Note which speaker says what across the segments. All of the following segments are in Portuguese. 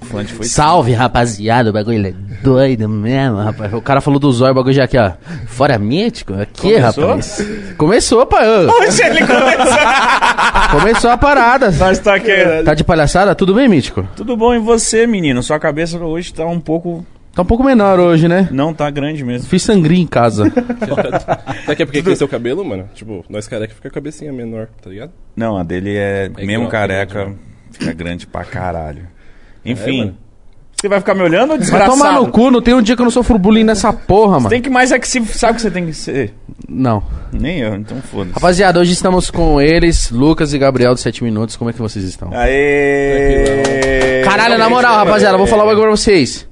Speaker 1: Defante foi.
Speaker 2: Salve, rapaziada, o bagulho é doido mesmo, rapaz. O cara falou do zóio, o bagulho já aqui, ó. Fora mítico? Aqui,
Speaker 1: Começou?
Speaker 2: rapaz. Começou, pai. ô.
Speaker 1: Hoje ele começou.
Speaker 2: Começou a parada.
Speaker 1: Nós tá aqui.
Speaker 2: Tá de palhaçada? Tudo bem, mítico?
Speaker 1: Tudo bom e você, menino? Sua cabeça hoje tá um pouco.
Speaker 2: Tá um pouco menor hoje, né?
Speaker 1: Não tá grande mesmo.
Speaker 2: Fiz sangria em casa.
Speaker 3: Será que é porque cresceu o cabelo, mano? Tipo, nós careca fica a cabecinha menor, tá ligado?
Speaker 1: Não, a dele é, mesmo
Speaker 3: igual-
Speaker 1: careca, fica grande pra caralho.
Speaker 3: É,
Speaker 1: Enfim.
Speaker 3: mano.
Speaker 1: você vai ficar me olhando ou
Speaker 2: Vai
Speaker 1: desgraçado?
Speaker 2: tomar no cu, não tem um dia que eu não sou burbulinho nessa porra, mano.
Speaker 1: Tem que mais é que se sabe o que você tem que ser.
Speaker 2: Não.
Speaker 1: Nem eu, então foda-se.
Speaker 2: Rapaziada, hoje estamos com eles, Lucas e Gabriel do 7 Minutos. Como é que vocês estão?
Speaker 1: Aê!
Speaker 2: Caralho, na
Speaker 1: é.
Speaker 2: moral, rapaziada, vou falar um bagulho pra vocês.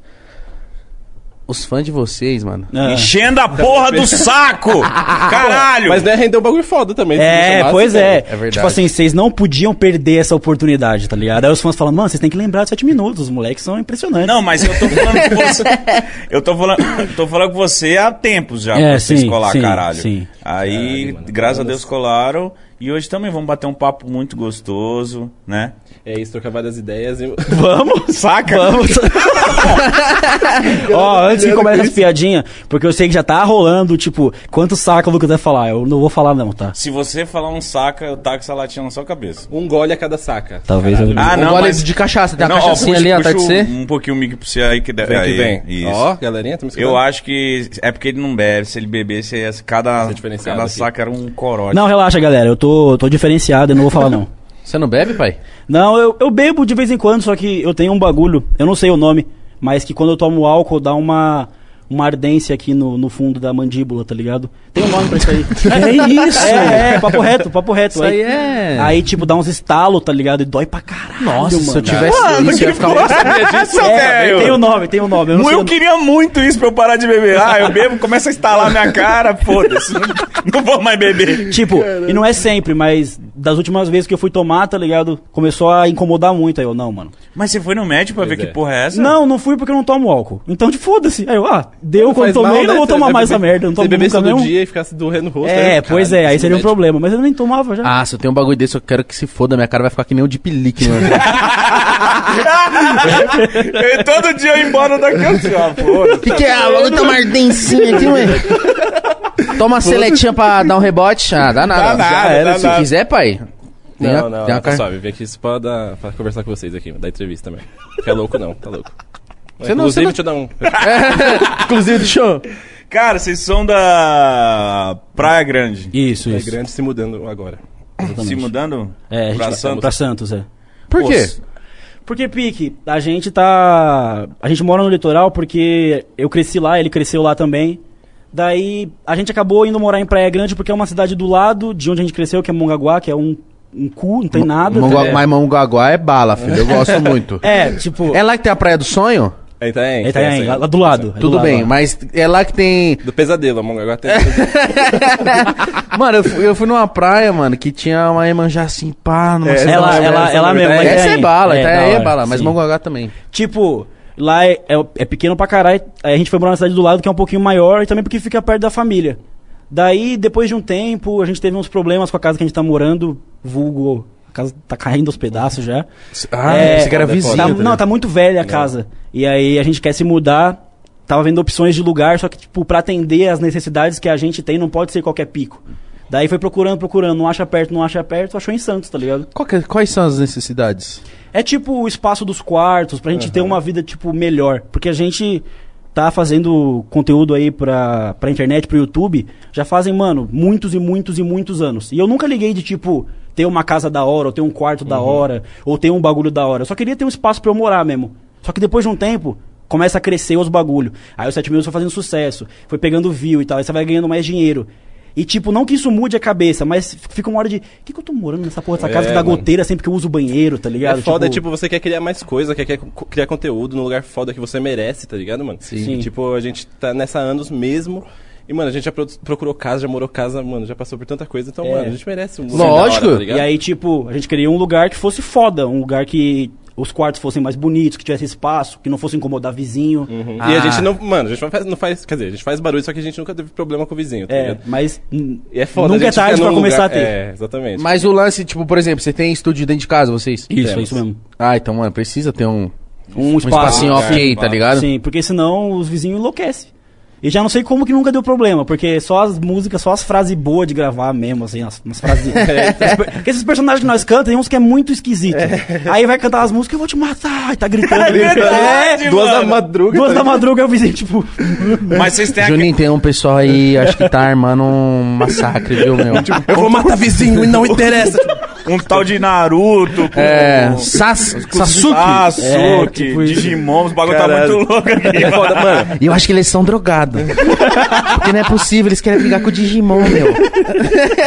Speaker 2: Os fãs de vocês, mano.
Speaker 4: É.
Speaker 1: Enchendo a porra do saco! Caralho!
Speaker 3: Mas né, rendeu um bagulho foda também. se me
Speaker 4: É,
Speaker 3: chamasse,
Speaker 4: pois é.
Speaker 3: velho.
Speaker 2: verdade.
Speaker 4: Tipo assim, vocês não podiam perder essa oportunidade, tá ligado? Aí os fãs falam, mano, vocês têm que lembrar de 7 minutos, os moleques são impressionantes.
Speaker 1: Não, mas eu tô falando com você. Eu tô falando, tô falando com você há tempos já,
Speaker 4: É,
Speaker 1: pra vocês
Speaker 4: sim,
Speaker 1: colar,
Speaker 4: sim,
Speaker 1: caralho.
Speaker 4: sim.
Speaker 1: Aí,
Speaker 3: Caralho, mano,
Speaker 1: graças a
Speaker 3: todas.
Speaker 1: Deus, colaram. E hoje também vamos bater um papo muito gostoso, né?
Speaker 3: É isso, trocar várias ideias e.
Speaker 4: Vamos, saca? Vamos. Ó, antes que comece as piadinhas, porque eu sei que já tá rolando, tipo, quanto saca o Lucas vai falar? Eu não vou falar não, tá?
Speaker 1: Se você falar um saca, eu taco essa latinha na sua cabeça.
Speaker 3: Um gole a cada saca.
Speaker 4: Talvez eu...
Speaker 1: Ah,
Speaker 2: Um
Speaker 1: não,
Speaker 2: gole
Speaker 1: mas-
Speaker 2: de cachaça, tem uma
Speaker 1: Não, ó,
Speaker 2: cachaçinha ali atrás de você.
Speaker 1: um pouquinho o mic pra você aí que deve.
Speaker 3: Vem que
Speaker 1: aí,
Speaker 3: vem.
Speaker 1: Isso.
Speaker 3: Ó, galerinha, tá me escutando?
Speaker 1: Eu acho que é porque ele não bebe. Se ele bebesse, ia- cada,
Speaker 3: é diferenciado
Speaker 1: cada
Speaker 3: aqui.
Speaker 1: saca era um corote.
Speaker 4: Não, relaxa, galera, eu tô, tô diferenciado, eu não vou falar não.
Speaker 2: Você não bebe, pai?
Speaker 4: Não, eu, eu bebo de vez em quando, só que eu tenho um bagulho, eu não sei o nome, mas que quando eu tomo álcool dá uma, uma ardência aqui no, no fundo da mandíbula, tá ligado? Tem um nome pra isso aí. é isso! É, é, papo reto, papo reto.
Speaker 2: Isso aí é-
Speaker 4: Aí, tipo, dá uns estalos, tá ligado? E dói pra caralho.
Speaker 2: Nossa, se eu
Speaker 4: mano.
Speaker 2: tivesse isso, eu ia ficar um
Speaker 1: Essa,
Speaker 4: É,
Speaker 1: velho.
Speaker 4: tem o nome, tem o nome. Eu não sei
Speaker 1: Eu
Speaker 4: o-
Speaker 1: queria muito isso pra eu parar de beber. Ah, eu bebo, começa a estalar minha cara, foda-se. Não vou mais beber.
Speaker 4: Tipo, e não é sempre, mas das últimas vezes que eu fui tomar, tá ligado? Começou a incomodar muito. Aí eu, não, mano.
Speaker 1: Mas você foi no médico pra
Speaker 3: Pois
Speaker 1: ver
Speaker 3: é.
Speaker 1: que porra é essa?
Speaker 4: Não, não fui porque eu não tomo álcool. Então, de foda-se. Aí eu, ah, deu quando
Speaker 3: Faz
Speaker 4: tomei,
Speaker 3: mal,
Speaker 4: não
Speaker 3: né?
Speaker 4: vou
Speaker 3: Você
Speaker 4: tomar
Speaker 3: vai
Speaker 4: mais
Speaker 3: beber-
Speaker 4: essa merda. Eu Não
Speaker 3: Se
Speaker 4: tomo
Speaker 3: bebesse
Speaker 4: nunca
Speaker 3: todo
Speaker 4: mesmo.
Speaker 3: dia um e ficasse doendo o rosto. né?
Speaker 4: É, pois é, aí seria um
Speaker 3: problema.
Speaker 4: problema. Mas eu nem tomava já.
Speaker 2: Ah, se eu tenho um bagulho desse, eu quero que se foda, minha cara vai ficar que nem o de pelique, mano.
Speaker 1: Eu- todo dia eu ia embora daqui assim, ó, foda-se.
Speaker 2: que, que é? O bagulho tá uma ardencinha aqui, mano. Toma uma seletinha pra dar um rebote. Ah, dá nada.
Speaker 1: Dá nada,
Speaker 2: Já era.
Speaker 1: dá
Speaker 2: se
Speaker 1: nada.
Speaker 2: quiser, pai. Tem
Speaker 3: Não,
Speaker 2: a-
Speaker 3: não, tá
Speaker 2: tem a cara-
Speaker 3: não, pessoal, eu vim aqui só pra, dar, pra conversar com vocês aqui, dar entrevista também. Fica louco não, tá louco.
Speaker 2: Você não-
Speaker 3: Inclusive,
Speaker 2: você
Speaker 3: deixa eu dar um...
Speaker 2: Inclusive, deixa eu...
Speaker 1: Cara, vocês são da Praia Grande.
Speaker 4: Isso,
Speaker 3: É
Speaker 4: isso.
Speaker 3: grande se mudando agora.
Speaker 1: Se mudando?
Speaker 4: É, a gente
Speaker 1: Pra
Speaker 4: pra,
Speaker 1: Santos.
Speaker 4: Santos. pra Santos, é.
Speaker 2: Por quê?
Speaker 1: Poxa.
Speaker 4: Porque, Pique, a gente tá. A gente mora no litoral porque eu cresci lá, ele cresceu lá também. Daí a gente acabou indo morar em Praia Grande porque é uma cidade do lado de onde a gente cresceu, que é Mongaguá, que é um, um cu, não tem nada.
Speaker 2: Mongua...
Speaker 4: É.
Speaker 2: Mas Mongaguá é bala, filho. Eu gosto muito.
Speaker 4: É, tipo.
Speaker 2: É lá que tem a Praia do Sonho?
Speaker 3: É, então, é,
Speaker 4: É,
Speaker 3: então,
Speaker 4: tá,
Speaker 3: é,
Speaker 4: é,
Speaker 3: essa aí.
Speaker 4: lá do lado. é do
Speaker 2: Tudo
Speaker 4: lado,
Speaker 2: bem,
Speaker 4: lá.
Speaker 2: mas é lá que tem...
Speaker 3: Do pesadelo, amor. Agora tem... pesadelo.
Speaker 2: Mano, eu fui, eu fui numa praia, mano, que tinha uma Iemanjá assim, pá, numa cidade-
Speaker 4: É, ela- ela- ela mesmo, mas
Speaker 2: Essa é,
Speaker 4: é aí.
Speaker 2: bala,
Speaker 4: É,
Speaker 2: é,
Speaker 4: da
Speaker 2: é,
Speaker 4: hora,
Speaker 2: bala, mas
Speaker 4: sim.
Speaker 2: Mongaguá também.
Speaker 4: Tipo, lá é, é- é pequeno pra caralho. Aí a gente foi morar na cidade do lado, que é um pouquinho maior, e também porque fica perto da família. Daí, depois de um tempo, a gente teve uns problemas com a casa que a gente tá morando, vulgo. A casa tá caindo aos pedaços já.
Speaker 2: Ah, esse cara é
Speaker 3: foda,
Speaker 2: vizinho.
Speaker 4: Tá-
Speaker 3: tá
Speaker 4: não, tá muito velha a casa. E aí a gente quer se mudar. Tava vendo opções de lugar, só que, tipo, pra atender as necessidades que a gente tem, não pode ser qualquer pico. Daí foi procurando, procurando, não acha perto, não acha perto, achou em Santos, tá ligado?
Speaker 2: Qual que é- quais são as necessidades?
Speaker 4: É tipo o espaço dos quartos, pra gente ter uma vida, tipo, melhor. Porque a gente tá fazendo conteúdo aí pra, pra internet, pro YouTube, já fazem, mano, muitos e muitos e muitos anos. E eu nunca liguei de, tipo, ter uma casa da hora, ou ter um quarto
Speaker 3: Uhum.
Speaker 4: da hora, ou ter um bagulho da hora. Eu só queria ter um espaço pra eu morar mesmo. Só que depois de um tempo, começa a crescer os bagulho. Aí os 7 minutos foi fazendo sucesso, foi pegando view e tal, aí você vai ganhando mais dinheiro. E, tipo, não que isso mude a cabeça, mas fica uma hora de. Por que, que eu tô morando nessa porra dessa casa
Speaker 3: É,
Speaker 4: que dá
Speaker 3: mano.
Speaker 4: goteira sempre que eu uso o banheiro, tá ligado?
Speaker 3: É foda, é tipo, você quer criar mais coisa, quer, quer co- criar conteúdo num lugar foda que você merece, tá ligado, mano?
Speaker 2: Sim.
Speaker 4: Sim.
Speaker 3: E, tipo, a gente tá nessa há anos mesmo. E, mano, a gente já produ- procurou casa, já morou casa, mano, já passou por tanta coisa. Então,
Speaker 4: É.
Speaker 3: mano, a gente merece um lugar
Speaker 2: Lógico.
Speaker 3: da hora, tá
Speaker 4: E
Speaker 3: ligado?
Speaker 4: aí, tipo, a gente queria um lugar que fosse foda, um lugar que os quartos fossem mais bonitos, que tivesse espaço, que não fosse incomodar vizinho.
Speaker 3: E
Speaker 2: Ah.
Speaker 3: a gente não, mano, a gente não faz, não faz, quer dizer, a gente faz barulho, só que a gente nunca teve problema com o vizinho, tá
Speaker 4: É,
Speaker 3: ligado?
Speaker 4: mas
Speaker 3: E é foda, a
Speaker 4: nunca é
Speaker 3: gente fica
Speaker 4: tarde
Speaker 3: num
Speaker 4: pra começar
Speaker 3: lugar-
Speaker 4: a ter.
Speaker 3: É, exatamente.
Speaker 2: Mas o lance, tipo, por exemplo, você tem estúdio dentro de casa, vocês?
Speaker 4: Isso,
Speaker 3: Temos.
Speaker 4: é isso mesmo.
Speaker 2: Ah, então, mano, precisa ter um...
Speaker 4: Um,
Speaker 2: Um espacinho
Speaker 4: espaço.
Speaker 2: ok, tá ligado?
Speaker 4: Sim, porque senão os vizinhos enlouquecem. E já não sei como que nunca deu problema, porque só as músicas, só as frases boas de gravar mesmo, assim, as, umas frases. porque esses personagens que nós cantamos, tem uns que é muito esquisito.
Speaker 3: É.
Speaker 4: Aí vai cantar as músicas, eu vou te matar, e tá gritando.
Speaker 1: É verdade,
Speaker 4: É,
Speaker 3: Duas
Speaker 1: mano.
Speaker 3: da madruga.
Speaker 4: duas da
Speaker 3: tá ligado?
Speaker 4: madruga, o vizinho, tipo.
Speaker 1: Mas vocês têm aqui.
Speaker 2: Juninho, tem um pessoal aí, acho que tá armando um massacre, viu, meu?
Speaker 3: Tipo, Eu vou matar vizinho e não interessa. tipo,
Speaker 1: Um tal de Naruto. Com...
Speaker 2: É. Sas, Sasuke.
Speaker 4: É,
Speaker 1: Sasuke,
Speaker 4: tipo isso.
Speaker 1: Digimon, os bagulho tá
Speaker 3: Caralho.
Speaker 1: muito louco aqui.
Speaker 3: É foda, mano.
Speaker 2: E eu acho que eles são drogados. Porque não é possível, eles querem brigar com o Digimon, meu.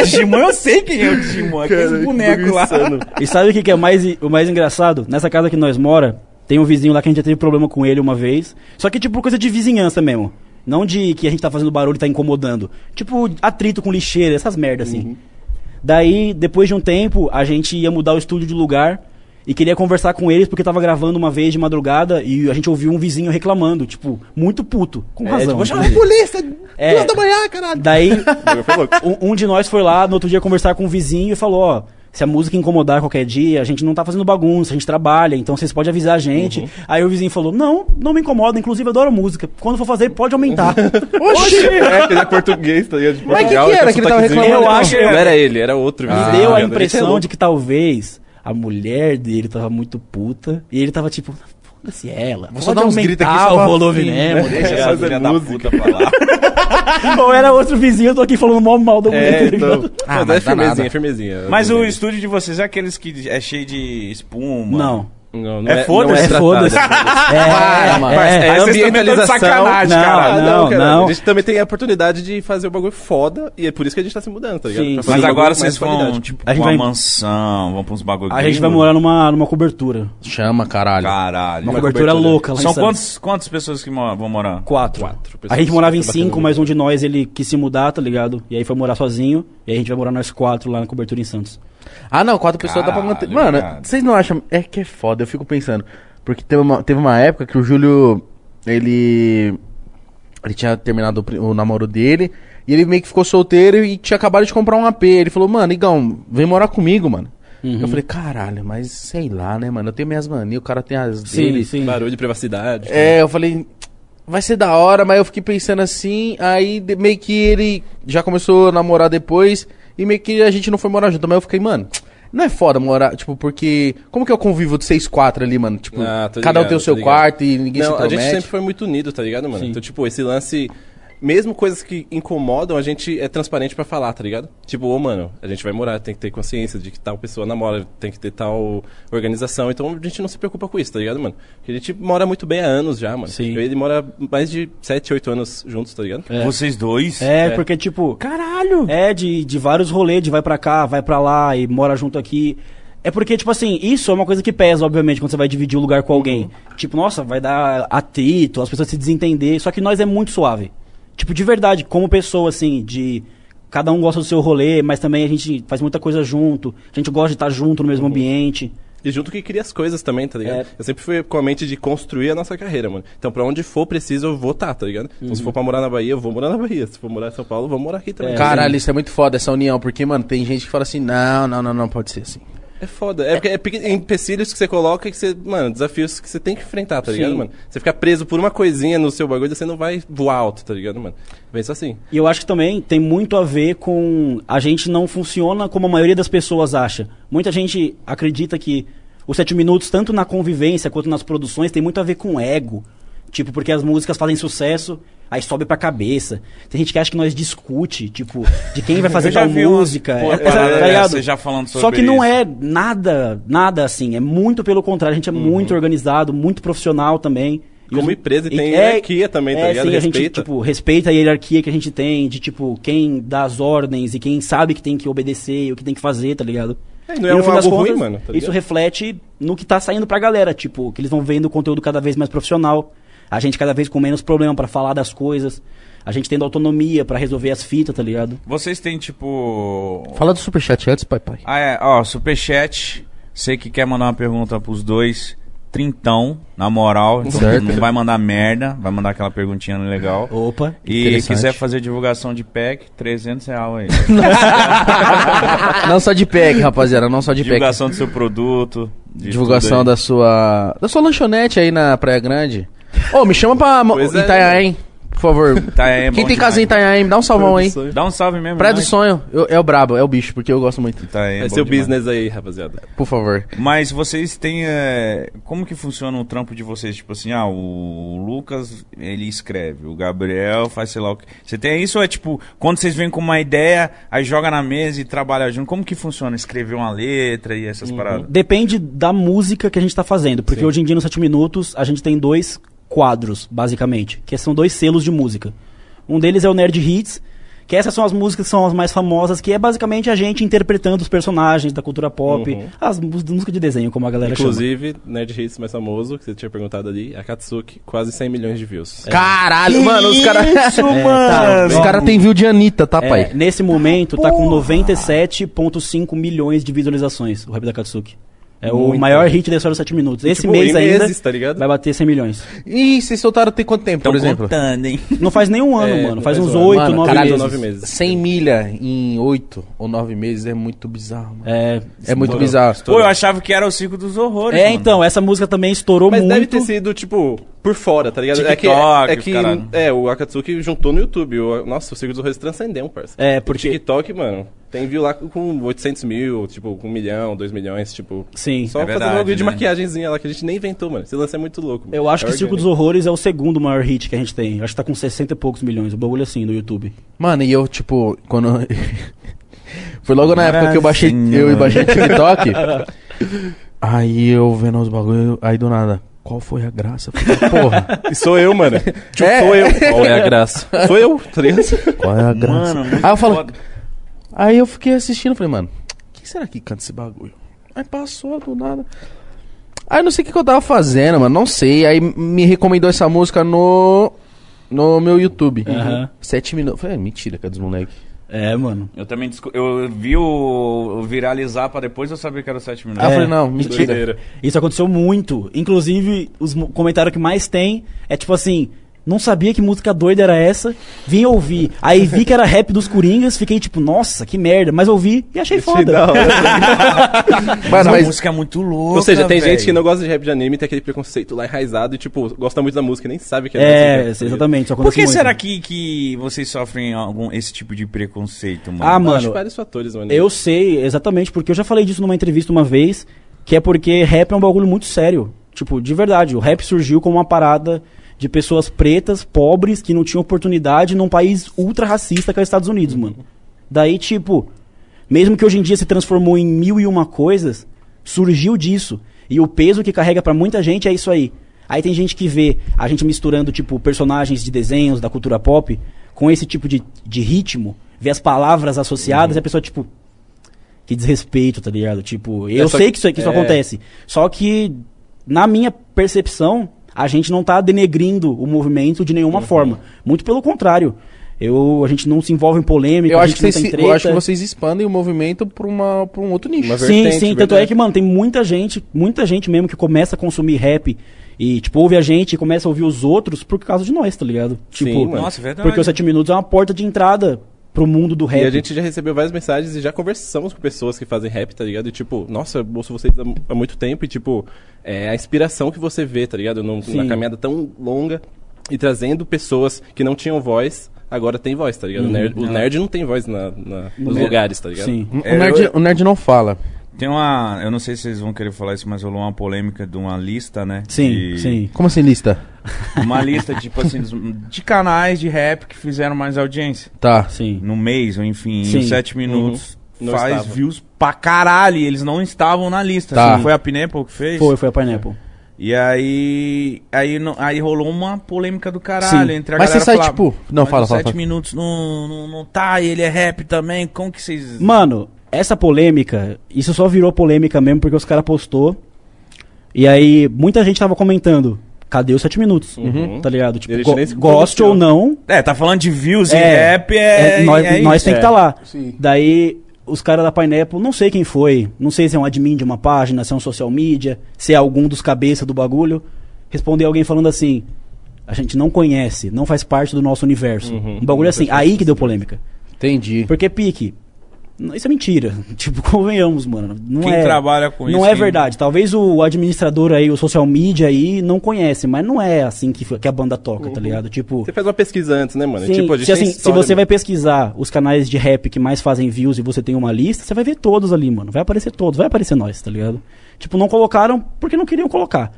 Speaker 1: Digimon eu sei quem é o Digimon, aqueles
Speaker 3: Caralho,
Speaker 1: bonecos
Speaker 3: que
Speaker 1: lá.
Speaker 3: insano.
Speaker 4: E sabe o que, que é mais, o mais engraçado? Nessa casa que nós mora, tem um vizinho lá que a gente já teve problema com ele uma vez. Só que, tipo, coisa de vizinhança mesmo. Não de que a gente tá fazendo barulho e tá incomodando. Tipo, atrito com lixeira, essas merdas assim.
Speaker 3: Uhum.
Speaker 4: Daí, depois de um tempo, a gente ia mudar o estúdio de lugar e queria conversar com eles porque tava gravando uma vez de madrugada e a gente ouviu um vizinho reclamando, tipo, muito puto. Com razão.
Speaker 3: tipo, vou chamar a
Speaker 4: inclusive.
Speaker 3: polícia.
Speaker 4: É.
Speaker 3: Duas da manhã, caralho.
Speaker 4: Daí,
Speaker 3: Foi louco.
Speaker 4: um, um de nós foi lá no outro dia conversar com um vizinho e falou, ó, se a música incomodar qualquer dia, a gente não tá fazendo bagunça, a gente trabalha, então vocês podem avisar a gente.
Speaker 2: Uhum.
Speaker 4: Aí o vizinho falou, não, não me incomoda, inclusive eu adoro música. Quando for fazer, pode aumentar.
Speaker 2: Uhum. Oxi!
Speaker 3: É, que ele é português, tá ligado? De
Speaker 2: Mas
Speaker 3: Portugal,
Speaker 2: que que era
Speaker 3: tem
Speaker 2: que ele
Speaker 3: um
Speaker 2: tava
Speaker 3: sotaquezinho.
Speaker 4: reclamando?
Speaker 3: Eu acho que não era ele, era outro.
Speaker 4: Me
Speaker 2: Ah,
Speaker 3: vizinho, tá
Speaker 4: deu
Speaker 3: ligado?
Speaker 4: a
Speaker 3: Ele é
Speaker 4: impressão
Speaker 3: louco.
Speaker 4: de que talvez a mulher dele tava muito puta e ele tava tipo, foda-se ela,
Speaker 2: Vou
Speaker 4: pode
Speaker 2: só dar uns gritos aqui,
Speaker 4: aumentar
Speaker 2: só pra-
Speaker 4: o volume mesmo.
Speaker 1: Deixa
Speaker 3: É,
Speaker 1: essa
Speaker 3: fazer
Speaker 1: filha da puta
Speaker 3: música.
Speaker 1: falar.
Speaker 4: Ou era outro vizinho, eu tô aqui falando mal, mal do
Speaker 3: É,
Speaker 4: mulher. tá
Speaker 3: então.
Speaker 4: ligado?
Speaker 2: Ah, mas
Speaker 3: mas é
Speaker 2: dá
Speaker 3: firmezinha,
Speaker 2: nada.
Speaker 3: firmezinha.
Speaker 1: Mas o estúdio de vocês é aqueles que é cheio de espuma.
Speaker 4: Não.
Speaker 3: Não, não
Speaker 1: É
Speaker 3: é
Speaker 1: foda-se.
Speaker 3: não
Speaker 4: É
Speaker 3: tratado,
Speaker 4: foda-se.
Speaker 3: é
Speaker 4: É,
Speaker 2: mano.
Speaker 4: é,
Speaker 1: Aí vocês também tão de
Speaker 3: ambientalização.
Speaker 1: sacanagem,
Speaker 4: Não,
Speaker 1: cara.
Speaker 3: Ah,
Speaker 4: não,
Speaker 3: cara,
Speaker 4: não.
Speaker 3: A gente também tem a oportunidade de fazer o bagulho foda e é por isso que a gente tá se mudando, tá ligado?
Speaker 4: Sim,
Speaker 3: Pra
Speaker 4: sim.
Speaker 3: fazer
Speaker 1: Mas
Speaker 3: um
Speaker 1: agora
Speaker 3: bagulho com mais
Speaker 1: vocês vão,
Speaker 3: qualidade.
Speaker 1: tipo,
Speaker 4: é A
Speaker 1: a
Speaker 4: gente
Speaker 1: uma
Speaker 4: vai-
Speaker 1: mansão, vão pra uns bagulho.
Speaker 4: A gente
Speaker 1: gringo.
Speaker 4: vai morar numa, numa cobertura.
Speaker 2: Chama, caralho.
Speaker 1: Caralho.
Speaker 4: Uma
Speaker 3: Uma
Speaker 4: cobertura,
Speaker 3: cobertura.
Speaker 4: louca lá em
Speaker 1: São
Speaker 4: Santos.
Speaker 1: quantos, quantas pessoas que mo- vão morar?
Speaker 4: Quatro.
Speaker 3: Quatro pessoas.
Speaker 4: A gente morava em
Speaker 3: Tá batendo
Speaker 4: cinco,
Speaker 3: muito.
Speaker 4: mas um de nós ele quis se mudar, tá ligado? E aí foi morar sozinho. E aí a gente vai morar nós quatro lá na cobertura em Santos.
Speaker 2: Ah, não, quatro pessoas dá pra manter.
Speaker 1: Caralho,
Speaker 2: Mano,
Speaker 1: cara.
Speaker 2: vocês não acham. É que é foda, eu fico pensando. Porque teve uma, teve uma época que o Júlio. Ele. Ele tinha terminado o pri- o, namoro dele. E ele meio que ficou solteiro e tinha acabado de comprar um AP. Ele falou, mano, Igão, vem morar comigo, mano. Eu falei, caralho, mas sei lá, né, mano? Eu tenho minhas manias, o cara tem as dele.
Speaker 3: Barulho de privacidade.
Speaker 2: É, eu falei, vai ser da hora, mas eu fiquei pensando assim, aí de- meio que ele já começou a namorar depois, e meio que a gente não foi morar junto, mas eu fiquei, mano, não é foda morar, tipo, porque, como que é o convívio de vocês quatro ali, mano? Tipo,
Speaker 3: Ah, tô
Speaker 2: cada um
Speaker 3: ligado,
Speaker 2: tem o seu
Speaker 3: tô ligado.
Speaker 2: quarto e ninguém se
Speaker 3: Não, a
Speaker 2: promete.
Speaker 3: gente sempre foi muito unido, tá ligado, mano? Então, tipo, esse lance. Mesmo coisas que incomodam, a gente é transparente pra falar, tá ligado? Tipo, ô, mano, a gente vai morar, tem que ter consciência de que tal pessoa namora, tem que ter tal organização. Então a gente não se preocupa com isso, tá ligado, mano? Porque a gente mora muito bem há anos já, mano.
Speaker 4: Sim.
Speaker 3: Eu e ele mora mais de 7, 8 anos juntos, tá ligado?
Speaker 4: É.
Speaker 1: Vocês dois?
Speaker 4: É, porque tipo. Caralho! É, de, de vários rolês, de vai pra cá, vai pra lá e mora junto aqui. É porque, tipo assim, isso é uma coisa que pesa, obviamente, quando você vai dividir o lugar com alguém. Tipo, nossa, vai dar atrito, as pessoas se desentender. Só que nós é muito suave. Tipo, de verdade, como pessoa, assim, de. Cada um gosta do seu rolê, mas também a gente faz muita coisa junto. A gente gosta de estar junto no mesmo ambiente.
Speaker 3: E junto que cria as coisas também, tá ligado?
Speaker 4: É.
Speaker 3: Eu sempre fui com a mente de construir a nossa carreira, mano. Então, pra onde for preciso, eu vou tá, tá ligado? Então, se
Speaker 4: Uhum.
Speaker 3: for pra morar na Bahia, eu vou morar na Bahia. Se for morar em São Paulo, eu vou morar aqui também.
Speaker 2: Caralho, isso é muito foda, essa união, porque, mano, tem gente que fala assim, não, não, não, não pode ser assim.
Speaker 3: É foda. É, porque é pequ- empecilhos que você coloca que você. Mano, desafios que você tem que enfrentar, tá ligado,
Speaker 4: Sim.
Speaker 3: mano? Você ficar preso por uma coisinha no seu bagulho, você não vai voar alto, tá ligado, mano? Pensa assim.
Speaker 4: E eu acho que também tem muito a ver com a gente não funciona como a maioria das pessoas acha. Muita gente acredita que os sete minutos, tanto na convivência quanto nas produções, tem muito a ver com ego. Tipo, porque as músicas fazem sucesso, aí sobe pra cabeça. Tem gente que acha que nós discute, tipo, de quem vai fazer
Speaker 1: Eu já
Speaker 4: tal
Speaker 1: vi umas
Speaker 4: música.
Speaker 1: porra,
Speaker 4: tá
Speaker 1: parada
Speaker 4: ligado?
Speaker 1: dessa, já falando sobre
Speaker 4: Só que não
Speaker 1: isso.
Speaker 4: é nada, nada assim. É muito pelo contrário, a gente é muito organizado, muito profissional também. E
Speaker 3: Como
Speaker 4: os-
Speaker 3: empresa
Speaker 4: e-
Speaker 3: tem
Speaker 4: é-
Speaker 3: hierarquia também, tá
Speaker 4: é,
Speaker 3: ligado?
Speaker 4: sim, a gente,
Speaker 3: Respeita.
Speaker 4: tipo, respeita a hierarquia que a gente tem, de tipo, quem dá as ordens e quem sabe que tem que obedecer e o que tem que fazer, tá ligado?
Speaker 3: É,
Speaker 4: E
Speaker 3: não é
Speaker 4: no
Speaker 3: um
Speaker 4: fim das
Speaker 3: algo ruim, mano, tá
Speaker 4: isso
Speaker 3: ligado?
Speaker 4: reflete no que tá saindo pra galera, tipo, que eles vão vendo o conteúdo cada vez mais profissional, a gente cada vez com menos problema pra falar das coisas, a gente tendo autonomia pra resolver as fitas, tá ligado?
Speaker 1: Vocês têm, tipo...
Speaker 2: Fala do superchat antes, pai, pai.
Speaker 1: Ah, é, ó, superchat. Sei que quer mandar uma pergunta pros dois. trintão, na moral. então
Speaker 2: Certo.
Speaker 1: Não vai mandar merda, vai mandar aquela perguntinha legal.
Speaker 4: Opa.
Speaker 1: E
Speaker 2: Interessante.
Speaker 1: quiser fazer divulgação de pack, 300 reais aí.
Speaker 2: Não só de pack, rapaziada, não só de pack.
Speaker 1: divulgação do seu produto. de
Speaker 2: Divulgação
Speaker 1: tudo
Speaker 2: da sua. Da sua lanchonete aí na Praia Grande. Ô, me chama pra Mo-
Speaker 3: Pois é,
Speaker 2: Itanhaém, por favor.
Speaker 1: Itanhaém é
Speaker 2: Quem
Speaker 1: bom
Speaker 2: tem casa em
Speaker 1: demais.
Speaker 2: Itanhaém, me dá um salvão aí.
Speaker 3: é
Speaker 1: aí. Dá um salve mesmo.
Speaker 2: Praia do
Speaker 1: nós.
Speaker 2: Sonho, eu- é o brabo, é o bicho, porque eu gosto muito.
Speaker 1: Itanhaém é
Speaker 3: É
Speaker 1: bom
Speaker 3: seu
Speaker 1: demais.
Speaker 3: business aí, rapaziada.
Speaker 2: Por favor.
Speaker 1: Mas vocês têm. é, Como que funciona o trampo de vocês? Tipo assim, ah, o Lucas, ele escreve, o Gabriel faz sei lá o que. Você tem isso ou é tipo, quando vocês vêm com uma ideia, aí joga na mesa e trabalha junto? Como que funciona? Escrever uma letra e essas paradas?
Speaker 4: Depende da música que a gente tá fazendo. Porque hoje em dia, nos 7 minutos, a gente tem dois quadros, basicamente. Que são dois selos de música. Um deles é o Nerd Hits, que essas são as músicas que são as mais famosas, que é basicamente a gente interpretando os personagens da cultura pop,
Speaker 3: Uhum.
Speaker 4: as mús- músicas de desenho, como a galera
Speaker 3: Inclusive, Nerd Hits mais famoso, que você tinha perguntado ali, a Katsuki, quase 100 milhões de views.
Speaker 2: Caralho, mano, os caras.
Speaker 4: chama. É, tá,
Speaker 2: Os
Speaker 4: ó,
Speaker 2: caras têm view de Anitta, tá,
Speaker 4: é,
Speaker 2: pai?
Speaker 4: nesse momento, tá com 97,5 milhões de visualizações, o Rap da Katsuki. É o
Speaker 3: Muito.
Speaker 4: maior hit da história dos 7 minutos. Esse
Speaker 3: Tipo,
Speaker 4: mês
Speaker 3: em
Speaker 4: ainda
Speaker 3: meses, tá ligado?
Speaker 4: vai bater 100 milhões.
Speaker 2: Ih, vocês soltaram tem um quanto tempo, por exemplo?
Speaker 1: contando, hein?
Speaker 4: Não faz nem um ano,
Speaker 3: É,
Speaker 4: mano.
Speaker 3: não
Speaker 4: Faz
Speaker 3: faz
Speaker 4: uns
Speaker 3: um ano.
Speaker 4: oito,
Speaker 2: Mano,
Speaker 4: nove
Speaker 2: caralho,
Speaker 4: meses.
Speaker 3: nove meses.
Speaker 2: 100 milha em 8 ou 9 meses é muito bizarro, mano.
Speaker 4: É,
Speaker 2: É, muito bizarro.
Speaker 1: Pô, eu achava que era o Circo dos Horrores.
Speaker 4: é
Speaker 1: mano.
Speaker 4: então, essa música também estourou
Speaker 3: Mas
Speaker 4: muito.
Speaker 3: deve ter sido, tipo, por fora, tá ligado?
Speaker 1: TikTok,
Speaker 3: é que, é,
Speaker 1: caralho.
Speaker 3: que é, o Akatsuki juntou no YouTube. O, nossa, o Circo dos Horrores transcendeu, um parça.
Speaker 4: É,
Speaker 3: Por
Speaker 4: porque.
Speaker 3: TikTok, mano, tem view lá com 800 mil, tipo, com um milhão, dois milhões, tipo...
Speaker 4: Sim.
Speaker 3: Só
Speaker 1: É verdade,
Speaker 3: fazendo um vídeo de
Speaker 1: né?
Speaker 3: maquiagenzinha lá, que a gente nem inventou, mano. Esse lance é muito louco. mano.
Speaker 4: Eu acho
Speaker 3: É
Speaker 4: que o Circo dos
Speaker 3: orgânico.
Speaker 4: Horrores é o segundo maior hit que a gente tem. Acho que tá com 60 e poucos milhões. O bagulho assim no YouTube.
Speaker 2: Mano, e eu, tipo, quando. Foi logo na época que eu baixei, eu
Speaker 1: Maravilha.
Speaker 2: baixei TikTok. aí eu vendo os bagulho, aí do nada. Qual foi a graça? Porra,
Speaker 3: E sou eu, mano. Tipo,
Speaker 2: É.
Speaker 3: sou eu. Qual é a graça? Sou eu, tá ligado?
Speaker 2: qual é a graça?
Speaker 1: Mano, muito
Speaker 2: aí eu falo.
Speaker 1: foda.
Speaker 2: Aí eu fiquei assistindo, falei, mano, que será que canta esse bagulho? Aí passou do nada. Aí não sei o que, que eu tava fazendo, mano, não sei. Aí me recomendou essa música no no meu YouTube.
Speaker 4: Aham.
Speaker 2: Sete minutos. Falei, ah, mentira, que é dos moleques.
Speaker 4: É, mano.
Speaker 1: Eu também desco- eu vi o o viralizar pra depois eu saber que era o 7
Speaker 2: Aí eu
Speaker 1: minutos.
Speaker 4: É.
Speaker 2: falei, não, mentira.
Speaker 3: Doideira.
Speaker 4: Isso aconteceu muito. Inclusive, os mo- comentários que mais tem é tipo assim. Não sabia que música doida era essa. Vim ouvir. Aí vi que era rap dos Coringas. Fiquei tipo, nossa, que merda. Mas ouvi e achei foda.
Speaker 2: Mano,
Speaker 1: Essa
Speaker 2: mas
Speaker 1: música é muito louca.
Speaker 3: Ou seja, tem
Speaker 1: velho.
Speaker 3: gente que não gosta de rap de anime, tem aquele preconceito lá enraizado e, tipo, gosta muito da música e nem sabe que
Speaker 4: É,
Speaker 3: música.
Speaker 4: exatamente. Isso
Speaker 1: Por
Speaker 4: acontece
Speaker 1: que
Speaker 4: muito.
Speaker 1: será que, que vocês sofrem algum, esse tipo de preconceito, mano?
Speaker 4: Ah,
Speaker 3: Mano, acho
Speaker 4: mano.
Speaker 3: vários fatores, mano.
Speaker 4: Eu sei, exatamente, porque eu já falei disso numa entrevista uma vez, que é porque rap é um bagulho muito sério. Tipo, de verdade, o rap surgiu como uma parada de pessoas pretas, pobres, que não tinham oportunidade num país ultra racista que é os Estados Unidos, mano. Daí, tipo, mesmo que hoje em dia se transformou em mil e uma coisas, surgiu disso. E o peso que carrega pra muita gente é isso aí. Aí tem gente que vê a gente misturando, tipo, personagens de desenhos da cultura pop com esse tipo de, de ritmo, vê as palavras associadas e a pessoa, tipo, que desrespeito, tá ligado? Tipo, eu
Speaker 3: É, só
Speaker 4: sei
Speaker 3: que-
Speaker 4: que isso, que isso
Speaker 3: é.
Speaker 4: acontece. Só que, na minha percepção, a gente não tá denegrindo o movimento de
Speaker 3: Uhum.
Speaker 4: nenhuma forma. Muito pelo contrário. Eu, a gente não se envolve em polêmica,
Speaker 2: eu
Speaker 4: a
Speaker 2: acho,
Speaker 4: gente
Speaker 2: que
Speaker 4: não
Speaker 2: vocês,
Speaker 4: tem
Speaker 2: se-
Speaker 4: treta.
Speaker 2: eu acho que vocês expandem o movimento pra, uma, pra um outro nicho.
Speaker 3: é Uma
Speaker 4: Sim,
Speaker 3: vertente, né?
Speaker 4: sim. Tanto
Speaker 3: verdade.
Speaker 4: é que, mano, tem muita gente, muita gente mesmo que começa a consumir rap e, tipo, ouve a gente e começa a ouvir os outros por causa de nós, tá ligado?
Speaker 3: Sim,
Speaker 4: Tipo,
Speaker 3: mano.
Speaker 1: Nossa, é verdade.
Speaker 4: porque o 7 Minutos é uma porta de entrada pro mundo do rap.
Speaker 3: E a gente já recebeu várias mensagens e já conversamos com pessoas que fazem rap, tá ligado? E tipo, nossa, eu ouço vocês há- há muito tempo e tipo, é a inspiração que você vê, tá ligado? Num,
Speaker 4: Sim.
Speaker 3: numa caminhada tão longa e trazendo pessoas que não tinham voz, agora tem voz, tá
Speaker 4: Uhum.
Speaker 3: ligado? O, nerd, o nerd não tem voz na, na- nos lugares, tá ligado?
Speaker 4: É. Sim.
Speaker 2: O, Um nerd,
Speaker 1: eu-
Speaker 2: o nerd não fala.
Speaker 1: Tem uma. Eu não sei se vocês vão querer falar isso, mas rolou uma polêmica de uma lista, né?
Speaker 4: Sim,
Speaker 1: De-
Speaker 4: sim.
Speaker 2: Como assim, lista?
Speaker 1: Uma lista, tipo assim, dos- de canais de rap que fizeram mais audiência.
Speaker 2: Tá.
Speaker 4: Sim.
Speaker 1: No mês, ou enfim,
Speaker 4: Sim.
Speaker 1: em 7 minutos.
Speaker 3: Uhum. Não
Speaker 1: Faz
Speaker 3: estava.
Speaker 1: views pra caralho. E eles não estavam na lista.
Speaker 2: Tá.
Speaker 1: Assim, foi a Pineapple que fez?
Speaker 4: Foi, foi a Pineapple.
Speaker 1: E aí. Aí, não- aí rolou uma polêmica do caralho
Speaker 4: Sim.
Speaker 1: entre a
Speaker 2: Mas
Speaker 1: galera.
Speaker 2: você sai,
Speaker 1: falava,
Speaker 2: tipo, não,
Speaker 1: "Mas
Speaker 2: fala,
Speaker 1: o
Speaker 2: fala,
Speaker 1: sete
Speaker 2: fala."
Speaker 1: minutos não, não, não tá, e ele é rap também. Como que vocês.
Speaker 4: Mano, essa polêmica, isso só virou polêmica mesmo porque os caras postou. E aí, muita gente tava comentando, cadê os 7 minutos?
Speaker 3: Uhum.
Speaker 4: Tá ligado? Tipo,
Speaker 3: Eles
Speaker 4: go-
Speaker 3: nem se
Speaker 4: goste ou não,
Speaker 1: É, tá falando de views e
Speaker 4: É,
Speaker 1: rap é.
Speaker 4: é, nós,
Speaker 1: é
Speaker 4: nós
Speaker 1: isso.
Speaker 4: tem que estar lá.
Speaker 2: Sim.
Speaker 4: Daí os caras da Pineapple, não sei quem foi, não sei se é um admin de uma página, se é um social media, se é algum dos cabeça do bagulho, responder alguém falando assim: a gente não conhece, não faz parte do nosso universo.
Speaker 3: Uhum.
Speaker 4: um bagulho assim, aí que deu polêmica.
Speaker 2: Entendi.
Speaker 4: Porque é pique. n- Isso é mentira. Tipo, convenhamos, mano. Não
Speaker 1: Quem
Speaker 4: é,
Speaker 1: trabalha com
Speaker 4: não
Speaker 1: isso,
Speaker 4: é
Speaker 1: quem-
Speaker 4: verdade. Talvez o administrador aí, o social media aí, não conhece, mas não é assim que, f- que a banda toca, tá ligado? Tipo.
Speaker 3: Você faz uma pesquisa antes, né, mano?
Speaker 4: Sim,
Speaker 3: Tipo, a
Speaker 4: se,
Speaker 3: gente tem
Speaker 4: assim, se
Speaker 3: história,
Speaker 4: você vai
Speaker 3: mano.
Speaker 4: pesquisar os canais de rap que mais fazem views e você tem uma lista, você vai ver todos ali, mano. Vai aparecer todos, vai aparecer nós, tá ligado? Tipo, não colocaram porque não queriam colocar.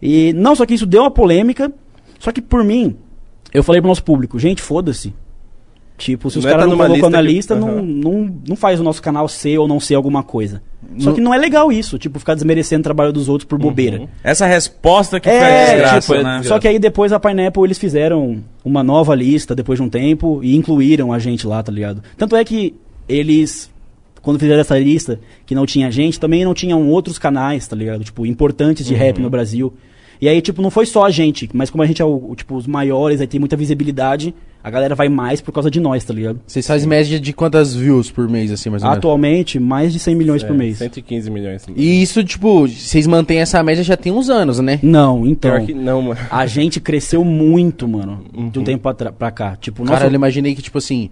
Speaker 4: E não, só que isso deu uma polêmica. Só que por mim, eu falei pro nosso público, gente, foda-se. Tipo, se os
Speaker 3: Não é
Speaker 4: caras
Speaker 3: tá
Speaker 4: não
Speaker 3: numa
Speaker 4: colocam
Speaker 3: lista
Speaker 4: na
Speaker 3: que-
Speaker 4: lista, não,
Speaker 3: Aham.
Speaker 4: não, não faz o nosso canal ser ou não ser alguma coisa. Só
Speaker 2: No-
Speaker 4: que não é legal isso, tipo, ficar desmerecendo o trabalho dos outros por bobeira.
Speaker 3: Uhum.
Speaker 1: Essa resposta que foi
Speaker 4: É,
Speaker 1: desgraça,
Speaker 4: tipo,
Speaker 1: né?
Speaker 4: só que aí depois a Pineapple eles fizeram uma nova lista depois de um tempo e incluíram a gente lá, tá ligado? Tanto é que eles, quando fizeram essa lista, que não tinha gente, também não tinham outros canais, tá ligado? Tipo, importantes de rap no Brasil. E aí, tipo, não foi só a gente, mas como a gente é o, o, tipo, os maiores, aí tem muita visibilidade, a galera vai mais por causa de nós, tá ligado?
Speaker 2: Vocês fazem média de quantas views por mês, assim, mais ou menos?
Speaker 4: Atualmente, mais de 100 milhões por
Speaker 3: É,
Speaker 4: mês.
Speaker 3: 115 milhões.
Speaker 2: E isso, tipo, vocês mantêm essa média já tem uns anos, né?
Speaker 4: Não, então.
Speaker 3: Pior que não, mano.
Speaker 4: A gente cresceu muito, mano, de um tempo pra, tra- pra cá. Tipo, nossa,
Speaker 2: Cara, eu imaginei que, tipo assim.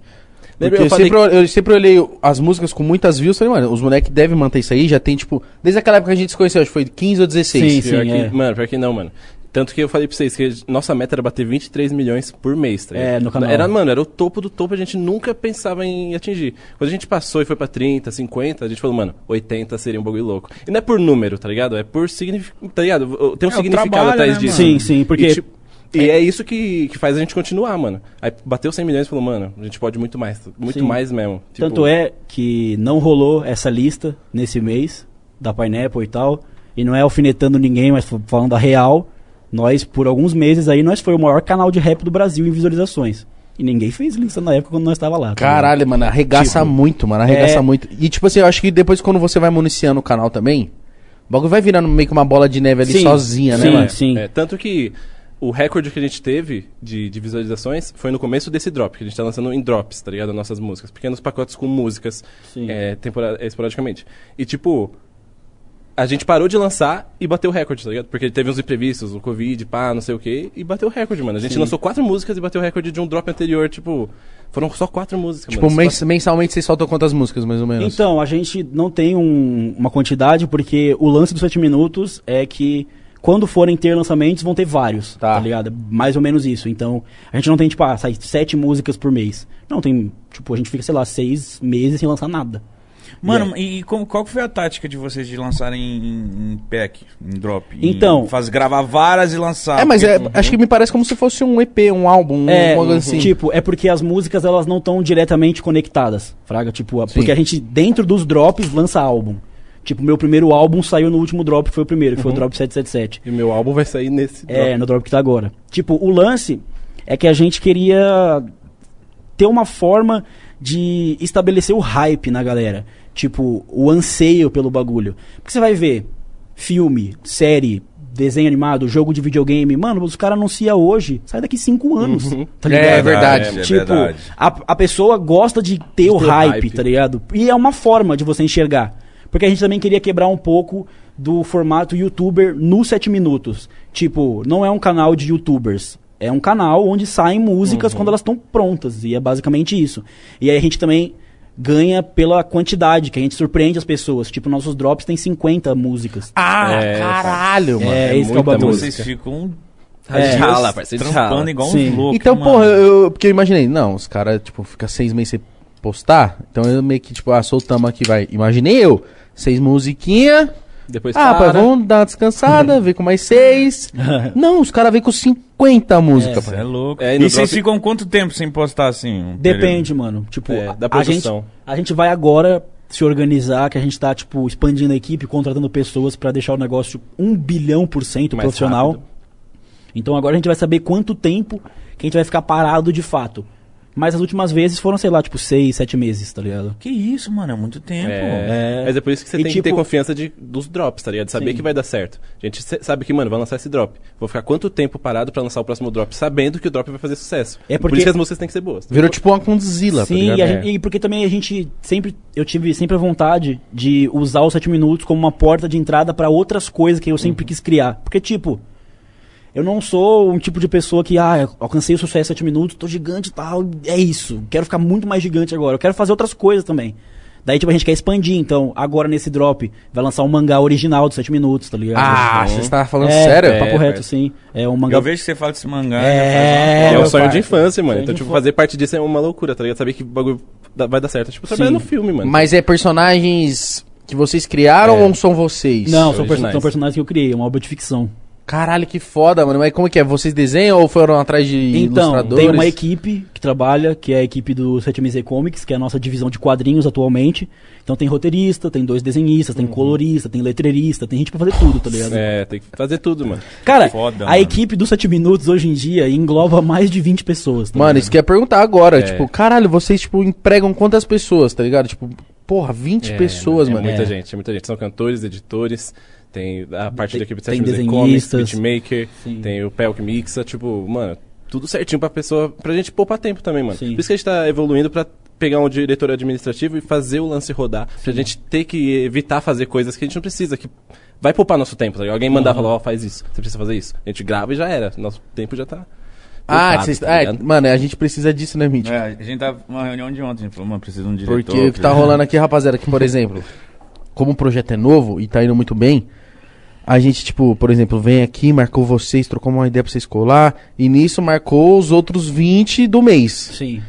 Speaker 3: Lembra,
Speaker 2: Porque
Speaker 3: eu
Speaker 2: eu,
Speaker 3: falei
Speaker 2: sempre, eu sempre olhei as músicas com muitas views falei, mano, os moleques devem manter isso aí, já tem, tipo, desde aquela época que a gente se conheceu, acho que foi 15 ou 16.
Speaker 4: Sim,
Speaker 3: Pior que,
Speaker 4: é.
Speaker 3: Mano, pior que não, mano. Tanto que eu falei pra vocês que nossa meta era bater 23 milhões por mês, tá ligado?
Speaker 4: É, no canal.
Speaker 3: Era, mano, era o topo do topo, a gente nunca pensava em atingir. Quando a gente passou e foi pra 30, 50, a gente falou, mano, 80 seria um bagulho louco. E não é por número, tá ligado? É por significado, tá ligado? Tem um
Speaker 1: É, o
Speaker 3: significado
Speaker 1: trabalho,
Speaker 3: atrás
Speaker 1: né,
Speaker 3: disso.
Speaker 4: Sim, sim, porque-
Speaker 3: E, tipo, e é isso que, que faz a gente continuar, mano. Aí bateu 100 milhões e falou, mano, a gente pode muito mais, muito
Speaker 4: Sim.
Speaker 3: mais mesmo. Tipo,
Speaker 4: Tanto é que não rolou essa lista nesse mês da Pineapple e tal. E não é alfinetando ninguém, mas fa- falando a real. Nós, por alguns meses aí, nós foi o maior canal de rap do Brasil em visualizações. E ninguém fez lista na época quando nós estava lá. tá ligado?
Speaker 2: Caralho, mano, arregaça
Speaker 4: Tipo,
Speaker 2: muito, mano, arregaça
Speaker 4: é.
Speaker 2: muito. E, tipo assim, eu acho que depois quando você vai municiando o canal também, o bagulho vai virando meio que uma bola de neve ali
Speaker 4: Sim,
Speaker 2: sozinha,
Speaker 4: sim.
Speaker 2: né, mano?
Speaker 4: sim.
Speaker 3: É, tanto que o recorde que a gente teve de, de visualizações foi no começo desse drop, que a gente tá lançando em drops, tá ligado? Nossas músicas. Pequenos pacotes com músicas
Speaker 4: Sim.
Speaker 3: é, tempora- é, esporadicamente. E tipo. A gente parou de lançar e bateu o recorde, tá ligado? Porque teve uns imprevistos, o Covid, pá, não sei o quê, e bateu o recorde, mano. A gente lançou quatro músicas e bateu o recorde de um drop anterior, tipo. Foram só quatro músicas,
Speaker 2: Tipo,
Speaker 3: mano.
Speaker 2: mens- mensalmente vocês soltam quantas músicas, mais ou menos?
Speaker 4: Então, a gente não tem um- uma quantidade, porque o lance dos 7 minutos é que quando forem ter lançamentos, vão ter vários, tá,
Speaker 2: Tá.
Speaker 4: ligado? Mais ou menos isso. Então, a gente não tem, tipo, ah, sai sete músicas por mês. Não, tem, tipo, a gente fica, sei lá, seis meses sem lançar nada. é.
Speaker 1: Mano, e, como, qual que foi a tática de vocês de lançarem em, em pack, em drop? em-
Speaker 4: Então-
Speaker 1: faz gravar várias e lançar.
Speaker 2: É, mas
Speaker 1: porque-
Speaker 2: é- acho que me parece como se fosse um EP, um álbum,
Speaker 4: É,
Speaker 2: um algo assim.
Speaker 4: tipo, é porque as músicas elas não estão diretamente conectadas, fraga, tipo, a- porque a gente dentro dos drops lança álbum. Tipo, meu primeiro álbum saiu no último drop, que foi o primeiro, que
Speaker 2: Uhum.
Speaker 4: foi o drop 777.
Speaker 3: E meu álbum vai sair nesse drop.
Speaker 4: É, no drop que tá agora. Tipo, o lance é que a gente queria ter uma forma de estabelecer o hype na galera. Tipo, o anseio pelo bagulho. Porque você vai ver filme, série, desenho animado, jogo de videogame. Mano, os caras anunciam hoje, sai daqui cinco anos. Tá ligado?
Speaker 2: É verdade.
Speaker 1: É, é
Speaker 4: tipo,
Speaker 1: verdade.
Speaker 4: A, a pessoa gosta de ter o
Speaker 3: ter o
Speaker 4: hype,
Speaker 3: hype.
Speaker 4: tá ligado? E é uma forma de você enxergar. Porque a gente também queria quebrar um pouco do formato youtuber no 7 minutos. Tipo, não é um canal de youtubers. É um canal onde saem músicas quando elas estão prontas. E é basicamente isso. E aí a gente também ganha pela quantidade, que a gente surpreende as pessoas. Tipo, nossos drops tem 50 músicas.
Speaker 2: Ah,
Speaker 3: É,
Speaker 2: caralho, mano.
Speaker 4: é, esse que é o
Speaker 3: muita
Speaker 4: bagulho.
Speaker 1: Vocês ficam.
Speaker 3: É. Rala, parceiro,
Speaker 1: trampando
Speaker 3: rala.
Speaker 1: igual
Speaker 4: Sim.
Speaker 1: uns loucos.
Speaker 2: Então,
Speaker 1: mano.
Speaker 2: porra, eu, porque eu imaginei, não, os caras, tipo, fica seis meses sem postar, então eu meio que, tipo, ah, soltamos aqui, vai. Imaginei eu, seis musiquinha,
Speaker 3: Depois
Speaker 2: ah,
Speaker 3: para.
Speaker 2: pai, vamos dar uma descansada, vem com mais seis. não, os caras vêm com 50 músicas,
Speaker 1: Você
Speaker 2: pai.
Speaker 1: é louco.
Speaker 3: É, e
Speaker 1: e
Speaker 3: no
Speaker 1: vocês
Speaker 3: drop-
Speaker 1: ficam quanto tempo sem postar assim? um
Speaker 4: Depende, mano. Tipo,
Speaker 3: É,
Speaker 4: a-
Speaker 3: da
Speaker 4: a, gente,
Speaker 3: produção.
Speaker 4: a gente vai agora se organizar, que a gente tá, tipo, expandindo a equipe, contratando pessoas pra deixar o negócio um bilhão por cento
Speaker 3: Mais
Speaker 4: profissional.
Speaker 3: rápido.
Speaker 4: Então agora a gente vai saber quanto tempo que a gente vai ficar parado de fato. Mas as últimas vezes foram, sei lá, tipo, seis, sete meses, tá ligado?
Speaker 1: Que isso, mano, é muito tempo.
Speaker 3: É. Mas é por isso que você
Speaker 4: E
Speaker 3: tem que ter
Speaker 4: tipo-
Speaker 3: confiança de, dos drops, tá ligado? De Saber
Speaker 4: Sim.
Speaker 3: que vai dar certo. A gente se- sabe que, mano, vai lançar esse drop. Vou ficar quanto tempo parado pra lançar o próximo drop, sabendo que o drop vai fazer sucesso.
Speaker 4: É
Speaker 3: Por
Speaker 4: porque-
Speaker 3: isso que as músicas têm que ser boas.
Speaker 2: Virou tipo uma conduzila,
Speaker 4: Sim,
Speaker 2: tá
Speaker 4: e, a
Speaker 2: ligado?
Speaker 4: gente- e porque também a gente sempre. Eu tive sempre a vontade de usar os sete minutos como uma porta de entrada pra outras coisas que eu sempre quis criar. Porque, tipo, eu não sou um tipo de pessoa que, ah, eu alcancei o sucesso em 7 minutos, tô gigante e tal, é isso. Quero ficar muito mais gigante agora. Eu quero fazer outras coisas também. Daí, tipo, a gente quer expandir, então, agora nesse drop, vai lançar um mangá original de 7 minutos, tá ligado?
Speaker 2: Ah, você tá falando
Speaker 4: é,
Speaker 2: sério?
Speaker 4: É, papo
Speaker 3: É,
Speaker 4: reto,
Speaker 3: velho.
Speaker 4: sim. É um mangá.
Speaker 1: Eu vejo né, que você fala desse mangá.
Speaker 4: É,
Speaker 3: É,
Speaker 4: meu
Speaker 3: o sonho
Speaker 4: pai.
Speaker 3: de infância, mano.
Speaker 4: Sonho
Speaker 3: Então,
Speaker 4: de
Speaker 3: tipo,
Speaker 4: infância.
Speaker 3: fazer parte disso é uma loucura, tá ligado? Saber que o bagulho dá- vai dar certo. É Tipo, trabalhar
Speaker 4: Sim.
Speaker 3: no filme, mano.
Speaker 2: Mas é personagens que vocês criaram ou são vocês?
Speaker 4: É. Não, são,
Speaker 3: Originais.
Speaker 4: perso- são personagens que eu criei, é uma obra de ficção.
Speaker 2: Caralho, que foda, mano. Mas como que é? Vocês desenham ou foram atrás de
Speaker 4: Então,
Speaker 2: ilustradores?
Speaker 4: tem uma equipe que trabalha, que é a equipe do 7MZ Comics, que é a nossa divisão de quadrinhos atualmente. Então tem roteirista, tem dois desenhistas, tem colorista, tem letreirista, tem gente pra fazer tudo, tá ligado?
Speaker 3: É, tem que fazer tudo, mano.
Speaker 4: Cara,
Speaker 1: Foda,
Speaker 4: a
Speaker 1: mano.
Speaker 4: equipe do 7 Minutos hoje em dia engloba mais de 20 pessoas. tá
Speaker 2: Mano,
Speaker 4: ligado?
Speaker 2: isso que eu ia perguntar agora.
Speaker 3: É.
Speaker 2: Tipo, caralho, vocês, tipo, empregam quantas pessoas, tá ligado? Tipo, porra, 20
Speaker 3: É,
Speaker 2: pessoas,
Speaker 3: é
Speaker 2: mano.
Speaker 3: muita
Speaker 4: É.
Speaker 3: gente, é muita gente. São cantores, editores, tem a parte
Speaker 4: Tem-
Speaker 3: da equipe de
Speaker 4: tem
Speaker 3: Sessions Comics,
Speaker 4: desenhistas.
Speaker 3: beatmaker,
Speaker 4: Sim.
Speaker 3: tem o Pel que mixa, tipo, mano, tudo certinho pra pessoa, pra gente poupar tempo também, mano.
Speaker 4: Sim.
Speaker 3: Por isso que a gente tá evoluindo pra pegar um diretor administrativo e fazer o lance rodar, pra gente ter que evitar fazer coisas que a gente não precisa, que vai poupar nosso tempo, tá ligado? Alguém
Speaker 2: Uhum.
Speaker 3: mandar falar, ó, faz isso, você precisa fazer isso. A gente grava e já era, nosso tempo já tá
Speaker 2: Ah,
Speaker 3: poupado,
Speaker 2: vocês...
Speaker 3: tá
Speaker 2: é,
Speaker 3: ligado?
Speaker 2: mano, a gente precisa disso, né, Mitch?
Speaker 1: É, a gente tava numa reunião de ontem, a gente falou, mano, precisa de um diretor.
Speaker 2: Porque o que tá rolando aqui, rapaziada, que, por exemplo, como o projeto é novo e tá indo muito bem, a gente, tipo, por exemplo, vem aqui, marcou vocês, trocou uma ideia pra vocês colar, e nisso marcou os outros 20 do mês.
Speaker 4: Sim.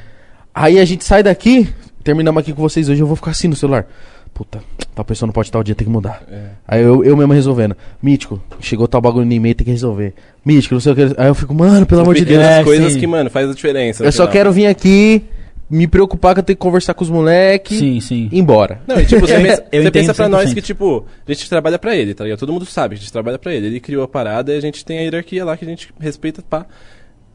Speaker 2: Aí a gente sai daqui, terminamos aqui com vocês hoje, eu vou ficar assim no celular. Puta, tal pessoa não pode estar o dia, tem que mudar. Aí eu, eu mesmo resolvendo. Mítico, chegou tal bagulho no e-mail, tem que resolver. Mítico, não sei o que. Aí eu fico, mano, pelo amor de Deus.
Speaker 3: Pequenas
Speaker 4: É,
Speaker 3: coisas
Speaker 4: sim.
Speaker 3: que, mano, faz a diferença. no
Speaker 2: Eu só
Speaker 3: é, final.
Speaker 2: quero vir aqui, me preocupar que eu tenho que conversar com os moleques
Speaker 4: Sim, sim.
Speaker 2: e ir embora. É.
Speaker 3: Não, e tipo, você
Speaker 4: Eu
Speaker 3: pensa,
Speaker 4: eu
Speaker 3: você
Speaker 4: entendo
Speaker 3: pensa pra nós
Speaker 4: 100%.
Speaker 3: que, tipo, a gente trabalha pra ele, tá ligado? Todo mundo sabe que a gente trabalha pra ele. Ele criou a parada e a gente tem a hierarquia lá que a gente respeita, pá.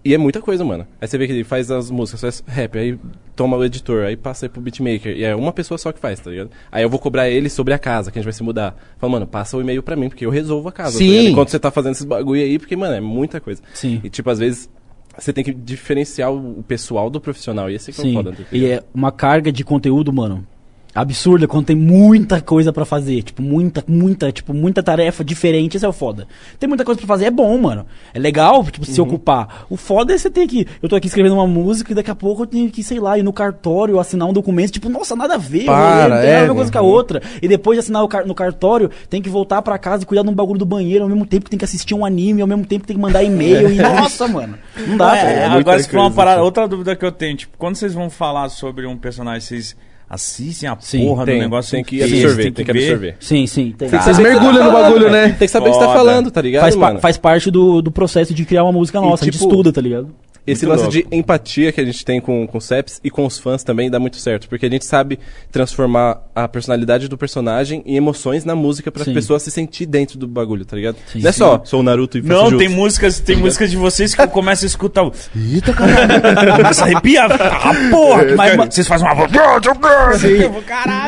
Speaker 3: E é muita coisa, mano. Aí você vê que ele faz as músicas, faz rap, aí toma o editor, aí passa aí pro beatmaker. E é uma pessoa só que faz, tá ligado? Aí eu vou cobrar ele sobre a casa, que a gente vai se mudar. Fala, mano, passa o e-mail pra mim, porque eu resolvo a casa. tá
Speaker 2: Sim.
Speaker 3: ligado? Enquanto você tá fazendo esses bagulho aí, porque, mano, é muita coisa.
Speaker 4: Sim.
Speaker 3: E, tipo, às vezes você tem que diferenciar o pessoal do profissional. E esse que é o
Speaker 4: Sim.
Speaker 3: foda. tá
Speaker 4: E
Speaker 3: ligado?
Speaker 4: é uma carga de conteúdo, mano. Absurda, quando tem muita coisa pra fazer. Tipo, muita, muita, tipo, muita tarefa diferente, isso é o foda. Tem muita coisa pra fazer, é bom, mano. É legal, tipo, se ocupar. O foda é você ter que. Eu tô aqui escrevendo uma música e daqui a pouco eu tenho que, sei lá, ir no cartório assinar um documento. Tipo, nossa, nada a ver,
Speaker 2: Para,
Speaker 4: rolê, não tem nada a
Speaker 2: é,
Speaker 4: ver uma coisa com a outra. E depois de assinar o car- no cartório, tem que voltar pra casa e cuidar de um bagulho do banheiro ao mesmo tempo que tem que assistir um anime, ao mesmo tempo que tem que mandar e-mail. e, nossa, mano. Não dá,
Speaker 1: É,
Speaker 4: velho.
Speaker 1: agora você falou uma parada. Outra dúvida que eu tenho, tipo, quando vocês vão falar sobre um personagem, vocês assistem a
Speaker 4: Sim,
Speaker 1: porra
Speaker 3: tem,
Speaker 1: do negócio
Speaker 3: tem que
Speaker 1: inteiro,
Speaker 3: absorver,
Speaker 1: vocês
Speaker 3: tem
Speaker 1: têm
Speaker 3: que
Speaker 1: ver?
Speaker 3: absorver.
Speaker 4: Sim, sim. Tem.
Speaker 2: Vocês mergulham no bagulho, né?
Speaker 3: Tem que saber o que você tá
Speaker 1: Foda.
Speaker 3: falando, tá ligado,
Speaker 4: faz, pa-
Speaker 3: mano?
Speaker 4: faz parte do, do processo de criar uma música nossa. a gente
Speaker 3: tipo,
Speaker 4: estuda, tá ligado?
Speaker 3: Esse
Speaker 1: Muito
Speaker 3: lance
Speaker 1: louco.
Speaker 3: de empatia que a gente tem com, com o Seps e com os fãs também dá muito certo, porque a gente sabe transformar a personalidade do personagem e emoções na música pra
Speaker 4: Sim.
Speaker 3: pessoa se sentir dentro do bagulho, tá ligado?
Speaker 4: Sim.
Speaker 3: Não é só, sou o Naruto e faço
Speaker 1: Não,
Speaker 3: jutsu.
Speaker 1: tem músicas, tem músicas de vocês que eu começo a escutar. o-
Speaker 2: Eita, caralho.
Speaker 1: Começa a arrepiar. Ah, porra! que
Speaker 4: Mas-
Speaker 1: cara-
Speaker 4: mas-
Speaker 1: vocês fazem uma.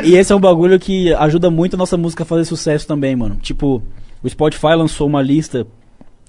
Speaker 4: E esse é um bagulho que ajuda muito a nossa música a fazer sucesso também, mano. Tipo, o Spotify lançou uma lista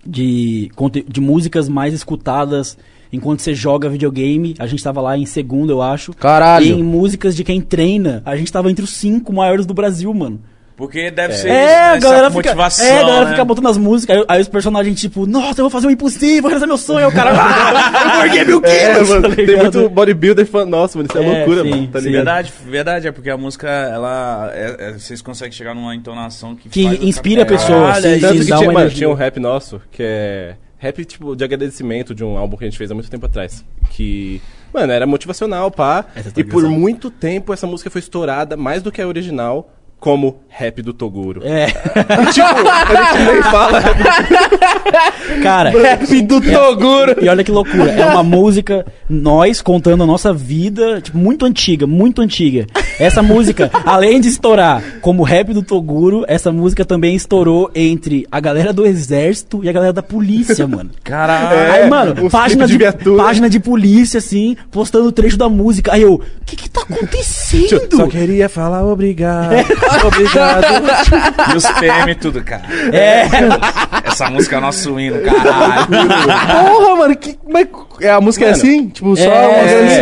Speaker 4: de, conte- de músicas mais escutadas enquanto você joga videogame. A gente tava lá em segundo, eu acho.
Speaker 2: Caralho.
Speaker 4: E em músicas de quem treina, a gente tava entre os cinco maiores do Brasil, mano.
Speaker 1: Porque deve ser
Speaker 3: né,
Speaker 4: É, a
Speaker 1: essa
Speaker 4: galera fica,
Speaker 1: motivação.
Speaker 4: é, a galera
Speaker 1: né?
Speaker 4: fica botando as músicas, aí, aí os personagens, tipo, nossa, eu vou fazer o impossível, vou realizar meu sonho, aí o cara, ah, eu morguei mil quilos,
Speaker 3: É,
Speaker 4: tá
Speaker 3: mano, tem
Speaker 4: ligado?
Speaker 3: muito bodybuilder fã. Nossa, mano, isso é,
Speaker 4: É,
Speaker 3: loucura,
Speaker 4: sim,
Speaker 3: mano. Tá
Speaker 4: sim.
Speaker 3: ligado?
Speaker 1: Verdade, verdade, é porque a música, ela. é- é- vocês conseguem chegar numa entonação que.
Speaker 4: Que
Speaker 1: faz o
Speaker 4: inspira
Speaker 1: cara-
Speaker 4: a pessoa,
Speaker 1: Caralho,
Speaker 4: sim,
Speaker 1: é
Speaker 3: assim, Tanto
Speaker 1: isso.
Speaker 3: que
Speaker 4: dá
Speaker 3: tinha,
Speaker 4: uma
Speaker 3: mano,
Speaker 4: energia.
Speaker 3: tinha um rap nosso, que é. Rap, tipo, de agradecimento de um álbum que a gente fez há muito tempo atrás. Que. Mano, era motivacional, pá.
Speaker 4: Essa tá
Speaker 3: E por
Speaker 4: engraçada.
Speaker 3: muito tempo essa música foi estourada mais do que a original. como rap do Toguro.
Speaker 4: É,
Speaker 3: tipo, a gente nem fala
Speaker 4: cara.
Speaker 2: Rap do Toguro.
Speaker 4: E olha que loucura. É uma música, nós contando a nossa vida, tipo, muito antiga, muito antiga. Essa música, além de estourar como rap do Toguro, essa música também estourou entre a galera do exército e a galera da polícia, mano.
Speaker 2: Caralho.
Speaker 1: É,
Speaker 4: Aí, mano,
Speaker 3: os
Speaker 4: página de,
Speaker 3: clipes de viatura.
Speaker 4: página de polícia, assim, postando o trecho da música. Aí eu, o que que tá acontecendo?
Speaker 2: queria falar obrigado.
Speaker 1: E os PM e tudo, cara.
Speaker 4: É,
Speaker 1: Essa música é nosso hino, caralho.
Speaker 2: Porra, mano, que, mas é, a música é
Speaker 3: Mano,
Speaker 2: assim? Tipo, só
Speaker 4: é,
Speaker 2: um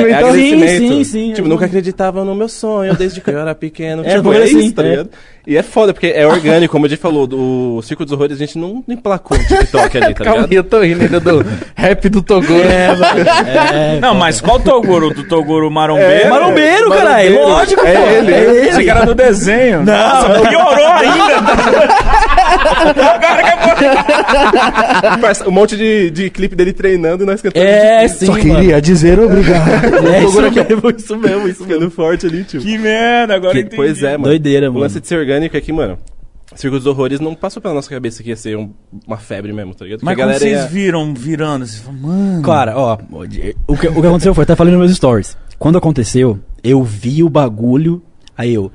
Speaker 2: agradecimento.
Speaker 4: é,
Speaker 3: tá
Speaker 2: Então,
Speaker 4: agradecimento.
Speaker 3: agradecimento.
Speaker 4: sim, sim.
Speaker 3: Tipo, nunca acreditava no meu sonho desde que eu era pequeno.
Speaker 4: É,
Speaker 3: tipo, é
Speaker 4: porque
Speaker 3: isso,
Speaker 4: assim,
Speaker 3: tá
Speaker 4: é.
Speaker 3: ligado? E é foda, porque é orgânico, como a gente falou, do Circo dos Horrores a gente não não emplacou o TikTok ali, tá
Speaker 2: Calma aí, eu
Speaker 3: ligado?
Speaker 2: tô rindo ainda do rap do Toguro.
Speaker 1: Não, mas qual o Toguro? Do Toguro É. Marombeiro?
Speaker 4: É. marombeiro, caralho.
Speaker 2: Marombeiro.
Speaker 4: Lógico, pô.
Speaker 2: É ele,
Speaker 4: É ele.
Speaker 1: Esse cara do desenho.
Speaker 4: Não,
Speaker 1: Piorou ainda.
Speaker 3: Parece Um monte de, de clipe dele treinando e nós cantando.
Speaker 4: é sim,
Speaker 2: Só
Speaker 4: mano.
Speaker 2: queria dizer obrigado.
Speaker 4: É isso
Speaker 3: Toguro aqui, ó.
Speaker 4: mesmo, isso mesmo, isso mesmo.
Speaker 3: Ficando forte ali, tipo.
Speaker 1: Que merda, agora
Speaker 3: Que-
Speaker 1: entendi.
Speaker 3: pois é, mano.
Speaker 4: Doideira,
Speaker 3: o
Speaker 4: mano.
Speaker 3: lance de ser orgânico é que, mano, Circo dos Horrores não passou pela nossa cabeça que ia ser um- uma febre mesmo, tá ligado? Porque
Speaker 1: Mas como vocês
Speaker 3: ia-
Speaker 1: viram virando? Vocês
Speaker 4: Tá
Speaker 1: falam, mano...
Speaker 4: Cara, ó, o que, o que aconteceu foi, até falei nos meus stories. Quando aconteceu, eu vi o bagulho, aí eu.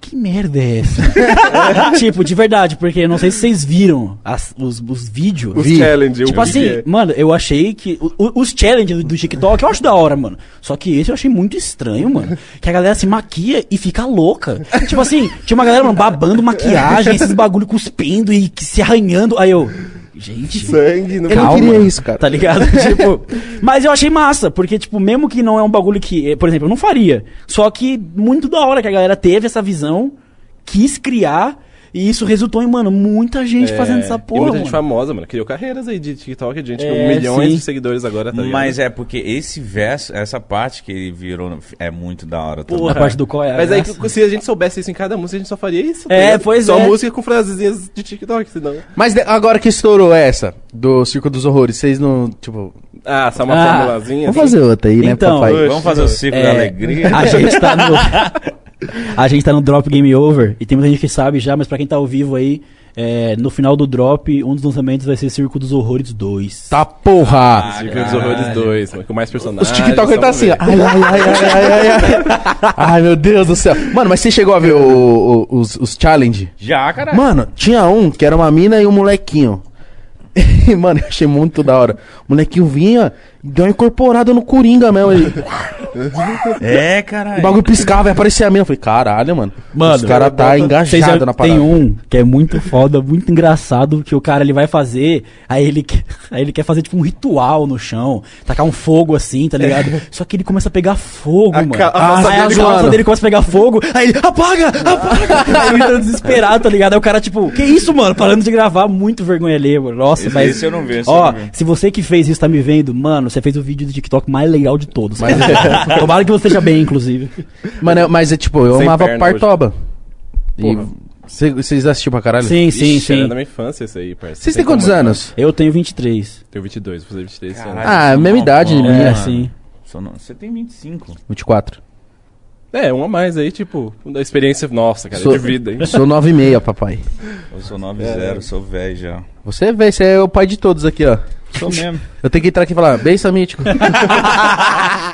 Speaker 4: Que merda é essa? tipo, de verdade, porque eu não sei se vocês viram as- os, os vídeos.
Speaker 3: Os
Speaker 4: Vi.
Speaker 3: challenge, o
Speaker 4: Tipo
Speaker 3: que
Speaker 4: assim,
Speaker 3: que é.
Speaker 4: mano, eu achei que. o- o- Os challenge do, do TikTok eu acho da hora, mano. Só que esse eu achei muito estranho, mano. Que a galera se maquia e fica louca. Tipo assim, tinha uma galera, mano, babando maquiagem, esses bagulho cuspindo e que- se arranhando. Aí eu. Gente.
Speaker 3: sangue no
Speaker 2: Eu não
Speaker 4: Calma.
Speaker 2: queria isso, cara.
Speaker 4: Tá ligado? tipo, mas eu achei massa, porque, tipo, mesmo que não é um bagulho que, eh, por exemplo, eu não faria. Só que muito da hora que a galera teve essa visão, quis criar, e isso resultou em, mano, muita gente fazendo essa
Speaker 3: É, E
Speaker 4: porra.
Speaker 3: muita gente
Speaker 4: mano.
Speaker 3: famosa, mano. Criou carreiras aí de TikTok, de gente
Speaker 4: É,
Speaker 3: com milhões
Speaker 4: sim.
Speaker 3: de seguidores agora, tá ligado?
Speaker 1: Mas é porque esse verso, essa parte que ele virou no- é muito da hora também.
Speaker 4: Porra, a parte do qual é. a
Speaker 3: Mas aí,
Speaker 4: graça.
Speaker 3: se a gente soubesse isso em cada música, a gente só faria isso. tá
Speaker 4: É,
Speaker 3: ligado?
Speaker 4: pois
Speaker 3: só
Speaker 4: é.
Speaker 3: música com frasezinhas de TikTok, senão.
Speaker 2: Mas de- agora que estourou essa, do Circo dos Horrores, vocês não, tipo...
Speaker 3: Ah, só uma
Speaker 4: Ah,
Speaker 3: formulazinha.
Speaker 2: Vamos fazer outra aí, né,
Speaker 4: Então,
Speaker 2: papai?
Speaker 3: eu-
Speaker 1: Vamos fazer o ciclo da
Speaker 4: É,
Speaker 1: alegria.
Speaker 4: A gente tá no. A gente tá no Drop Game Over. E tem muita gente que sabe já, mas pra quem tá ao vivo aí, é, no final do Drop, um dos lançamentos vai ser Circo dos Horrores 2.
Speaker 2: Tá porra!
Speaker 1: Ah,
Speaker 3: Circo dos
Speaker 1: caralho.
Speaker 3: Horrores 2, mano, com mais personagens.
Speaker 2: Os TikTokers tá
Speaker 3: só
Speaker 2: assim, ó.
Speaker 3: pra ver.
Speaker 2: ai, ai, ai, ai, ai, ai, ai. Ai, meu Deus do céu. Mano, mas você chegou a ver o- o- os, os challenge?
Speaker 1: Já, cara.
Speaker 2: Mano, tinha um que era uma mina e um molequinho. E, mano, eu achei muito da hora. O molequinho vinha, deu uma incorporada no Coringa mesmo. Ele,
Speaker 1: É, cara.
Speaker 2: o bagulho piscava e aparecia a mina. Eu falei, caralho, mano.
Speaker 4: Mano,
Speaker 2: os caras tá
Speaker 4: Vocês já-
Speaker 2: engajado na parada.
Speaker 4: Tem um que é muito foda, muito engraçado, que o cara ele vai fazer, aí ele, quer- aí ele quer fazer tipo um ritual no chão, tacar um fogo assim, tá ligado? Só que ele começa a pegar fogo, mano. Ah,
Speaker 3: ca- a
Speaker 2: massa
Speaker 4: aí a
Speaker 2: dele-
Speaker 4: calça
Speaker 2: mano.
Speaker 4: dele começa a pegar fogo, aí ele apaga, apaga. aí ele tá desesperado, tá ligado? Aí o cara tipo, que isso, mano? Parando de gravar, muito vergonha ali, mano. Nossa,
Speaker 1: Esse-
Speaker 4: mas...
Speaker 1: esse eu não vi, esse eu
Speaker 4: Ó,
Speaker 1: não vi.
Speaker 4: se você que fez isso tá me vendo, mano, você fez o vídeo do TikTok mais legal de todos. Tomara que você esteja bem, inclusive.
Speaker 2: Mano, eu- mas é tipo, eu
Speaker 3: Sem
Speaker 2: amava
Speaker 3: perna
Speaker 2: Partoba. E
Speaker 3: Porra.
Speaker 2: cê- vocês assistiam pra caralho?
Speaker 4: Sim,
Speaker 3: Ixi,
Speaker 4: sim,
Speaker 3: Era
Speaker 4: sim.
Speaker 3: da minha infância esse aí, parceiro.
Speaker 2: Vocês têm quantos anos?
Speaker 4: Eu tenho 23.
Speaker 3: Tenho 22, vou fazer 23 esse ano.
Speaker 1: Caralho,
Speaker 2: Ah,
Speaker 1: sou
Speaker 2: mesma
Speaker 1: novão,
Speaker 2: idade de mim,
Speaker 1: mano.
Speaker 4: É,
Speaker 2: Ah.
Speaker 4: sim.
Speaker 1: Sou no- Você tem 25.
Speaker 2: 24.
Speaker 3: É, um a mais aí, tipo, da experiência nossa, cara,
Speaker 2: Sou-
Speaker 3: de vida, hein?
Speaker 2: Sou 9 e meia, papai.
Speaker 1: Eu sou 9-0, sou velho já.
Speaker 2: Você vê, você é o pai de todos aqui, ó.
Speaker 1: Sou mesmo.
Speaker 2: Eu tenho que entrar aqui e falar, benção mítico.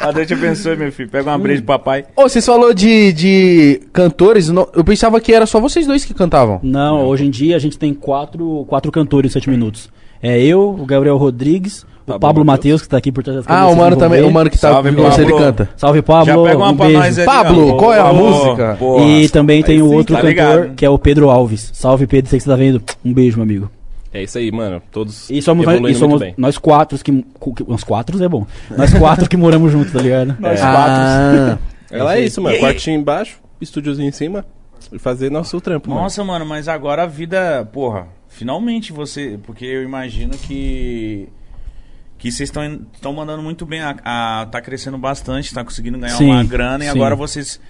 Speaker 1: Ah, Deus te abençoe, meu filho.
Speaker 2: Hum.
Speaker 1: Pega uma breja de papai.
Speaker 2: Ô, vocês falou de, de cantores, não- eu pensava que era só vocês dois que cantavam.
Speaker 4: Não, hoje em dia a gente tem quatro, quatro cantores em sete minutos. É eu, o Gabriel Rodrigues, o
Speaker 3: Pablo
Speaker 4: Pablo
Speaker 3: Mateus.
Speaker 4: Matheus, que tá aqui por trás das
Speaker 2: Ah,
Speaker 4: câmeras,
Speaker 2: o mano
Speaker 4: vocês
Speaker 2: também,
Speaker 4: vão
Speaker 2: o mano que tá
Speaker 1: Salve,
Speaker 2: com você, ele
Speaker 1: Pablo.
Speaker 2: canta.
Speaker 4: ver. Salve, Pablo.
Speaker 1: já pega uma
Speaker 4: um
Speaker 1: pra
Speaker 4: beijo.
Speaker 1: nós aí.
Speaker 2: Pablo,
Speaker 1: ó.
Speaker 2: qual é
Speaker 1: Boa,
Speaker 2: a música?
Speaker 1: boa.
Speaker 4: E também tem
Speaker 1: Aí
Speaker 4: o
Speaker 1: sim,
Speaker 4: outro
Speaker 1: tá
Speaker 4: cantor,
Speaker 1: ligado.
Speaker 4: que é o Pedro Alves. Salve, Pedro, sei que você tá vendo. Um beijo, meu amigo.
Speaker 3: É isso aí, mano. Todos
Speaker 4: E somos, nós,
Speaker 3: evoluindo
Speaker 4: e somos
Speaker 3: muito bem.
Speaker 4: nós quatro que. cu- que- Nós quatro é bom. Nós quatro que moramos juntos, tá ligado?
Speaker 1: Nós quatro.
Speaker 2: Ah,
Speaker 3: Ela é isso, mano. Quartinho embaixo, estúdiozinho em cima e fazer nosso trampo, mano.
Speaker 1: Nossa, mano, mas agora a vida, porra, finalmente você. Porque eu imagino que. Que vocês estão mandando muito bem. A, a- tá crescendo bastante, tá conseguindo ganhar
Speaker 4: Sim,
Speaker 1: uma grana e
Speaker 4: sim.
Speaker 1: agora vocês.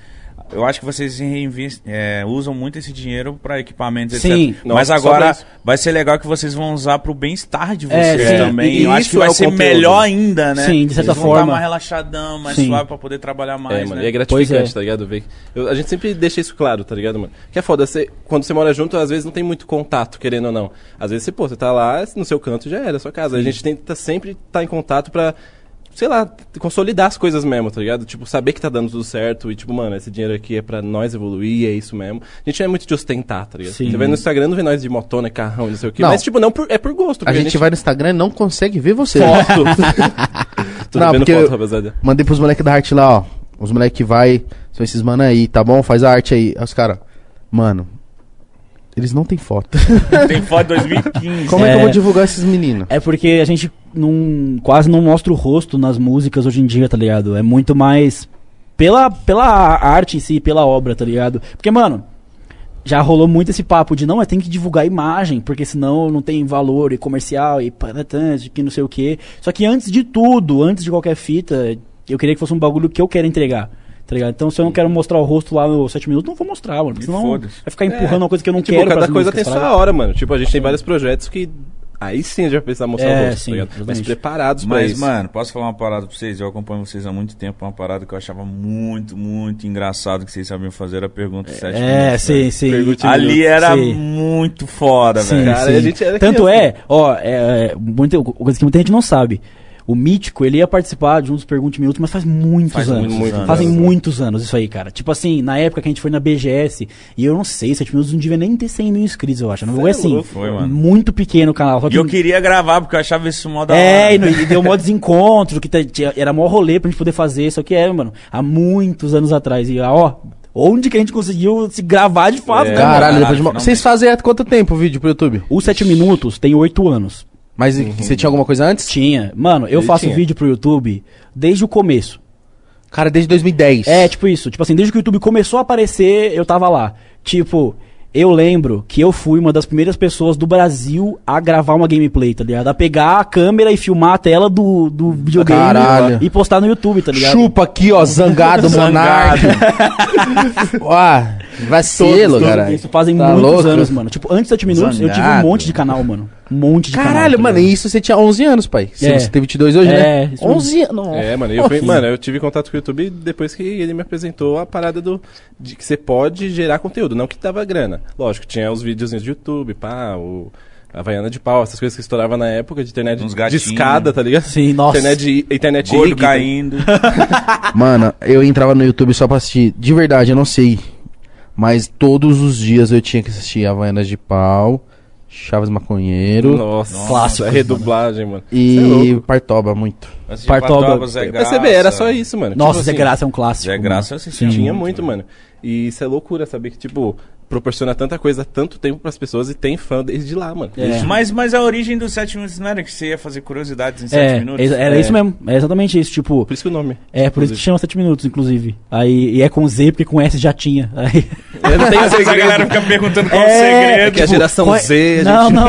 Speaker 1: Eu acho que vocês reinvest- é, usam muito esse dinheiro pra equipamentos,
Speaker 4: Sim.
Speaker 1: etc. Mas
Speaker 3: Não, só
Speaker 1: agora
Speaker 3: pra isso.
Speaker 1: vai ser legal que vocês vão usar pro bem-estar de
Speaker 4: É,
Speaker 1: vocês
Speaker 4: sim.
Speaker 1: também.
Speaker 3: E- e
Speaker 1: eu acho
Speaker 3: isso
Speaker 1: que vai
Speaker 3: é o
Speaker 1: ser
Speaker 3: conteúdo.
Speaker 1: melhor ainda, né?
Speaker 4: Sim, de certa
Speaker 1: Vocês vão
Speaker 4: forma.
Speaker 1: Dar mais relaxadão, mais
Speaker 4: Sim.
Speaker 1: suave pra poder trabalhar mais,
Speaker 3: é, mano,
Speaker 1: né?
Speaker 3: e é gratificante,
Speaker 4: é.
Speaker 3: tá ligado? Ver. Eu- a gente sempre deixa isso claro, tá ligado, mano? Que é foda, você, quando você mora junto, às vezes não tem muito contato, querendo ou não. Às vezes você, pô, você tá lá no seu canto já era, sua casa. A gente tenta sempre estar em contato pra, sei lá, t- consolidar as coisas mesmo, tá ligado? Tipo, saber que tá dando tudo certo e, tipo, mano, esse dinheiro aqui é pra nós evoluir, é isso mesmo. A gente não é muito de ostentar, tá ligado?
Speaker 4: Sim.
Speaker 3: Você vê no Instagram, não vê nós de motona, carrão, não sei o quê.
Speaker 2: Não.
Speaker 3: Mas, tipo, não por- é por gosto.
Speaker 2: A
Speaker 3: porque
Speaker 2: gente, vai no Instagram e não consegue ver você.
Speaker 3: Tô
Speaker 2: Não,
Speaker 3: vendo
Speaker 2: porque-
Speaker 3: foto, rapaziada.
Speaker 2: Mandei pros moleques da arte lá, ó. Os moleques que vai, são esses mano aí, tá bom? Faz a arte aí. Aí os caras, mano, eles não têm foto.
Speaker 1: Tem foto de 2015.
Speaker 2: Como é, que eu
Speaker 4: É.
Speaker 2: vou divulgar esses meninos?
Speaker 4: É porque a gente não, quase não mostra o rosto nas músicas hoje em dia, tá ligado? É muito mais pela, pela arte em si, pela obra, tá ligado? Porque, mano, já rolou muito esse papo de não, mas tem que divulgar a imagem, porque senão não tem valor e comercial e patatante, que não sei o quê. Só que antes de tudo, antes de qualquer fita, eu queria que fosse um bagulho que eu quero entregar. Tá ligado? Então, se eu não quero mostrar o rosto lá no 7 minutos, não vou mostrar, mano.
Speaker 1: Me
Speaker 4: Senão vai
Speaker 1: foda-se.
Speaker 4: ficar empurrando uma coisa que eu não
Speaker 3: Tipo,
Speaker 4: quero.
Speaker 3: cada
Speaker 4: pras
Speaker 3: coisa
Speaker 4: músicas, tá
Speaker 3: tem
Speaker 4: sabe?
Speaker 3: sua hora, mano. Tipo, a gente tem vários projetos que. Aí sim a gente vai precisar mostrar
Speaker 4: É,
Speaker 3: o rosto,
Speaker 4: sim,
Speaker 3: tá ligado? Mas
Speaker 4: exatamente.
Speaker 3: preparados pra
Speaker 1: Mas,
Speaker 3: isso.
Speaker 1: mano, posso falar uma parada pra vocês? Eu acompanho vocês há muito tempo. Uma parada que eu achava muito, muito engraçado que vocês sabiam fazer era a pergunta de 7
Speaker 4: É,
Speaker 3: tipo, né?
Speaker 4: sim, sim.
Speaker 3: Perguntinha.
Speaker 1: Ali era
Speaker 4: Sim.
Speaker 1: muito foda,
Speaker 4: Sim,
Speaker 1: velho.
Speaker 3: Cara,
Speaker 4: sim.
Speaker 3: a gente era
Speaker 4: Tanto
Speaker 3: criança.
Speaker 4: é, ó, é, é, muita, coisa que muita gente não sabe. O Mítico, ele ia participar de um dos Pergunte Minutos, mas faz muitos
Speaker 1: Faz
Speaker 4: anos.
Speaker 1: muitos anos.
Speaker 4: Fazem muitos anos isso aí, cara. Tipo assim, na época que a gente foi na BGS, e eu não sei, 7 minutos não devia nem ter 100 mil inscritos, eu acho. Não foi
Speaker 3: é
Speaker 4: assim.
Speaker 3: louco,
Speaker 1: foi, mano.
Speaker 4: Muito pequeno o canal. Só
Speaker 1: E
Speaker 4: que
Speaker 1: eu queria gravar, porque eu achava isso mó da hora.
Speaker 4: é, e, no- e deu mó desencontro, que t- tinha- era mó rolê pra gente poder fazer, só que é, mano, há muitos anos atrás. E ó, onde que a gente conseguiu se gravar de fato,
Speaker 3: É.
Speaker 4: né, mano?
Speaker 2: Caralho,
Speaker 1: caralho,
Speaker 2: depois de uma...
Speaker 1: finalmente.
Speaker 2: Vocês fazem há quanto tempo o vídeo pro YouTube?
Speaker 4: O 7 minutos tem 8 anos.
Speaker 2: Mas e- você tinha alguma coisa antes?
Speaker 4: Tinha. Mano, eu
Speaker 3: Ele
Speaker 4: faço
Speaker 3: tinha.
Speaker 4: vídeo pro YouTube desde o começo.
Speaker 2: Cara, desde 2010.
Speaker 4: É, tipo isso. Tipo assim, desde que o YouTube começou a aparecer, eu tava lá. Tipo, eu lembro que eu fui uma das primeiras pessoas do Brasil a gravar uma gameplay, tá ligado? A pegar a câmera e filmar a tela do, do videogame
Speaker 2: Caralho.
Speaker 4: e postar no YouTube, tá ligado?
Speaker 2: Chupa aqui, ó, zangado, monarca. Ah, vacilo, cara.
Speaker 4: Isso fazem
Speaker 2: Tá
Speaker 4: muitos
Speaker 2: louco?
Speaker 4: anos, mano. Tipo, antes de 7 minutos, eu tive um
Speaker 2: Zangado.
Speaker 4: monte de canal, mano. Um monte de canal.
Speaker 2: Caralho,
Speaker 4: tá
Speaker 2: mano,
Speaker 4: ligado?
Speaker 2: e isso você tinha 11 anos, pai. Se
Speaker 4: É.
Speaker 2: Você teve 22 hoje,
Speaker 4: É,
Speaker 2: né?
Speaker 4: isso mesmo.
Speaker 2: 11 anos.
Speaker 3: É, mano, eu, fui- mano, eu tive contato com o YouTube depois que ele me apresentou a parada do de que você pode gerar conteúdo, não que dava grana. Lógico, tinha os videozinhos do YouTube, pá, o Havaiana de pau, essas coisas que estourava na época de internet
Speaker 1: Uns
Speaker 3: de
Speaker 1: gatinhos.
Speaker 3: escada, tá ligado?
Speaker 4: Sim, nossa.
Speaker 3: Internet, internet
Speaker 1: Gordo
Speaker 3: Ig,
Speaker 1: caindo.
Speaker 2: Mano, eu entrava no YouTube só pra assistir. De verdade, eu não sei. Mas todos os dias eu tinha que assistir Havaianas de Pau, Chaves Maconheiro
Speaker 3: Nossa,
Speaker 4: Clássicos,
Speaker 3: a redublagem, mano. Cê é
Speaker 2: e
Speaker 3: louco.
Speaker 2: Partoba muito.
Speaker 1: Assisti
Speaker 4: Partoba.
Speaker 1: Zé
Speaker 3: Mas você vê, era só isso, mano.
Speaker 4: Nossa,
Speaker 3: Tipo
Speaker 4: Zé
Speaker 3: assim,
Speaker 4: Graça é um clássico.
Speaker 1: Zé
Speaker 4: mano.
Speaker 1: Graça eu assistia
Speaker 3: Tinha muito, mano. E isso é loucura, saber que, tipo, proporciona tanta coisa, há tanto tempo pras pessoas e tem fã desde lá, mano.
Speaker 4: É.
Speaker 1: Mas, mas a origem dos 7 minutos não era que você ia fazer curiosidades em 7
Speaker 4: É,
Speaker 1: minutos?
Speaker 4: exa- era
Speaker 3: É.
Speaker 4: isso mesmo. É exatamente isso. Tipo,
Speaker 3: Por isso que o nome.
Speaker 4: É, por isso que chama 7 minutos, inclusive. Aí, e é com Z, porque com S já tinha. Aí,
Speaker 3: Eu não tenho
Speaker 1: Às vezes a
Speaker 3: segredo.
Speaker 1: galera fica perguntando qual o
Speaker 4: é
Speaker 1: segredo.
Speaker 3: que a geração
Speaker 4: com-
Speaker 3: Z, a
Speaker 4: Não, não.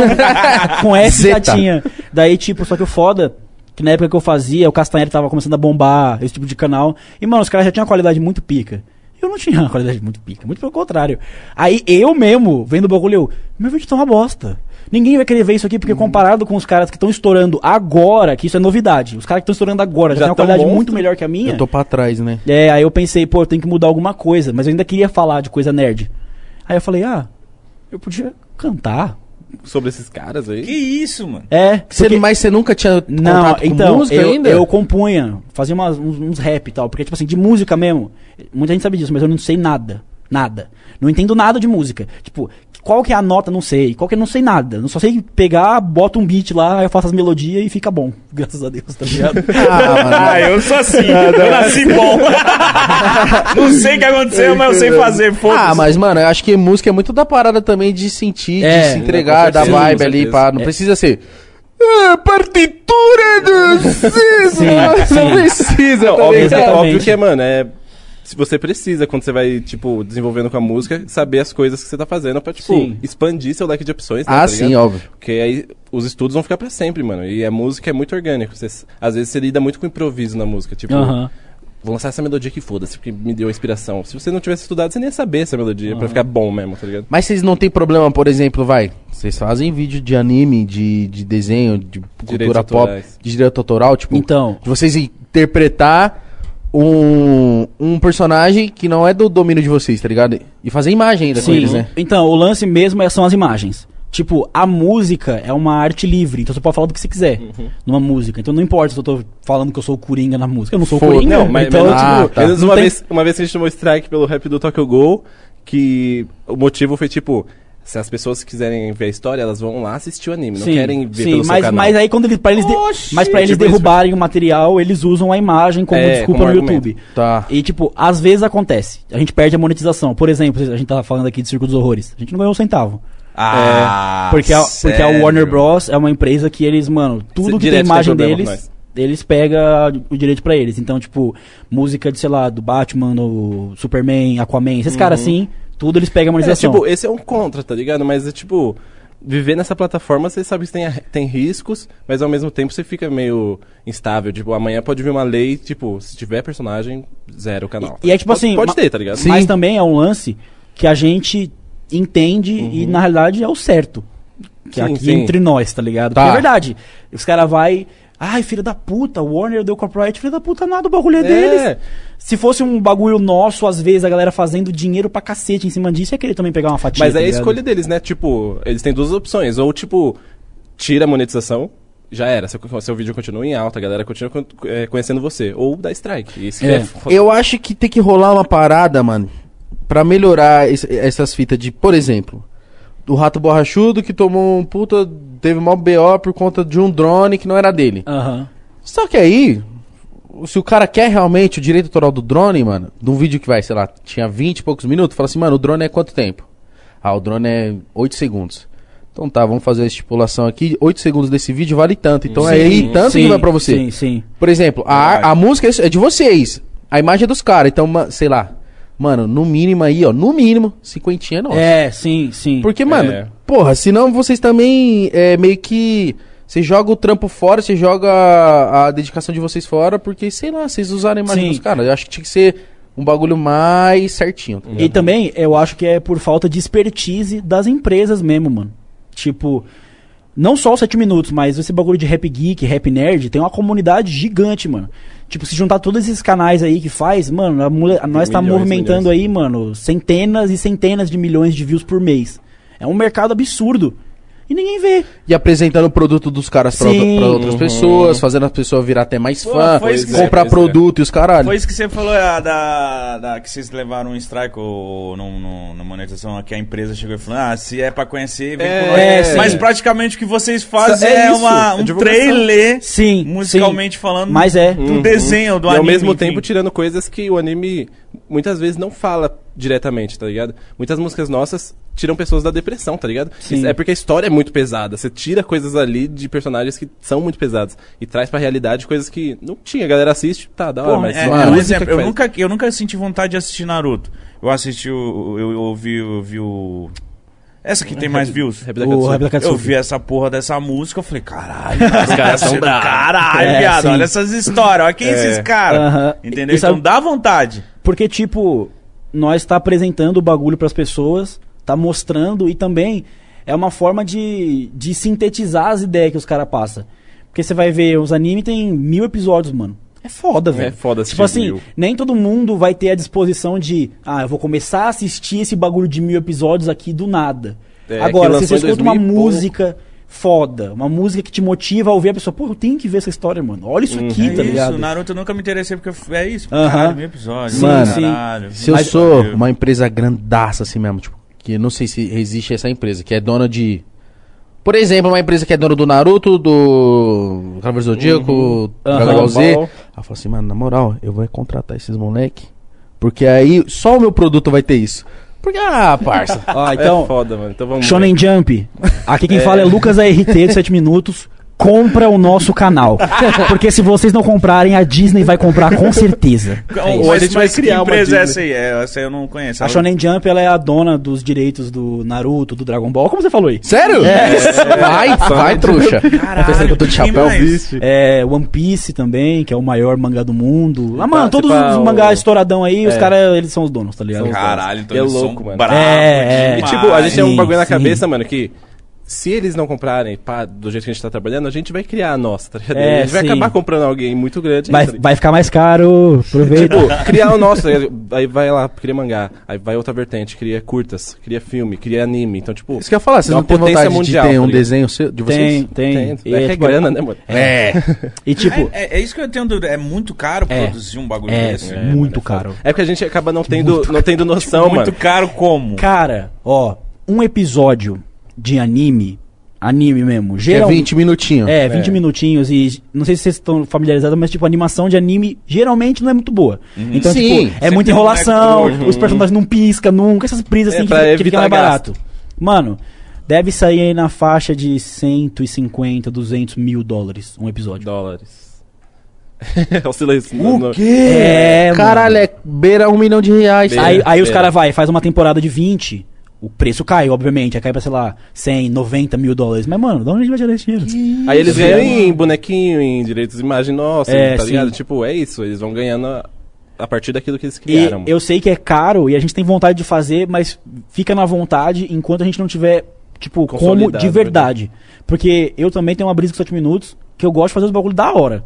Speaker 4: com S
Speaker 2: Zeta.
Speaker 4: já tinha. Daí, tipo, só que o foda, que na época que eu fazia, o Castanheira tava começando a bombar, esse tipo de canal. E, mano, os caras já tinham uma qualidade muito pica. Eu não tinha uma qualidade muito pica, muito pelo contrário. Aí eu mesmo, vendo o bagulho, eu, meu vídeo tá uma bosta. Ninguém vai querer ver isso aqui,
Speaker 3: Uhum.
Speaker 4: porque comparado com os caras que estão estourando agora, que isso é novidade. Os caras que estão estourando agora já,
Speaker 3: Já
Speaker 4: têm uma
Speaker 3: tão
Speaker 4: qualidade
Speaker 3: monstro.
Speaker 4: muito melhor que a minha.
Speaker 2: Eu tô pra trás, né?
Speaker 4: É, aí eu pensei, pô, eu tenho que mudar alguma coisa, mas eu ainda queria falar de coisa nerd. Aí eu falei, ah, eu podia cantar.
Speaker 3: sobre esses caras aí.
Speaker 1: Que isso, mano?
Speaker 4: É,
Speaker 2: Cê-
Speaker 4: porque-
Speaker 2: mas você nunca tinha contato
Speaker 4: não,
Speaker 2: com
Speaker 4: então,
Speaker 2: música
Speaker 4: eu,
Speaker 2: ainda?
Speaker 4: eu compunha, fazia umas- uns, uns rap e tal, porque, tipo assim, de música mesmo, muita gente sabe disso, mas eu não sei nada, nada. Não entendo nada de música. Tipo, qual que é a nota, não sei, qual que é, não sei nada. Eu só sei pegar, boto um beat lá, eu faço as melodias e fica bom, graças a Deus, tá ligado?
Speaker 2: Ah, mano,
Speaker 1: Ah, eu sou assim. eu nasci bom. não sei o que aconteceu, mas eu sei fazer.
Speaker 2: Ah,
Speaker 1: Foda-se.
Speaker 2: mas, mano, eu acho que música é muito da parada também de sentir,
Speaker 4: É,
Speaker 2: de se
Speaker 4: não,
Speaker 2: entregar,
Speaker 3: com
Speaker 2: da
Speaker 3: certeza,
Speaker 2: vibe
Speaker 3: com
Speaker 2: ali,
Speaker 3: certeza. É.
Speaker 2: pá. Não precisa ser. "Ah, partitura é do Ciso! Não precisa,
Speaker 3: Não,
Speaker 2: tá
Speaker 3: óbvio,
Speaker 2: ligado?
Speaker 3: é
Speaker 4: Exatamente.
Speaker 3: óbvio que é, mano, é. Se você precisa, quando você vai, tipo, desenvolvendo com a música, saber as coisas que você tá fazendo pra, tipo,
Speaker 4: Sim.
Speaker 3: expandir seu leque de opções. né,
Speaker 2: Ah,
Speaker 3: tá
Speaker 2: sim,
Speaker 3: ligado?
Speaker 2: óbvio.
Speaker 3: Porque aí os estudos vão ficar pra sempre, mano. E a música é muito orgânico. Você- às vezes você lida muito com improviso na música. Tipo,
Speaker 4: Aham.
Speaker 3: vou lançar essa melodia que foda-se, porque me deu a inspiração. Se você não tivesse estudado, você nem ia saber essa melodia, pra ficar bom mesmo, tá ligado?
Speaker 2: Mas vocês não tem problema, por exemplo, vai. Vocês fazem vídeo de anime, de, de desenho, de cultura pop,
Speaker 3: autorais.
Speaker 2: de direito autoral, tipo.
Speaker 4: Então.
Speaker 2: De vocês interpretar um, um personagem que não é do domínio de vocês, tá ligado? E fazer imagem ainda com
Speaker 4: Sim.
Speaker 2: eles, né?
Speaker 4: Então, o lance mesmo é- são as imagens. Tipo, a música é uma arte livre, então você pode falar do que você quiser
Speaker 3: Uhum.
Speaker 4: numa música. Então não importa se eu tô falando que eu sou o Coringa na música. Eu não sou o
Speaker 2: Foda-
Speaker 4: Coringa.
Speaker 3: Não, mas,
Speaker 4: então,
Speaker 3: mas,
Speaker 2: ah,
Speaker 3: tipo,
Speaker 2: tá.
Speaker 3: menos
Speaker 4: Não
Speaker 3: uma,
Speaker 4: tem-
Speaker 3: vez, uma vez que a gente tomou strike pelo rap do Tokyo Ghoul, que o motivo foi tipo. Se as pessoas quiserem ver a história, elas vão lá assistir o anime, não querem ver pelo seu
Speaker 4: mas,
Speaker 3: canal.
Speaker 4: mas aí é quando eles, pra eles, de-
Speaker 3: Oxi!
Speaker 4: mas pra eles
Speaker 3: Tipo isso.
Speaker 4: derrubarem o material, eles usam a imagem como
Speaker 3: É,
Speaker 4: desculpa
Speaker 3: como
Speaker 4: no
Speaker 3: argumento.
Speaker 4: YouTube.
Speaker 2: Tá.
Speaker 4: E tipo, às vezes acontece. A gente perde a monetização. Por exemplo, a gente tava falando aqui de Circo dos Horrores. A gente não ganhou um centavo.
Speaker 1: Ah,
Speaker 4: é, porque, a, porque a
Speaker 1: sério?
Speaker 4: Warner Bros é uma empresa que eles, mano, tudo que tem
Speaker 3: Direto tem
Speaker 4: imagem
Speaker 3: problema com
Speaker 4: deles,
Speaker 3: nós.
Speaker 4: eles pegam o direito pra eles. Então, tipo, música de, sei lá, do Batman, do Superman, Aquaman, esses caras assim, tudo eles pegam a
Speaker 3: Uhum. É,
Speaker 4: monetização.
Speaker 3: tipo, esse é um contra, tá ligado? Mas é tipo, viver nessa plataforma, você sabe que tem, tem riscos, mas ao mesmo tempo você fica meio instável. Tipo, amanhã pode vir uma lei, tipo, se tiver personagem, zero o canal.
Speaker 4: E- e é tipo
Speaker 3: Pode-
Speaker 4: assim,
Speaker 3: Pode
Speaker 4: ma-
Speaker 3: ter, tá ligado?
Speaker 2: Sim.
Speaker 4: Mas também é um lance que a gente entende
Speaker 2: Uhum.
Speaker 4: e, na realidade, é o certo. Que é
Speaker 3: Sim,
Speaker 4: aqui
Speaker 3: sim.
Speaker 4: entre nós, tá ligado?
Speaker 2: Tá.
Speaker 4: Porque é verdade. Os caras vai. Ai, filho da puta, Warner deu copyright, filho da puta, nada, o bagulho é, deles. Se fosse um bagulho nosso, às vezes, a galera fazendo dinheiro pra cacete em cima disso, é querer também pegar uma fatia.
Speaker 3: Mas
Speaker 4: tá
Speaker 3: aí é a
Speaker 4: ligado?
Speaker 3: escolha deles, né? Tipo, eles têm duas opções. Ou, tipo, tira a monetização, já era. Seu, seu vídeo continua em alta, a galera continua con- eh, conhecendo você. Ou dá strike. Isso que
Speaker 4: É.
Speaker 3: é fo-
Speaker 2: Eu acho que tem que rolar uma parada, mano, pra melhorar es- essas fitas de, por exemplo, do rato borrachudo que tomou um puta, teve mal BO por conta de um drone que não era dele.
Speaker 4: Aham.
Speaker 2: Só que aí, se o cara quer realmente o direito autoral do drone, mano, de um vídeo que vai, sei lá, tinha 20 e poucos minutos, fala assim, mano, o drone é quanto tempo? Ah, o drone é 8 segundos. Então tá, vamos fazer a estipulação aqui, 8 segundos desse vídeo vale tanto. Então é aí tanto que
Speaker 4: Sim,
Speaker 2: vai pra você.
Speaker 4: Sim, sim.
Speaker 2: Por exemplo, a, a música é de vocês. A imagem é dos caras. Então, ma- sei lá. Mano, no mínimo aí, ó. No mínimo, cinquentinha é nossa.
Speaker 4: É, sim, sim.
Speaker 2: Porque, mano,
Speaker 3: É.
Speaker 2: porra, senão vocês também é meio que. Você joga o trampo fora, você joga a, a dedicação de vocês fora, porque, sei lá, vocês usaram a imagem
Speaker 4: Sim.
Speaker 2: dos caras. Eu acho que tinha que ser um bagulho mais certinho. tá ligado?
Speaker 4: E também, eu acho que é por falta de expertise das empresas mesmo, mano. Tipo, não só os 7 minutos, mas esse bagulho de rap geek, rap nerd, tem uma comunidade gigante, mano. Tipo, se juntar todos esses canais aí que faz, mano, a mule- a nós tá
Speaker 3: Milhões,
Speaker 4: movimentando aí, mano, centenas e centenas de milhões de views por mês. É um mercado absurdo. E ninguém vê.
Speaker 2: E apresentando o produto dos caras pra,
Speaker 4: Sim.
Speaker 2: pra outras
Speaker 3: Uhum.
Speaker 2: pessoas, fazendo as pessoas virar até mais
Speaker 1: Pô,
Speaker 2: fã,
Speaker 1: foi isso que- né?
Speaker 2: comprar
Speaker 3: Pois é, pois é.
Speaker 2: produto e os caralho.
Speaker 1: Foi isso que você falou a da, da- que vocês levaram um strike ou no, no- na monetização que a empresa chegou e falou: Ah, se é pra conhecer, vem
Speaker 3: É,
Speaker 1: com nós.
Speaker 4: é, sim.
Speaker 1: Mas praticamente o que vocês fazem
Speaker 3: É
Speaker 1: é,
Speaker 3: isso,
Speaker 1: uma,
Speaker 3: é
Speaker 1: um
Speaker 3: divulgação.
Speaker 1: trailer
Speaker 4: Sim.
Speaker 1: musicalmente falando
Speaker 4: Sim, mas é.
Speaker 1: do um desenho, do
Speaker 3: e
Speaker 1: anime.
Speaker 3: ao mesmo
Speaker 1: enfim.
Speaker 3: tempo tirando coisas que o anime muitas vezes não fala diretamente, tá ligado? Muitas músicas nossas tiram pessoas da depressão, tá ligado?
Speaker 4: Sim.
Speaker 3: Isso É porque a história é muito pesada. Você tira coisas ali de personagens que são muito pesadas e traz pra realidade coisas que não tinha. A galera assiste, tá, da hora,
Speaker 1: Porra,
Speaker 3: mas
Speaker 1: é,
Speaker 3: não
Speaker 1: é um
Speaker 3: música
Speaker 1: exemplo.
Speaker 3: que
Speaker 1: Eu
Speaker 3: faz.
Speaker 1: nunca, eu nunca senti vontade de assistir Naruto. Eu assisti, o- eu, eu ouvi, eu ouvi o. Essa que tem mais views.
Speaker 3: Rap da
Speaker 4: O
Speaker 3: Katsuki.
Speaker 4: Rap da
Speaker 1: Eu
Speaker 4: Katsuki.
Speaker 1: vi essa porra dessa música, eu falei, caralho, Naruto
Speaker 3: Os caras
Speaker 1: deve
Speaker 3: são
Speaker 1: ser do
Speaker 3: bravos.
Speaker 1: Caralho,
Speaker 4: É,
Speaker 1: viado,
Speaker 4: sim.
Speaker 1: olha essas histórias, olha quem
Speaker 3: É.
Speaker 1: esses caras.
Speaker 4: Aham.
Speaker 1: Entendeu?
Speaker 4: E sabe-
Speaker 1: Então dá vontade.
Speaker 4: Porque, tipo, nós tá apresentando o bagulho pras pessoas, tá mostrando e também é uma forma de, de sintetizar as ideias que os caras passam. Porque você vai ver, os animes tem mil episódios, mano. É foda, velho.
Speaker 3: foda
Speaker 4: Tipo
Speaker 3: assistir
Speaker 4: assim,
Speaker 3: mil.
Speaker 4: nem todo mundo vai ter a disposição de, ah, eu vou começar a assistir esse bagulho de mil episódios aqui do nada.
Speaker 3: É, que
Speaker 4: Agora, se você
Speaker 3: lançou em
Speaker 4: escuta uma
Speaker 3: 2000 e pouco.
Speaker 4: música foda, uma música que te motiva a ouvir a pessoa, pô, eu tenho que ver essa história, mano. Olha isso aqui,
Speaker 1: é
Speaker 4: tá
Speaker 1: isso,
Speaker 4: ligado?
Speaker 1: Naruto eu nunca me interessei porque eu f- é isso.
Speaker 4: Aham.
Speaker 1: Caralho, meu episódio.
Speaker 4: Sim,
Speaker 1: Mano,
Speaker 4: sim.
Speaker 1: caralho.
Speaker 2: Se eu
Speaker 1: Mas-
Speaker 2: sou uma empresa grandaça assim mesmo, tipo, que não sei se existe essa empresa, que é dona de. Por exemplo, uma empresa que é dona do Naruto, do Cavaleiro Zodíaco, Dragon Ball
Speaker 4: Aham.
Speaker 2: Z. Ela fala assim, mano, na moral, eu vou contratar esses moleque, porque aí só o meu produto vai ter isso. Porque, ah, parça.
Speaker 4: Ah,
Speaker 3: É
Speaker 4: então,
Speaker 3: foda, mano. Então vamos. ver.
Speaker 4: é Shonen Jump. Aqui quem fala é Lucas ART de 7 minutos. compra o nosso canal. Porque se vocês não comprarem, a Disney vai comprar com certeza.
Speaker 1: Ou Então, a
Speaker 5: Mas-
Speaker 1: gente vai
Speaker 5: mas que
Speaker 1: criar uma
Speaker 5: empresa
Speaker 1: empresa
Speaker 5: é
Speaker 1: essa aí, é, essa eu não conheço.
Speaker 4: A Shonen Jump ela é a dona dos direitos do Naruto, do Dragon Ball. Como você falou aí?
Speaker 2: Sério? Vai, vai, trouxa.
Speaker 1: Caralho,
Speaker 2: Pensando que É. eu tô de
Speaker 1: que
Speaker 2: chapéu.
Speaker 1: demais.
Speaker 4: É, One Piece também, que é o maior mangá do mundo. Ah, mano,
Speaker 3: tá,
Speaker 4: todos
Speaker 3: tipo,
Speaker 4: os
Speaker 3: o-
Speaker 4: mangá estouradão aí, os caras, eles são os donos, tá ligado?
Speaker 1: Caralho, então
Speaker 3: É
Speaker 1: eles
Speaker 3: louco,
Speaker 1: são
Speaker 3: mano.
Speaker 1: bravos
Speaker 4: É, é.
Speaker 3: E
Speaker 1: demais.
Speaker 3: tipo, a gente tem
Speaker 4: Sim,
Speaker 3: um bagulho na
Speaker 4: sim.
Speaker 3: cabeça, mano, que se eles não comprarem, pá, do jeito que a gente tá trabalhando, a gente vai criar a nossa, tá ligado?
Speaker 4: É,
Speaker 3: a gente vai
Speaker 4: sim.
Speaker 3: acabar comprando alguém muito grande.
Speaker 4: Vai,
Speaker 3: tá ligado?
Speaker 4: vai ficar mais caro, aproveita.
Speaker 3: Tipo, criar o nosso, tá ligado? aí vai lá, cria mangá, aí vai outra vertente, cria curtas, cria filme, cria anime. Então, tipo,
Speaker 2: Isso que eu ia falar, vocês
Speaker 3: É uma
Speaker 2: não têm
Speaker 3: potência
Speaker 2: vontade
Speaker 3: mundial,
Speaker 2: de ter
Speaker 3: tá
Speaker 2: um
Speaker 3: ligado?
Speaker 2: desenho seu, de
Speaker 4: tem,
Speaker 2: vocês?
Speaker 4: tem.
Speaker 3: tem, é, que é
Speaker 4: tipo,
Speaker 3: Guarana, né, mano?
Speaker 2: É.
Speaker 4: e tipo, é,
Speaker 1: É, é isso que eu tenho dúvida. É muito caro
Speaker 4: É.
Speaker 1: produzir um bagulho desse. né?
Speaker 4: muito caro.
Speaker 3: É porque a gente acaba não
Speaker 4: Tipo,
Speaker 3: tendo, não tendo noção,
Speaker 1: Muito
Speaker 3: mano.
Speaker 1: caro como?
Speaker 4: Cara, ó, um episódio de anime, anime mesmo,
Speaker 2: Que é
Speaker 4: geralmente...
Speaker 2: 20 minutinhos.
Speaker 4: É, 20 minutinhos e não sei se vocês estão familiarizados, mas tipo, a animação de anime geralmente não é muito boa. Então,
Speaker 2: Sim,
Speaker 4: tipo, é
Speaker 1: sempre
Speaker 4: muita
Speaker 1: tem um
Speaker 4: enrolação,
Speaker 1: boneco
Speaker 4: os personagens não piscam nunca, essas brisas
Speaker 3: É,
Speaker 4: assim
Speaker 3: pra
Speaker 4: que, que fica
Speaker 3: evitar
Speaker 4: mais
Speaker 3: gasto.
Speaker 4: barato. Mano, deve sair aí na faixa de 150, 200 mil dólares um episódio.
Speaker 3: Dólares. é o silêncio.
Speaker 2: O
Speaker 3: não-
Speaker 2: quê?
Speaker 4: É, mano.
Speaker 2: Caralho, é beira um milhão de reais.
Speaker 3: Beira.
Speaker 4: Aí, aí os
Speaker 3: é.
Speaker 4: caras vai, faz uma temporada de 20, o preço cai, obviamente, aí cai pra, sei lá, 100, 90 mil dólares. Mas, mano, de onde a gente vai tirar esse dinheiro?
Speaker 3: Aí eles ganham em bonequinho, em direitos de imagem nossa,
Speaker 4: É,
Speaker 3: tá ligado?
Speaker 4: sim.
Speaker 3: Tipo, é isso, eles vão ganhando a, a partir daquilo que eles
Speaker 4: E
Speaker 3: criaram. mano.
Speaker 4: eu sei que é caro e a gente tem vontade de fazer, mas fica na vontade enquanto a gente não tiver, tipo, como
Speaker 3: Consolidado, né?
Speaker 4: de verdade. Porque eu também tenho uma brisa com 7 minutos, que eu gosto de fazer os bagulho da hora.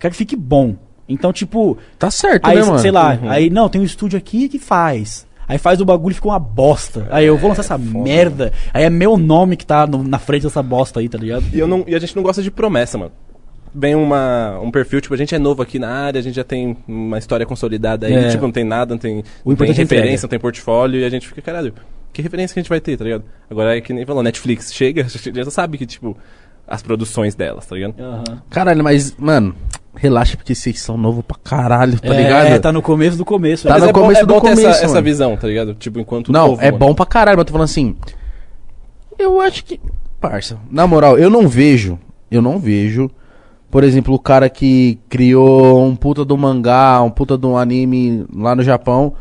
Speaker 4: Quero que fique bom. Então, tipo,
Speaker 2: Tá certo,
Speaker 4: aí,
Speaker 2: né, mano?
Speaker 4: sei lá,
Speaker 3: Uhum.
Speaker 4: aí não, tem um estúdio aqui que faz. Aí faz o bagulho e fica uma bosta. Aí eu vou lançar
Speaker 3: É
Speaker 4: essa merda. Aí é meu nome que tá no- na frente dessa bosta aí, tá ligado?
Speaker 3: E, eu não, e a gente não gosta de promessa, mano. Vem uma, um perfil, tipo, a gente é novo aqui na área, a gente já tem uma história consolidada aí,
Speaker 4: É.
Speaker 3: tipo, não tem nada, não tem,
Speaker 4: O
Speaker 3: não tem
Speaker 4: importante é a
Speaker 3: referência,
Speaker 4: entrega.
Speaker 3: não tem portfólio, e a gente fica, caralho, que referência que a gente vai ter, tá ligado? Agora é que nem falou, Netflix chega, a gente já sabe que, tipo, as produções delas, tá ligado?
Speaker 2: Caralho, mas, mano, relaxa, porque vocês são novo pra caralho, tá
Speaker 4: É,
Speaker 2: ligado?
Speaker 4: tá no começo do começo.
Speaker 2: Tá
Speaker 4: aí.
Speaker 2: no
Speaker 3: é bom,
Speaker 2: começo
Speaker 3: é
Speaker 2: do
Speaker 3: bom ter essa-
Speaker 2: começo,
Speaker 3: essa,
Speaker 2: mano.
Speaker 3: visão, tá ligado? Tipo, enquanto
Speaker 2: Não,
Speaker 3: novo,
Speaker 2: é
Speaker 3: mano.
Speaker 2: bom pra caralho, mas eu tô falando assim. Eu acho que. Parça, na moral, eu não vejo. Eu não vejo. Por exemplo, o cara que criou um puta do mangá, um puta de um anime lá no Japão,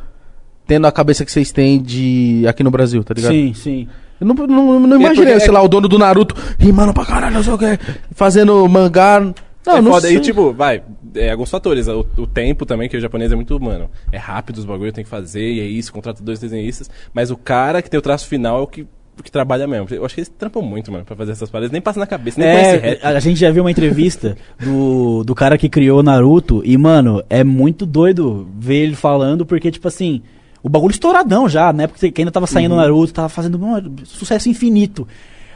Speaker 2: tendo a cabeça que vocês têm de aqui no Brasil, tá ligado?
Speaker 4: Sim, sim.
Speaker 2: Eu não, não, não
Speaker 3: porque
Speaker 2: imaginei,
Speaker 3: é-
Speaker 2: sei lá, o dono do Naruto rimando pra caralho, não sei o que, fazendo mangá. Não,
Speaker 3: é
Speaker 2: não
Speaker 3: foda.
Speaker 2: sei.
Speaker 3: E, tipo, vai, é, alguns fatores. O, o tempo também, que o japonês é muito, mano, é rápido os bagulho, tem que fazer, e é isso, contrata dois desenhistas. Mas o cara que tem o traço final é o que, o que trabalha mesmo. Eu acho que eles trampam muito, mano, pra fazer essas paradas. Nem passa na cabeça, nem conhece
Speaker 4: É,
Speaker 3: rap.
Speaker 4: a gente já viu uma entrevista do, do cara que criou Naruto e, mano, é muito doido ver ele falando, porque, tipo assim, o bagulho estouradão já, né? Porque que ainda tava saindo
Speaker 3: Uhum.
Speaker 4: Naruto, tava fazendo mano, sucesso infinito.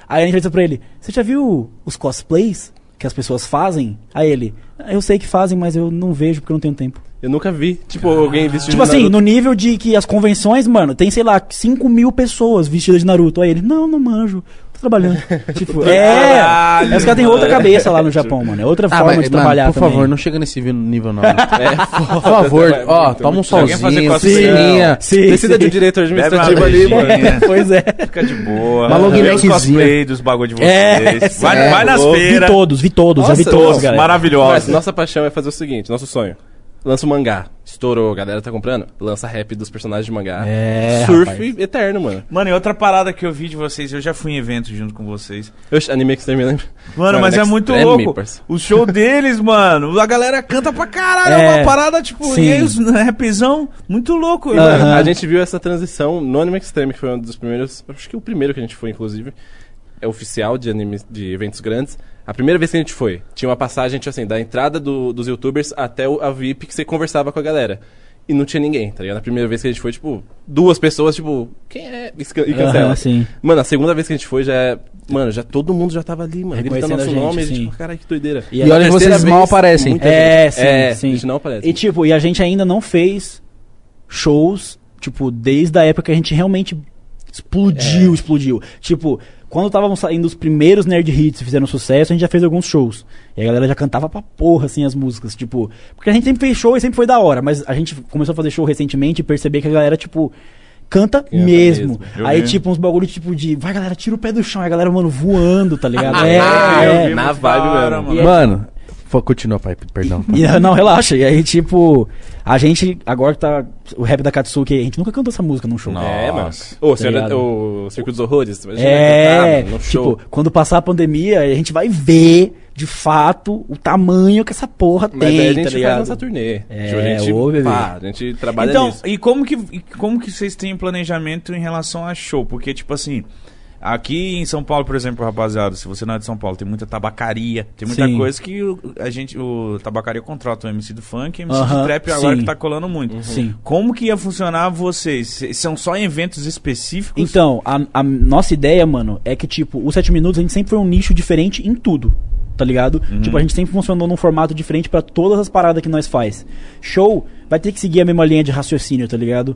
Speaker 4: Aí a gente perguntou pra ele, você já viu os cosplays que as pessoas fazem? Aí ele, "Ah, eu sei que fazem, mas eu não vejo porque eu não tenho tempo.
Speaker 3: Eu nunca vi, tipo, alguém vestido
Speaker 4: Tipo
Speaker 3: de
Speaker 4: assim,
Speaker 3: Naruto.
Speaker 4: no nível de que as convenções, mano, tem, sei lá, 5 mil pessoas vestidas de Naruto. Aí ele, não, não manjo, tô trabalhando. tipo, é.
Speaker 1: Caralho,
Speaker 4: Aí os caras têm outra cabeça lá no Japão, mano. É outra
Speaker 2: Ah,
Speaker 4: forma
Speaker 2: mas, mano,
Speaker 4: de trabalhar
Speaker 2: por
Speaker 4: também.
Speaker 2: favor, não chega nesse nível, não.
Speaker 3: É,
Speaker 2: Por favor,
Speaker 3: Muito,
Speaker 2: ó,
Speaker 3: muito.
Speaker 2: toma um
Speaker 3: Se
Speaker 1: alguém fazer
Speaker 2: solzinho,
Speaker 1: cosplay,
Speaker 2: piscininha.
Speaker 4: Sim,
Speaker 3: Precisa
Speaker 4: sim.
Speaker 3: de um diretor administrativo
Speaker 1: Leva
Speaker 3: ali,
Speaker 1: uma
Speaker 3: mano.
Speaker 1: leginha.
Speaker 4: Pois é.
Speaker 1: Fica de boa.
Speaker 2: Uma long
Speaker 1: Vê os
Speaker 2: neckzinha.
Speaker 1: cosplay dos bagulho de
Speaker 4: É,
Speaker 1: vocês. vai,
Speaker 2: é,
Speaker 1: vai nas
Speaker 4: Vi
Speaker 1: feiras.
Speaker 4: todos, vi todos, já vi
Speaker 3: Nossa,
Speaker 4: todos,
Speaker 3: nossa,
Speaker 4: galera.
Speaker 3: Mas
Speaker 1: Maravilhosa.
Speaker 3: nossa paixão é fazer o seguinte, nosso sonho. Lança um mangá. Estourou, a galera tá comprando. Lança rap dos personagens de mangá.
Speaker 4: É,
Speaker 3: Surf
Speaker 4: rapaz.
Speaker 3: eterno, mano.
Speaker 1: Mano, e outra parada que eu vi de vocês, eu já fui em evento junto com vocês.
Speaker 3: Eu animei que você me lembra.
Speaker 1: Mano, mas é muito
Speaker 3: extreme,
Speaker 1: louco.
Speaker 3: parça.
Speaker 1: O show deles, mano, a galera canta pra caralho. É
Speaker 4: É,
Speaker 1: uma parada, tipo,
Speaker 4: sim.
Speaker 1: e aí os rapzão, muito louco.
Speaker 4: Aham.
Speaker 1: mano.
Speaker 3: A gente viu essa transição no Anime Extreme, que foi um dos primeiros. Acho que o primeiro que a gente foi, inclusive. É oficial de anime, de eventos grandes. A primeira vez que a gente foi, tinha uma passagem, tipo assim, da entrada do- dos youtubers até o, a VIP que você conversava com a galera. E não tinha ninguém, tá ligado? Na primeira vez que a gente foi, tipo, duas pessoas, tipo, quem é? E scan- e cancela.
Speaker 4: Aham, sim.
Speaker 3: Mano, a segunda vez que a gente foi já é. Mano, já todo mundo já tava ali, mano. Gritando
Speaker 4: Reconhecendo
Speaker 3: nosso
Speaker 4: a gente,
Speaker 3: nome, a gente,
Speaker 4: sim.
Speaker 3: tipo, caralho, que doideira.
Speaker 4: E
Speaker 2: olha que
Speaker 3: na terceira
Speaker 2: vocês mal
Speaker 3: vez,
Speaker 2: aparecem.
Speaker 3: muita
Speaker 4: É,
Speaker 3: gente-
Speaker 4: sim,
Speaker 3: é,
Speaker 4: sim.
Speaker 3: A gente não aparece.
Speaker 4: E tipo, e a gente ainda não fez shows, tipo, desde a época que a gente realmente
Speaker 3: É.
Speaker 4: explodiu, explodiu. Tipo, quando estavam saindo os primeiros Nerd Hits e fizeram sucesso, a gente já fez alguns shows. E a galera já cantava pra porra, assim, as músicas, tipo... Porque a gente sempre fez show e sempre foi da hora, mas a gente começou a fazer show recentemente e perceber que a galera, tipo... canta
Speaker 3: Canta
Speaker 4: mesmo.
Speaker 3: mesmo.
Speaker 1: Eu
Speaker 4: Aí,
Speaker 1: vi.
Speaker 4: tipo, uns bagulho tipo de. Vai, galera, tira o pé do chão. Aí a galera, mano, voando, tá ligado? é,
Speaker 3: Ah, eu
Speaker 4: é.
Speaker 3: vi na vibe
Speaker 1: Cara,
Speaker 3: mesmo.
Speaker 1: mano.
Speaker 2: Mano, é fo- continua, pai, perdão.
Speaker 4: E, não, relaxa. E aí, tipo, a gente, agora que tá. O rap da Katsuki, a gente nunca cantou essa música num show.
Speaker 3: É, mano.
Speaker 1: Nossa.
Speaker 3: Ô,
Speaker 4: Tá ligado?
Speaker 3: senhora, o Circuito dos Horrores. imagina cantar,
Speaker 4: É,
Speaker 3: mano, no show.
Speaker 4: tipo, quando passar a pandemia, a gente vai ver, de fato, o tamanho que essa porra
Speaker 3: Mas
Speaker 4: tem,
Speaker 3: daí a
Speaker 4: tá
Speaker 3: gente faz
Speaker 4: ligado?
Speaker 3: nossa turnê.
Speaker 4: É,
Speaker 3: Tipo, a gente,
Speaker 4: ô, bebê.
Speaker 3: pá, a gente trabalha
Speaker 1: Então,
Speaker 3: é nisso.
Speaker 1: e como que e como que vocês têm planejamento em relação a show? Porque tipo assim, aqui em São Paulo, por exemplo, rapaziada, se você não é de São Paulo, tem muita tabacaria, tem muita
Speaker 4: Sim.
Speaker 1: coisa que o- a gente o tabacaria contrata o MC do funk, e o MC
Speaker 4: Aham,
Speaker 1: do trap agora
Speaker 4: sim.
Speaker 1: que tá colando muito.
Speaker 3: Uhum.
Speaker 4: Sim.
Speaker 1: Como que ia funcionar vocês? Cê- São só eventos específicos?
Speaker 4: Então, a, a nossa ideia, mano, é que, tipo, o 7 minutos a gente sempre foi um nicho diferente em tudo, tá ligado? Tipo, a gente sempre funcionou num formato diferente pra todas as paradas que nós faz. Show vai ter que seguir a mesma linha de raciocínio, tá ligado?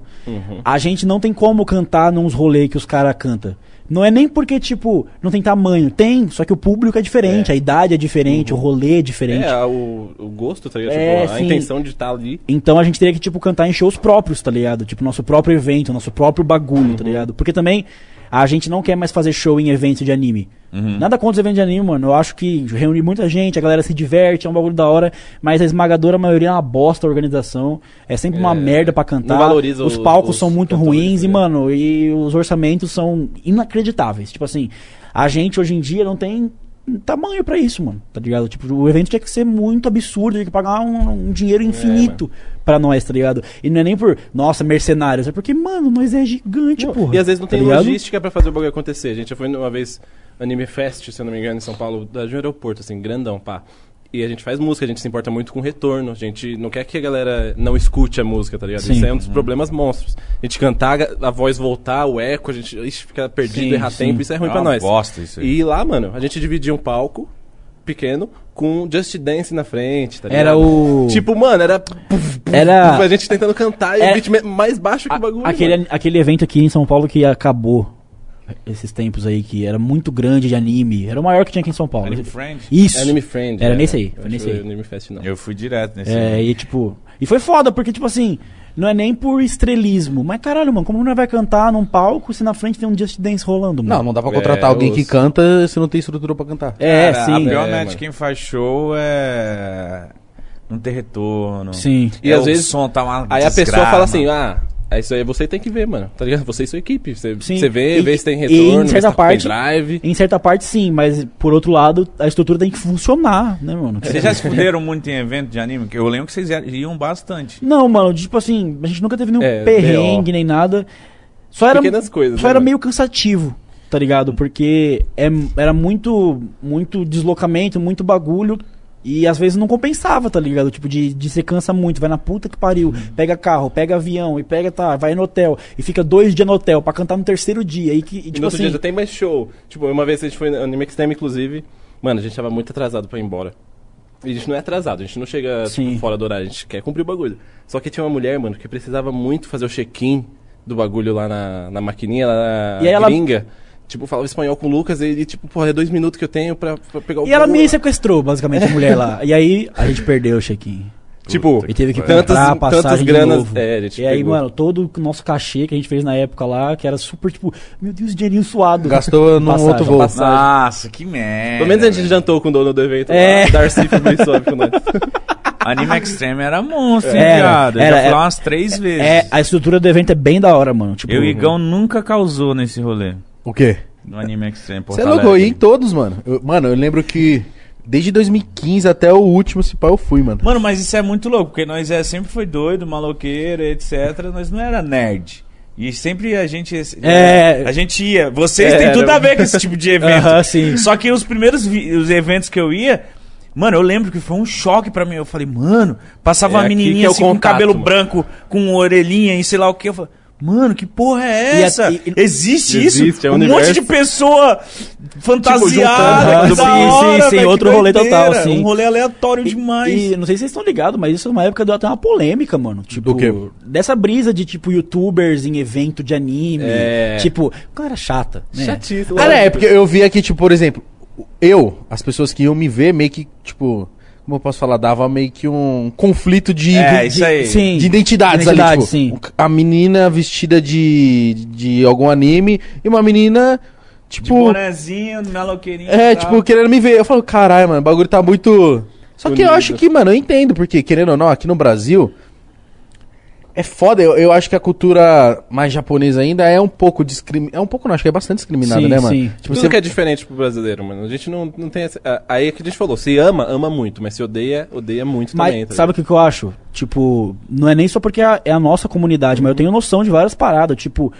Speaker 4: A gente não tem como cantar nos rolês que os caras cantam. Não é nem porque, tipo, não tem tamanho. Tem, só que o público é diferente, a idade é diferente, o rolê é diferente.
Speaker 3: É, o, o gosto, tá ligado?
Speaker 4: É,
Speaker 3: tipo, a
Speaker 4: sim.
Speaker 3: intenção de estar ali.
Speaker 4: Então a gente teria que, tipo, cantar em shows próprios, tá ligado? Tipo, nosso próprio evento, nosso próprio bagulho,
Speaker 3: Uhum.
Speaker 4: tá ligado? Porque também a gente não quer mais fazer show em evento de anime.
Speaker 3: Uhum.
Speaker 4: Nada contra os eventos de anime, mano. Eu acho que reúne muita gente, a galera se diverte, é um bagulho da hora, mas a esmagadora maioria é uma bosta a organização. É sempre uma
Speaker 3: É,
Speaker 4: merda pra cantar.
Speaker 3: valoriza
Speaker 4: os
Speaker 3: os-
Speaker 4: palcos
Speaker 3: os
Speaker 4: são muito
Speaker 3: cantores,
Speaker 4: ruins
Speaker 3: tá
Speaker 4: e,
Speaker 3: ligado?
Speaker 4: mano, e os orçamentos são inacreditáveis. Tipo assim, a gente hoje em dia não tem tamanho pra isso, mano. Tá ligado? Tipo, o evento tinha que ser muito absurdo, tinha que pagar um, um
Speaker 3: É,
Speaker 4: dinheiro infinito pra nós, tá ligado? E não é nem por, nossa, mercenários, é porque, mano, nós é gigante,
Speaker 3: Não,
Speaker 4: porra.
Speaker 3: e às vezes não
Speaker 4: tá
Speaker 3: tem
Speaker 4: ligado?
Speaker 3: logística pra fazer o bagulho acontecer. A gente já foi uma vez Anime Fest, se eu não me engano, em São Paulo, da de um aeroporto, assim, grandão, pá. E a gente faz música, a gente se importa muito com retorno. A gente não quer que a galera não escute a música, tá ligado?
Speaker 4: Sim.
Speaker 3: Isso é um dos problemas monstros. A gente cantar, a voz voltar, o eco, a gente ixi, fica perdido,
Speaker 4: Sim,
Speaker 3: errar
Speaker 4: sim.
Speaker 3: tempo, isso é ruim
Speaker 1: É
Speaker 3: pra
Speaker 1: uma
Speaker 3: nós.
Speaker 1: bosta isso aí.
Speaker 3: E lá, mano, a gente dividia um palco pequeno com Just Dance na frente, tá ligado?
Speaker 4: Era o.
Speaker 3: Tipo, mano, era. puf, puf,
Speaker 4: Era-
Speaker 3: puf, A gente tentando cantar e
Speaker 4: Era-
Speaker 3: o beat me- mais baixo que
Speaker 4: a-
Speaker 3: tipo o bagulho. mano.
Speaker 4: aquele, aquele evento aqui em São Paulo que acabou esses tempos aí, que era muito grande de anime. Era o maior que tinha aqui em São Paulo.
Speaker 1: Anime Friends?
Speaker 4: Isso.
Speaker 3: Anime Friend.
Speaker 4: Era
Speaker 3: é.
Speaker 4: nesse aí,
Speaker 3: Eu
Speaker 4: foi nesse
Speaker 3: acho
Speaker 4: aí.
Speaker 3: Anime Fest, não.
Speaker 1: Eu fui direto nesse.
Speaker 4: É, e tipo. E foi foda, porque, tipo assim, não é nem por estrelismo. Mas caralho, mano, como não vai cantar num palco se na frente tem um Just Dance rolando, mano?
Speaker 2: Não, não dá pra contratar
Speaker 3: É,
Speaker 2: alguém que
Speaker 3: os-
Speaker 2: canta se não tem estrutura pra cantar.
Speaker 4: É,
Speaker 1: Cara, A
Speaker 4: sim.
Speaker 1: pior
Speaker 3: É,
Speaker 1: meta de
Speaker 3: mano.
Speaker 1: quem faz show é não ter retorno.
Speaker 4: Sim.
Speaker 1: E às vezes o som tá uma
Speaker 3: Aí a pessoa
Speaker 1: desgrama.
Speaker 3: fala assim, ah, é isso aí você tem que ver, mano. Tá ligado? Você e sua equipe. Você,
Speaker 4: Sim.
Speaker 3: você vê,
Speaker 4: E-
Speaker 3: vê se tem
Speaker 4: e
Speaker 3: retorno,
Speaker 4: em
Speaker 3: vê se
Speaker 4: certa
Speaker 3: tá com
Speaker 4: parte-
Speaker 3: pendrive.
Speaker 4: Em certa parte, sim, mas por outro lado, a estrutura tem que funcionar, né, mano?
Speaker 1: Vocês já se fuderam muito em evento de anime? Que Eu lembro que vocês iam bastante.
Speaker 4: Não, mano, tipo assim, a gente nunca teve nenhum
Speaker 3: É,
Speaker 4: perrengue
Speaker 3: B.O..
Speaker 4: nem nada. Só era,
Speaker 3: Pequenas coisas,
Speaker 4: só
Speaker 3: né,
Speaker 4: era
Speaker 3: mano?
Speaker 4: meio cansativo, tá ligado? Porque é, era muito, muito deslocamento, muito bagulho. E às vezes não compensava, tá ligado? Tipo, de, de você cansa muito, vai na puta que pariu,
Speaker 3: Uhum.
Speaker 4: pega carro, pega avião, e pega, tá, vai no hotel, e fica dois dias no hotel pra cantar no terceiro dia. E, que, e,
Speaker 3: E
Speaker 4: tipo
Speaker 3: no outro
Speaker 4: assim,
Speaker 3: dia já tem mais show. Tipo, uma vez a gente foi no Anime Extreme, inclusive. Mano, a gente tava muito atrasado pra ir embora. E a gente não é atrasado, a gente não chega tipo,
Speaker 4: Sim.
Speaker 3: fora do horário, a gente quer cumprir o bagulho. Só que tinha uma mulher, mano, que precisava muito fazer o check-in do bagulho lá na, na maquininha, lá na
Speaker 4: E aí ela-
Speaker 3: gringa. Tipo, falava espanhol com o Lucas e, e, tipo, porra, é dois minutos que eu tenho pra, pra pegar o
Speaker 4: e ela
Speaker 3: voo.
Speaker 4: me sequestrou, basicamente, a mulher lá. E aí a gente perdeu o check-in.
Speaker 3: Tipo,
Speaker 4: E teve que
Speaker 3: tantas-
Speaker 4: comprar a passagem
Speaker 3: tantas
Speaker 4: de
Speaker 3: granas.
Speaker 4: novo.
Speaker 3: É, a gente
Speaker 4: e aí,
Speaker 3: pegou.
Speaker 4: mano, todo o nosso cachê que a gente fez na época lá, que era super, tipo, meu Deus, dinheirinho suado.
Speaker 2: Gastou num
Speaker 4: Passagem,
Speaker 2: outro voo.
Speaker 3: passagem.
Speaker 1: Nossa, que merda.
Speaker 3: Pelo menos a gente
Speaker 1: velho.
Speaker 3: jantou com o dono do evento.
Speaker 4: É.
Speaker 3: É. Darcy foi bem suave com nós.
Speaker 1: Anime Extreme era monstro, hein,
Speaker 4: Era,
Speaker 1: viado? Eu
Speaker 4: era,
Speaker 1: já fui
Speaker 4: era.
Speaker 1: lá umas três vezes.
Speaker 4: É, a estrutura do evento é bem da hora, mano. Tipo,
Speaker 1: Eu e Igão nunca causou nesse rolê.
Speaker 2: O quê?
Speaker 1: No Anime Extreme, Porto
Speaker 2: Você é louco, eu
Speaker 1: Alegre.
Speaker 2: ia em todos, mano. Eu- mano, eu lembro que desde 2015 até o último, se pá, eu fui, mano.
Speaker 1: Mano, mas isso é muito louco, porque nós é, sempre foi doido, maloqueiro, etc. Nós não era nerd. E sempre a gente.
Speaker 4: É.
Speaker 1: A gente ia. Vocês
Speaker 3: É,
Speaker 1: têm
Speaker 3: era-
Speaker 1: tudo a ver com esse tipo de evento.
Speaker 4: Aham, sim.
Speaker 1: Só que os primeiros vi- os eventos que eu ia. Mano, eu lembro que foi um choque pra mim. Eu falei, mano, passava
Speaker 3: É
Speaker 1: uma
Speaker 3: aqui que
Speaker 1: menininha
Speaker 3: é o
Speaker 1: assim, com
Speaker 3: contato,
Speaker 1: cabelo
Speaker 3: mano.
Speaker 1: branco, com orelhinha e sei lá o que. Eu falei, mano, que porra é
Speaker 4: E a-
Speaker 1: essa?
Speaker 4: e- e-
Speaker 1: existe, isso?
Speaker 3: Existe, é um
Speaker 1: um monte
Speaker 3: universo. Tipo,
Speaker 1: de pessoa fantasiada.
Speaker 4: juntando,
Speaker 1: que
Speaker 4: sim,
Speaker 3: né?
Speaker 1: da hora,
Speaker 4: sim, sim,
Speaker 1: velho, que
Speaker 4: outro rolê
Speaker 1: doideira.
Speaker 4: total, sim.
Speaker 1: Um rolê aleatório
Speaker 4: e-
Speaker 1: demais.
Speaker 4: E, não sei se vocês estão ligados, mas isso numa época deu até uma polêmica, mano. Tipo,
Speaker 2: Do quê?
Speaker 4: dessa brisa de, tipo, youtubers em evento de anime.
Speaker 3: É.
Speaker 4: Tipo, cara chata, né?
Speaker 3: Chatíssimo.
Speaker 2: Cara, é, porque eu vi aqui, tipo, por exemplo, eu, as pessoas que iam me ver meio que, tipo, Como eu posso falar? Dava meio que um conflito de.
Speaker 1: É,
Speaker 2: de-
Speaker 1: isso aí.
Speaker 2: de,
Speaker 6: Sim.
Speaker 2: identidades ali,
Speaker 6: Identidade,
Speaker 2: tipo,
Speaker 6: sim.
Speaker 2: o ca- A menina vestida de, de algum anime e uma menina,
Speaker 6: De
Speaker 2: tipo.
Speaker 6: bonezinho, maloqueirinho.
Speaker 2: É,
Speaker 6: e tal.
Speaker 2: tipo,
Speaker 1: tá.
Speaker 2: querendo me ver. Eu falo, caralho, mano, o bagulho tá muito. Só que eu
Speaker 3: Unido.
Speaker 2: acho que, mano, eu entendo, porque, querendo ou não, aqui no Brasil. É foda, eu, eu acho que a cultura mais japonesa ainda é um pouco discriminada. É um pouco, não, acho que é bastante discriminada,
Speaker 6: Sim,
Speaker 2: né, mano?
Speaker 6: sim.
Speaker 2: Tipo,
Speaker 3: Tudo
Speaker 2: você
Speaker 3: que é diferente pro brasileiro, mano. A gente não, não tem essa... ah, Aí é que a gente falou. Se ama, ama muito. Mas se odeia, odeia muito
Speaker 4: Mas
Speaker 3: também. tá
Speaker 4: sabe o que, que eu acho? Tipo, não é nem só porque é a, é a nossa comunidade, mas eu tenho noção de várias paradas. Tipo,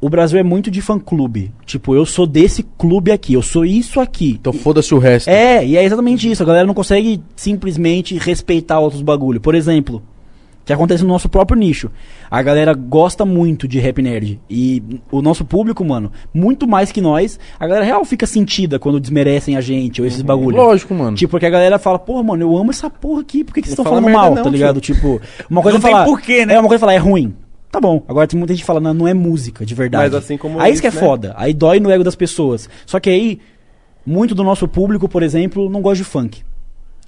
Speaker 4: o Brasil é muito de fã-clube. Tipo, eu sou desse clube aqui, eu sou isso aqui.
Speaker 2: Então foda-se o resto.
Speaker 4: É, e é exatamente isso. A galera não consegue simplesmente respeitar outros bagulho. Por exemplo, que acontece no nosso próprio nicho. A galera gosta muito de rap nerd. E o nosso público, mano, muito mais que nós, a galera real fica sentida quando desmerecem a gente ou esses bagulhos.
Speaker 2: Lógico, mano.
Speaker 4: Tipo, porque a galera fala, porra, mano, eu amo essa porra aqui, por que, que vocês
Speaker 3: Não
Speaker 4: estão
Speaker 3: fala
Speaker 4: falando
Speaker 3: merda
Speaker 4: mal,
Speaker 3: não,
Speaker 4: tá ligado? Tipo, uma coisa
Speaker 1: Não
Speaker 4: é
Speaker 1: tem
Speaker 4: falar.
Speaker 1: porquê, né?
Speaker 4: É, uma coisa é falar, é ruim. Tá bom. Agora tem muita gente que fala, não, não é música, de verdade.
Speaker 3: Mas assim como
Speaker 4: Aí
Speaker 3: isso,
Speaker 4: isso que é
Speaker 3: né?
Speaker 4: foda. Aí dói no ego das pessoas. Só que aí, muito do nosso público, por exemplo, não gosta de funk.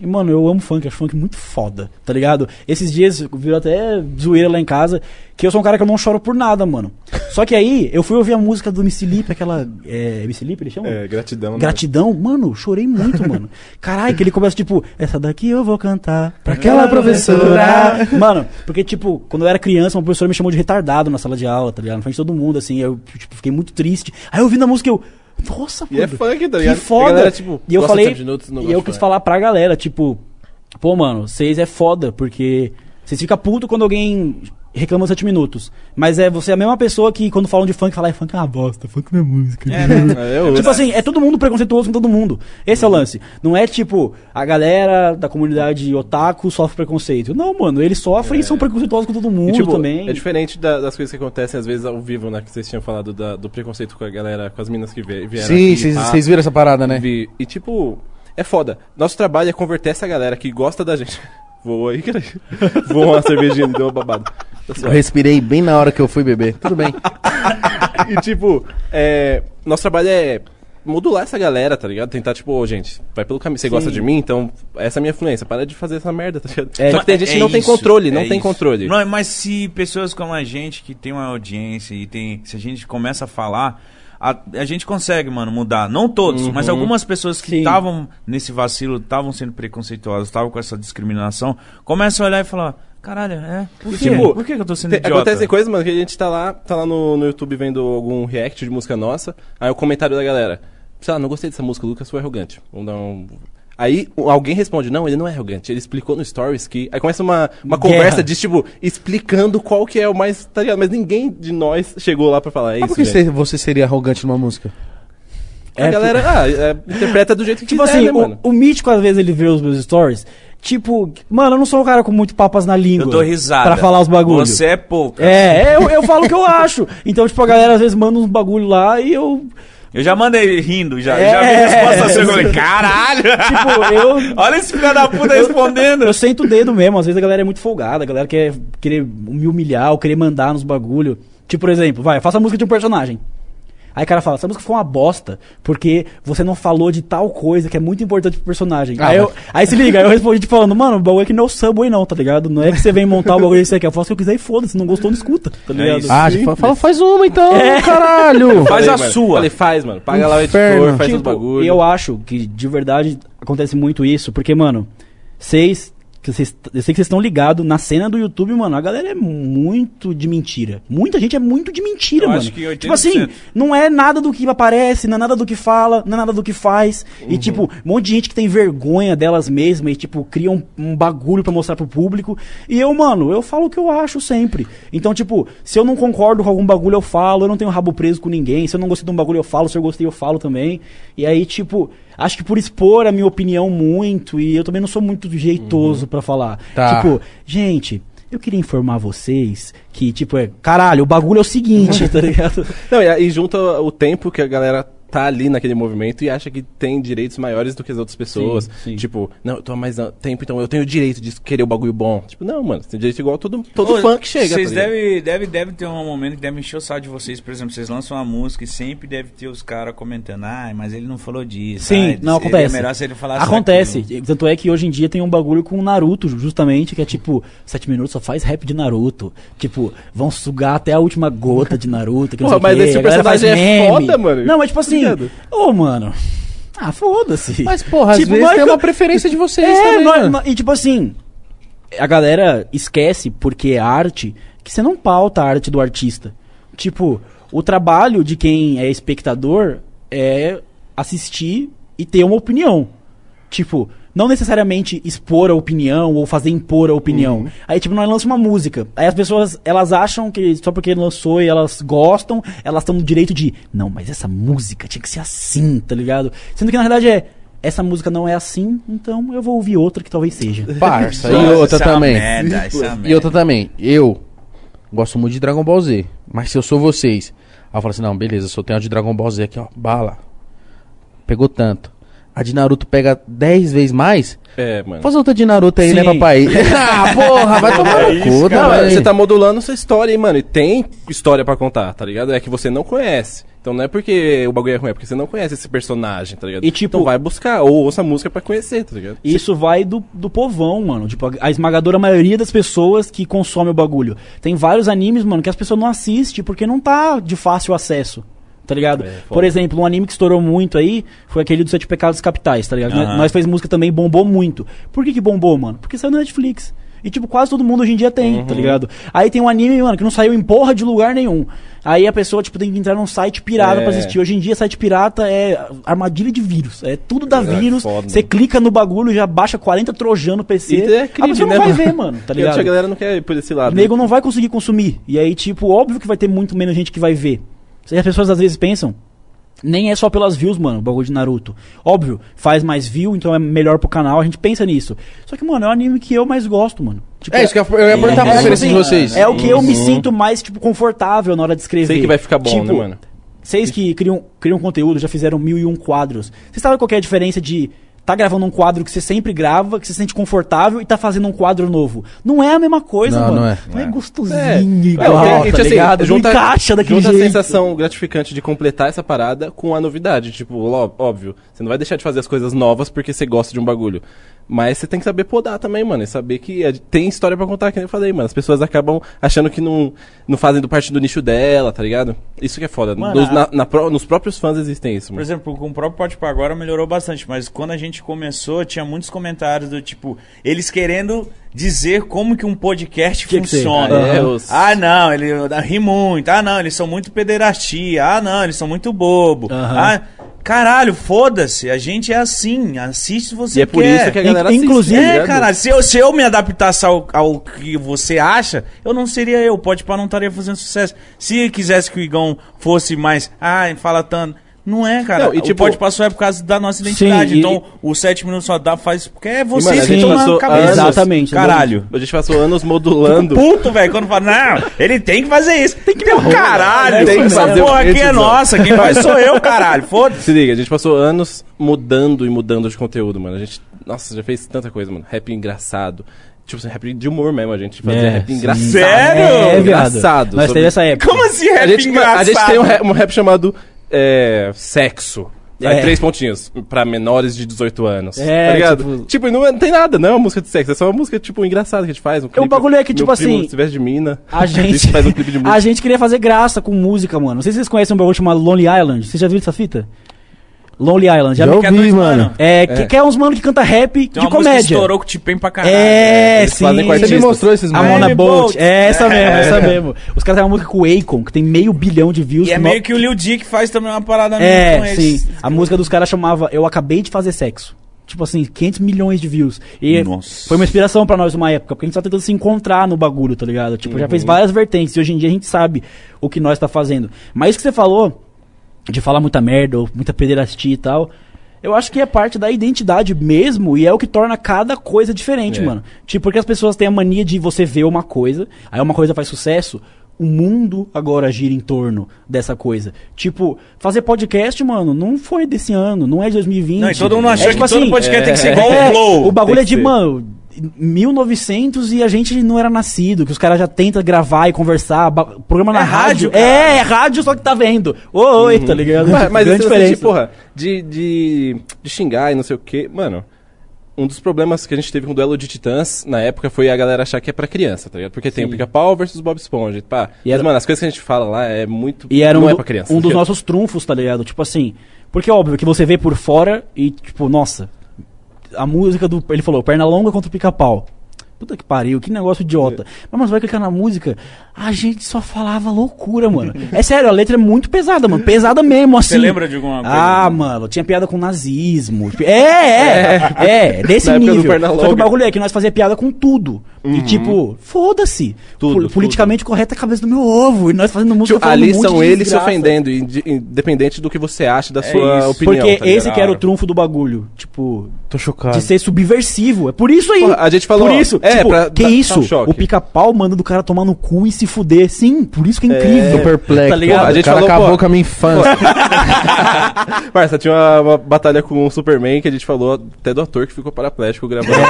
Speaker 4: E, mano, eu amo funk, acho funk muito foda, tá ligado? Esses dias virou até zoeira lá em casa, que eu sou um cara que eu não choro por nada, mano. Só que aí, eu fui ouvir a música do MC Lipe, aquela. É, MC Lipe, ele chama?
Speaker 3: ligado? É, gratidão. né?
Speaker 4: Gratidão, mano, chorei muito, mano. Caralho, que ele começa tipo, essa daqui eu vou cantar pra aquela professora. Mano, porque tipo, quando eu era criança, uma professora me chamou de retardado na sala de aula, tá ligado? Na frente de todo mundo, assim, eu tipo, fiquei muito triste. Aí eu ouvindo a música, eu, nossa,
Speaker 3: E é
Speaker 4: mano,
Speaker 3: funk, tá
Speaker 4: que
Speaker 3: ligado?
Speaker 4: foda.
Speaker 3: A galera, tipo,
Speaker 4: e eu
Speaker 3: gosta
Speaker 4: falei,
Speaker 3: de Sandy Nudes, não
Speaker 4: e
Speaker 3: gosta
Speaker 4: eu
Speaker 3: de
Speaker 4: quis
Speaker 3: funk.
Speaker 4: falar pra galera, tipo, pô, mano, vocês é foda, porque vocês ficam puto quando alguém reclama 7 minutos. Mas é você é a mesma pessoa que quando falam de funk, fala, "Ai, funk é uma bosta, funk não é música.
Speaker 1: É, né?
Speaker 3: É, eu-
Speaker 4: Tipo assim, é todo mundo preconceituoso com todo mundo. Esse é o lance. Não é tipo, a galera da comunidade otaku sofre preconceito. Não, mano, eles sofrem e são preconceituosos com todo mundo
Speaker 3: É. E, tipo,
Speaker 4: também.
Speaker 3: É diferente da- das coisas que acontecem às vezes ao vivo, né? Que vocês tinham falado da- do preconceito com a galera, com as minas que vie- vieram.
Speaker 2: Sim,
Speaker 3: aqui,
Speaker 2: vocês
Speaker 3: pá.
Speaker 2: vocês viram essa parada, né?
Speaker 3: Vi- E tipo, é foda. Nosso trabalho é converter essa galera que gosta da gente. Voou aí, cara. Voou uma cervejinha e deu uma babada. Tá
Speaker 2: Eu
Speaker 3: suave.
Speaker 2: respirei bem na hora que eu fui beber. Tudo bem.
Speaker 3: E tipo, é, nosso trabalho é modular essa galera, tá ligado? Tentar, tipo, ô, gente, vai pelo caminho. Você gosta de mim, então essa é a minha influência. Para de fazer essa merda, tá ligado? Só que tem gente que não tem
Speaker 1: é isso,
Speaker 3: controle, não
Speaker 1: é
Speaker 3: tem
Speaker 1: isso.
Speaker 3: controle.
Speaker 1: Não, mas se pessoas como a gente, que tem uma audiência e tem. Se a gente começa a falar, a, a gente consegue, mano, mudar. Não todos, mas algumas pessoas que
Speaker 6: Sim.
Speaker 1: estavam nesse vacilo, estavam sendo preconceituosas, estavam com essa discriminação, começam a olhar e falar: caralho, é. Por,
Speaker 3: E,
Speaker 1: quê?
Speaker 3: tipo,
Speaker 1: por que que eu tô sendo
Speaker 3: Te-
Speaker 1: idiota?
Speaker 3: Acontecem coisas, mano, que a gente tá lá, tá lá no, no YouTube vendo algum react de música nossa, aí o comentário da galera, sei lá, não gostei dessa música, Lucas foi arrogante. Vamos dar um. Aí o- alguém responde, não, ele não é arrogante, ele explicou no Stories que. Aí começa uma, uma
Speaker 6: Guerra.
Speaker 3: conversa de, tipo, explicando qual que é o mais. Tá ligado? Mas ninguém de nós chegou lá pra falar "É isso.
Speaker 2: Mas Ah, por que
Speaker 3: gente."
Speaker 2: você- você seria arrogante numa música?
Speaker 3: A galera, ah, é, interpreta do jeito que
Speaker 4: Tipo
Speaker 3: quiser,
Speaker 4: assim,
Speaker 3: né, mano?
Speaker 4: o, o mítico, às vezes, ele vê os meus stories. Tipo, mano, eu não sou um cara com muito papas na língua.
Speaker 1: Eu dou risada.
Speaker 4: Pra falar os bagulhos.
Speaker 1: Você é pouca.
Speaker 4: É, é, eu, eu falo o que eu acho. Então, tipo, a galera às vezes manda uns bagulho lá e eu.
Speaker 1: Eu já mandei rindo, já,
Speaker 4: É.
Speaker 1: já vi a resposta sua. Eu falei: caralho!
Speaker 4: Tipo, eu.
Speaker 1: Olha esse filho da puta respondendo.
Speaker 4: Eu sento o dedo mesmo, às vezes a galera é muito folgada, a galera quer querer me humilhar ou querer mandar nos bagulho. Tipo, por exemplo, vai, faça a música de um personagem. Aí o cara fala, essa música foi uma bosta, porque você não falou de tal coisa que é muito importante pro personagem.
Speaker 2: Ah,
Speaker 4: aí,
Speaker 2: mas-
Speaker 4: eu- aí se liga, aí eu respondi tipo, falando, mano, o bagulho é que não é o Subway não, tá ligado? Não é que você vem montar o bagulho que você quer, eu faço o que eu quiser e foda-se, não gostou, não escuta, tá ligado?
Speaker 1: isso.
Speaker 2: Ah, tipo, fala, faz uma então, caralho.
Speaker 1: Faz
Speaker 3: Falei,
Speaker 1: a
Speaker 3: mano.
Speaker 1: sua.
Speaker 3: Falei, faz, mano. Paga lá o editor,
Speaker 2: Inferno.
Speaker 3: faz os
Speaker 4: Tipo,
Speaker 3: bagulhos.
Speaker 4: Eu acho que de verdade acontece muito isso, porque, mano, vocês. Que vocês, eu sei que vocês estão ligados na cena do YouTube, mano. A galera é muito de mentira. Muita gente é muito de mentira,
Speaker 1: Eu
Speaker 4: mano.
Speaker 1: acho que 80%.
Speaker 4: Tipo assim, não é nada do que aparece, não é nada do que fala, não é nada do que faz. E, tipo, um monte de gente que tem vergonha delas mesmas e, tipo, cria um, um bagulho pra mostrar pro público. E eu, mano, eu falo o que eu acho sempre. Então, tipo, se eu não concordo com algum bagulho, eu falo. Eu não tenho rabo preso com ninguém. Se eu não gostei de um bagulho, eu falo. Se eu gostei, eu falo também. E aí, tipo, acho que por expor a minha opinião muito, e eu também não sou muito jeitoso pra falar.
Speaker 2: Tá.
Speaker 4: Tipo, gente. Eu queria informar vocês que, tipo, é. Caralho, o bagulho é o seguinte, tá ligado?
Speaker 3: Não, e, e junta o tempo que a galera tá ali naquele movimento e acha que tem direitos maiores do que as outras pessoas.
Speaker 4: sim.
Speaker 3: Tipo, não, eu tô há mais an- tempo, então eu tenho o direito de querer o bagulho bom. Tipo, não, mano, você tem direito igual todo, todo
Speaker 1: Ô,
Speaker 3: fã que chega.
Speaker 1: Vocês
Speaker 3: tá ligado?
Speaker 1: devem deve, deve ter um momento que deve encher o saco de vocês. Por exemplo, vocês lançam uma música e sempre deve ter os caras comentando. Ah, mas ele não falou disso.
Speaker 4: Sim,
Speaker 1: ah,
Speaker 2: Né?
Speaker 4: não
Speaker 1: seria
Speaker 4: acontece.
Speaker 1: melhor se ele falasse
Speaker 4: acontece.
Speaker 1: daquilo."
Speaker 4: Tanto é que hoje em dia tem um bagulho com o Naruto, justamente, que é tipo, 7 minutos só faz rap de Naruto. Tipo, vão sugar até a última gota de Naruto. Que não
Speaker 3: Pô,
Speaker 4: sei o
Speaker 3: mas
Speaker 4: quê.
Speaker 3: esse
Speaker 4: A galera faz
Speaker 3: personagem é
Speaker 4: meme.
Speaker 3: foda, mano.
Speaker 4: Não, mas tipo assim,
Speaker 3: Obrigado.
Speaker 4: ô, mano. Ah, foda-se.
Speaker 2: Mas, porra,
Speaker 4: Tipo,
Speaker 2: às
Speaker 4: não
Speaker 2: vezes
Speaker 4: é
Speaker 2: tem
Speaker 4: que eu-
Speaker 2: uma preferência de vocês
Speaker 4: É,
Speaker 2: também, né?
Speaker 4: nós-
Speaker 2: mano.
Speaker 4: nós- e tipo assim, a galera esquece, porque é arte, que você não pauta a arte do artista. Tipo, o trabalho de quem é espectador é assistir e ter uma opinião. Tipo, não necessariamente expor a opinião ou fazer impor a opinião. Aí, tipo, nós lançamos uma música. Aí as pessoas, elas acham que só porque lançou e elas gostam, elas estão no direito de... Não, mas essa música tinha que ser assim, tá ligado? Sendo que, na verdade, é... Essa música não é assim, então eu vou ouvir outra que talvez seja.
Speaker 2: Parça, e
Speaker 1: Nossa,
Speaker 2: outra
Speaker 1: isso é uma
Speaker 2: também.
Speaker 1: merda, isso é uma
Speaker 2: E outra também. Eu gosto muito de Dragon Ball Z. Mas se eu sou vocês, aí eu falo assim, não, beleza, só tenho a de Dragon Ball Z aqui, ó. Bala. Pegou tanto. A de Naruto pega 10 vezes mais.
Speaker 3: É, mano.
Speaker 2: Faz outra de Naruto aí,
Speaker 4: Sim. É
Speaker 2: né, papai? ah, porra, vai tomar no cu,
Speaker 4: né,
Speaker 3: Não,
Speaker 2: não,
Speaker 3: é, você tá modulando sua história, hein, mano. E tem história pra contar, tá ligado? É que você não conhece. Então não é porque o bagulho é ruim, é porque você não conhece esse personagem, tá ligado?
Speaker 4: E, tipo-
Speaker 3: então vai buscar, ou ouça a música pra conhecer, tá ligado?
Speaker 4: E Isso vai do, do povão, mano. Tipo, a, a esmagadora maioria das pessoas que consome o bagulho. Tem vários animes, mano, que as pessoas não assistem porque não tá de fácil acesso. Tá ligado? Por exemplo, um anime que estourou muito aí foi aquele dos Sete Pecados Capitais, tá ligado?
Speaker 1: Aham.
Speaker 4: Nós fez música também, bombou muito. Por que, que bombou, mano? Porque saiu na Netflix. E, tipo, quase todo mundo hoje em dia tem, tá ligado? Aí tem um anime, mano, que não saiu em porra de lugar nenhum. Aí a pessoa, tipo, tem que entrar num site pirata
Speaker 3: É.
Speaker 4: pra assistir. Hoje em dia, site pirata é armadilha de vírus. É tudo da
Speaker 3: Caralho,
Speaker 4: vírus.
Speaker 3: foda.
Speaker 4: Você clica no bagulho, já baixa 40 trojan no PC.
Speaker 3: E é
Speaker 4: a pessoa
Speaker 3: crime,
Speaker 4: não vai
Speaker 3: né, mano?
Speaker 4: ver, mano, tá
Speaker 3: E eu acho
Speaker 4: ligado?
Speaker 3: que a galera não quer ir por esse
Speaker 4: O
Speaker 3: lado.
Speaker 4: nego não vai conseguir consumir. E aí, tipo, óbvio que vai ter muito menos gente que vai ver. E as pessoas às vezes pensam. Nem é só pelas views, mano, o bagulho de Naruto. Óbvio, faz mais view, então é melhor pro canal, a gente pensa nisso. Só que, mano, é o anime que eu mais gosto, mano. Tipo,
Speaker 2: É isso que eu eu ia perguntar pra
Speaker 4: tipo
Speaker 2: preferência de
Speaker 4: assim,
Speaker 2: vocês.
Speaker 4: É o que eu me sinto mais, tipo, confortável na hora de escrever.
Speaker 3: Uhum. Sei que vai ficar bom,
Speaker 4: Tipo,
Speaker 3: né, mano?
Speaker 4: Vocês que criam, criam conteúdo, já fizeram mil e um quadros. Vocês sabem qual que é a diferença de tá gravando um quadro que você sempre grava, que você se sente confortável e tá fazendo um quadro novo? Não é a mesma coisa,
Speaker 2: Não,
Speaker 4: mano.
Speaker 2: não é.
Speaker 1: Não é.
Speaker 4: gostosinho
Speaker 3: É,
Speaker 4: igual,
Speaker 3: é,
Speaker 4: tá
Speaker 3: e, tipo assim,
Speaker 4: ligado? Não
Speaker 3: junta-
Speaker 4: encaixa daquele
Speaker 3: junta
Speaker 4: jeito.
Speaker 3: a sensação gratificante de completar essa parada com a novidade. Tipo, ó- óbvio, você não vai deixar de fazer as coisas novas porque você gosta de um bagulho. Mas você tem que saber podar também, mano. E saber que é- tem história pra contar, que nem eu falei, mano. As pessoas acabam achando que não, não fazem do parte do nicho dela, tá ligado? Isso que é foda.
Speaker 1: Mano,
Speaker 3: nos,
Speaker 1: a-
Speaker 3: na- na pró- nos próprios fãs existem isso,
Speaker 1: Por
Speaker 3: mano.
Speaker 1: exemplo, com o próprio Pode Pá agora melhorou bastante, mas quando a gente começou, tinha muitos comentários do tipo, eles querendo dizer como que um podcast
Speaker 4: Que que tem?
Speaker 1: funciona.
Speaker 3: Ah, é,
Speaker 1: Aham.
Speaker 3: os-
Speaker 1: Ah, não, ele ri muito. Ah, não, eles são muito pederastia. Ah, não, eles são muito bobo.
Speaker 4: Aham.
Speaker 1: Ah, caralho, foda-se, a gente é assim, assiste se você
Speaker 3: E é por
Speaker 1: quer.
Speaker 3: isso que a galera
Speaker 4: In- inclusive-
Speaker 3: assiste, tá
Speaker 1: É,
Speaker 3: ligado?
Speaker 1: cara, se eu, se eu me adaptasse ao, ao que você acha, eu não seria eu. Pode pá, não estaria fazendo sucesso. Se quisesse que o Igão fosse mais. Ah, fala tanto. Não é, cara.
Speaker 3: Não, e
Speaker 1: e,
Speaker 3: tipo-
Speaker 1: tipo, o pode passou é por causa da nossa identidade.
Speaker 4: Sim, e-
Speaker 1: então, o 7 minutos só dá, faz. Porque é
Speaker 3: mano, a
Speaker 1: vocês que
Speaker 3: gente
Speaker 1: estão na
Speaker 3: passou
Speaker 1: cabeça.
Speaker 3: anos-
Speaker 4: Exatamente,
Speaker 1: Caralho.
Speaker 3: A gente passou anos modulando.
Speaker 1: Puto, velho, quando fala, não, ele tem que fazer isso. Tem que meu caralho.
Speaker 3: Tem que
Speaker 1: essa
Speaker 3: fazer
Speaker 1: porra
Speaker 3: o quê,
Speaker 1: aqui é
Speaker 3: cuzão?
Speaker 1: nossa, quem faz sou eu, caralho. Foda-se.
Speaker 3: Se liga, a gente passou anos mudando e mudando de conteúdo, mano. A gente, nossa, já fez tanta coisa, mano. Rap engraçado. Tipo assim, rap de humor mesmo, a gente fazia
Speaker 4: É,
Speaker 3: rap
Speaker 4: sim.
Speaker 3: engraçado.
Speaker 1: Sério?
Speaker 4: É, viado.
Speaker 3: Engraçado.
Speaker 4: Nós
Speaker 3: sobre- é?
Speaker 4: teve essa época.
Speaker 1: Como assim, rap
Speaker 3: a gente,
Speaker 1: engraçado?
Speaker 3: A gente tem um rap, um rap chamado é, Sexo. Aí
Speaker 4: É.
Speaker 3: três pontinhos. Pra menores de 18 anos.
Speaker 4: É,
Speaker 3: tá ligado?
Speaker 4: tipo-
Speaker 3: Tipo, não, é- não tem nada, não é uma música de sexo. É só uma música, tipo, engraçada que a gente faz. Um clipe,
Speaker 4: bagulho é que,
Speaker 3: Meu
Speaker 4: tipo
Speaker 3: primo,
Speaker 4: assim,
Speaker 3: Se tivesse de mina,
Speaker 4: A gente,
Speaker 3: faz um clipe de música.
Speaker 4: a gente queria fazer graça com música, mano. Não sei se vocês conhecem um bagulho chamado Lonely Island. Vocês já viram essa fita? Lonely Island. Já
Speaker 2: Já
Speaker 4: vi-
Speaker 1: Quer dois,
Speaker 2: ouvi, mano.
Speaker 4: É, que, que é uns mano que canta rap
Speaker 1: Tem
Speaker 4: de
Speaker 1: uma música que
Speaker 4: comédia.
Speaker 1: estourou com o Tipem pra caralho. né?
Speaker 4: É,
Speaker 3: Eles
Speaker 4: sim.
Speaker 3: fazem com
Speaker 2: Você me
Speaker 3: artistas.
Speaker 2: mostrou esses
Speaker 4: A Mona
Speaker 1: Mona
Speaker 4: Bolt.
Speaker 1: Bolt.
Speaker 4: É, essa mesmo, essa mesmo. Os caras têm uma música com o Akon, que tem meio bilhão de views.
Speaker 1: E é
Speaker 4: No-
Speaker 1: meio que o Lil Dick faz também uma parada meio com
Speaker 4: É,
Speaker 1: esse-
Speaker 4: sim. A música dos caras chamava Eu Acabei de Fazer Sexo. Tipo assim, 500 milhões de views. E
Speaker 1: Nossa.
Speaker 4: foi uma inspiração pra nós numa época, porque a gente tá tentando se encontrar no bagulho, tá ligado? Tipo, já
Speaker 1: Uhum.
Speaker 4: fez várias vertentes e hoje em dia a gente sabe o que nós tá fazendo. Mas isso que você falou, de falar muita merda ou muita pederastia e tal. Eu acho que é parte da identidade mesmo e é o que torna cada coisa diferente,
Speaker 3: É.
Speaker 4: mano. Tipo, porque as pessoas têm a mania de você ver uma coisa, aí uma coisa faz sucesso, O mundo agora gira em torno dessa coisa. Tipo, fazer podcast, mano, não foi desse ano, não é de 2020.
Speaker 1: Não, e todo mundo achou
Speaker 4: é, tipo
Speaker 1: que todo
Speaker 4: assim,
Speaker 1: podcast tem que ser igual
Speaker 4: é,
Speaker 1: o Flow.
Speaker 4: O bagulho
Speaker 3: tem
Speaker 4: é de,
Speaker 3: que ser.
Speaker 4: mano, 1900 e a gente não era nascido, que os caras já tentam gravar e conversar, ba- programa na
Speaker 1: É rádio,
Speaker 4: rádio.
Speaker 1: cara.
Speaker 4: é, é rádio, só que tá vendo. Ô, oi, tá ligado?
Speaker 3: Uhum. Mas, mas
Speaker 4: Grande
Speaker 3: esse lance de,
Speaker 4: diferença.
Speaker 3: porra, de, de, de xingar e não sei o quê, mano. Um dos problemas que a gente teve com o duelo de titãs na época foi a galera achar que é pra criança, tá ligado? Porque tem o pica-pau versus Bob Esponja. Pá.
Speaker 4: E
Speaker 3: mas,
Speaker 4: era-
Speaker 3: mano, as coisas que a gente fala lá é muito.
Speaker 4: E era
Speaker 3: não
Speaker 4: um,
Speaker 3: é
Speaker 4: do-
Speaker 3: pra criança.
Speaker 4: um
Speaker 3: tá
Speaker 4: dos
Speaker 3: ligado?
Speaker 4: nossos trunfos, tá ligado? Tipo assim, porque é óbvio que você vê por fora e, tipo, nossa, a música do. Ele falou, perna longa contra o pica-pau. Puta que pariu, que negócio
Speaker 3: É.
Speaker 4: idiota. Mas, mano, você vai clicar na música, a gente só falava loucura, mano. É sério, a letra é muito pesada, mano. Pesada mesmo, assim.
Speaker 1: Você lembra de alguma coisa?
Speaker 4: Ah, mano, tinha piada com nazismo. É, é, é, desse
Speaker 3: Na época
Speaker 4: nível.
Speaker 3: do
Speaker 4: Só que o
Speaker 3: Pernalonga.
Speaker 4: bagulho é que nós fazia piada com tudo. E tipo, foda-se.
Speaker 3: Tudo,
Speaker 4: Pol-
Speaker 3: tudo.
Speaker 4: Politicamente correto é a cabeça do meu ovo. E nós fazendo música
Speaker 3: Tipo,
Speaker 4: falando um
Speaker 3: ali
Speaker 4: monte
Speaker 3: são
Speaker 4: de
Speaker 3: eles se
Speaker 4: desgraça.
Speaker 3: ofendendo, inde- independente do que você acha da sua
Speaker 1: isso.
Speaker 3: opinião.
Speaker 4: Porque
Speaker 3: tá ligado?
Speaker 4: esse que era o
Speaker 1: Claro.
Speaker 4: trunfo do bagulho. Tipo,
Speaker 2: Tô chocado.
Speaker 1: Tá.
Speaker 4: de ser subversivo. É por isso aí.
Speaker 3: Porra, a gente falou,
Speaker 4: Por
Speaker 3: ó,
Speaker 4: isso.
Speaker 3: é,
Speaker 4: tipo,
Speaker 3: pra
Speaker 4: que
Speaker 3: dar-
Speaker 4: isso?
Speaker 3: dar um choque.
Speaker 4: o pica-pau manda do cara tomar no cu e se fuder. Sim, por isso que é incrível.
Speaker 2: Tô perplexo.
Speaker 4: Tá ligado?
Speaker 2: Pô,
Speaker 3: A gente
Speaker 2: o cara
Speaker 3: falou,
Speaker 2: acabou
Speaker 3: pô,
Speaker 2: com a minha infância.
Speaker 3: Parça, tinha uma, uma batalha com o Superman que a gente falou até do ator que ficou paraplégico gravando.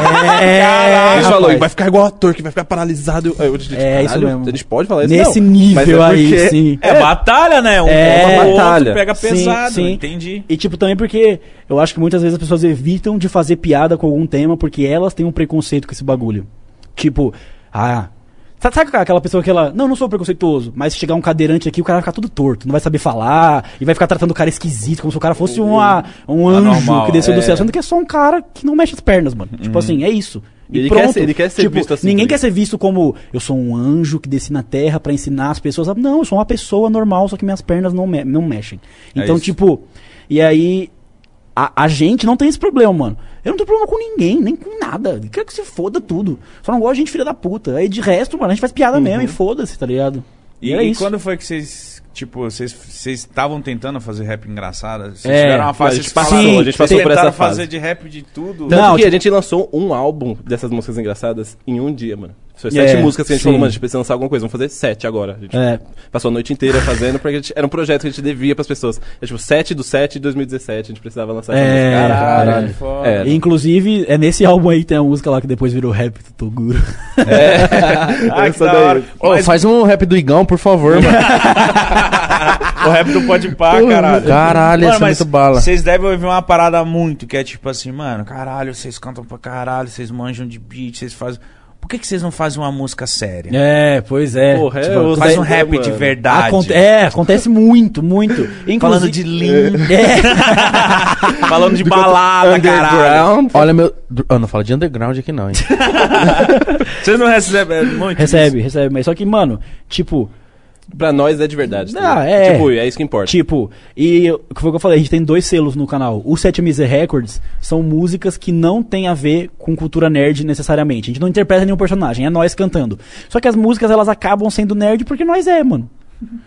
Speaker 4: É,
Speaker 3: a gente falou,
Speaker 4: rapaz.
Speaker 3: vai ficar igual ator, que vai ficar paralisado. Aí eu disse,
Speaker 4: É, isso
Speaker 3: "Caralho,
Speaker 4: mesmo.
Speaker 3: A gente pode falar isso?
Speaker 4: Nesse
Speaker 3: Não, mas
Speaker 4: nível
Speaker 3: é
Speaker 4: aí,
Speaker 3: porque-
Speaker 4: sim.
Speaker 1: É, batalha, né? Um
Speaker 4: É,
Speaker 1: toma pro
Speaker 3: batalha.
Speaker 1: outro, pega
Speaker 4: Sim,
Speaker 1: pesado.
Speaker 4: sim.
Speaker 1: Entendi.
Speaker 4: E tipo, também porque eu acho que muitas vezes as pessoas evitam de fazer piada com algum tema porque elas têm um preconceito com esse bagulho. Tipo, ah. sa- Sabe aquela pessoa que ela. Não, não sou preconceituoso, mas se chegar um cadeirante aqui, o cara vai ficar tudo torto, não vai saber falar, e vai ficar tratando o cara esquisito, como se o cara fosse uma, um anjo
Speaker 1: Anormal,
Speaker 4: que desceu do
Speaker 3: Uhum. é. Uhum.
Speaker 4: céu, sendo que é só um cara que não mexe as pernas, mano. Tipo assim, é isso. E
Speaker 3: Ele quer
Speaker 4: pronto.
Speaker 3: ser- ele quer ser
Speaker 4: tipo,
Speaker 3: visto assim,
Speaker 4: Ninguém
Speaker 3: tá
Speaker 4: quer ser visto como eu sou um anjo que desci na terra pra ensinar as pessoas. a-" Não, eu sou uma pessoa normal, só que minhas pernas não, me- não mexem.
Speaker 1: É
Speaker 4: Então,
Speaker 1: isso.
Speaker 4: tipo, e aí a, a gente não tem esse problema, mano. Eu não tenho problema com ninguém, nem com nada. Eu Quero que se foda tudo. Só não gosto de gente filha da puta. Aí de resto, mano, a gente faz piada mesmo e foda-se, tá ligado?
Speaker 1: Uhum. E,
Speaker 4: era
Speaker 1: e
Speaker 4: isso.
Speaker 1: quando foi que vocês, tipo, vocês vocês estavam tentando fazer rap engraçado? Vocês
Speaker 4: É,
Speaker 1: tiveram uma fase
Speaker 3: a
Speaker 1: que vocês
Speaker 3: gente passou,
Speaker 1: falaram,
Speaker 4: a gente
Speaker 1: "Vocês
Speaker 3: passou por
Speaker 1: tentaram
Speaker 3: essa fase."
Speaker 1: fazer de rap de tudo.
Speaker 3: Tanto
Speaker 4: Não,
Speaker 3: que a
Speaker 4: tipo-
Speaker 3: gente lançou um álbum dessas músicas engraçadas em um dia, mano. Foi
Speaker 4: É,
Speaker 3: sete músicas que a gente
Speaker 4: sim.
Speaker 3: falou, mano, a gente precisa lançar alguma coisa, vamos fazer sete agora. A gente
Speaker 4: É.
Speaker 3: passou a noite inteira fazendo, porque a gente- era um projeto que a gente devia pras pessoas. É tipo, 7 do 7 de 2017, a gente precisava lançar essa
Speaker 4: É,
Speaker 3: música.
Speaker 4: caralho.
Speaker 3: É, foda. É,
Speaker 4: E, inclusive, é nesse álbum aí que tem a música lá que depois virou rap do Toguro.
Speaker 1: Ah, que
Speaker 3: essa
Speaker 1: da
Speaker 3: daí.
Speaker 1: hora.
Speaker 2: Ô,
Speaker 1: Mas
Speaker 2: Faz um rap do Igão, por favor, mano.
Speaker 1: o rap do Pode Pá, caralho.
Speaker 2: Caralho, essa é
Speaker 1: mas
Speaker 2: muito bala.
Speaker 1: Vocês devem ouvir uma parada muito, que é tipo assim, mano, caralho, vocês cantam pra caralho, vocês manjam de beat, vocês fazem. Por que, que vocês não fazem uma música séria?
Speaker 4: É, pois é.
Speaker 3: Porra, é
Speaker 4: Tipo,
Speaker 3: outro-
Speaker 1: Faz um
Speaker 3: daí-
Speaker 1: rap de
Speaker 3: mano.
Speaker 1: verdade.
Speaker 4: aconte- é, acontece muito, muito. Inclusive,
Speaker 1: Falando de lindo,
Speaker 4: É.
Speaker 1: falando de balada, caralho.
Speaker 2: Olha meu. Ah, não fala de underground aqui não, hein?
Speaker 1: Vocês não recebem é, muito?
Speaker 4: recebe, recebe. Mas só que, mano, tipo,
Speaker 3: Pra nós é de verdade.
Speaker 4: Não,
Speaker 3: ligado?
Speaker 4: é.
Speaker 3: Tipo, é isso que importa.
Speaker 4: Tipo, e eu- o que foi o que eu falei, a gente tem dois selos no canal. O 7 Miser Records são músicas que não tem a ver com cultura nerd necessariamente. A gente não interpreta nenhum personagem, é nós cantando. Só que as músicas elas acabam sendo nerd porque nós é, mano.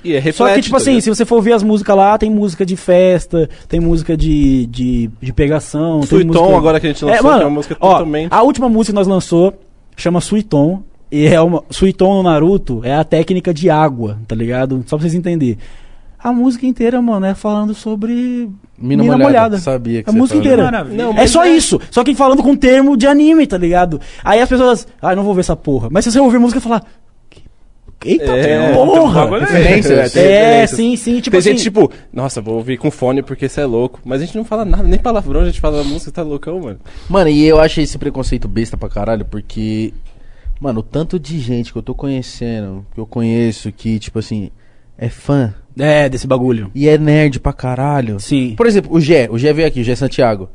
Speaker 3: e é reflete,
Speaker 4: Só que, tipo
Speaker 3: tá
Speaker 4: assim,
Speaker 3: ligado?
Speaker 4: se você for ver as músicas lá, tem música de festa, tem música de, de, de pegação. tem
Speaker 3: Suiton,
Speaker 4: música...
Speaker 3: agora que a gente lançou, que é uma música
Speaker 4: ó,
Speaker 3: totalmente-
Speaker 4: A última música que nós lançou chama Suiton. E é uma. Suiton no Naruto é a técnica de água, tá ligado? Só pra vocês entenderem. A música inteira, mano, é falando sobre.
Speaker 2: Mina molhada. Sabia que
Speaker 4: A
Speaker 2: você tá
Speaker 4: música
Speaker 2: falou.
Speaker 4: inteira.
Speaker 1: Maravilha.
Speaker 4: Não, é só isso. Só que falando com termo de anime, tá ligado? Aí as pessoas. Ah, não vou ver essa porra. Mas se você ouvir a música e falar. "Que- Eita um
Speaker 3: É,
Speaker 4: porra!
Speaker 1: bagulho é-
Speaker 2: Silêncio,
Speaker 3: É,
Speaker 2: é.
Speaker 3: tem
Speaker 4: É,
Speaker 3: referências.
Speaker 4: sim, sim. Tipo
Speaker 3: tem
Speaker 4: assim,
Speaker 3: gente tipo, nossa, vou ouvir com fone porque você é louco. Mas a gente não fala nada, nem palavrão, a gente fala música, tá loucão, mano.
Speaker 2: Mano, e eu achei esse preconceito besta pra caralho, porque. Mano, o tanto de gente que eu tô conhecendo, que eu conheço, que, tipo assim, é fã
Speaker 4: É, desse bagulho.
Speaker 2: e é nerd pra caralho.
Speaker 4: Sim.
Speaker 2: Por exemplo, o Gé, o Gé veio aqui, o Gé Santiago.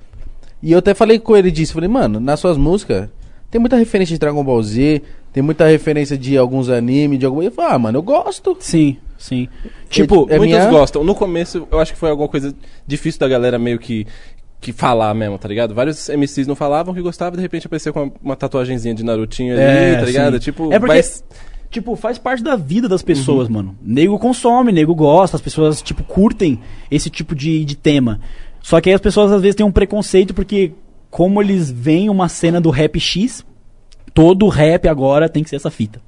Speaker 2: E eu até falei com ele disso, falei, mano, nas suas músicas tem muita referência de Dragon Ball Z, tem muita referência de alguns animes, de algum. Eu falei, ah, mano, eu gosto.
Speaker 4: Sim, sim. Tipo,
Speaker 2: É
Speaker 3: Muitos
Speaker 2: minha-
Speaker 3: gostam. No começo, eu acho que foi alguma coisa difícil da galera meio que, que falar mesmo, tá ligado? Vários MCs não falavam que gostavam, de repente apareceu com uma, uma tatuagenzinha de Narutinho ali,
Speaker 4: É,
Speaker 3: tá
Speaker 4: sim.
Speaker 3: ligado? Tipo, Uhum.
Speaker 4: É porque-
Speaker 3: mas-
Speaker 4: tipo, faz parte da vida das pessoas, mano. Nego consome, nego gosta, as pessoas, tipo, curtem esse tipo de, de tema. Só que aí as pessoas às vezes têm um preconceito porque, como eles veem uma cena do rap X, todo rap agora tem que ser essa fita.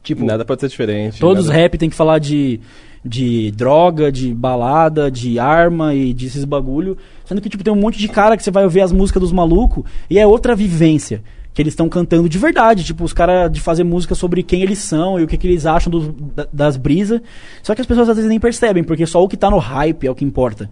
Speaker 4: Tipo,
Speaker 3: Nada pode ser diferente.
Speaker 4: todos os
Speaker 3: nada...
Speaker 4: rap tem que falar de, de droga, de balada, de arma e desses bagulho. Sendo que, tipo, tem um monte de cara que você vai ouvir as músicas dos malucos e é outra vivência. Que eles estão cantando de verdade, tipo, os caras de fazer música sobre quem eles são e o que, que eles acham dos- da- das brisas. Só que as pessoas às vezes nem percebem, porque só o que tá no hype é o que importa.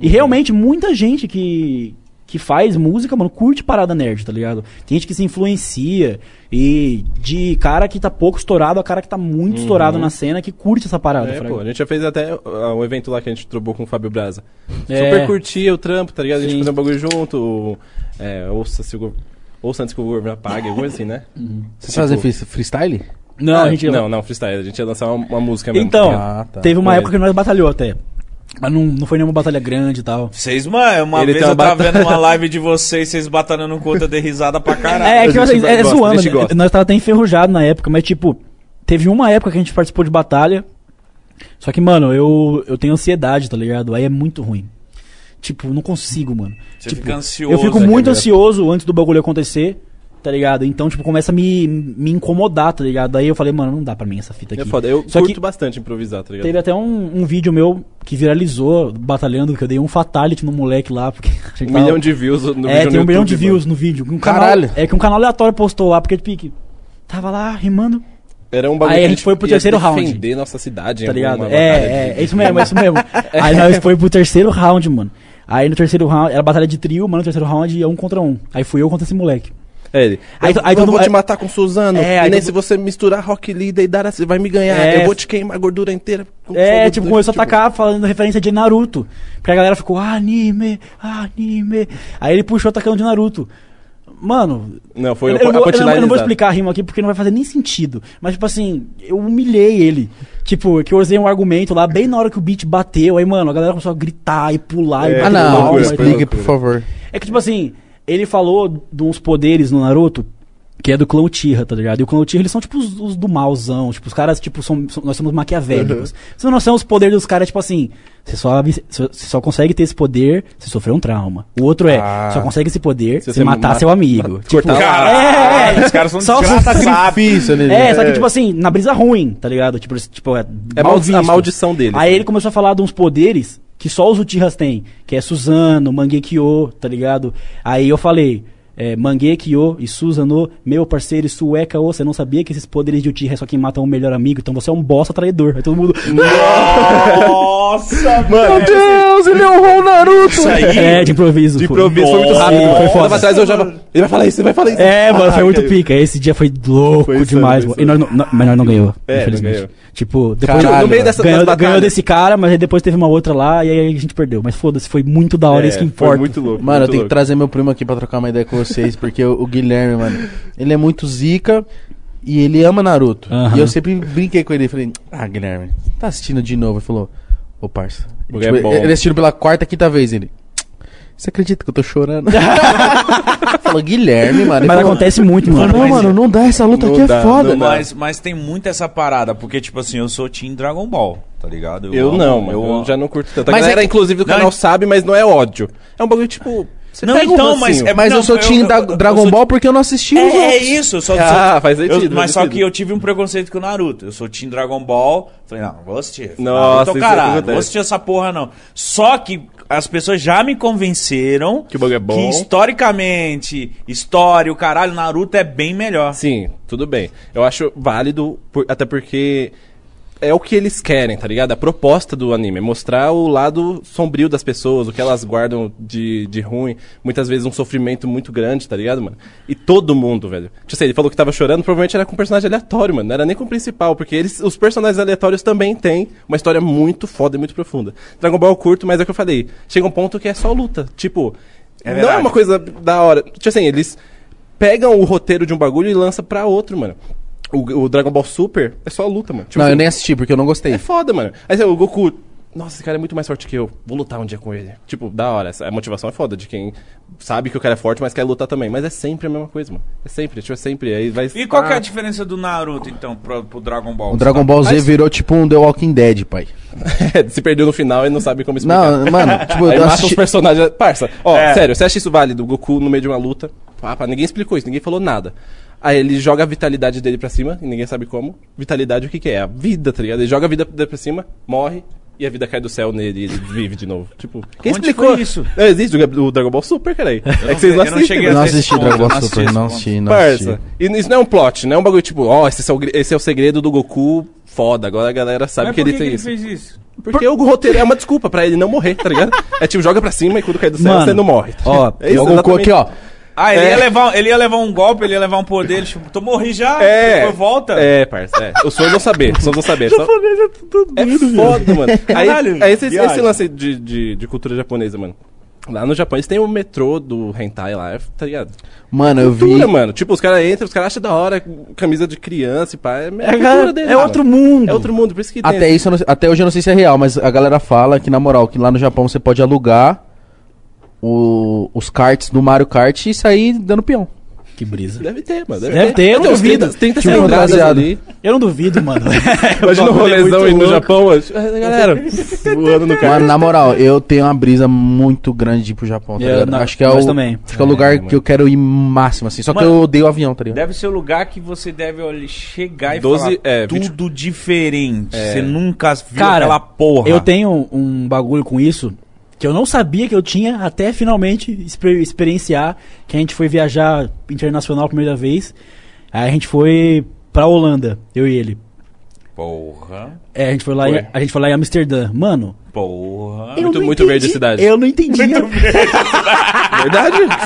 Speaker 4: E realmente, muita gente que, que faz música, mano, curte parada nerd, tá ligado? Tem gente que se influencia e de cara que tá pouco estourado a cara que tá muito estourado na cena que curte essa parada,
Speaker 3: Uhum.
Speaker 4: tá
Speaker 3: É,
Speaker 4: fraga.
Speaker 3: pô, a gente já fez até ah, um evento lá que a gente trobou com o Fábio Braza.
Speaker 4: É.
Speaker 3: Super curtia o trampo, tá ligado? A gente
Speaker 4: Sim.
Speaker 3: fazia um bagulho junto. É, ouça, se o, go- ouça antes que o governo apague, alguma coisa assim, né?
Speaker 4: Uhum.
Speaker 2: Vocês fazem free- freestyle?
Speaker 4: Não,
Speaker 3: Ah,
Speaker 4: a gente
Speaker 3: Não, não, freestyle. A gente ia lançar uma, uma música mesmo.
Speaker 4: Então,
Speaker 2: Ah, tá.
Speaker 4: teve uma
Speaker 3: Beleza.
Speaker 4: época que nós batalhou até. Mas não, não foi nenhuma batalha grande e tal.
Speaker 1: Vocês, mano, uma
Speaker 3: Ele
Speaker 1: vez
Speaker 3: tem uma
Speaker 1: eu tava
Speaker 3: bata-
Speaker 1: vendo uma live de vocês, vocês batalhando com outra de risada pra caralho.
Speaker 4: É, é que
Speaker 3: a
Speaker 4: nós,
Speaker 3: gente
Speaker 4: é, é
Speaker 3: gosta, a
Speaker 4: zoando,
Speaker 3: gente
Speaker 4: né?
Speaker 3: gosta.
Speaker 4: nós tava até enferrujado na época, mas tipo, teve uma época que a gente participou de batalha. Só que, mano, eu, eu tenho ansiedade, tá ligado? Aí é muito ruim. Tipo, não consigo, mano.
Speaker 1: Você
Speaker 4: tipo,
Speaker 1: fica ansioso.
Speaker 4: Eu fico
Speaker 1: né,
Speaker 4: muito
Speaker 1: cara?
Speaker 4: ansioso antes do bagulho acontecer, tá ligado? Então, tipo, começa a me, me incomodar, tá ligado? Aí eu falei, mano, não dá pra mim essa fita aqui.
Speaker 3: É foda. Eu
Speaker 4: Só
Speaker 3: curto
Speaker 4: que-
Speaker 3: bastante improvisar, tá ligado?
Speaker 4: Teve até um, um vídeo meu que viralizou, batalhando, que eu dei um fatality no moleque lá, porque a gente
Speaker 3: Um
Speaker 4: tava-
Speaker 3: milhão de views no
Speaker 4: é,
Speaker 3: vídeo
Speaker 4: tem um
Speaker 3: no
Speaker 4: milhão
Speaker 3: YouTube,
Speaker 4: de
Speaker 3: mano.
Speaker 4: views no vídeo. Um canal-
Speaker 2: Caralho.
Speaker 4: é que um canal aleatório postou lá, porque, pique, tava lá rimando, tá
Speaker 3: Era um bagulho
Speaker 4: Aí
Speaker 3: que
Speaker 4: a gente foi pro
Speaker 3: ia
Speaker 4: terceiro round.
Speaker 3: defender nossa cidade. em
Speaker 4: tá ligado?
Speaker 3: alguma assim. batalha
Speaker 4: É, é, é isso mesmo, é isso mesmo. Aí nós foi pro terceiro round, mano. Aí no terceiro round, era batalha de trio, mas no terceiro round é um contra um. Aí fui eu contra esse moleque.
Speaker 3: É, ele.
Speaker 4: Aí-
Speaker 3: eu
Speaker 4: aí
Speaker 3: eu
Speaker 4: todo
Speaker 3: vou
Speaker 4: mundo-
Speaker 3: te matar com Suzano.
Speaker 4: É, aí
Speaker 3: e nem
Speaker 4: todo-
Speaker 3: se você misturar Rock Leader e Dara, você vai me ganhar.
Speaker 4: É.
Speaker 3: Eu vou te queimar a gordura inteira. com
Speaker 4: É,
Speaker 3: fogo
Speaker 4: tipo,
Speaker 3: do-
Speaker 4: começou a atacar falando referência de Naruto. Porque a galera ficou, "Ah, anime, ah, anime. Aí ele puxou atacando de Naruto. Mano,
Speaker 3: Não, foi
Speaker 4: eu,
Speaker 3: a
Speaker 4: eu, não, vou- eu, não,
Speaker 3: punchline
Speaker 4: eu não vou
Speaker 3: exata.
Speaker 4: explicar a rima aqui porque não vai fazer nem sentido. Mas, tipo assim, eu humilhei ele. Tipo, que eu usei um argumento lá, bem na hora que o beat bateu. Aí, mano, a galera começou a gritar e pular. e
Speaker 3: É,
Speaker 4: bater
Speaker 2: ah, não.
Speaker 4: palma
Speaker 3: loucura,
Speaker 4: e tudo.
Speaker 2: Explique, por favor.
Speaker 4: É que, tipo assim, ele falou de uns poderes no Naruto. Que é do clã Uchiha, tá ligado? E o clã Uchiha, eles são tipo os, os do malzão. Tipo, os caras, tipo, são, são- nós somos
Speaker 1: Uhum.
Speaker 4: maquiavélicos. Se não são os poderes dos caras, tipo assim... Você só, abs- você só consegue ter esse poder se sofrer um trauma. O outro é...
Speaker 1: Ah.
Speaker 4: Só consegue esse poder se,
Speaker 3: você
Speaker 4: matar
Speaker 3: mata-
Speaker 4: seu amigo. Tipo,
Speaker 3: cortar
Speaker 1: Caralho,
Speaker 4: é, é,
Speaker 1: os caras são
Speaker 4: só-
Speaker 1: desgraçados.
Speaker 2: Sacrifício,
Speaker 4: é,
Speaker 2: né?
Speaker 4: só que, tipo assim, na brisa ruim, tá ligado? Tipo, esse- tipo é,
Speaker 3: É
Speaker 4: mal
Speaker 3: mal-
Speaker 4: visto.
Speaker 3: a maldição né? dele.
Speaker 4: Aí ele começou a falar de uns poderes que só os Uchihas têm, que é Suzano, Mangekyo, tá ligado? Aí eu falei, é, Mangekyo e Suzano, meu parceiro, isso é caô, você não sabia que esses poderes de Uchiha é só quem mata um melhor amigo, então você é um bosta traidor. Aí todo mundo...
Speaker 1: Nossa, mano.
Speaker 2: Deus, ele é o Ron Naruto!
Speaker 1: Isso aí.
Speaker 4: é, de improviso.
Speaker 3: De
Speaker 4: pô.
Speaker 3: improviso, foi muito
Speaker 4: Nossa,
Speaker 3: rápido.
Speaker 4: Foi
Speaker 3: Eu
Speaker 4: foda.
Speaker 3: tava atrás, eu já... Ele vai falar isso, ele vai falar isso.
Speaker 4: É, mano, foi muito pica. Esse dia foi louco
Speaker 3: Foi insano,
Speaker 4: demais,
Speaker 3: foi
Speaker 4: mano. E nós não- não- mas nós não ganhou,
Speaker 3: É, não
Speaker 4: infelizmente.
Speaker 3: ganhou.
Speaker 4: Tipo, depois
Speaker 2: Caralho,
Speaker 3: no meio
Speaker 2: mano.
Speaker 3: dessa
Speaker 4: ganhou,
Speaker 3: das batalhas.
Speaker 4: ganhou desse cara, mas aí depois teve uma outra lá e aí a gente perdeu. Mas foda-se, foi muito da hora,
Speaker 3: É,
Speaker 4: isso que
Speaker 3: Foi
Speaker 4: importa.
Speaker 3: muito louco.
Speaker 2: Mano, eu
Speaker 3: muito
Speaker 2: tenho que
Speaker 3: louco.
Speaker 2: trazer meu primo aqui pra trocar uma ideia com vocês, porque o, o Guilherme, mano, ele é muito zica e ele ama Naruto.
Speaker 4: Aham.
Speaker 2: E eu sempre brinquei com ele, falei, ah, Guilherme, tá assistindo de novo? Ele falou, ô, parça.
Speaker 3: O
Speaker 2: Tipo,
Speaker 3: é bom.
Speaker 2: Ele assistiu pela quarta, quinta vez, ele... Você acredita que eu tô chorando? falou, Guilherme, mano. Ele
Speaker 4: Mas
Speaker 2: falou,
Speaker 4: acontece muito, é mano.
Speaker 2: Não,
Speaker 1: mas-
Speaker 2: mano, não dá, essa luta
Speaker 3: Não
Speaker 2: aqui é
Speaker 3: dá,
Speaker 2: foda.
Speaker 3: não dá.
Speaker 1: Mas, mas tem muito essa parada, porque, tipo assim, eu sou Team Dragon Ball, tá ligado?
Speaker 3: Eu
Speaker 1: amo,
Speaker 3: não, mano. Eu,
Speaker 1: amo.
Speaker 3: já não curto tanto. A
Speaker 2: Mas
Speaker 3: galera,
Speaker 2: é-
Speaker 3: inclusive, do
Speaker 1: não,
Speaker 3: canal
Speaker 1: é-
Speaker 3: sabe, mas não é ódio. É um bagulho, tipo... Você
Speaker 1: Não,
Speaker 3: pega um
Speaker 1: então, mas
Speaker 3: rancinho.
Speaker 1: é-
Speaker 2: Mas
Speaker 1: Não,
Speaker 2: assim, eu sou
Speaker 1: eu-
Speaker 2: time
Speaker 1: eu-
Speaker 2: da
Speaker 1: eu- eu
Speaker 2: Dragon
Speaker 1: sou-
Speaker 2: Ball porque eu não assisti os
Speaker 1: É, é
Speaker 2: outros.
Speaker 1: isso, eu só
Speaker 3: Ah,
Speaker 1: só-
Speaker 3: faz
Speaker 1: eu-
Speaker 3: sentido,
Speaker 1: mas
Speaker 3: faz
Speaker 1: só
Speaker 3: sentido.
Speaker 1: que eu tive um preconceito com o Naruto. Eu sou Team Dragon Ball. Falei, não, vou assistir.
Speaker 3: Nossa,
Speaker 1: Naruto,
Speaker 3: isso é
Speaker 1: caralho, não
Speaker 3: acontece.
Speaker 1: vou assistir essa porra, não. Só que as pessoas já me convenceram
Speaker 3: Que o bagulho é bom.
Speaker 1: que historicamente, história, o caralho, Naruto é bem melhor.
Speaker 3: Sim, tudo bem. Eu acho válido, por- até porque é o que eles querem, tá ligado? A proposta do anime é mostrar o lado sombrio das pessoas, o que elas guardam de, de ruim. Muitas vezes um sofrimento muito grande, tá ligado, mano? E todo mundo, velho. Tipo assim, ele falou que tava chorando, provavelmente era com um personagem aleatório, mano. Não era nem com o principal, porque eles, os personagens aleatórios também têm uma história muito foda e muito profunda. Dragon Ball eu curto, mas é o que eu falei. Chega um ponto que é só luta. Tipo, não é
Speaker 1: verdade.
Speaker 3: uma coisa da hora. Tipo assim, eles pegam o roteiro de um bagulho e lança pra outro, mano. O, o Dragon Ball Super é só luta, mano. Tipo
Speaker 2: Não,
Speaker 3: assim,
Speaker 2: eu nem assisti porque eu não gostei.
Speaker 3: é foda, mano. Aí você, o Goku, nossa, esse cara é muito mais forte que eu. Vou lutar um dia com ele. Tipo, da hora. Essa, a motivação é foda de quem sabe que o cara é forte, mas quer lutar também. Mas é sempre a mesma coisa, mano. É sempre, tipo, é sempre. Aí vai.
Speaker 1: E qual que é a
Speaker 3: Ah,
Speaker 1: diferença do Naruto, então, pro, pro Dragon Ball?
Speaker 2: O Dragon Ball Z
Speaker 3: Mas-
Speaker 2: virou tipo um The Walking Dead, pai.
Speaker 3: É, Se perdeu no final e não sabe como explicar.
Speaker 2: Não, mano, tipo,
Speaker 3: Aí
Speaker 2: eu
Speaker 3: mata os
Speaker 2: assisti-
Speaker 3: personagens. Parça, ó,
Speaker 1: É.
Speaker 3: sério, você acha isso válido? O Goku no meio de uma luta. Pá, pá, ninguém explicou isso, ninguém falou nada. Aí ele joga a vitalidade dele pra cima, e ninguém sabe como. Vitalidade, o que que é? A vida, tá ligado? Ele joga a vida dele pra cima, morre, e a vida cai do céu nele, e ele vive de novo. Tipo, quem
Speaker 1: Onde
Speaker 3: explicou?
Speaker 1: foi isso?
Speaker 3: Não, existe o o Dragon Ball Super, cara aí. É que vocês não
Speaker 1: eu não
Speaker 3: assistem,
Speaker 1: cheguei
Speaker 3: né?
Speaker 2: Eu não
Speaker 1: esse
Speaker 2: assisti
Speaker 1: ponto,
Speaker 2: Dragon Ball
Speaker 1: eu não assisti
Speaker 2: Super,
Speaker 1: esse
Speaker 2: não
Speaker 1: ponto.
Speaker 2: assisti, não assisti.
Speaker 3: Parça. E isso não é um plot, não é um bagulho tipo, ó, esse, é o gre- esse é o segredo do Goku, foda. Agora a galera sabe
Speaker 1: Mas
Speaker 3: que
Speaker 1: por
Speaker 3: é ele
Speaker 1: que
Speaker 3: tem
Speaker 1: que
Speaker 3: isso.
Speaker 1: fez isso?
Speaker 3: Porque o roteiro é uma desculpa pra ele não morrer, tá ligado? É tipo, joga pra cima e quando cai do céu
Speaker 4: Mano,
Speaker 3: você não morre.
Speaker 2: Ó,
Speaker 3: é isso,
Speaker 2: o Goku
Speaker 3: exatamente.
Speaker 2: aqui, ó.
Speaker 1: Ah, ele,
Speaker 3: É.
Speaker 1: ia levar, ele ia levar um golpe, ele ia levar um poder, ele, tipo, tô morri já,
Speaker 3: É.
Speaker 1: depois volta.
Speaker 3: É, parça. É. Os fãs vão saber. Os fãs vão saber. Só... É foda, mano. Aí,
Speaker 1: Caralho,
Speaker 3: aí esse, esse
Speaker 1: viagem.
Speaker 3: lance de, de, de cultura japonesa, mano. Lá no Japão, eles têm o metrô do hentai lá, tá ligado?
Speaker 2: Mano, eu vi.
Speaker 3: Cultura, mano. Tipo, os caras entram, os caras acham da hora camisa de criança e pá. É,
Speaker 4: É,
Speaker 3: cultura
Speaker 4: cara,
Speaker 3: deles,
Speaker 4: é
Speaker 3: mano.
Speaker 4: outro mundo.
Speaker 3: É outro mundo, por isso que tem
Speaker 2: Até, isso, eu não sei- até hoje eu não sei se é real, mas a galera fala que, na moral, que lá no Japão você pode alugar o- os karts do Mario Kart e sair dando peão.
Speaker 4: Que brisa.
Speaker 3: Deve ter, mano.
Speaker 4: Deve ter, eu não
Speaker 3: Tem uns
Speaker 4: duvido. um
Speaker 3: 30, 30
Speaker 2: Tipo,
Speaker 3: cilindradas
Speaker 2: baseado.
Speaker 3: ali.
Speaker 4: Eu não duvido, mano.
Speaker 3: Imagina o
Speaker 4: bagulho é
Speaker 3: rolezão
Speaker 4: muito
Speaker 3: aí no
Speaker 4: louco.
Speaker 3: Japão. hoje. É, Galera, voando no carro.
Speaker 2: Mano, na moral, eu tenho uma brisa muito grande de ir pro Japão, tá
Speaker 4: Eu
Speaker 2: ligado?
Speaker 4: não-
Speaker 2: acho que é o,
Speaker 4: nós também.
Speaker 2: acho que é o lugar
Speaker 3: mano.
Speaker 2: que eu quero ir máximo, assim. Só que
Speaker 1: Mano,
Speaker 2: eu odeio avião, tá ligado?
Speaker 1: Deve ser o lugar que você deve olha, chegar e
Speaker 3: 12,
Speaker 1: falar
Speaker 3: é,
Speaker 1: tudo diferente. Você nunca viu
Speaker 4: É. Cara,
Speaker 1: aquela porra.
Speaker 4: Eu tenho um bagulho com isso que eu não sabia que eu tinha até finalmente exper- experienciar que a gente foi viajar internacional a primeira vez. Aí a gente foi pra Holanda, eu e ele.
Speaker 1: Porra,
Speaker 4: É, a gente foi lá, em,
Speaker 3: Ué.
Speaker 4: a gente foi lá em Amsterdã. Mano,
Speaker 1: porra.
Speaker 4: eu
Speaker 3: Muito-
Speaker 4: não
Speaker 3: muito
Speaker 4: um entendi,
Speaker 3: verde a cidade.
Speaker 4: Eu não entendi.
Speaker 3: Verdade?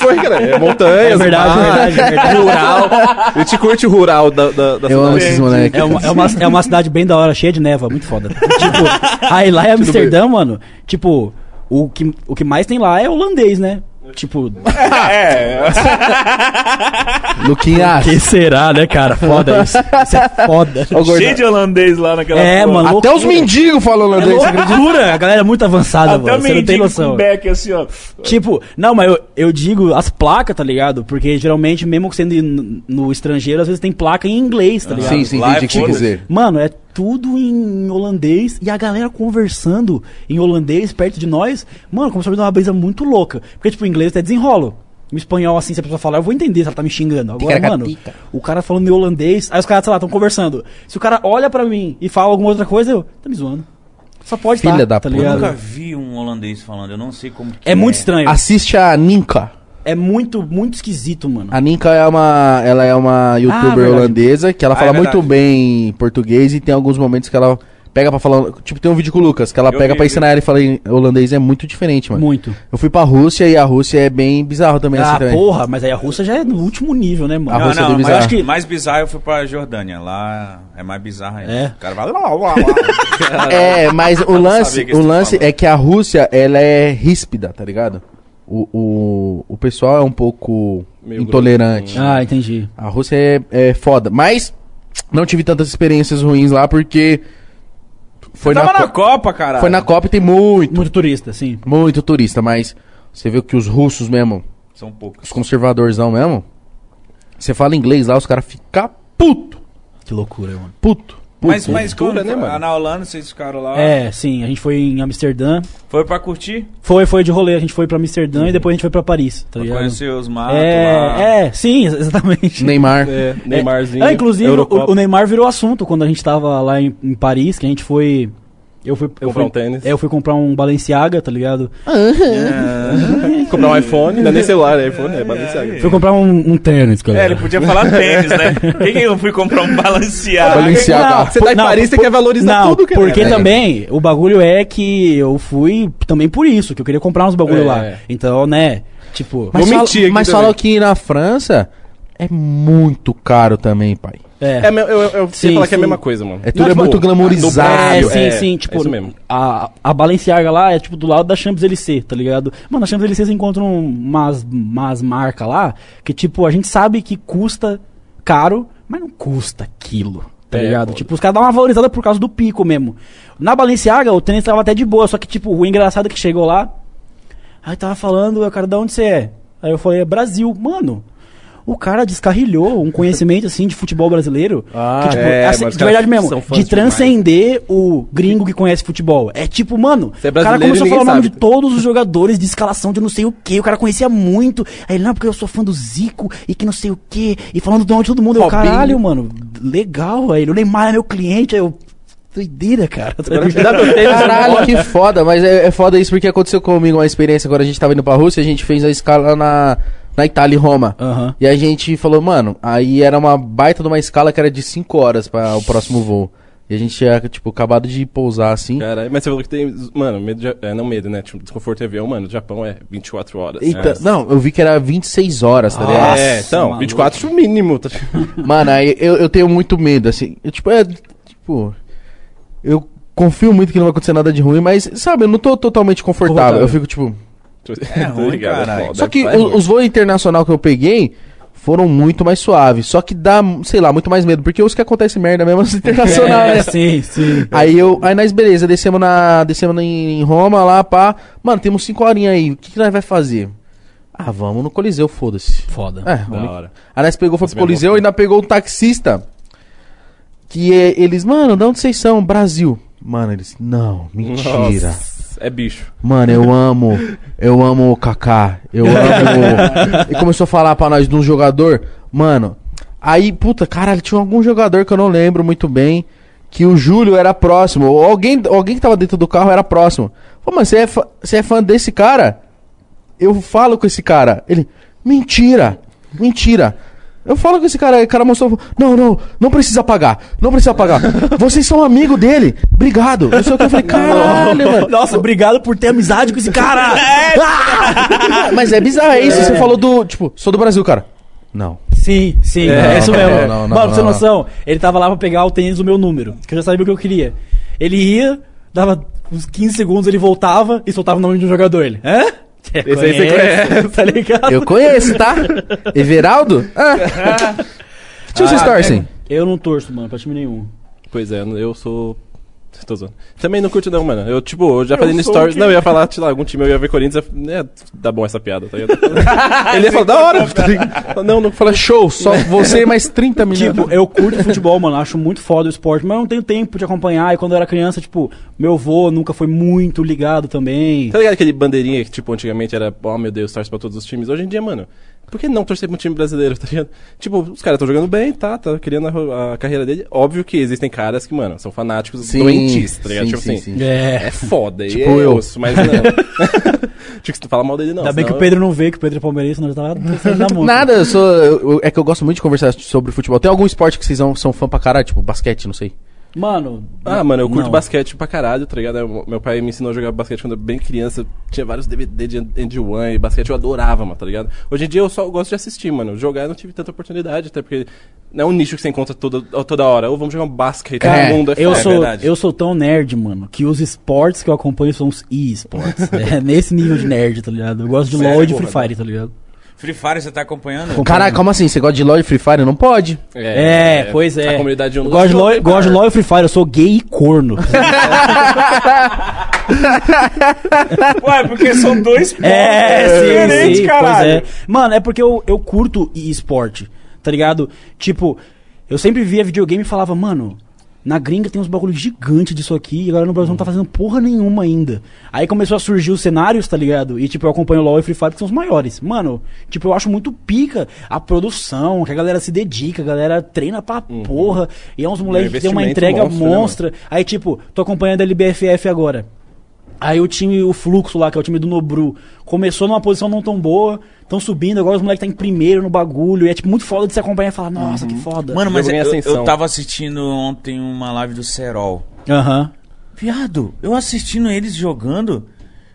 Speaker 3: Foi, cara. É
Speaker 4: É
Speaker 3: montanhas,
Speaker 4: verdade, é
Speaker 3: mar,
Speaker 4: verdade, verdade.
Speaker 3: rural. A gente curte o rural da, da, da
Speaker 2: Eu amo
Speaker 3: cidade.
Speaker 2: esses moleques.
Speaker 4: É uma, é, uma, é uma cidade bem da hora, cheia de neva, muito foda. tipo, aí lá em Amsterdã, mano, tipo, o que, o que mais tem lá é holandês, né? Tipo, um
Speaker 2: Luquinhas.
Speaker 4: que será, né, cara? Foda isso. Isso é foda.
Speaker 2: Ô, gordão.
Speaker 1: Cheio de holandês lá naquela
Speaker 4: É,
Speaker 1: porra.
Speaker 4: mano.
Speaker 2: Até
Speaker 4: loucura.
Speaker 2: os mendigos
Speaker 4: É
Speaker 2: falam holandês. você acredita?
Speaker 4: Loucura, a galera é muito avançada,
Speaker 1: Até
Speaker 4: mano.
Speaker 1: o
Speaker 4: Você não tem
Speaker 1: mendigo
Speaker 4: noção.
Speaker 1: com back assim, ó.
Speaker 4: Tipo, não, mas eu, eu digo as placas, tá ligado? Porque geralmente, mesmo que sendo no, no estrangeiro, às vezes tem placa em inglês, tá ligado?
Speaker 2: Sim, sim,
Speaker 1: Lá
Speaker 2: entendi
Speaker 1: é
Speaker 2: o que tinha que
Speaker 1: foda-se.
Speaker 2: dizer.
Speaker 4: Mano, é tudo em holandês e a galera conversando em holandês perto de nós. Mano, começou a me dar uma brisa muito louca. Porque, tipo, o inglês até desenrolo. O espanhol, assim, se a pessoa falar, eu vou entender se ela tá me xingando. Agora, mano, o cara falando em holandês, aí os caras, sei lá, estão conversando. Se o cara olha pra mim e fala alguma outra coisa, eu, tá me zoando. Só pode
Speaker 2: Filha
Speaker 4: tá,
Speaker 2: da
Speaker 4: tá
Speaker 2: puta.
Speaker 1: Eu
Speaker 4: ligado?
Speaker 1: nunca vi um holandês falando, eu não sei como que
Speaker 4: É muito estranho.
Speaker 2: Assiste a Ninka.
Speaker 4: É muito, muito esquisito, mano.
Speaker 2: A Ninka é uma, ela é uma youtuber
Speaker 4: verdade.
Speaker 2: holandesa que ela
Speaker 1: Ah,
Speaker 2: fala
Speaker 1: é
Speaker 2: muito
Speaker 1: verdade.
Speaker 2: bem português e tem alguns momentos que ela pega pra falar, tipo tem um vídeo com o Lucas que ela
Speaker 1: Eu
Speaker 2: pega
Speaker 1: vi,
Speaker 2: pra
Speaker 1: vi.
Speaker 2: ensinar ela e fala em holandês é muito diferente, mano.
Speaker 4: Muito.
Speaker 2: Eu fui pra Rússia e a Rússia é bem bizarro também é assim
Speaker 4: Ah,
Speaker 2: também.
Speaker 4: porra, mas aí a Rússia já é no último nível, né,
Speaker 2: A
Speaker 4: mano?
Speaker 1: Não,
Speaker 2: Rússia é
Speaker 1: não,
Speaker 2: do
Speaker 1: mas
Speaker 2: bizarro.
Speaker 1: acho que mais bizarro eu fui pra Jordânia. Lá é mais bizarro ainda.
Speaker 4: É.
Speaker 1: O cara vai lá, lá, lá, lá.
Speaker 2: É, mas o lance,
Speaker 1: sabia que
Speaker 2: o
Speaker 1: isso
Speaker 2: lance
Speaker 1: tava.
Speaker 2: é que a Rússia ela é ríspida, tá ligado? O, o, o pessoal é um pouco
Speaker 3: Meio
Speaker 2: intolerante.
Speaker 4: Ah, entendi.
Speaker 2: A Rússia é, é foda, mas não tive tantas experiências ruins lá porque foi
Speaker 1: Tava
Speaker 2: na,
Speaker 1: na,
Speaker 2: Co-
Speaker 1: Copa, caralho.
Speaker 2: foi na Copa e tem muito,
Speaker 4: Muito turista, sim.
Speaker 2: muito turista, mas você viu que os russos mesmo,
Speaker 1: São poucos.
Speaker 2: os conservadorzão mesmo, você fala inglês lá, os caras ficam puto,
Speaker 4: Que loucura, mano.
Speaker 2: puto, puto.
Speaker 1: Mas, mas
Speaker 3: cultura,
Speaker 1: quando,
Speaker 3: né, mano?
Speaker 1: na Holanda vocês ficaram lá.
Speaker 4: É, sim, a gente foi em Amsterdã.
Speaker 1: Foi pra curtir?
Speaker 4: Foi, foi de rolê, a gente foi pra Amsterdã e depois a gente foi pra Paris, tá
Speaker 1: Pra
Speaker 4: ligado?
Speaker 1: conhecer os matos lá.
Speaker 4: É, é, sim, ex- exatamente.
Speaker 2: Neymar.
Speaker 3: É, Neymarzinho.
Speaker 4: Ah, inclusive, o,
Speaker 3: Eurocopa.
Speaker 4: o Neymar virou assunto quando a gente tava lá em, em Paris, que a gente foi. Eu fui. Eu fui,
Speaker 3: Comprar um tênis.
Speaker 4: É, eu fui comprar um Balenciaga, tá ligado?
Speaker 3: Comprar um iPhone, não é nem celular, é iPhone, é Balenciaga.
Speaker 4: Fui comprar um, um tênis,
Speaker 1: É,
Speaker 4: galera.
Speaker 1: ele podia falar tênis, né? Por que, que eu fui comprar um balanceado?
Speaker 2: Balenciaga.
Speaker 4: Não,
Speaker 3: Você tá em
Speaker 4: Não,
Speaker 3: Paris, você quer valorizar
Speaker 4: Não,
Speaker 3: tudo, cara.
Speaker 4: porque
Speaker 2: É.
Speaker 4: também o bagulho é que eu fui também por isso, que eu queria comprar uns bagulho
Speaker 3: É.
Speaker 4: lá. Então, né, tipo.
Speaker 2: Mas,
Speaker 3: Vou
Speaker 2: fala-
Speaker 3: mentir aqui
Speaker 2: mas
Speaker 3: também.
Speaker 2: falam que na França é muito caro também, pai.
Speaker 3: É, eu, eu, eu
Speaker 4: Sim,
Speaker 3: sei falar que é a
Speaker 4: sim.
Speaker 3: mesma coisa, mano.
Speaker 2: É tudo é
Speaker 3: tipo,
Speaker 2: muito
Speaker 4: É,
Speaker 2: glamourizado.
Speaker 4: sim,
Speaker 3: É,
Speaker 4: sim,
Speaker 3: é
Speaker 4: tipo,
Speaker 3: isso mesmo.
Speaker 4: A, a Balenciaga lá é tipo do lado da Champs-Élysées, tá ligado? Mano, na Champs-Élysées você encontra um- umas, umas marcas lá que, tipo, a gente sabe que custa caro, mas não custa aquilo. Tá
Speaker 3: É,
Speaker 4: ligado?
Speaker 3: pô.
Speaker 4: Tipo, os caras dão uma valorizada por causa do pico mesmo. Na Balenciaga, o tênis tava até de boa, só que, tipo, o engraçado é que chegou lá. Aí tava falando, aí o cara, da onde você é? Aí eu falei, Brasil. "É Mano, O cara descarrilhou um conhecimento assim de futebol brasileiro.
Speaker 2: Ah,
Speaker 4: que, tipo,
Speaker 3: é,
Speaker 4: assim,
Speaker 3: mas
Speaker 4: de
Speaker 3: os caras
Speaker 4: verdade mesmo,
Speaker 3: são fãs
Speaker 4: de transcender o gringo que conhece futebol. É tipo, mano,
Speaker 3: Você é
Speaker 4: o cara
Speaker 3: brasileiro
Speaker 4: começou a
Speaker 3: e
Speaker 4: falar o
Speaker 3: ninguém
Speaker 4: nome de
Speaker 3: sabe.
Speaker 4: todos os jogadores de escalação de não sei o que. O cara conhecia muito. Aí, ele, não, porque eu sou fã do Zico e que não sei o que. E falando do nome de todo mundo. Eu,
Speaker 2: Robinho.
Speaker 4: caralho, mano, legal, aí. O Neymar é meu cliente. Aí eu, doideira, cara.
Speaker 2: Caralho, que foda, mas é, é foda isso porque aconteceu comigo uma experiência quando a gente tava indo pra Rússia, a gente fez a escala na, na Itália e Roma.
Speaker 4: Aham.
Speaker 2: E a gente falou, mano, aí era uma baita de uma escala que era de 5 horas pra o próximo voo. E a gente tinha, tipo, acabado de pousar assim.
Speaker 3: Caralho, mas você falou que tem. Mano, medo de, é, não medo, né? Tipo, desconforto em avião, mano. Japão é 24 horas.
Speaker 2: Eita,
Speaker 3: É.
Speaker 2: Não, eu vi que era 26 horas, tá ligado?
Speaker 3: é, então,
Speaker 4: maluco.
Speaker 3: 24 o mínimo. tá ligado?
Speaker 2: Mano, aí eu, eu tenho muito medo, assim. Eu, tipo, é. Tipo. Eu confio muito que não vai acontecer nada de ruim, mas, sabe, eu não tô totalmente confortável. Eu fico, tipo.
Speaker 3: Tá
Speaker 1: ruim,
Speaker 3: ligado? É
Speaker 1: caralho.
Speaker 3: foda,
Speaker 2: Só que
Speaker 3: é
Speaker 2: o-
Speaker 3: ruim.
Speaker 2: os voos internacional que eu peguei foram muito mais suaves. Só que dá, sei lá, muito mais medo. Porque os que acontece merda mesmo os internacionais. né?
Speaker 4: É, sim, sim.
Speaker 2: Aí eu. Aí nós, beleza, descemos na. Descemos em Roma lá, pá. Mano, temos cinco horinhas aí. O que, que nós vai fazer? Ah, vamos no Coliseu, foda-se.
Speaker 4: Foda.
Speaker 2: É,
Speaker 3: Da
Speaker 2: vamos
Speaker 3: hora.
Speaker 2: Aí nós pegou, foi
Speaker 3: Esse
Speaker 2: pro Coliseu e
Speaker 3: mesmo
Speaker 2: ainda pegou um taxista. Que é- eles, mano, de onde vocês são? Brasil. Mano, eles, não, mentira.
Speaker 3: Nossa, é bicho.
Speaker 2: Mano, eu amo, eu amo o Kaká, eu amo... e começou a falar pra nós de um jogador, mano, aí, puta, caralho, tinha algum jogador que eu não lembro muito bem, que o Júlio era próximo, ou alguém, alguém que tava dentro do carro era próximo. Pô, mano, você é, fã- você é fã desse cara? Eu falo com esse cara. Ele, mentira, mentira. Eu falo com esse cara, aí o cara mostrou, não, não, não precisa pagar, não precisa pagar. Vocês são amigo dele, obrigado. Eu só que eu falei, caralho, mano.
Speaker 4: Nossa, obrigado por ter amizade com esse cara.
Speaker 3: É,
Speaker 2: Ah, mas é bizarro, é isso. Você falou do. Tipo, sou do Brasil, cara. Não.
Speaker 4: Sim, sim, é,
Speaker 2: Não,
Speaker 4: isso
Speaker 2: não,
Speaker 4: mesmo.
Speaker 2: não, não,
Speaker 4: Mano, pra
Speaker 2: não,
Speaker 4: você ter
Speaker 2: não.
Speaker 4: noção, ele tava lá pra pegar o tênis do meu número, que eu já sabia o que eu queria. Ele ia, dava uns 15 segundos, ele voltava e soltava o nome de um jogador. Ele, hã?
Speaker 3: Esse aí você conhece.
Speaker 4: tá ligado?
Speaker 2: Eu conheço, tá? Everaldo? Ah. Tio,
Speaker 3: Ah,
Speaker 2: vocês torcem.
Speaker 4: Eu não torço, mano, pra time nenhum.
Speaker 3: Pois é, eu sou. Tô zoando. Também não curto, não, mano. Eu, tipo, eu já falei no
Speaker 4: sou
Speaker 3: stories.
Speaker 4: o quê?
Speaker 3: Não, eu ia falar, sei lá, algum time eu ia ver Corinthians. eu- É, dá bom essa piada, tá ligado? Ele ia falar, da hora. tá ligado? não, não
Speaker 2: assim. Fala, show, só você e mais 30
Speaker 4: Tipo,
Speaker 2: minutos.
Speaker 4: eu curto futebol, mano, acho muito foda o esporte, mas eu não tenho tempo de acompanhar. E quando eu era criança, tipo, meu vô nunca foi muito ligado também.
Speaker 3: Tá ligado aquele bandeirinha que, tipo, antigamente era, oh meu Deus, torce pra todos os times. Hoje em dia, mano, por que não torcer pra um time brasileiro, tá ligado? Tipo, os caras estão jogando bem, tá, tá criando a ro- a, carreira dele. Óbvio que existem caras que, mano, são fanáticos
Speaker 2: Sim,
Speaker 3: doentes, tá ligado?
Speaker 2: sim,
Speaker 3: tipo
Speaker 2: sim,
Speaker 3: assim,
Speaker 2: sim.
Speaker 4: É.
Speaker 3: é foda,
Speaker 2: Tipo
Speaker 3: e é
Speaker 2: eu.
Speaker 3: osso, mas não. Tinha que tu falar mal dele, não.
Speaker 4: Ainda bem que
Speaker 3: senão
Speaker 4: o Pedro não vê, que o Pedro é palmeirense, nós tava pensando na música.
Speaker 2: Nada, eu sou. eu- é que eu gosto muito de conversar sobre futebol. Tem algum esporte que vocês são, são fã pra caralho? Tipo, basquete, não sei.
Speaker 4: Mano.
Speaker 3: Ah, mano, eu curto
Speaker 4: não.
Speaker 3: basquete pra caralho, tá ligado? Eu- Meu pai me ensinou a jogar basquete quando eu bem criança. Tinha vários DVD de Andy One e basquete eu adorava, mano, tá ligado? Hoje em dia eu só gosto de assistir, mano. Jogar eu não tive tanta oportunidade, até porque não é um nicho que você encontra toda, toda hora. Ou vamos jogar um basquete, todo
Speaker 2: Cara,
Speaker 3: mundo é
Speaker 4: Eu,
Speaker 3: foda.
Speaker 4: sou,
Speaker 1: verdade.
Speaker 4: eu sou tão nerd, mano, que os esportes que eu acompanho são os e-esportes. é nesse nível de nerd, tá ligado? Eu gosto de
Speaker 1: Sério,
Speaker 4: LoL e de
Speaker 1: porra,
Speaker 4: Free Fire, tá ligado?
Speaker 1: Free Fire, você tá acompanhando?
Speaker 4: Com-
Speaker 3: é?
Speaker 2: Caralho, como assim? Você gosta de LOL e Free Fire? Não pode.
Speaker 4: É, pois é.
Speaker 3: A comunidade um
Speaker 4: Eu gosto de LoL,
Speaker 3: Lógico,
Speaker 4: gosto de LoL e Free Fire, eu sou gay e corno.
Speaker 1: Ué, porque são dois
Speaker 4: É, sim,
Speaker 1: diferente,
Speaker 4: sim,
Speaker 1: caralho.
Speaker 4: pois é. Mano, é porque eu, eu curto esporte, tá ligado? Tipo, eu sempre via videogame e falava, mano, na gringa tem uns bagulho gigante disso aqui e agora no Brasil não tá fazendo porra nenhuma ainda. Aí começou a surgir os cenários, tá ligado? E tipo, eu acompanho o LoL e Free Fire que são os maiores. Mano, tipo, eu acho muito pica a produção, que a galera se dedica, a galera treina pra porra. E é uns moleques que tem uma
Speaker 3: investimento
Speaker 4: entrega
Speaker 3: monstro, né, mano?
Speaker 4: monstra. Aí tipo, tô acompanhando a LBFF agora. Aí o time, o Fluxo lá, que é o time do Nobru, começou numa posição não tão boa, tão subindo, agora os moleques tá em primeiro no bagulho, e é tipo muito foda de se acompanhar e falar, nossa,
Speaker 3: Uhum.
Speaker 4: que foda.
Speaker 1: Mano, mas
Speaker 3: Jogo em
Speaker 1: eu,
Speaker 3: ascensão.
Speaker 1: eu tava assistindo ontem uma live do Serol.
Speaker 4: Aham.
Speaker 1: Viado, eu assistindo eles jogando.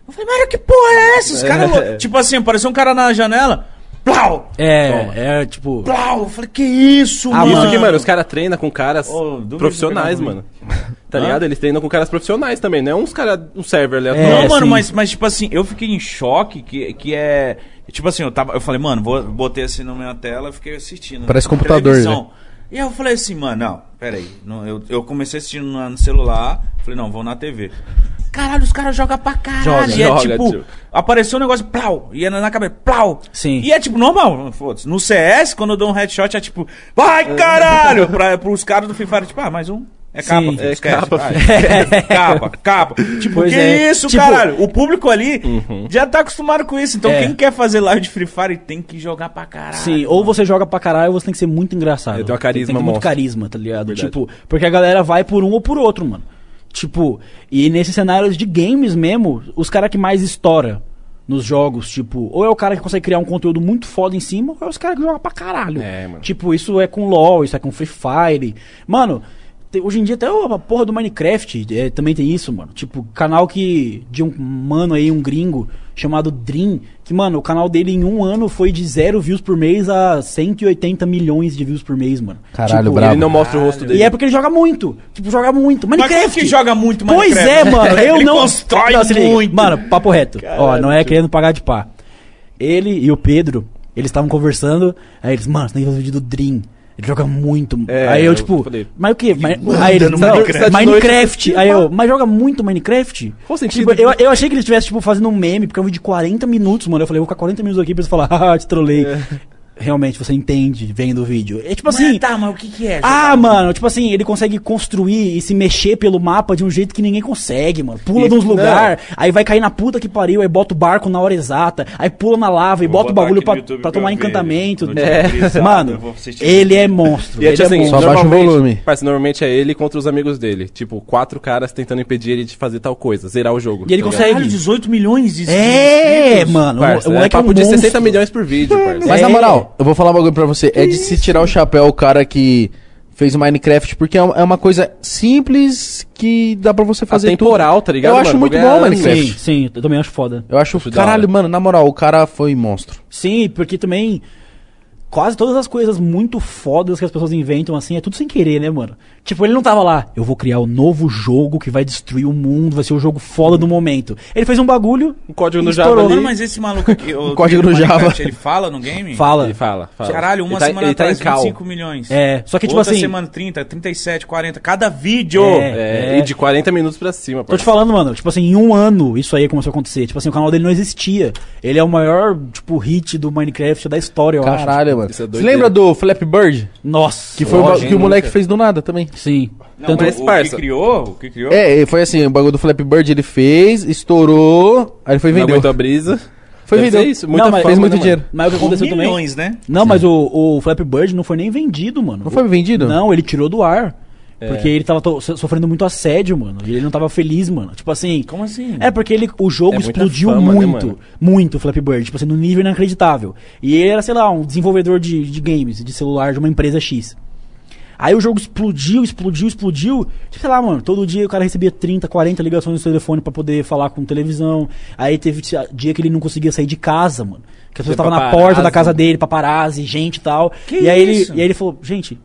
Speaker 1: Eu falei, mano, que porra é essa? Os caras. lou- Tipo assim, apareceu um cara na janela. Plau!
Speaker 4: É, Ah, é tipo.
Speaker 1: Plau! Eu falei, que isso,
Speaker 3: Isso
Speaker 1: mano?
Speaker 3: que, mano, os caras treinam com caras
Speaker 1: Ô, duvido
Speaker 3: profissionais,
Speaker 1: que eu não
Speaker 3: mano. Tá ligado? Eles treinam com caras profissionais também, não é uns caras, um server aleatório.
Speaker 1: Não,
Speaker 4: É,
Speaker 1: mano,
Speaker 4: sim.
Speaker 1: mas, mas tipo assim, eu fiquei em choque que, que é. Tipo assim, eu tava. Eu falei, mano, vou, botei assim na minha tela e fiquei assistindo.
Speaker 2: Parece
Speaker 1: na
Speaker 2: computador,
Speaker 1: televisão. E aí eu falei assim, mano, não, peraí. Não, eu, eu comecei assistindo na- no celular, falei, não, vou na TV. Caralho, os caras jogam pra caralho.
Speaker 3: Joga,
Speaker 1: e é
Speaker 3: joga,
Speaker 1: tipo,
Speaker 3: tio.
Speaker 1: apareceu um negócio, plau, e na, na cabeça, plau.
Speaker 4: Sim.
Speaker 1: E é tipo, normal, foda-se. No CS, quando eu dou um headshot, é tipo, vai caralho! Pra, pros caras do Free Fire, tipo, ah, mais um. É capa,
Speaker 4: Sim.
Speaker 1: filho,
Speaker 3: É
Speaker 1: esquece,
Speaker 3: capa,
Speaker 1: vai. É capa, capa. Tipo,
Speaker 4: Pois
Speaker 1: que
Speaker 4: é.
Speaker 1: isso,
Speaker 4: Tipo-
Speaker 1: caralho? O público ali já tá acostumado com isso. Então,
Speaker 4: É.
Speaker 1: quem quer fazer live de Free Fire tem que jogar pra caralho.
Speaker 4: Sim, ou você joga pra caralho ou você tem que ser muito engraçado.
Speaker 3: Eu tenho uma carisma
Speaker 4: Tem que ter muito
Speaker 3: monstro.
Speaker 4: carisma, tá ligado?
Speaker 3: Verdade.
Speaker 4: Tipo, porque a galera vai por um ou por outro, mano. Tipo, e nesses cenários de games mesmo, os caras que mais estoura nos jogos, tipo, ou é o cara que consegue criar um conteúdo muito foda em cima, ou é os caras que jogam pra caralho.
Speaker 3: É, mano.
Speaker 4: Tipo, isso é com LoL, isso é com Free Fire. Mano, te- hoje em dia até a porra do Minecraft é, também tem isso, mano. Tipo, canal que de um mano aí, um gringo, chamado Dream, que, mano, o canal dele em um ano foi de zero views por mês a 180 milhões de views por mês, mano.
Speaker 2: Caralho,
Speaker 4: tipo,
Speaker 2: brabo.
Speaker 3: Ele não mostra o rosto dele.
Speaker 4: E é porque ele joga muito. Tipo, joga muito.
Speaker 1: Mas
Speaker 4: Minecraft.
Speaker 1: quem que joga muito
Speaker 4: Pois é,
Speaker 1: Minecraft?
Speaker 4: mano. Eu
Speaker 1: Ele
Speaker 4: não.
Speaker 1: constrói
Speaker 4: não, se liga.
Speaker 1: muito.
Speaker 4: Mano, papo reto. Ó, não é querendo pagar de pá. Ele e o Pedro, eles estavam conversando. Aí eles, mano, você tem que fazer o vídeo do Dream. Ele joga muito.
Speaker 3: É,
Speaker 4: aí eu,
Speaker 3: eu
Speaker 4: tipo,
Speaker 3: falei.
Speaker 4: mas o quê? Mas- aí ele,
Speaker 1: no
Speaker 4: não,
Speaker 1: Minecraft.
Speaker 4: Minecraft.
Speaker 3: Tá de noite,
Speaker 4: Aí eu, mas joga muito Minecraft?
Speaker 3: Qual o
Speaker 4: Tipo,
Speaker 3: sentido?
Speaker 4: eu, eu achei que ele estivesse, tipo, fazendo um meme, porque é um vídeo de 40 minutos, mano. Eu falei, vou ficar 40 minutos aqui pra você falar, ah, te trolei. Realmente, você entende vendo o vídeo. É tipo assim.
Speaker 1: tá, mas o que que é?
Speaker 4: Ah, mano, tipo assim, ele consegue construir e se mexer pelo mapa de um jeito que ninguém consegue, mano. Pula
Speaker 3: E-
Speaker 4: de uns
Speaker 3: não.
Speaker 4: lugares, aí vai cair na puta que pariu, aí bota o barco na hora exata, aí pula na lava e
Speaker 1: Vou
Speaker 4: bota o
Speaker 1: botar
Speaker 4: bagulho
Speaker 1: aqui no
Speaker 4: pra,
Speaker 1: YouTube
Speaker 4: pra
Speaker 1: pra
Speaker 4: tomar
Speaker 1: eu ver.
Speaker 4: encantamento.
Speaker 1: Não tinha brisado, eu vou
Speaker 4: Mano,
Speaker 1: assistir.
Speaker 4: ele é monstro.
Speaker 3: E é
Speaker 4: ele
Speaker 3: tipo
Speaker 4: é
Speaker 3: assim,
Speaker 4: monstro.
Speaker 2: Só baixa o
Speaker 3: normalmente-
Speaker 2: volume.
Speaker 3: Parça, normalmente é ele contra os amigos dele. Tipo, quatro caras tentando impedir ele de fazer tal coisa, zerar o jogo.
Speaker 4: E ele
Speaker 3: tá ligado?
Speaker 4: consegue.
Speaker 1: Caralho, 18 milhões de
Speaker 4: É,
Speaker 1: inscritos.
Speaker 4: mano,
Speaker 3: Parça,
Speaker 4: o
Speaker 3: é
Speaker 4: moleque é, um
Speaker 3: papo de 60
Speaker 4: monstro.
Speaker 3: milhões por vídeo, parça.
Speaker 2: Mas
Speaker 4: É.
Speaker 2: na moral, eu vou falar um bagulho pra você. é de se tirar o chapéu o cara que fez o Minecraft, porque é um- é uma coisa simples que dá pra você fazer
Speaker 3: Atemporal,
Speaker 2: tudo.
Speaker 3: tá ligado,
Speaker 2: Eu
Speaker 3: mano?
Speaker 2: acho muito
Speaker 3: Bagulho é
Speaker 2: bom o
Speaker 3: anos.
Speaker 2: Minecraft.
Speaker 4: Sim, sim, eu também acho foda.
Speaker 2: Eu acho,
Speaker 3: Acho da
Speaker 2: caralho,
Speaker 3: hora.
Speaker 2: mano, na moral, o cara foi monstro.
Speaker 4: Sim, porque também quase todas as coisas muito fodas que as pessoas inventam assim é tudo sem querer, né, mano? Tipo, ele não tava lá, eu vou criar o novo jogo que vai destruir o mundo, vai ser o jogo foda do momento. Ele fez um bagulho,
Speaker 3: Um código no
Speaker 4: Estourou.
Speaker 3: Java
Speaker 1: Mano,
Speaker 3: ali.
Speaker 1: mas esse maluco aqui, o
Speaker 2: código do
Speaker 1: Minecraft,
Speaker 2: Java.
Speaker 1: ele fala no game?
Speaker 4: né? fala.
Speaker 3: Ele fala, fala.
Speaker 1: Caralho, uma
Speaker 3: Ele tá-
Speaker 1: semana
Speaker 3: ele tá
Speaker 1: atrás,
Speaker 3: em cal.
Speaker 1: 25 milhões.
Speaker 4: É, só que tipo
Speaker 1: Outra
Speaker 4: assim,
Speaker 1: semana 30, 37, 40, cada vídeo.
Speaker 4: É.
Speaker 3: É, E de 40 minutos pra cima,
Speaker 4: tô te
Speaker 3: parça.
Speaker 4: falando, mano, tipo assim, em um ano isso aí começou a acontecer. Tipo assim, o canal dele não existia. Ele é o maior, tipo, hit do Minecraft da história, eu acho.
Speaker 2: Caralho, mano.
Speaker 3: isso é
Speaker 2: Você
Speaker 3: doideira.
Speaker 2: lembra do Flap Bird?
Speaker 4: Nossa.
Speaker 2: Que foi o ba-
Speaker 3: Lógico,
Speaker 2: que o moleque
Speaker 3: nunca.
Speaker 2: fez do nada também.
Speaker 4: Sim.
Speaker 1: Não,
Speaker 4: Tanto-
Speaker 1: mas o
Speaker 3: parça.
Speaker 1: que criou, o que criou...
Speaker 2: É, e foi assim, o bagulho do Flap Bird ele fez, estourou, aí ele foi
Speaker 3: Não
Speaker 2: vender.
Speaker 3: aguentou a brisa.
Speaker 2: Foi
Speaker 3: Deve
Speaker 2: vender.
Speaker 3: ser isso, muita
Speaker 4: Não, mas-
Speaker 2: fez
Speaker 3: fama,
Speaker 2: muito
Speaker 3: né,
Speaker 2: dinheiro.
Speaker 4: Mas é o que aconteceu também...
Speaker 1: milhões, né?
Speaker 4: Não, mas o, o Flappy Bird não foi nem vendido, mano.
Speaker 2: Não foi vendido? É.
Speaker 4: Não, ele tirou do ar. Porque ele tava to- so- sofrendo muito assédio, mano. E ele não tava feliz, mano. Tipo assim.
Speaker 1: Como assim?
Speaker 4: É, porque ele, o jogo
Speaker 3: É muita
Speaker 4: explodiu
Speaker 3: fama, né,
Speaker 4: muito.
Speaker 3: mano?
Speaker 4: muito o Flappy Bird. Tipo assim, num nível inacreditável. E ele era, sei lá, um desenvolvedor de, de games, de celular, de uma empresa X. Aí o jogo explodiu, explodiu, explodiu. Tipo, sei lá, mano, todo dia o cara recebia 30, 40 ligações no seu telefone pra poder falar com televisão. Aí teve tia- dia que ele não conseguia sair de casa, mano. Que as pessoas estavam na
Speaker 3: paparazzi.
Speaker 4: porta da casa dele, paparazzi, gente e tal.
Speaker 1: Que
Speaker 4: e, aí
Speaker 1: isso?
Speaker 4: Ele, e aí ele falou, gente,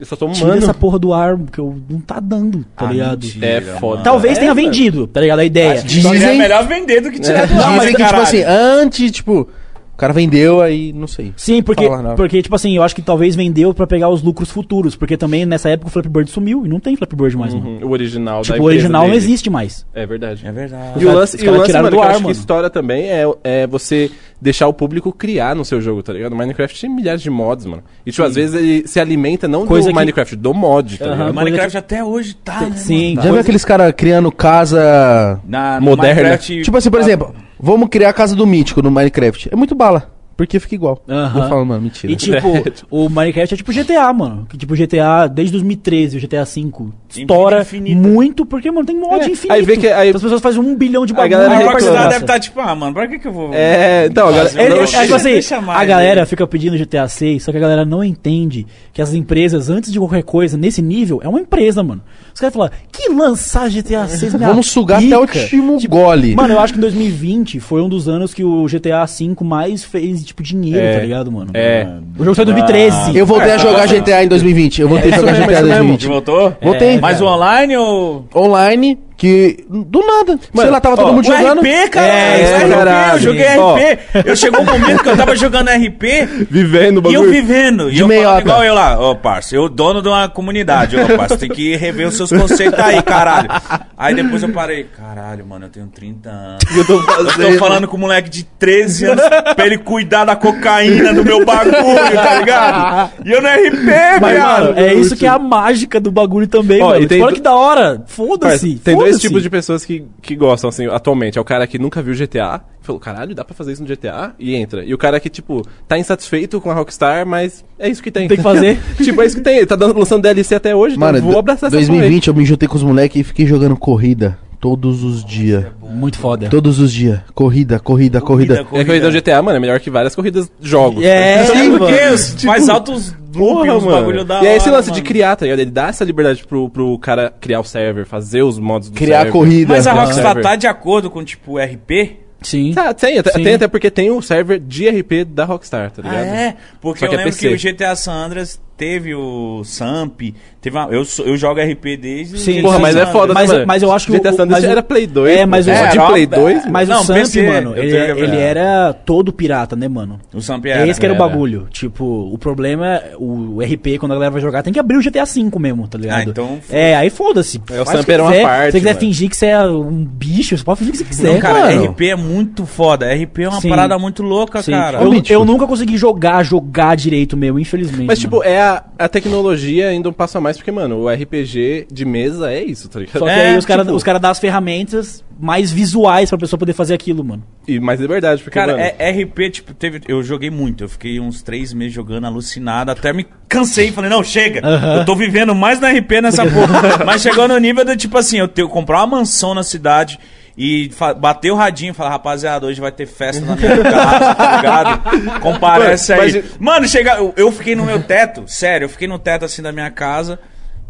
Speaker 3: Eu só tô é
Speaker 4: tira
Speaker 3: humano.
Speaker 4: essa porra do ar, porque eu não tá dando, tá ligado?
Speaker 3: É
Speaker 1: mano.
Speaker 3: foda.
Speaker 4: Talvez
Speaker 3: É,
Speaker 4: tenha
Speaker 3: mano.
Speaker 4: vendido, tá ligado? A ideia.
Speaker 1: Só que É
Speaker 2: Dizem-
Speaker 1: melhor vender do que
Speaker 4: É.
Speaker 1: tirar do ar, né,
Speaker 2: Dizem que, tipo
Speaker 1: caralho.
Speaker 2: assim, antes, tipo, o cara vendeu, aí não sei.
Speaker 3: Tá,
Speaker 4: Sim, porque,
Speaker 2: Fala, Arnaldo.
Speaker 4: porque, tipo assim, eu acho que talvez vendeu pra pegar os lucros futuros, porque também nessa época o Flappy Bird sumiu e não tem Flappy Bird mais, mano.
Speaker 3: Uhum, O original da
Speaker 4: Tipo, o
Speaker 3: empresa
Speaker 4: original não
Speaker 3: dele.
Speaker 4: existe mais.
Speaker 3: É verdade.
Speaker 1: É verdade.
Speaker 3: E o
Speaker 4: caras-
Speaker 3: lance,
Speaker 4: os
Speaker 3: e o
Speaker 4: caras
Speaker 3: lance
Speaker 4: tiraram
Speaker 3: mano,
Speaker 4: do
Speaker 3: que eu
Speaker 4: ar,
Speaker 3: acho que
Speaker 4: mano.
Speaker 3: história também é, é você deixar o público criar no seu jogo, tá ligado? Minecraft tem milhares de mods, mano. E, tipo, às vezes ele se alimenta não
Speaker 4: Coisa
Speaker 3: do
Speaker 4: que-
Speaker 3: Minecraft, do mod, tá
Speaker 4: Aham.
Speaker 1: O
Speaker 3: ligado?
Speaker 1: Minecraft até hoje tá, né,
Speaker 4: Sim,
Speaker 2: Já viu aqueles caras criando casa
Speaker 1: Na, no
Speaker 2: moderna?
Speaker 1: Minecraft-
Speaker 2: tipo assim, por exemplo, vamos criar a casa do mítico no Minecraft. É muito bala, porque fica igual.
Speaker 4: Aham.
Speaker 2: Eu falo, mano, mentira.
Speaker 4: E tipo, o Minecraft é tipo GTA, mano. Que tipo GTA, desde 2013, o GTA V estoura
Speaker 1: Infinito.
Speaker 4: muito, porque, mano, tem mod
Speaker 3: É,
Speaker 4: infinito.
Speaker 3: aí vê que- aí-
Speaker 4: Então as pessoas fazem um bilhão de
Speaker 3: A
Speaker 4: bagulho.
Speaker 3: galera
Speaker 1: A
Speaker 4: e
Speaker 3: reclama.
Speaker 4: não
Speaker 1: Rockstar
Speaker 4: passa.
Speaker 1: deve estar tipo, ah, mano, pra que que eu vou...
Speaker 3: É, então, agora...
Speaker 1: Mas
Speaker 4: É,
Speaker 1: Não,
Speaker 4: é,
Speaker 1: chega,
Speaker 4: é, tipo assim,
Speaker 1: deixa mais,
Speaker 4: a galera
Speaker 1: né?
Speaker 4: fica pedindo GTA 6, só que a galera não entende que as empresas, antes de qualquer coisa, nesse nível, é uma empresa, mano. Os caras falam, que lançar GTA 6 minha
Speaker 2: Vamos sugar até o
Speaker 4: pica?" Tipo,
Speaker 2: último gole.
Speaker 4: Mano, eu acho que em 2020 foi um dos anos que o GTA V mais fez, tipo, dinheiro,
Speaker 3: É.
Speaker 4: tá ligado, mano?
Speaker 3: É.
Speaker 4: O jogo saiu em 2013.
Speaker 2: Ah, eu voltei a jogar GTA em 2020. Eu voltei a jogar
Speaker 3: isso
Speaker 2: GTA em
Speaker 3: mesmo,
Speaker 1: Já
Speaker 2: 2020.
Speaker 1: voltou?
Speaker 2: É. Voltei.
Speaker 1: Mas o online ou...
Speaker 2: Online, Que do nada. sei lá, tava todo mundo
Speaker 1: o
Speaker 2: jogando.
Speaker 1: RP, cara.
Speaker 2: É,
Speaker 1: isso, RP,
Speaker 2: caralho.
Speaker 1: eu joguei
Speaker 2: Ó.
Speaker 1: RP. Eu chegou um momento que eu tava jogando RP
Speaker 7: Vivendo o
Speaker 1: e eu
Speaker 7: bagulho.
Speaker 1: vivendo. E
Speaker 2: De
Speaker 1: eu
Speaker 2: meiota.
Speaker 1: falando igual eu lá, ô parça, eu dono de uma comunidade, ô parça, tem que rever os seus conceitos aí, caralho. Aí depois eu parei, caralho, mano, eu tenho 30 anos.
Speaker 7: Eu tô
Speaker 1: Eu
Speaker 7: fazendo.
Speaker 1: tô falando com um moleque de 13 anos pra ele cuidar da cocaína do meu bagulho, tá ligado? E eu no RP,
Speaker 7: Mas,
Speaker 1: viado.
Speaker 7: mano,
Speaker 4: É isso que é a mágica do bagulho também,
Speaker 7: Ó,
Speaker 4: mano.
Speaker 7: e tem
Speaker 4: Fora
Speaker 7: do-
Speaker 4: que da hora.
Speaker 3: Mas
Speaker 4: Foda-se.
Speaker 3: tem
Speaker 4: assim?
Speaker 3: dois
Speaker 4: foda-se.
Speaker 3: tipos de pessoas que, que gostam, assim, atualmente. É o cara que nunca viu GTA, e falou, caralho, dá pra fazer isso no GTA? E entra. E o cara que, tipo, tá insatisfeito com a Rockstar, mas é isso que tem.
Speaker 4: Tem que fazer.
Speaker 3: tipo, é isso que tem. Ele tá dando, lançando DLC até hoje,
Speaker 2: Mano,
Speaker 3: então vou abraçar essa porra aí.
Speaker 2: 2020 eu me juntei com os moleques e fiquei jogando corrida todos os dias.
Speaker 4: Muito foda.
Speaker 2: Todos os dias. Corrida, corrida, corrida.
Speaker 3: É a corrida do GTA, mano, é melhor que várias corridas jogos. tá
Speaker 4: É,
Speaker 1: Sim,
Speaker 4: mano.
Speaker 1: porque os- faz altos
Speaker 3: Porra,
Speaker 1: uns bagulho
Speaker 3: mano.
Speaker 1: da
Speaker 3: e aí esse
Speaker 1: hora,
Speaker 3: lance de
Speaker 1: mano.
Speaker 3: criar, tá ligado? Ele dá essa liberdade pro, pro cara criar o server, fazer os modos do
Speaker 2: Criar
Speaker 3: server.
Speaker 2: corrida.
Speaker 1: Mas a
Speaker 3: Não,
Speaker 1: Rockstar
Speaker 3: server.
Speaker 1: tá de acordo com, tipo, RP?
Speaker 4: Sim.
Speaker 3: Tá, tem, até,
Speaker 4: Sim.
Speaker 3: tem até porque tem o server de RP da Rockstar, tá
Speaker 1: Ah,
Speaker 3: ligado?
Speaker 1: é? Porque
Speaker 3: Só
Speaker 1: eu
Speaker 3: que é
Speaker 1: lembro
Speaker 3: PC.
Speaker 1: que o GTA San Andreas teve o Samp, teve uma- eu, sou- eu jogo RP desde...
Speaker 4: Sim.
Speaker 1: o
Speaker 3: Porra,
Speaker 1: GTA
Speaker 3: mas
Speaker 1: San
Speaker 3: é
Speaker 1: Andreas.
Speaker 3: foda,
Speaker 4: Mas-
Speaker 3: né, mano?
Speaker 4: mas eu acho que
Speaker 3: GTA
Speaker 4: o-
Speaker 3: San Andreas
Speaker 4: mas o-
Speaker 3: era Play 2.
Speaker 4: é, mas
Speaker 3: pô.
Speaker 4: o-
Speaker 3: Era de
Speaker 1: era-
Speaker 3: Play 2.
Speaker 4: é, Mas
Speaker 1: Não,
Speaker 4: o Samp,
Speaker 1: PC,
Speaker 4: mano,
Speaker 1: eu
Speaker 4: ele, é-
Speaker 1: tenho que
Speaker 4: ele
Speaker 1: lembrar.
Speaker 4: era todo pirata, né, mano?
Speaker 1: O Samp né?
Speaker 4: É esse que era o
Speaker 3: era.
Speaker 4: bagulho. Tipo, o problema é o RP, quando a galera vai jogar, tem que abrir o GTA V mesmo, tá ligado?
Speaker 1: Ah, então f-
Speaker 4: É, aí foda-se.
Speaker 3: É, o
Speaker 4: Faz
Speaker 3: Samp
Speaker 4: que
Speaker 3: era uma
Speaker 4: quiser.
Speaker 3: parte,
Speaker 4: Se você quiser
Speaker 3: mano.
Speaker 4: fingir que você é um bicho, você pode fingir que você quiser.
Speaker 1: Não, cara,
Speaker 4: né, mano.
Speaker 1: RP é muito foda. RP é uma
Speaker 4: Sim.
Speaker 1: parada muito louca,
Speaker 4: Sim.
Speaker 1: cara.
Speaker 4: eu,
Speaker 2: Mítico.
Speaker 4: eu nunca consegui jogar, jogar direito mesmo, infelizmente. mano.
Speaker 3: Mas, tipo, é a, a tecnologia ainda um passo a mais, porque, mano, o RPG de mesa é isso, tá ligado?
Speaker 4: Só que
Speaker 1: É,
Speaker 4: aí os caras
Speaker 1: tipo-
Speaker 4: os cara dão as ferramentas mais visuais pra pessoa poder fazer aquilo, mano.
Speaker 3: E mais liberdade, porque,
Speaker 1: Cara,
Speaker 3: mano...
Speaker 1: é, RP, tipo, teve. Eu joguei muito, eu fiquei uns três meses jogando alucinado, até me cansei e falei, não, chega! Eu tô vivendo mais na RP nessa porra. Mas chegou no nível do tipo assim, eu tenho que comprar uma mansão na cidade. E fa- bater o radinho e falar, rapaziada, hoje vai ter festa na minha casa, tá ligado? Comparece
Speaker 3: Mano,
Speaker 1: aí.
Speaker 3: mas-
Speaker 1: Mano, chega, eu, eu fiquei no meu teto, sério, eu fiquei no teto assim da minha casa.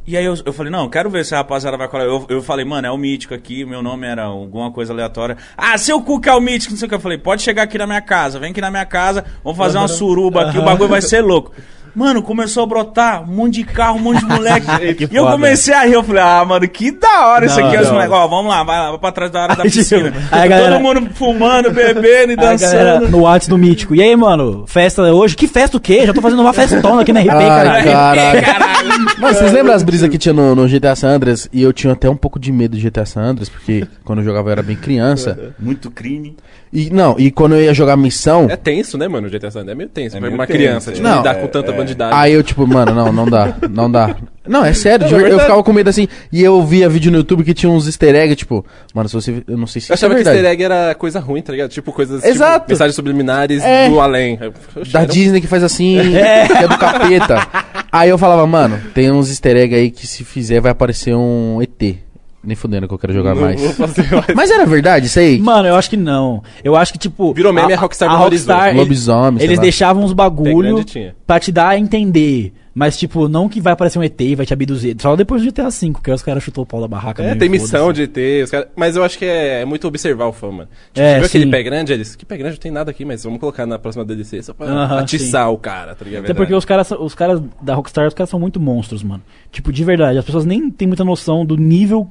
Speaker 1: E aí eu, eu falei, não, eu quero ver se a rapaziada vai colar. Eu, eu falei, mano, é o mítico aqui, meu nome era alguma coisa aleatória. Ah, seu Cuca é o mítico, não sei o que. Eu falei, pode chegar aqui na minha casa, vem aqui na minha casa, vamos fazer uma suruba aqui, o bagulho vai ser louco. Mano, começou a brotar um monte de carro, um monte de moleque. e eu
Speaker 4: foda.
Speaker 1: comecei a rir, eu falei, ah, mano, que da hora isso
Speaker 4: Da
Speaker 1: aqui.
Speaker 4: hora.
Speaker 1: Os moleques, ó, vamos lá, vai lá, vai pra trás da área da
Speaker 4: Aí, tipo,
Speaker 1: piscina.
Speaker 4: aí a galera-
Speaker 1: Todo mundo fumando, bebendo e
Speaker 4: A galera
Speaker 1: dançando.
Speaker 4: no Whats do Mítico. E aí, mano, festa hoje? Que festa o quê? Já tô fazendo uma festona aqui na RP,
Speaker 2: Ai,
Speaker 4: cara.
Speaker 2: caralho.
Speaker 1: Caralho.
Speaker 2: Mas
Speaker 3: É,
Speaker 2: vocês lembram as brisas que tinha no, no GTA San Andreas? E eu tinha até um pouco de medo de GTA San Andreas, porque quando eu jogava eu era bem criança.
Speaker 1: Muito crime.
Speaker 2: E não, e quando eu ia jogar missão,
Speaker 3: É tenso, né, mano? O GTA San Andreas é meio tenso. pra
Speaker 1: meio
Speaker 3: uma
Speaker 1: tenso,
Speaker 3: criança,
Speaker 1: é.
Speaker 3: tipo,
Speaker 2: Não,
Speaker 3: lidar
Speaker 2: é,
Speaker 3: com tanta bandidagem.
Speaker 2: aí eu tipo, mano, não, não dá, não dá. Não, é sério, de ver- eu
Speaker 3: verdade.
Speaker 2: ficava com medo assim, e eu via vídeo no YouTube que tinha uns easter egg, tipo, mano, se você, eu não sei se
Speaker 3: Eu achava
Speaker 2: é
Speaker 3: que easter
Speaker 2: verdade.
Speaker 3: egg era coisa ruim, tá ligado? Tipo, coisas...
Speaker 2: Exato.
Speaker 3: Tipo, mensagens subliminares
Speaker 2: É.
Speaker 3: do além. Eu- Oxe,
Speaker 2: Da
Speaker 3: era um-
Speaker 2: Disney que faz assim, que é do capeta. Aí eu falava, mano, tem uns easter egg aí que se fizer vai aparecer um ET. Nem fudendo que eu quero jogar mais.
Speaker 3: Vou fazer mais.
Speaker 2: Mas era verdade isso aí?
Speaker 4: Mano, eu acho que não. Eu acho que, tipo.
Speaker 3: Virou meme, a Rockstar
Speaker 4: a
Speaker 3: valorizou.
Speaker 4: Rockstar, eles,
Speaker 2: Lobisomens,
Speaker 4: eles
Speaker 2: sei lá.
Speaker 4: deixavam uns bagulho
Speaker 3: grande tinha.
Speaker 4: pra te dar a entender. Mas, tipo, não que vai aparecer um ET e vai te abduzir. Só depois do GTA V, que aí os caras chutou o pau da barraca.
Speaker 3: É,
Speaker 4: mesmo,
Speaker 3: tem missão
Speaker 4: foda-se.
Speaker 3: de ter, os cara... mas eu acho que é, é muito observar o fã, mano. Tipo,
Speaker 4: É,
Speaker 3: você viu
Speaker 4: sim.
Speaker 3: aquele pé grande? Eles, que pé grande não tem nada aqui, mas vamos colocar na próxima DLC só pra
Speaker 4: Aham,
Speaker 3: atiçar o cara, tá ligado?
Speaker 4: Até porque os caras os caras da Rockstar, os caras são muito monstros, mano. Tipo, de verdade, as pessoas nem têm muita noção do nível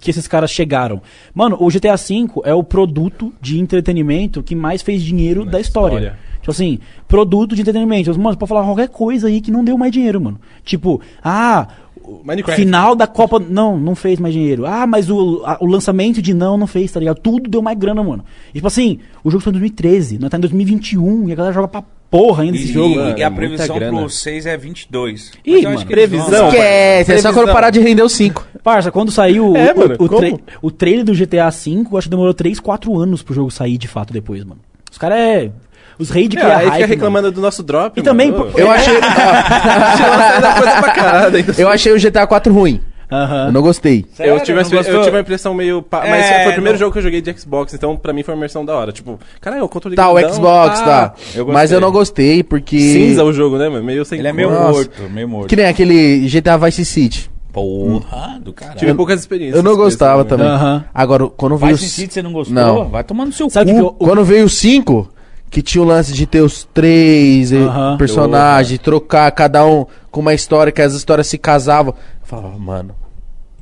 Speaker 4: que esses caras chegaram. Mano, o GTA V é o produto de entretenimento que mais fez dinheiro da história.
Speaker 3: história.
Speaker 4: Tipo assim, produto de entretenimento. Mano, você pode falar qualquer coisa aí que não deu mais dinheiro, mano. Tipo, ah, o
Speaker 3: Minecraft.
Speaker 4: final da Copa. Não, não fez mais dinheiro. Ah, mas o, a- o lançamento de não, não fez, tá ligado? Tudo deu mais grana, mano. E, tipo assim, o jogo foi em 2013, nós tá em 2021 e a galera joga pra porra ainda esse
Speaker 1: E,
Speaker 4: jogo.
Speaker 1: e
Speaker 3: mano,
Speaker 1: a
Speaker 3: muita
Speaker 1: previsão
Speaker 3: grana.
Speaker 1: pro 6 é 22.
Speaker 4: Ih,
Speaker 1: Mas eu acho
Speaker 4: mano,
Speaker 1: que eles vão-
Speaker 3: previsão.
Speaker 2: Esquece, é só
Speaker 3: Previsão.
Speaker 2: quando parar de render os 5.
Speaker 4: Parça, quando saiu o-
Speaker 3: É,
Speaker 4: o,
Speaker 3: mano,
Speaker 4: o,
Speaker 3: como?
Speaker 4: trai- o trailer do GTA V, eu acho que demorou 3, 4 anos pro jogo sair de fato depois, mano. Os caras é. Os reis de
Speaker 3: É,
Speaker 4: criar
Speaker 3: aí fica
Speaker 4: hype, mano.
Speaker 3: reclamando do nosso drop.
Speaker 4: E também,
Speaker 3: Pô,
Speaker 4: pô-
Speaker 2: Eu achei,
Speaker 3: é coisa pra caralho. ainda.
Speaker 2: eu achei o GTA 4 ruim.
Speaker 4: Aham.
Speaker 2: Eu não gostei.
Speaker 1: Sério?
Speaker 3: eu, tive uma,
Speaker 1: Não
Speaker 3: expre- eu
Speaker 1: gostou?
Speaker 3: tive uma impressão meio. pa- Mas
Speaker 1: É,
Speaker 3: foi o primeiro
Speaker 1: não.
Speaker 3: jogo que eu joguei de Xbox, então pra mim foi uma imersão da hora. Tipo, caralho, o controle
Speaker 2: Tá, o
Speaker 3: grandão,
Speaker 2: Xbox,
Speaker 3: pá.
Speaker 2: tá. Mas eu não gostei porque.
Speaker 3: Ah, Cinza o jogo, né, mano? Meio sem.
Speaker 1: Ele é meio
Speaker 2: Nossa.
Speaker 1: morto, meio morto.
Speaker 2: Que nem aquele GTA Vice City.
Speaker 1: Porra do caralho.
Speaker 3: Tive poucas experiências.
Speaker 2: Eu não
Speaker 3: com isso,
Speaker 2: gostava
Speaker 3: né,
Speaker 2: também.
Speaker 4: Aham.
Speaker 2: Agora, quando
Speaker 1: Vai
Speaker 2: veio.
Speaker 1: se
Speaker 2: o-
Speaker 1: City, você não gostou?
Speaker 2: Não.
Speaker 1: Vai tomar no seu
Speaker 4: Sabe o que
Speaker 1: cu.
Speaker 4: que eu-
Speaker 2: Quando veio o 5, que tinha o lance de ter os três eh,
Speaker 4: Aham.
Speaker 2: personagens, trocar cada um com uma história, que as histórias se casavam. Eu falava, mano.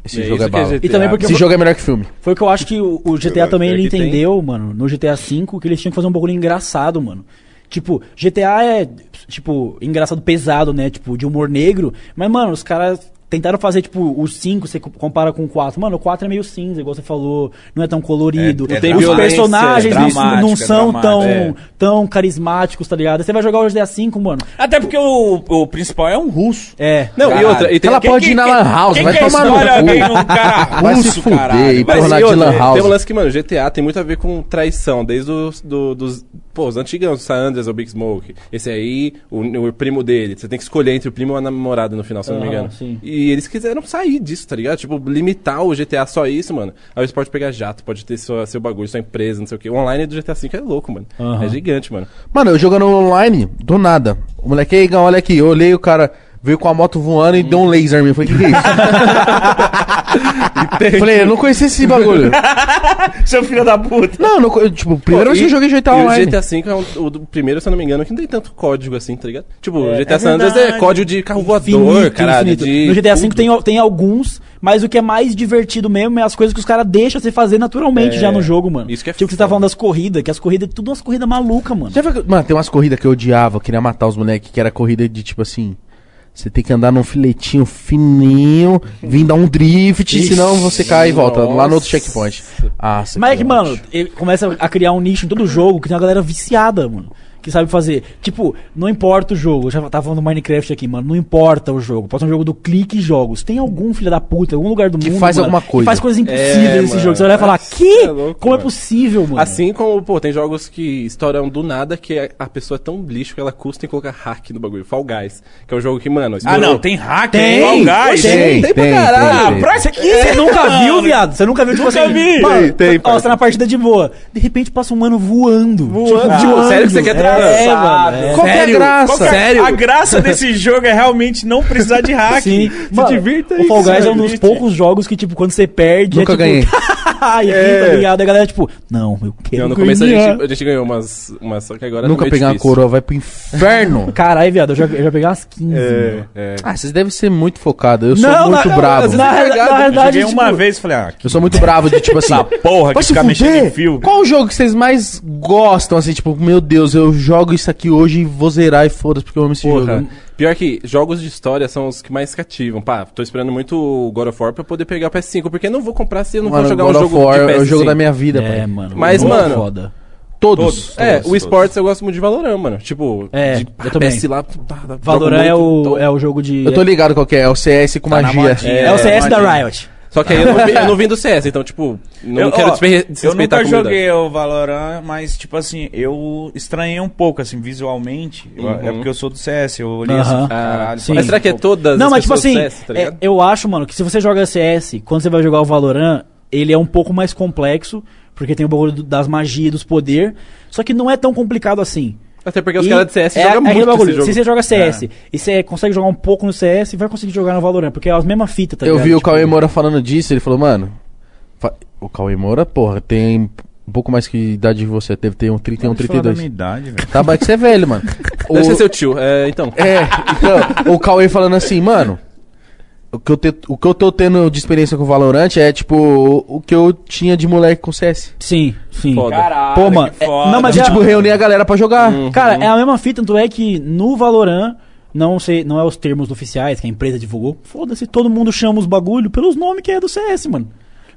Speaker 2: Esse
Speaker 3: É
Speaker 2: jogo
Speaker 3: isso
Speaker 2: é
Speaker 3: que é
Speaker 2: bala.
Speaker 3: GTA.
Speaker 4: E também porque
Speaker 2: Esse jogo é melhor que filme.
Speaker 4: Foi o que eu acho que o, o GTA também ele
Speaker 3: que tem.
Speaker 4: entendeu, mano, no GTA V, que eles tinham que fazer um bagulho engraçado, mano. Tipo, GTA é, tipo, engraçado pesado, né? Tipo, de humor negro. Mas, mano, os caras tentaram fazer, tipo, o 5, você co- compara com o 4. Mano, o 4 é meio cinza, igual você falou. Não é tão colorido.
Speaker 1: É, é
Speaker 4: os
Speaker 1: violência,
Speaker 4: personagens
Speaker 1: é
Speaker 4: não-
Speaker 1: dramático,
Speaker 4: não
Speaker 1: é
Speaker 4: são
Speaker 1: dramático,
Speaker 4: tão,
Speaker 1: é.
Speaker 4: tão carismáticos, tá ligado? Aí Você vai jogar o GTA V, mano.
Speaker 1: Até porque o, o principal é um russo.
Speaker 4: É.
Speaker 3: Não, e
Speaker 1: Caralho.
Speaker 3: outra, e tem
Speaker 2: Ela
Speaker 3: quem-
Speaker 2: pode ir na Lan House,
Speaker 1: Quem
Speaker 2: vai
Speaker 1: que é
Speaker 2: tomar no
Speaker 1: história
Speaker 2: cu.
Speaker 1: alguém num cara
Speaker 2: Vai se
Speaker 1: russo,
Speaker 2: fuder,
Speaker 1: caralho?
Speaker 2: e
Speaker 1: Mas-
Speaker 2: porra lá
Speaker 3: e
Speaker 2: de
Speaker 3: outra,
Speaker 2: Lan House.
Speaker 3: Tem um lance que, mano, GTA tem muito a ver com traição, desde os, do, dos, pô, os antigos, San Andreas, o Big Smoke, esse aí, o, o primo dele, você tem que escolher entre o primo ou a namorada no final, se eu
Speaker 8: Ah,
Speaker 3: não me
Speaker 4: Aham,
Speaker 3: engano.
Speaker 4: sim.
Speaker 3: E eles quiseram sair disso, tá ligado? Tipo, limitar o GTA só a isso, mano. Aí você pode pegar jato, pode ter sua, seu bagulho, sua empresa, não sei o quê. O online do GTA V é louco, mano.
Speaker 4: Aham.
Speaker 3: É gigante, mano.
Speaker 2: Mano, eu jogando online, do nada. O moleque, aí, Igão, olha aqui. Eu olhei o cara, veio com a moto voando e deu um laser em mim. Eu Falei, o que, que é isso? Falei, eu não conhecia esse bagulho.
Speaker 8: Seu filho da puta.
Speaker 2: Não, eu não co- eu, tipo, primeira vez que eu joguei GTA
Speaker 3: e
Speaker 2: online.
Speaker 3: o GTA V é um- o do primeiro, se eu não me engano, que não tem tanto código assim, tá ligado? Tipo, o GTA
Speaker 1: é
Speaker 3: San Andreas é
Speaker 1: verdade.
Speaker 3: código de carro voador,
Speaker 4: Infinito,
Speaker 3: caralho.
Speaker 4: infinito.
Speaker 3: de
Speaker 4: No GTA V
Speaker 3: tudo.
Speaker 4: tem, tem alguns, mas o que é mais divertido mesmo é as coisas que os caras deixam você fazer naturalmente já no jogo, mano.
Speaker 3: Isso que é
Speaker 4: tipo, que você
Speaker 3: foda.
Speaker 4: tá falando das corridas, que as corridas, tudo umas corridas malucas, mano.
Speaker 2: Já viu, que- mano, tem umas corridas que eu odiava, eu queria matar os moleques, que era corrida de tipo assim. Você tem que andar num filetinho fininho, vir dar um drift,
Speaker 3: Ixi,
Speaker 2: senão você cai e volta lá no outro
Speaker 3: nossa.
Speaker 2: checkpoint. Ah, você
Speaker 4: Mas é que,
Speaker 2: ódio.
Speaker 4: mano, ele começa a criar um nicho em todo jogo que tem uma galera viciada, mano. Que sabe fazer. Tipo, não importa o jogo. Eu já tava falando do Minecraft aqui, mano. Não importa o jogo. Pode ser um jogo do clique e jogos. Tem algum filho da puta, algum lugar do
Speaker 2: Que
Speaker 4: mundo.
Speaker 2: faz
Speaker 4: mano,
Speaker 2: alguma coisa.
Speaker 4: Que faz coisas impossíveis
Speaker 3: É,
Speaker 4: nesse
Speaker 3: mano.
Speaker 4: jogo. Você vai falar,
Speaker 3: Nossa,
Speaker 4: que?
Speaker 3: é louco,
Speaker 4: Como é
Speaker 3: mano.
Speaker 4: possível, mano?
Speaker 3: Assim como, pô, tem jogos que estouram do nada que a- a pessoa é tão lixo que ela custa em colocar hack no bagulho. Fall Guys, que é um jogo que, mano...
Speaker 1: Ah,
Speaker 3: estourou.
Speaker 1: não, tem hack,
Speaker 4: Tem,
Speaker 1: Fall Guys.
Speaker 4: tem.
Speaker 3: tem pra caralho.
Speaker 2: tem.
Speaker 1: Ah, Pra que
Speaker 4: Você
Speaker 3: É.
Speaker 4: nunca viu, viado? Você nunca viu, tipo assim...
Speaker 1: vi.
Speaker 2: Tem,
Speaker 4: mano,
Speaker 2: tem,
Speaker 4: Ó,
Speaker 2: parça.
Speaker 4: você tá na partida de boa. De repente passa um mano voando. Tipo,
Speaker 3: Ah, sério que você quer
Speaker 4: é,
Speaker 3: transar?
Speaker 4: é, mano. É.
Speaker 2: Qual que é a
Speaker 1: Sério?
Speaker 2: graça?
Speaker 1: Qual que é-
Speaker 3: Sério?
Speaker 1: A graça desse jogo é realmente não precisar de
Speaker 3: é
Speaker 1: hack.
Speaker 4: Sim.
Speaker 1: Se
Speaker 4: Mano,
Speaker 1: divirta
Speaker 4: o
Speaker 1: e
Speaker 4: Fall
Speaker 1: se
Speaker 4: Guys é um dos
Speaker 1: divirta.
Speaker 4: poucos jogos que, tipo, quando você perde...
Speaker 2: Nunca
Speaker 4: é, tipo,
Speaker 2: ganhei.
Speaker 4: e aqui, tá ligado? E a galera, tipo, não, eu quero
Speaker 3: É. Não, no começo a
Speaker 4: ganhar.
Speaker 3: gente, a gente ganhou umas, umas... Só que agora
Speaker 2: Nunca
Speaker 3: tá meio
Speaker 2: pegar uma
Speaker 3: difícil.
Speaker 2: coroa, vai pro inferno.
Speaker 4: Caralho, viado, eu já, eu já peguei umas 15. mano.
Speaker 3: É, é.
Speaker 2: ah, vocês devem ser muito focados. Eu sou muito
Speaker 4: na-
Speaker 2: bravo.
Speaker 4: Na, na,
Speaker 3: Cagado,
Speaker 4: na realidade,
Speaker 1: Joguei
Speaker 4: tipo,
Speaker 1: uma vez e falei, ah,
Speaker 2: Eu sou muito bravo de tipo assim.
Speaker 1: porra,
Speaker 2: Vai
Speaker 1: que
Speaker 2: se
Speaker 1: ficar mexendo
Speaker 2: fuder.
Speaker 1: em fio.
Speaker 2: Qual o jogo que é vocês mais gostam, assim, tipo, meu Deus, eu jogo isso aqui hoje e vou zerar e foda-se porque eu amo esse
Speaker 3: Porra.
Speaker 2: jogo.
Speaker 3: Pior que jogos de história são os que mais cativam. Pá, tô esperando muito o God of War pra eu poder pegar o PS5, porque eu não vou comprar se eu não
Speaker 2: Mano,
Speaker 3: vou jogar
Speaker 2: God
Speaker 3: um
Speaker 2: of
Speaker 3: jogo
Speaker 2: War
Speaker 3: de
Speaker 2: é
Speaker 3: PS5.
Speaker 2: o jogo da minha vida,
Speaker 4: É,
Speaker 2: pai.
Speaker 4: mano.
Speaker 3: Mas,
Speaker 4: Nossa,
Speaker 3: mano,
Speaker 4: Foda.
Speaker 2: Todos.
Speaker 1: Todos.
Speaker 3: É,
Speaker 1: Todos,
Speaker 3: o esportes eu gosto muito de Valorant, mano. Tipo,
Speaker 4: É,
Speaker 3: de,
Speaker 4: eu também.
Speaker 3: PS lá, pá, um jogo
Speaker 4: Valorant é
Speaker 3: muito,
Speaker 4: o, é o jogo de.
Speaker 2: Eu tô ligado qual que é, é o CS com
Speaker 1: Tá na
Speaker 2: magia.
Speaker 1: modinha.
Speaker 4: é, o CS da Riot.
Speaker 3: Só que aí eu não, vi- eu não vim do CS, então, tipo, não
Speaker 1: eu,
Speaker 3: quero
Speaker 1: ó,
Speaker 3: despe-
Speaker 1: eu
Speaker 3: desrespeitar
Speaker 1: nunca
Speaker 3: a comunidade.
Speaker 1: joguei o Valorant, mas tipo assim, eu estranhei um pouco, assim, visualmente. Eu-
Speaker 3: Uhum.
Speaker 1: É porque eu sou do CS, eu olhei
Speaker 4: Aham.
Speaker 1: assim,
Speaker 3: Ah,
Speaker 1: caralho.
Speaker 4: sim.
Speaker 1: falei,
Speaker 3: Mas será que é todas
Speaker 4: Não,
Speaker 3: as
Speaker 4: mas tipo
Speaker 3: pessoas
Speaker 4: assim,
Speaker 3: do CS, tá
Speaker 4: é,
Speaker 3: ligado?
Speaker 4: eu acho, mano, que se você joga CS, quando você vai jogar o Valorant, ele é um pouco mais complexo, porque tem o bagulho do- das magias, dos poder. Só que não é tão complicado assim.
Speaker 3: Até porque os
Speaker 4: E
Speaker 3: caras do CS
Speaker 4: é,
Speaker 3: jogam
Speaker 4: é aquele
Speaker 3: muito
Speaker 4: bagulho,
Speaker 3: esse jogo. É.
Speaker 4: Se você joga CS e você consegue jogar um pouco no CS, vai conseguir jogar no Valorant, porque é as mesmas fitas, tá
Speaker 2: eu
Speaker 4: ligado?
Speaker 2: vi o
Speaker 4: Tipo,
Speaker 2: Cauê Moura falando disso, ele falou, mano. fa- O Cauê Moura, porra, tem um pouco mais que idade que você teve, tem um 31,
Speaker 1: "Vamos falar da
Speaker 2: 32.
Speaker 1: minha idade, velho.
Speaker 2: Tá, mas que você é velho, mano.
Speaker 3: Deve ser
Speaker 2: O-
Speaker 3: seu tio, é, então.
Speaker 2: É, então, o Cauê falando assim, mano. O que, eu te- o que eu tô tendo de experiência com o Valorant é, tipo, o, o que eu tinha de moleque com CS.
Speaker 4: Sim, sim.
Speaker 3: Foda.
Speaker 4: Pô, mano,
Speaker 1: que
Speaker 4: é-
Speaker 1: foda.
Speaker 4: não, mas
Speaker 2: De,
Speaker 4: é-
Speaker 2: tipo, reunir a galera pra jogar.
Speaker 4: Cara, é a mesma fita, tanto é que no Valorant, não sei, não é os termos oficiais que a empresa divulgou. Foda-se, todo mundo chama os bagulho pelos nomes que é do CS, mano.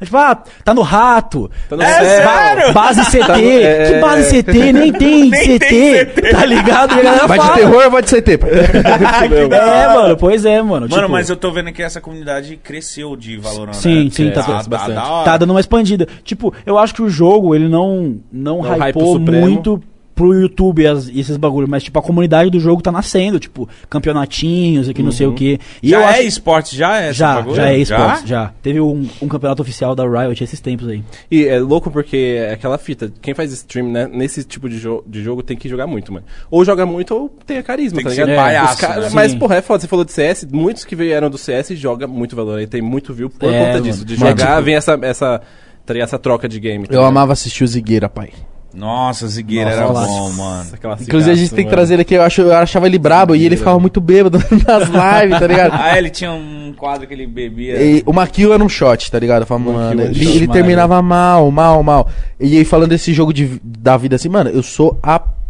Speaker 4: É Tipo, ah, tá no rato.
Speaker 3: Tá no
Speaker 4: É,
Speaker 3: céu.
Speaker 4: ba- Base CT.
Speaker 3: é.
Speaker 4: Que base CT? Nem tem CT. Tá ligado? E a galera
Speaker 2: Vai de
Speaker 4: fala.
Speaker 2: terror ou vai de CT? pai?
Speaker 4: É, mano, pois é,
Speaker 1: Mano,
Speaker 4: mano. Tipo,
Speaker 1: mas eu tô vendo que essa comunidade cresceu de Valorant.
Speaker 4: Sim,
Speaker 1: né?
Speaker 4: sim, tá-
Speaker 1: Ah,
Speaker 3: bastante.
Speaker 1: da hora.
Speaker 4: tá dando uma expandida. Tipo, eu acho que o jogo, ele não, não,
Speaker 3: Não, hype
Speaker 4: hypou
Speaker 3: supremo.
Speaker 4: muito pro YouTube as- esses bagulhos, mas tipo, a comunidade do jogo tá nascendo, tipo, campeonatinhos aqui, não sei o quê. E
Speaker 1: já
Speaker 4: eu
Speaker 1: é
Speaker 4: acho...
Speaker 1: esporte, já é? esse
Speaker 4: Já,
Speaker 1: bagulho?
Speaker 4: já é esportes, já? Teve um, um campeonato oficial da Riot esses tempos aí.
Speaker 3: E é louco porque é aquela fita. Quem faz stream, né? Nesse tipo de, jo- de jogo tem que jogar muito, mano. Ou joga muito ou tem a carisma,
Speaker 1: Tem
Speaker 3: tá
Speaker 1: que
Speaker 3: ligado?
Speaker 1: ser palhaço,
Speaker 3: Os caras-
Speaker 1: né?
Speaker 3: Mas,
Speaker 4: Sim.
Speaker 3: porra, é foda. Você falou de CS, muitos que vieram do CS jogam muito valor. E tem muito view por
Speaker 4: É,
Speaker 3: conta
Speaker 4: mano.
Speaker 3: disso. De
Speaker 2: Mano,
Speaker 3: jogar,
Speaker 2: tipo-
Speaker 3: vem essa, essa, tá ligado? essa troca de game. tá
Speaker 2: Eu
Speaker 3: ligado?
Speaker 2: amava assistir o Zigueira, pai.
Speaker 1: Nossa, Zigueira era
Speaker 4: Nossa.
Speaker 1: bom, mano.
Speaker 2: Inclusive, a gente tem que trazer ele aqui. Eu, acho, eu achava ele brabo e ele ficava muito bêbado nas lives, tá ligado?
Speaker 1: Ah, ele tinha um quadro que ele bebia.
Speaker 2: E o Maquio era um shot, tá ligado? Eu falava, mano,
Speaker 4: era um
Speaker 2: ele,
Speaker 4: shot,
Speaker 2: ele
Speaker 4: maravilha.
Speaker 2: terminava mal, mal, mal. E aí, falando desse jogo de, da vida assim, mano, eu sou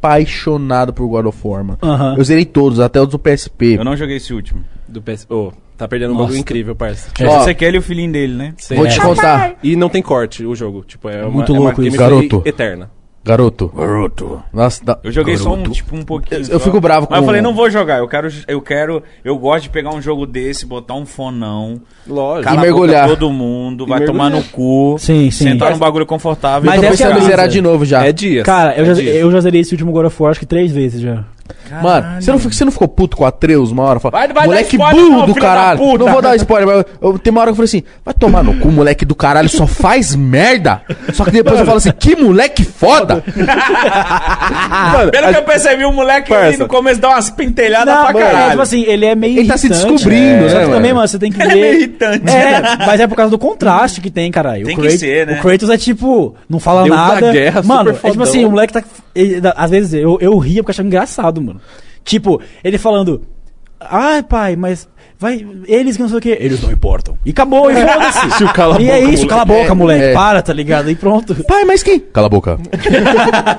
Speaker 2: apaixonado por God of War, mano.
Speaker 4: Aham.
Speaker 2: Eu zerei todos, até os do PSP.
Speaker 1: Eu não joguei esse último.
Speaker 3: Do PS... Ô, tá perdendo um
Speaker 4: Nossa.
Speaker 3: bagulho incrível, parça.
Speaker 1: É
Speaker 2: Ó.
Speaker 1: você quer ele e o filhinho dele, né?
Speaker 3: Sei.
Speaker 2: Vou te contar,
Speaker 3: E não tem corte o jogo. Tipo, é uma,
Speaker 4: Muito
Speaker 3: é uma
Speaker 4: louco isso.
Speaker 3: gameplay
Speaker 2: Garoto.
Speaker 3: eterna.
Speaker 2: garoto. Nossa, dá-
Speaker 1: Eu joguei só um, tipo, um pouquinho.
Speaker 2: Eu-
Speaker 1: só.
Speaker 2: eu fico bravo
Speaker 1: Mas eu
Speaker 2: com-
Speaker 1: falei, não vou jogar. Eu quero, eu quero, eu gosto de pegar um jogo desse, botar um fonão,
Speaker 3: Lógico.
Speaker 2: E
Speaker 1: calar a boca
Speaker 2: mergulhar.
Speaker 1: todo mundo, vai tomar no
Speaker 3: mergulhar.
Speaker 1: cu,
Speaker 4: Sim, sim.
Speaker 1: sentar num bagulho confortável.
Speaker 4: Mas
Speaker 2: Eu tô
Speaker 4: essa é a
Speaker 1: assim,
Speaker 2: pensando em
Speaker 4: brisa.
Speaker 2: zerar de novo já.
Speaker 3: É dias.
Speaker 4: Cara, eu
Speaker 3: é
Speaker 4: já,
Speaker 3: dias.
Speaker 4: eu já zerei esse último God of War acho que três vezes já.
Speaker 2: Mano, você não, fica- você não ficou puto com o Atreus uma hora? Fala,
Speaker 1: Vai- vai dar
Speaker 2: moleque
Speaker 1: spoiler
Speaker 2: burro
Speaker 1: não,
Speaker 2: do
Speaker 1: filho da
Speaker 2: caralho.
Speaker 1: puta.
Speaker 2: Não vou dar spoiler, mas eu, tem uma hora que eu falei assim: vai tomar no cu, moleque do caralho, só faz merda. Só que depois eu falo assim: que moleque foda. Mano,
Speaker 1: Pelo que eu percebi, o moleque ali
Speaker 3: Parça.
Speaker 1: no começo dá umas pintelhadas pra
Speaker 4: mano, é,
Speaker 1: caralho.
Speaker 4: tipo assim, ele é meio
Speaker 2: ele tá se
Speaker 4: irritante.
Speaker 2: descobrindo,
Speaker 1: É,
Speaker 4: Só
Speaker 2: né?
Speaker 4: que
Speaker 2: mano?
Speaker 4: também, mano, você tem que ver.
Speaker 1: meio irritante, né?
Speaker 4: É, mas é por causa do contraste que tem, caralho. O
Speaker 1: Tem que
Speaker 4: Kratos-
Speaker 1: ser, né?
Speaker 4: O Kratos é tipo, não fala
Speaker 3: Deus da
Speaker 4: nada.
Speaker 3: guerra,
Speaker 4: mano,
Speaker 3: super
Speaker 4: é tipo
Speaker 3: fodão.
Speaker 4: assim, o moleque tá. ele- às vezes eu, eu ria porque eu achava engraçado, mano. Tipo, ele falando. Ai, pai, mas. Vai, eles que não sei o que. Eles não importam. E acabou, e foda-se.
Speaker 2: Se o cala a
Speaker 4: e é
Speaker 2: boca,
Speaker 4: isso, cala a
Speaker 2: moleque.
Speaker 4: boca, moleque.
Speaker 2: É.
Speaker 4: Para, tá ligado? E pronto.
Speaker 2: Pai, mas quem? Cala a boca.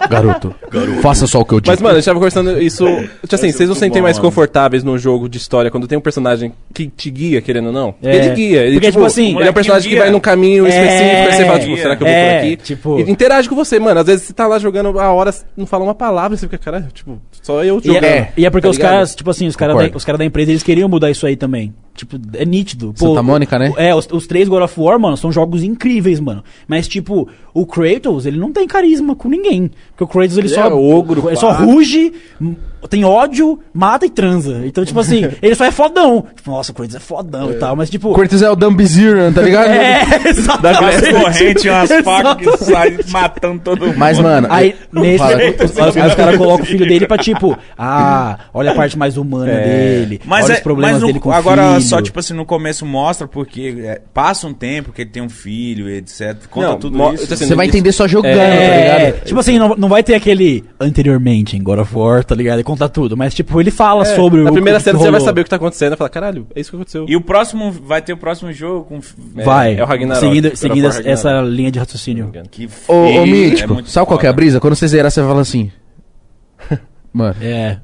Speaker 2: Garoto, faça só o que eu digo.
Speaker 3: Mas, mano, a gente tava conversando isso. Tipo assim, vocês não se sentem mais confortáveis num jogo de história quando tem um personagem que te guia, querendo ou não?
Speaker 4: É.
Speaker 3: Ele guia. Ele,
Speaker 4: Porque, tipo assim,
Speaker 3: ele é um
Speaker 1: moleque
Speaker 3: personagem que
Speaker 1: guia.
Speaker 3: vai num caminho
Speaker 4: É,
Speaker 3: específico, aí você fala, tipo,
Speaker 1: guia.
Speaker 3: será que eu vou
Speaker 4: É,
Speaker 3: por aqui?
Speaker 4: tipo-
Speaker 3: E interage com você, mano. Às vezes você tá lá jogando a hora, não fala uma palavra, você fica, cara, tipo, só eu
Speaker 4: E
Speaker 3: jogando.
Speaker 4: é, e é porque
Speaker 3: tá
Speaker 4: os
Speaker 3: ligado?
Speaker 4: caras, tipo assim, os caras
Speaker 2: Concordo.
Speaker 4: da, os cara da empresa, eles queriam mudar isso aí também. Tipo, é nítido. Pô,
Speaker 2: Santa Mônica, né?
Speaker 4: É, os, os três God of War, mano, são jogos incríveis, mano. Mas, tipo, o Kratos, ele não tem carisma com ninguém. Porque o Kratos, ele,
Speaker 3: Ele
Speaker 4: só.
Speaker 3: é ogro,
Speaker 4: ele só
Speaker 3: pá.
Speaker 4: ruge, m- tem ódio, mata e transa. Então, tipo assim, ele só é fodão. Tipo, nossa, o Kratos é fodão e tal, mas, tipo.
Speaker 2: O Cortes é o Dumbizirian, tá ligado?
Speaker 4: É,
Speaker 1: Umas
Speaker 4: exatamente.
Speaker 1: correntes, umas facas que saem matando todo mundo.
Speaker 2: Mas, mano,
Speaker 4: Aí, nesse,
Speaker 2: fala.
Speaker 4: aí os, aí os caras colocam o filho dele pra tipo, ah, olha a parte mais humana dele,
Speaker 1: Mas,
Speaker 4: olha
Speaker 1: é,
Speaker 4: os problemas
Speaker 1: mas no-
Speaker 4: dele com
Speaker 1: agora
Speaker 4: o filho.
Speaker 1: só, tipo assim, no começo mostra porque é, passa um tempo que ele tem um filho, etc. Conta
Speaker 3: Não,
Speaker 1: tudo
Speaker 3: mo-
Speaker 1: isso.
Speaker 3: tipo assim,
Speaker 2: você vai entender só jogando, tá
Speaker 4: É,
Speaker 2: ligado?
Speaker 4: tipo assim, não, não vai ter aquele anteriormente em God of War, tá ligado? Ele conta tudo, mas tipo, ele fala
Speaker 3: É,
Speaker 4: sobre
Speaker 3: Na
Speaker 4: o
Speaker 3: primeira
Speaker 4: que
Speaker 3: cena você vai
Speaker 4: rolou.
Speaker 3: saber o que tá acontecendo e fala, caralho, é isso que aconteceu.
Speaker 1: E o próximo, vai ter o próximo jogo com...
Speaker 3: É,
Speaker 4: Vai,
Speaker 3: é o Ragnarok.
Speaker 4: seguindo,
Speaker 3: God of
Speaker 4: seguindo
Speaker 3: War
Speaker 4: essa, essa
Speaker 3: Ragnarok.
Speaker 4: linha de raciocínio.
Speaker 1: Que
Speaker 2: Ô, ô
Speaker 1: feio,
Speaker 2: Mítico,
Speaker 1: muito
Speaker 2: sabe qual que é a
Speaker 1: foda.
Speaker 2: brisa? Quando você zerar, você fala assim. Mano,
Speaker 4: É.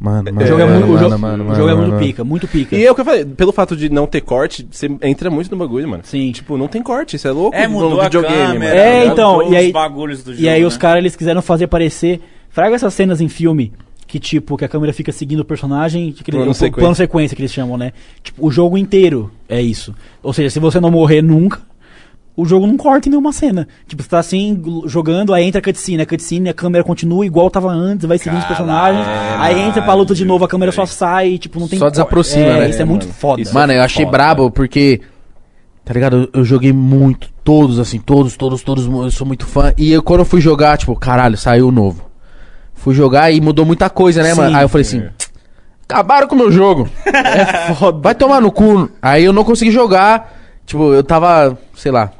Speaker 2: mano, mano.
Speaker 4: O jogo é
Speaker 2: mano,
Speaker 4: muito, o
Speaker 2: mano,
Speaker 4: jogo-
Speaker 2: mano,
Speaker 4: o jogo é
Speaker 2: mano,
Speaker 4: muito
Speaker 2: mano.
Speaker 4: pica, muito pica.
Speaker 3: E é o que eu falei, pelo fato de não ter corte, você entra muito no bagulho, mano.
Speaker 4: Sim.
Speaker 3: Tipo, não tem corte, isso é louco.
Speaker 1: É,
Speaker 3: no
Speaker 1: mudou a câmera. né?
Speaker 3: mano.
Speaker 4: É,
Speaker 1: mudou
Speaker 4: então,
Speaker 1: todos
Speaker 4: e aí-
Speaker 1: os bagulhos do jogo,
Speaker 4: E aí
Speaker 1: né?
Speaker 4: os caras eles quiseram fazer parecer. Fraga essas cenas em filme que tipo que a câmera fica seguindo o personagem, que ele-
Speaker 3: Plano
Speaker 4: o
Speaker 3: sequência.
Speaker 4: plano sequência que eles chamam, né? Tipo, o jogo inteiro é isso. Ou seja, se você não morrer nunca, o jogo não corta em nenhuma cena. Tipo, você tá assim gl- jogando, aí entra a cutscene, a cutscene, a câmera continua igual tava antes, vai seguindo os personagens, aí entra pra luta de novo, a câmera só sai, tipo, não tem
Speaker 2: Só
Speaker 4: corte.
Speaker 2: desaproxima,
Speaker 4: É,
Speaker 2: né?
Speaker 4: Isso é muito foda.
Speaker 2: Mano, eu achei
Speaker 3: Foda.
Speaker 2: brabo porque. Tá ligado? Eu, eu joguei muito. Todos, assim, todos, todos, todos. Eu sou muito fã. E eu, quando eu fui jogar, tipo, caralho, saiu o novo. Fui jogar e mudou muita coisa, né, mano?
Speaker 4: Sim.
Speaker 2: Aí eu falei assim. "Tch, Acabaram com o meu jogo. É foda. Vai tomar no cu. Aí eu não consegui jogar. Tipo, eu tava, sei lá.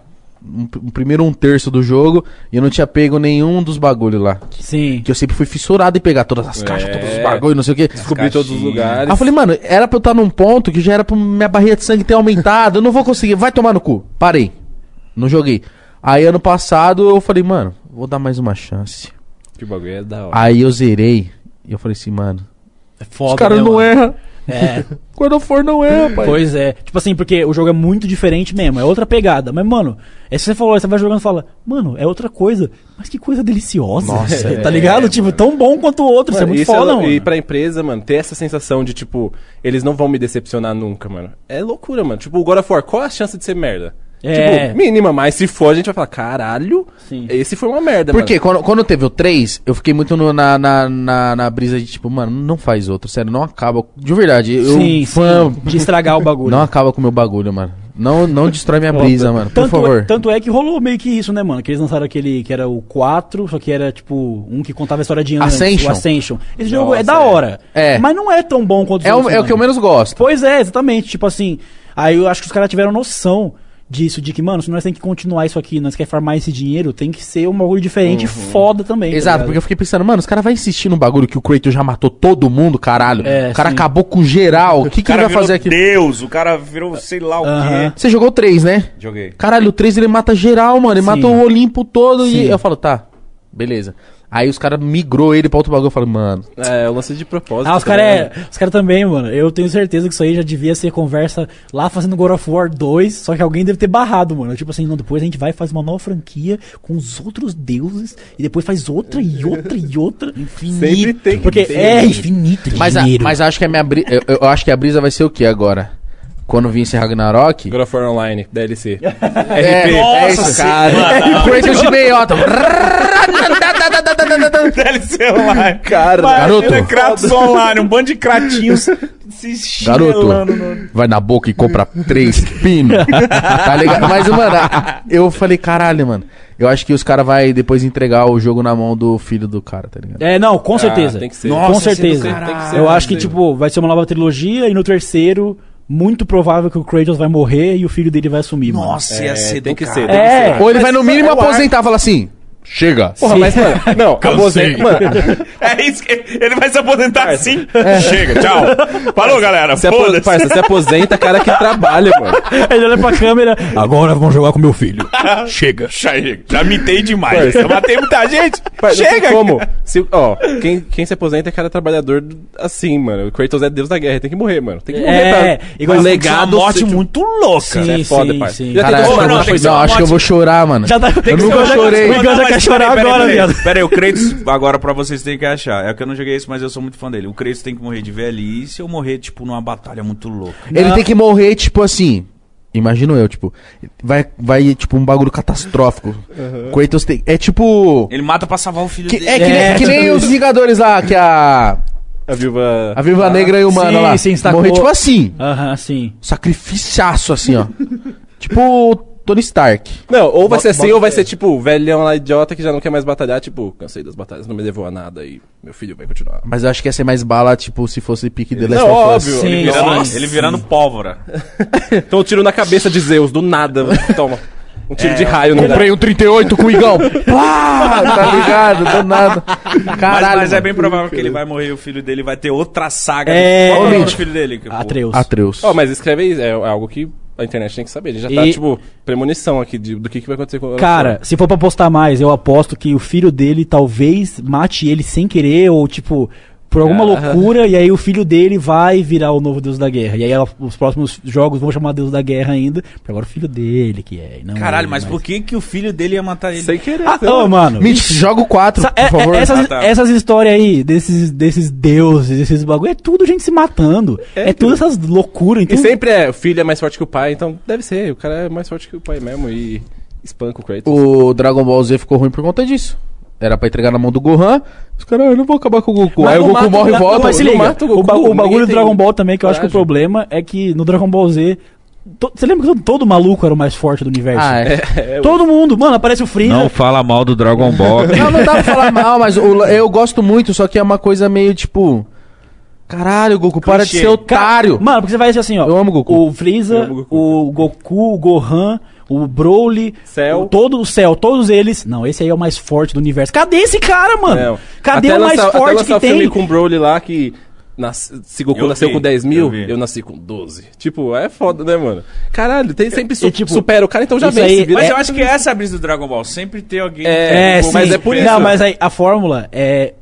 Speaker 2: Um, pr- um primeiro um terço do jogo. E eu não tinha pego nenhum dos bagulhos lá.
Speaker 4: Sim.
Speaker 2: Que eu sempre fui fissurado em pegar todas as caixas, todos os
Speaker 3: É.
Speaker 2: bagulhos, não sei o quê.
Speaker 3: Descobri todos os
Speaker 1: caixinhas.
Speaker 3: lugares.
Speaker 2: Aí
Speaker 4: Ah,
Speaker 2: eu falei, mano, era pra eu estar num ponto que já era pra minha barriga de sangue ter aumentado, eu não vou conseguir, vai tomar no cu. Parei. Não joguei. Aí ano passado eu falei, mano, vou dar mais uma chance.
Speaker 3: Que bagulho é da hora.
Speaker 2: Aí eu zerei. E eu falei assim, mano,
Speaker 4: É foda,
Speaker 2: os caras
Speaker 4: né,
Speaker 2: não
Speaker 4: mano?
Speaker 2: erram.
Speaker 4: É.
Speaker 2: Quando for, não erra, pai.
Speaker 4: Pois é. Tipo assim, porque o jogo é muito diferente mesmo, é outra pegada. Mas, mano, é se você falou, você vai jogando e fala, mano, é outra coisa. Mas que coisa deliciosa.
Speaker 2: Nossa, é.
Speaker 4: tá ligado? tipo, tão bom quanto o outro. isso é muito foda,
Speaker 3: lou-
Speaker 4: mano.
Speaker 3: E pra empresa, mano, ter essa sensação de, tipo, eles não vão me decepcionar nunca, mano. É loucura, mano. Tipo, o God of War, qual a chance de ser merda?
Speaker 4: É.
Speaker 3: Tipo, mínima, mas se for, a gente vai falar, caralho,
Speaker 4: Sim.
Speaker 3: esse foi uma merda, mano.
Speaker 2: Porque quando, quando teve o 3, eu fiquei muito no- na, na, na, na brisa de tipo, mano, não faz outro, sério, não acaba. De verdade, eu um
Speaker 4: sim,
Speaker 2: fã,
Speaker 4: sim. De estragar o bagulho.
Speaker 2: não acaba com o meu bagulho, mano. Não, não destrói minha brisa, mano, por
Speaker 4: Tanto,
Speaker 2: favor.
Speaker 4: tanto é que rolou meio que isso, né, mano? Que eles lançaram aquele que era o 4, só que era tipo um que contava a história de antes,
Speaker 2: Ascension.
Speaker 4: o Ascension. Esse jogo é
Speaker 3: Nossa,
Speaker 4: da
Speaker 3: é.
Speaker 4: hora.
Speaker 2: É.
Speaker 4: Mas não é tão bom quanto os
Speaker 2: É o,
Speaker 4: outros,
Speaker 2: é o que eu
Speaker 4: mano.
Speaker 2: menos gosto.
Speaker 4: Pois é, exatamente. Tipo assim, aí eu acho que os caras tiveram noção disso, de que, mano, se nós temos que continuar isso aqui, nós queremos farmar esse dinheiro, tem que ser um bagulho diferente e
Speaker 3: Uhum.
Speaker 4: foda também. tá
Speaker 2: Exato,
Speaker 4: ligado?
Speaker 2: porque eu fiquei pensando, mano, os caras vão insistir num bagulho que o Kratos já matou todo mundo, caralho.
Speaker 4: É,
Speaker 2: o cara
Speaker 4: sim.
Speaker 2: acabou com geral. O que, que ele vai
Speaker 1: virou
Speaker 2: fazer aqui?
Speaker 1: Deus, o cara virou sei lá o
Speaker 4: Aham.
Speaker 1: quê.
Speaker 2: Você jogou três, né?
Speaker 1: Joguei.
Speaker 2: Caralho, o 3 ele mata geral, mano. Ele
Speaker 4: Sim.
Speaker 2: mata o Olimpo todo e
Speaker 4: Sim.
Speaker 2: eu falo, tá, beleza. Aí os caras migrou ele pra outro bagulho. Eu falo, mano.
Speaker 3: É, eu lancei de propósito.
Speaker 4: Ah, os
Speaker 3: tá
Speaker 4: caras
Speaker 3: ligado?
Speaker 4: é, os cara também, mano. Eu tenho certeza que isso aí já devia ser conversa lá fazendo God of War 2, só que alguém deve ter barrado, mano. Tipo assim, não, depois a gente vai e faz uma nova franquia com os outros deuses e depois faz outra e outra e outra. Infinito.
Speaker 3: Sempre tem que
Speaker 4: Porque
Speaker 3: ter.
Speaker 4: é infinito de
Speaker 2: Mas, a-
Speaker 4: dinheiro.
Speaker 2: mas acho que a minha brisa. Eu, eu acho que a brisa vai ser o que agora? Quando vir esse Ragnarok.
Speaker 3: God of War Online, DLC.
Speaker 2: É, é
Speaker 8: Nossa
Speaker 2: isso, cara. Kratos de meiota.
Speaker 8: DLC online.
Speaker 2: Cara, garoto,
Speaker 8: Ele é Kratos online, um bando de cratinhos se
Speaker 2: garoto,
Speaker 8: chinelando no...
Speaker 2: vai na boca e compra três pinos. tá ligado? Mas, mano, a- eu falei, caralho, mano. Eu acho que os caras vão depois entregar o jogo na mão do filho do cara, tá ligado?
Speaker 4: É, não, com certeza.
Speaker 3: Ah, tem que ser.
Speaker 4: com
Speaker 1: Nossa,
Speaker 4: certeza.
Speaker 1: esse do caralho.
Speaker 4: Eu acho que,
Speaker 3: Tem que ser.
Speaker 4: tipo, vai ser uma nova trilogia e no terceiro, muito provável que o Kratos vai morrer e o filho dele vai assumir, mano.
Speaker 1: Nossa, ia ser
Speaker 3: tem
Speaker 1: do
Speaker 3: que
Speaker 1: caralho.
Speaker 3: ser.
Speaker 4: É.
Speaker 2: Ou ele vai no
Speaker 8: Mas
Speaker 2: mínimo
Speaker 8: eu acho-
Speaker 2: aposentar e falar assim: chega.
Speaker 3: Porra, mas, mano, não, aposenta. Mano,
Speaker 8: É isso que ele vai se aposentar assim. Chega, tchau. Falou, galera.
Speaker 3: se, apo...
Speaker 8: Foda-se.
Speaker 3: parça, se aposenta, cara que trabalha, mano.
Speaker 4: Ele olha pra câmera. Agora vamos jogar com meu filho.
Speaker 8: Chega. Chega. Já mitei demais. Eu matei muita gente.
Speaker 3: Pai, não
Speaker 8: Chega.
Speaker 3: tem como? Se, ó, quem, quem se aposenta é cara trabalhador assim, mano. O Kratos é deus da guerra, tem que morrer, mano. Tem que morrer, tá?
Speaker 4: É,
Speaker 3: pra-
Speaker 4: igual
Speaker 3: pra
Speaker 4: o
Speaker 1: Uma
Speaker 3: legado.
Speaker 1: morte
Speaker 3: ser-
Speaker 1: muito louca.
Speaker 4: Sim,
Speaker 3: é foda,
Speaker 4: sim,
Speaker 3: pai.
Speaker 4: sim.
Speaker 3: Já tem
Speaker 2: Caralho,
Speaker 3: dois
Speaker 2: eu
Speaker 1: não,
Speaker 2: vou
Speaker 1: tem que
Speaker 2: chorar.
Speaker 1: ser
Speaker 3: tipo,
Speaker 2: Não,
Speaker 1: uma
Speaker 2: acho que eu
Speaker 1: morte.
Speaker 2: vou chorar, mano.
Speaker 4: Já tá,
Speaker 2: Eu
Speaker 4: que
Speaker 3: um
Speaker 2: nunca
Speaker 4: ser-
Speaker 2: chorei.
Speaker 4: O Igor já quer chorar agora, viado.
Speaker 1: Pera aí, o Kratos, agora pra vocês tem que achar. É que eu não joguei isso, mas eu sou muito fã dele. O Kratos tem que morrer de velhice ou morrer, tipo, numa batalha muito louca.
Speaker 2: Ele tem que morrer, tipo assim. Imagino eu, tipo. Vai, vai tipo, um bagulho catastrófico. Kratos tem. É tipo.
Speaker 1: Ele mata pra salvar o filho
Speaker 2: que-
Speaker 1: dele.
Speaker 2: é que, nem-
Speaker 4: É,
Speaker 2: que nem
Speaker 4: tudo
Speaker 2: os Vingadores lá, que a.
Speaker 3: A viúva.
Speaker 2: A Viva Negra e o Mano
Speaker 4: sim,
Speaker 2: lá.
Speaker 4: sim, estacou.
Speaker 2: morrer, tipo assim.
Speaker 4: Aham, sim.
Speaker 2: Sacrificiaço, assim, ó. tipo Tony Stark.
Speaker 3: Não, ou vai ser assim, ou vai ser tipo o velhão lá idiota que já não quer mais batalhar. Tipo, cansei das batalhas, não me levou a nada e meu filho vai continuar.
Speaker 2: Mas eu acho que ia ser mais bala, tipo, se fosse pique The Last
Speaker 3: Não,
Speaker 2: of Us.
Speaker 3: óbvio.
Speaker 4: Sim,
Speaker 1: Ele
Speaker 3: Ele
Speaker 1: virando,
Speaker 3: virando-
Speaker 4: sim.
Speaker 1: ele virando pólvora.
Speaker 3: Então um tiro na cabeça de Zeus, do nada. Toma. Um
Speaker 4: É,
Speaker 3: tiro de raio, não
Speaker 2: Comprei um 38 com o Igão. Pá, tá ligado? Do nada.
Speaker 1: Mas,
Speaker 2: Caralho.
Speaker 1: mas é
Speaker 2: mano.
Speaker 1: bem provável que ele vai morrer e o filho dele vai ter outra saga.
Speaker 4: É. Ah,
Speaker 1: Qual é o nome do
Speaker 2: Ouvinte.
Speaker 1: filho dele? que, pô?
Speaker 4: Atreus.
Speaker 2: Atreus.
Speaker 3: Ó, mas escreve aí, é algo que a internet tem que saber. A gente já tá,
Speaker 4: E-
Speaker 3: tipo, premonição aqui de- do que, que vai acontecer com o
Speaker 4: Cara, se for pra postar mais, eu aposto que o filho dele talvez mate ele sem querer ou tipo por alguma loucura e aí o filho dele vai virar o novo deus da guerra. E aí ela- os próximos jogos vão chamar deus da guerra ainda, porque agora é o filho dele que é, e não
Speaker 1: Caralho,
Speaker 4: ele,
Speaker 1: mas por que, que o filho dele ia matar ele?
Speaker 3: sem querer. então.
Speaker 4: Ah,
Speaker 3: sei
Speaker 4: ô,
Speaker 3: lá.
Speaker 4: mano.
Speaker 2: Mitch, joga o 4,
Speaker 4: Essa- é-
Speaker 2: por favor.
Speaker 4: é- essas,
Speaker 1: Ah, tá.
Speaker 4: essas histórias aí, desses, desses deuses, esses bagulho, é tudo gente se matando. É, tudo essas loucuras, então
Speaker 3: E
Speaker 4: entendeu?
Speaker 3: sempre é, o filho é mais forte que o pai, então deve ser, o cara é mais forte que o pai mesmo e espanca o Kratos.
Speaker 2: O Dragon Ball Z ficou ruim por conta disso. Era pra entregar na mão do Gohan. Os caras, "Ah, eu não vou acabar com o Goku.
Speaker 4: Mas
Speaker 2: Aí o
Speaker 4: não
Speaker 2: Goku
Speaker 4: mata
Speaker 2: morre e
Speaker 4: Dra-
Speaker 2: volta.
Speaker 4: não, Mas se
Speaker 3: não
Speaker 4: liga,
Speaker 3: mata o
Speaker 4: o,
Speaker 3: Goku,
Speaker 4: bagu- o
Speaker 3: ninguém
Speaker 4: bagulho do
Speaker 3: tem
Speaker 4: Dragon Ball também, que eu acho que o
Speaker 3: coragem.
Speaker 4: problema é que no Dragon Ball Z. to- Você lembra que todo maluco era o mais forte do universo?
Speaker 2: Ah, é.
Speaker 4: Todo mundo, mano, aparece o Freeza.
Speaker 1: fala mal do Dragon Ball.
Speaker 2: Não, não dá pra falar mal, mas o- eu gosto muito, só que é uma coisa meio tipo. Caralho, Goku, para de
Speaker 1: Clichê.
Speaker 2: ser otário.
Speaker 4: Mano, porque você vai ser assim, ó.
Speaker 2: Eu amo Goku.
Speaker 4: O Freeza, o Goku, o Gohan, o Broly,
Speaker 3: Cell.
Speaker 4: o, todo o Cell, todos eles. Não, esse aí é o mais forte do universo. Cadê esse cara, mano?
Speaker 3: Não.
Speaker 4: Cadê o
Speaker 3: Até
Speaker 4: É. mais
Speaker 3: lançar- até
Speaker 4: forte
Speaker 3: lançar
Speaker 4: que
Speaker 3: o filme
Speaker 4: tem?
Speaker 3: com o Broly lá que. nas- se Goku
Speaker 1: Eu
Speaker 3: nasceu
Speaker 1: vi,
Speaker 3: com 10
Speaker 1: eu
Speaker 3: mil,
Speaker 1: vi.
Speaker 3: eu, nasci com 12. Tipo, é foda, né, mano? Caralho, tem sempre su-
Speaker 4: E, tipo,
Speaker 3: supera o cara, então já
Speaker 4: isso
Speaker 3: vence.
Speaker 4: aí-
Speaker 3: vira-
Speaker 1: Mas eu acho que essa é a brisa do Dragon Ball. Sempre tem alguém.
Speaker 3: É,
Speaker 4: É,
Speaker 1: Goku,
Speaker 4: sim.
Speaker 3: mas é por isso.
Speaker 4: Não, mas aí, a fórmula é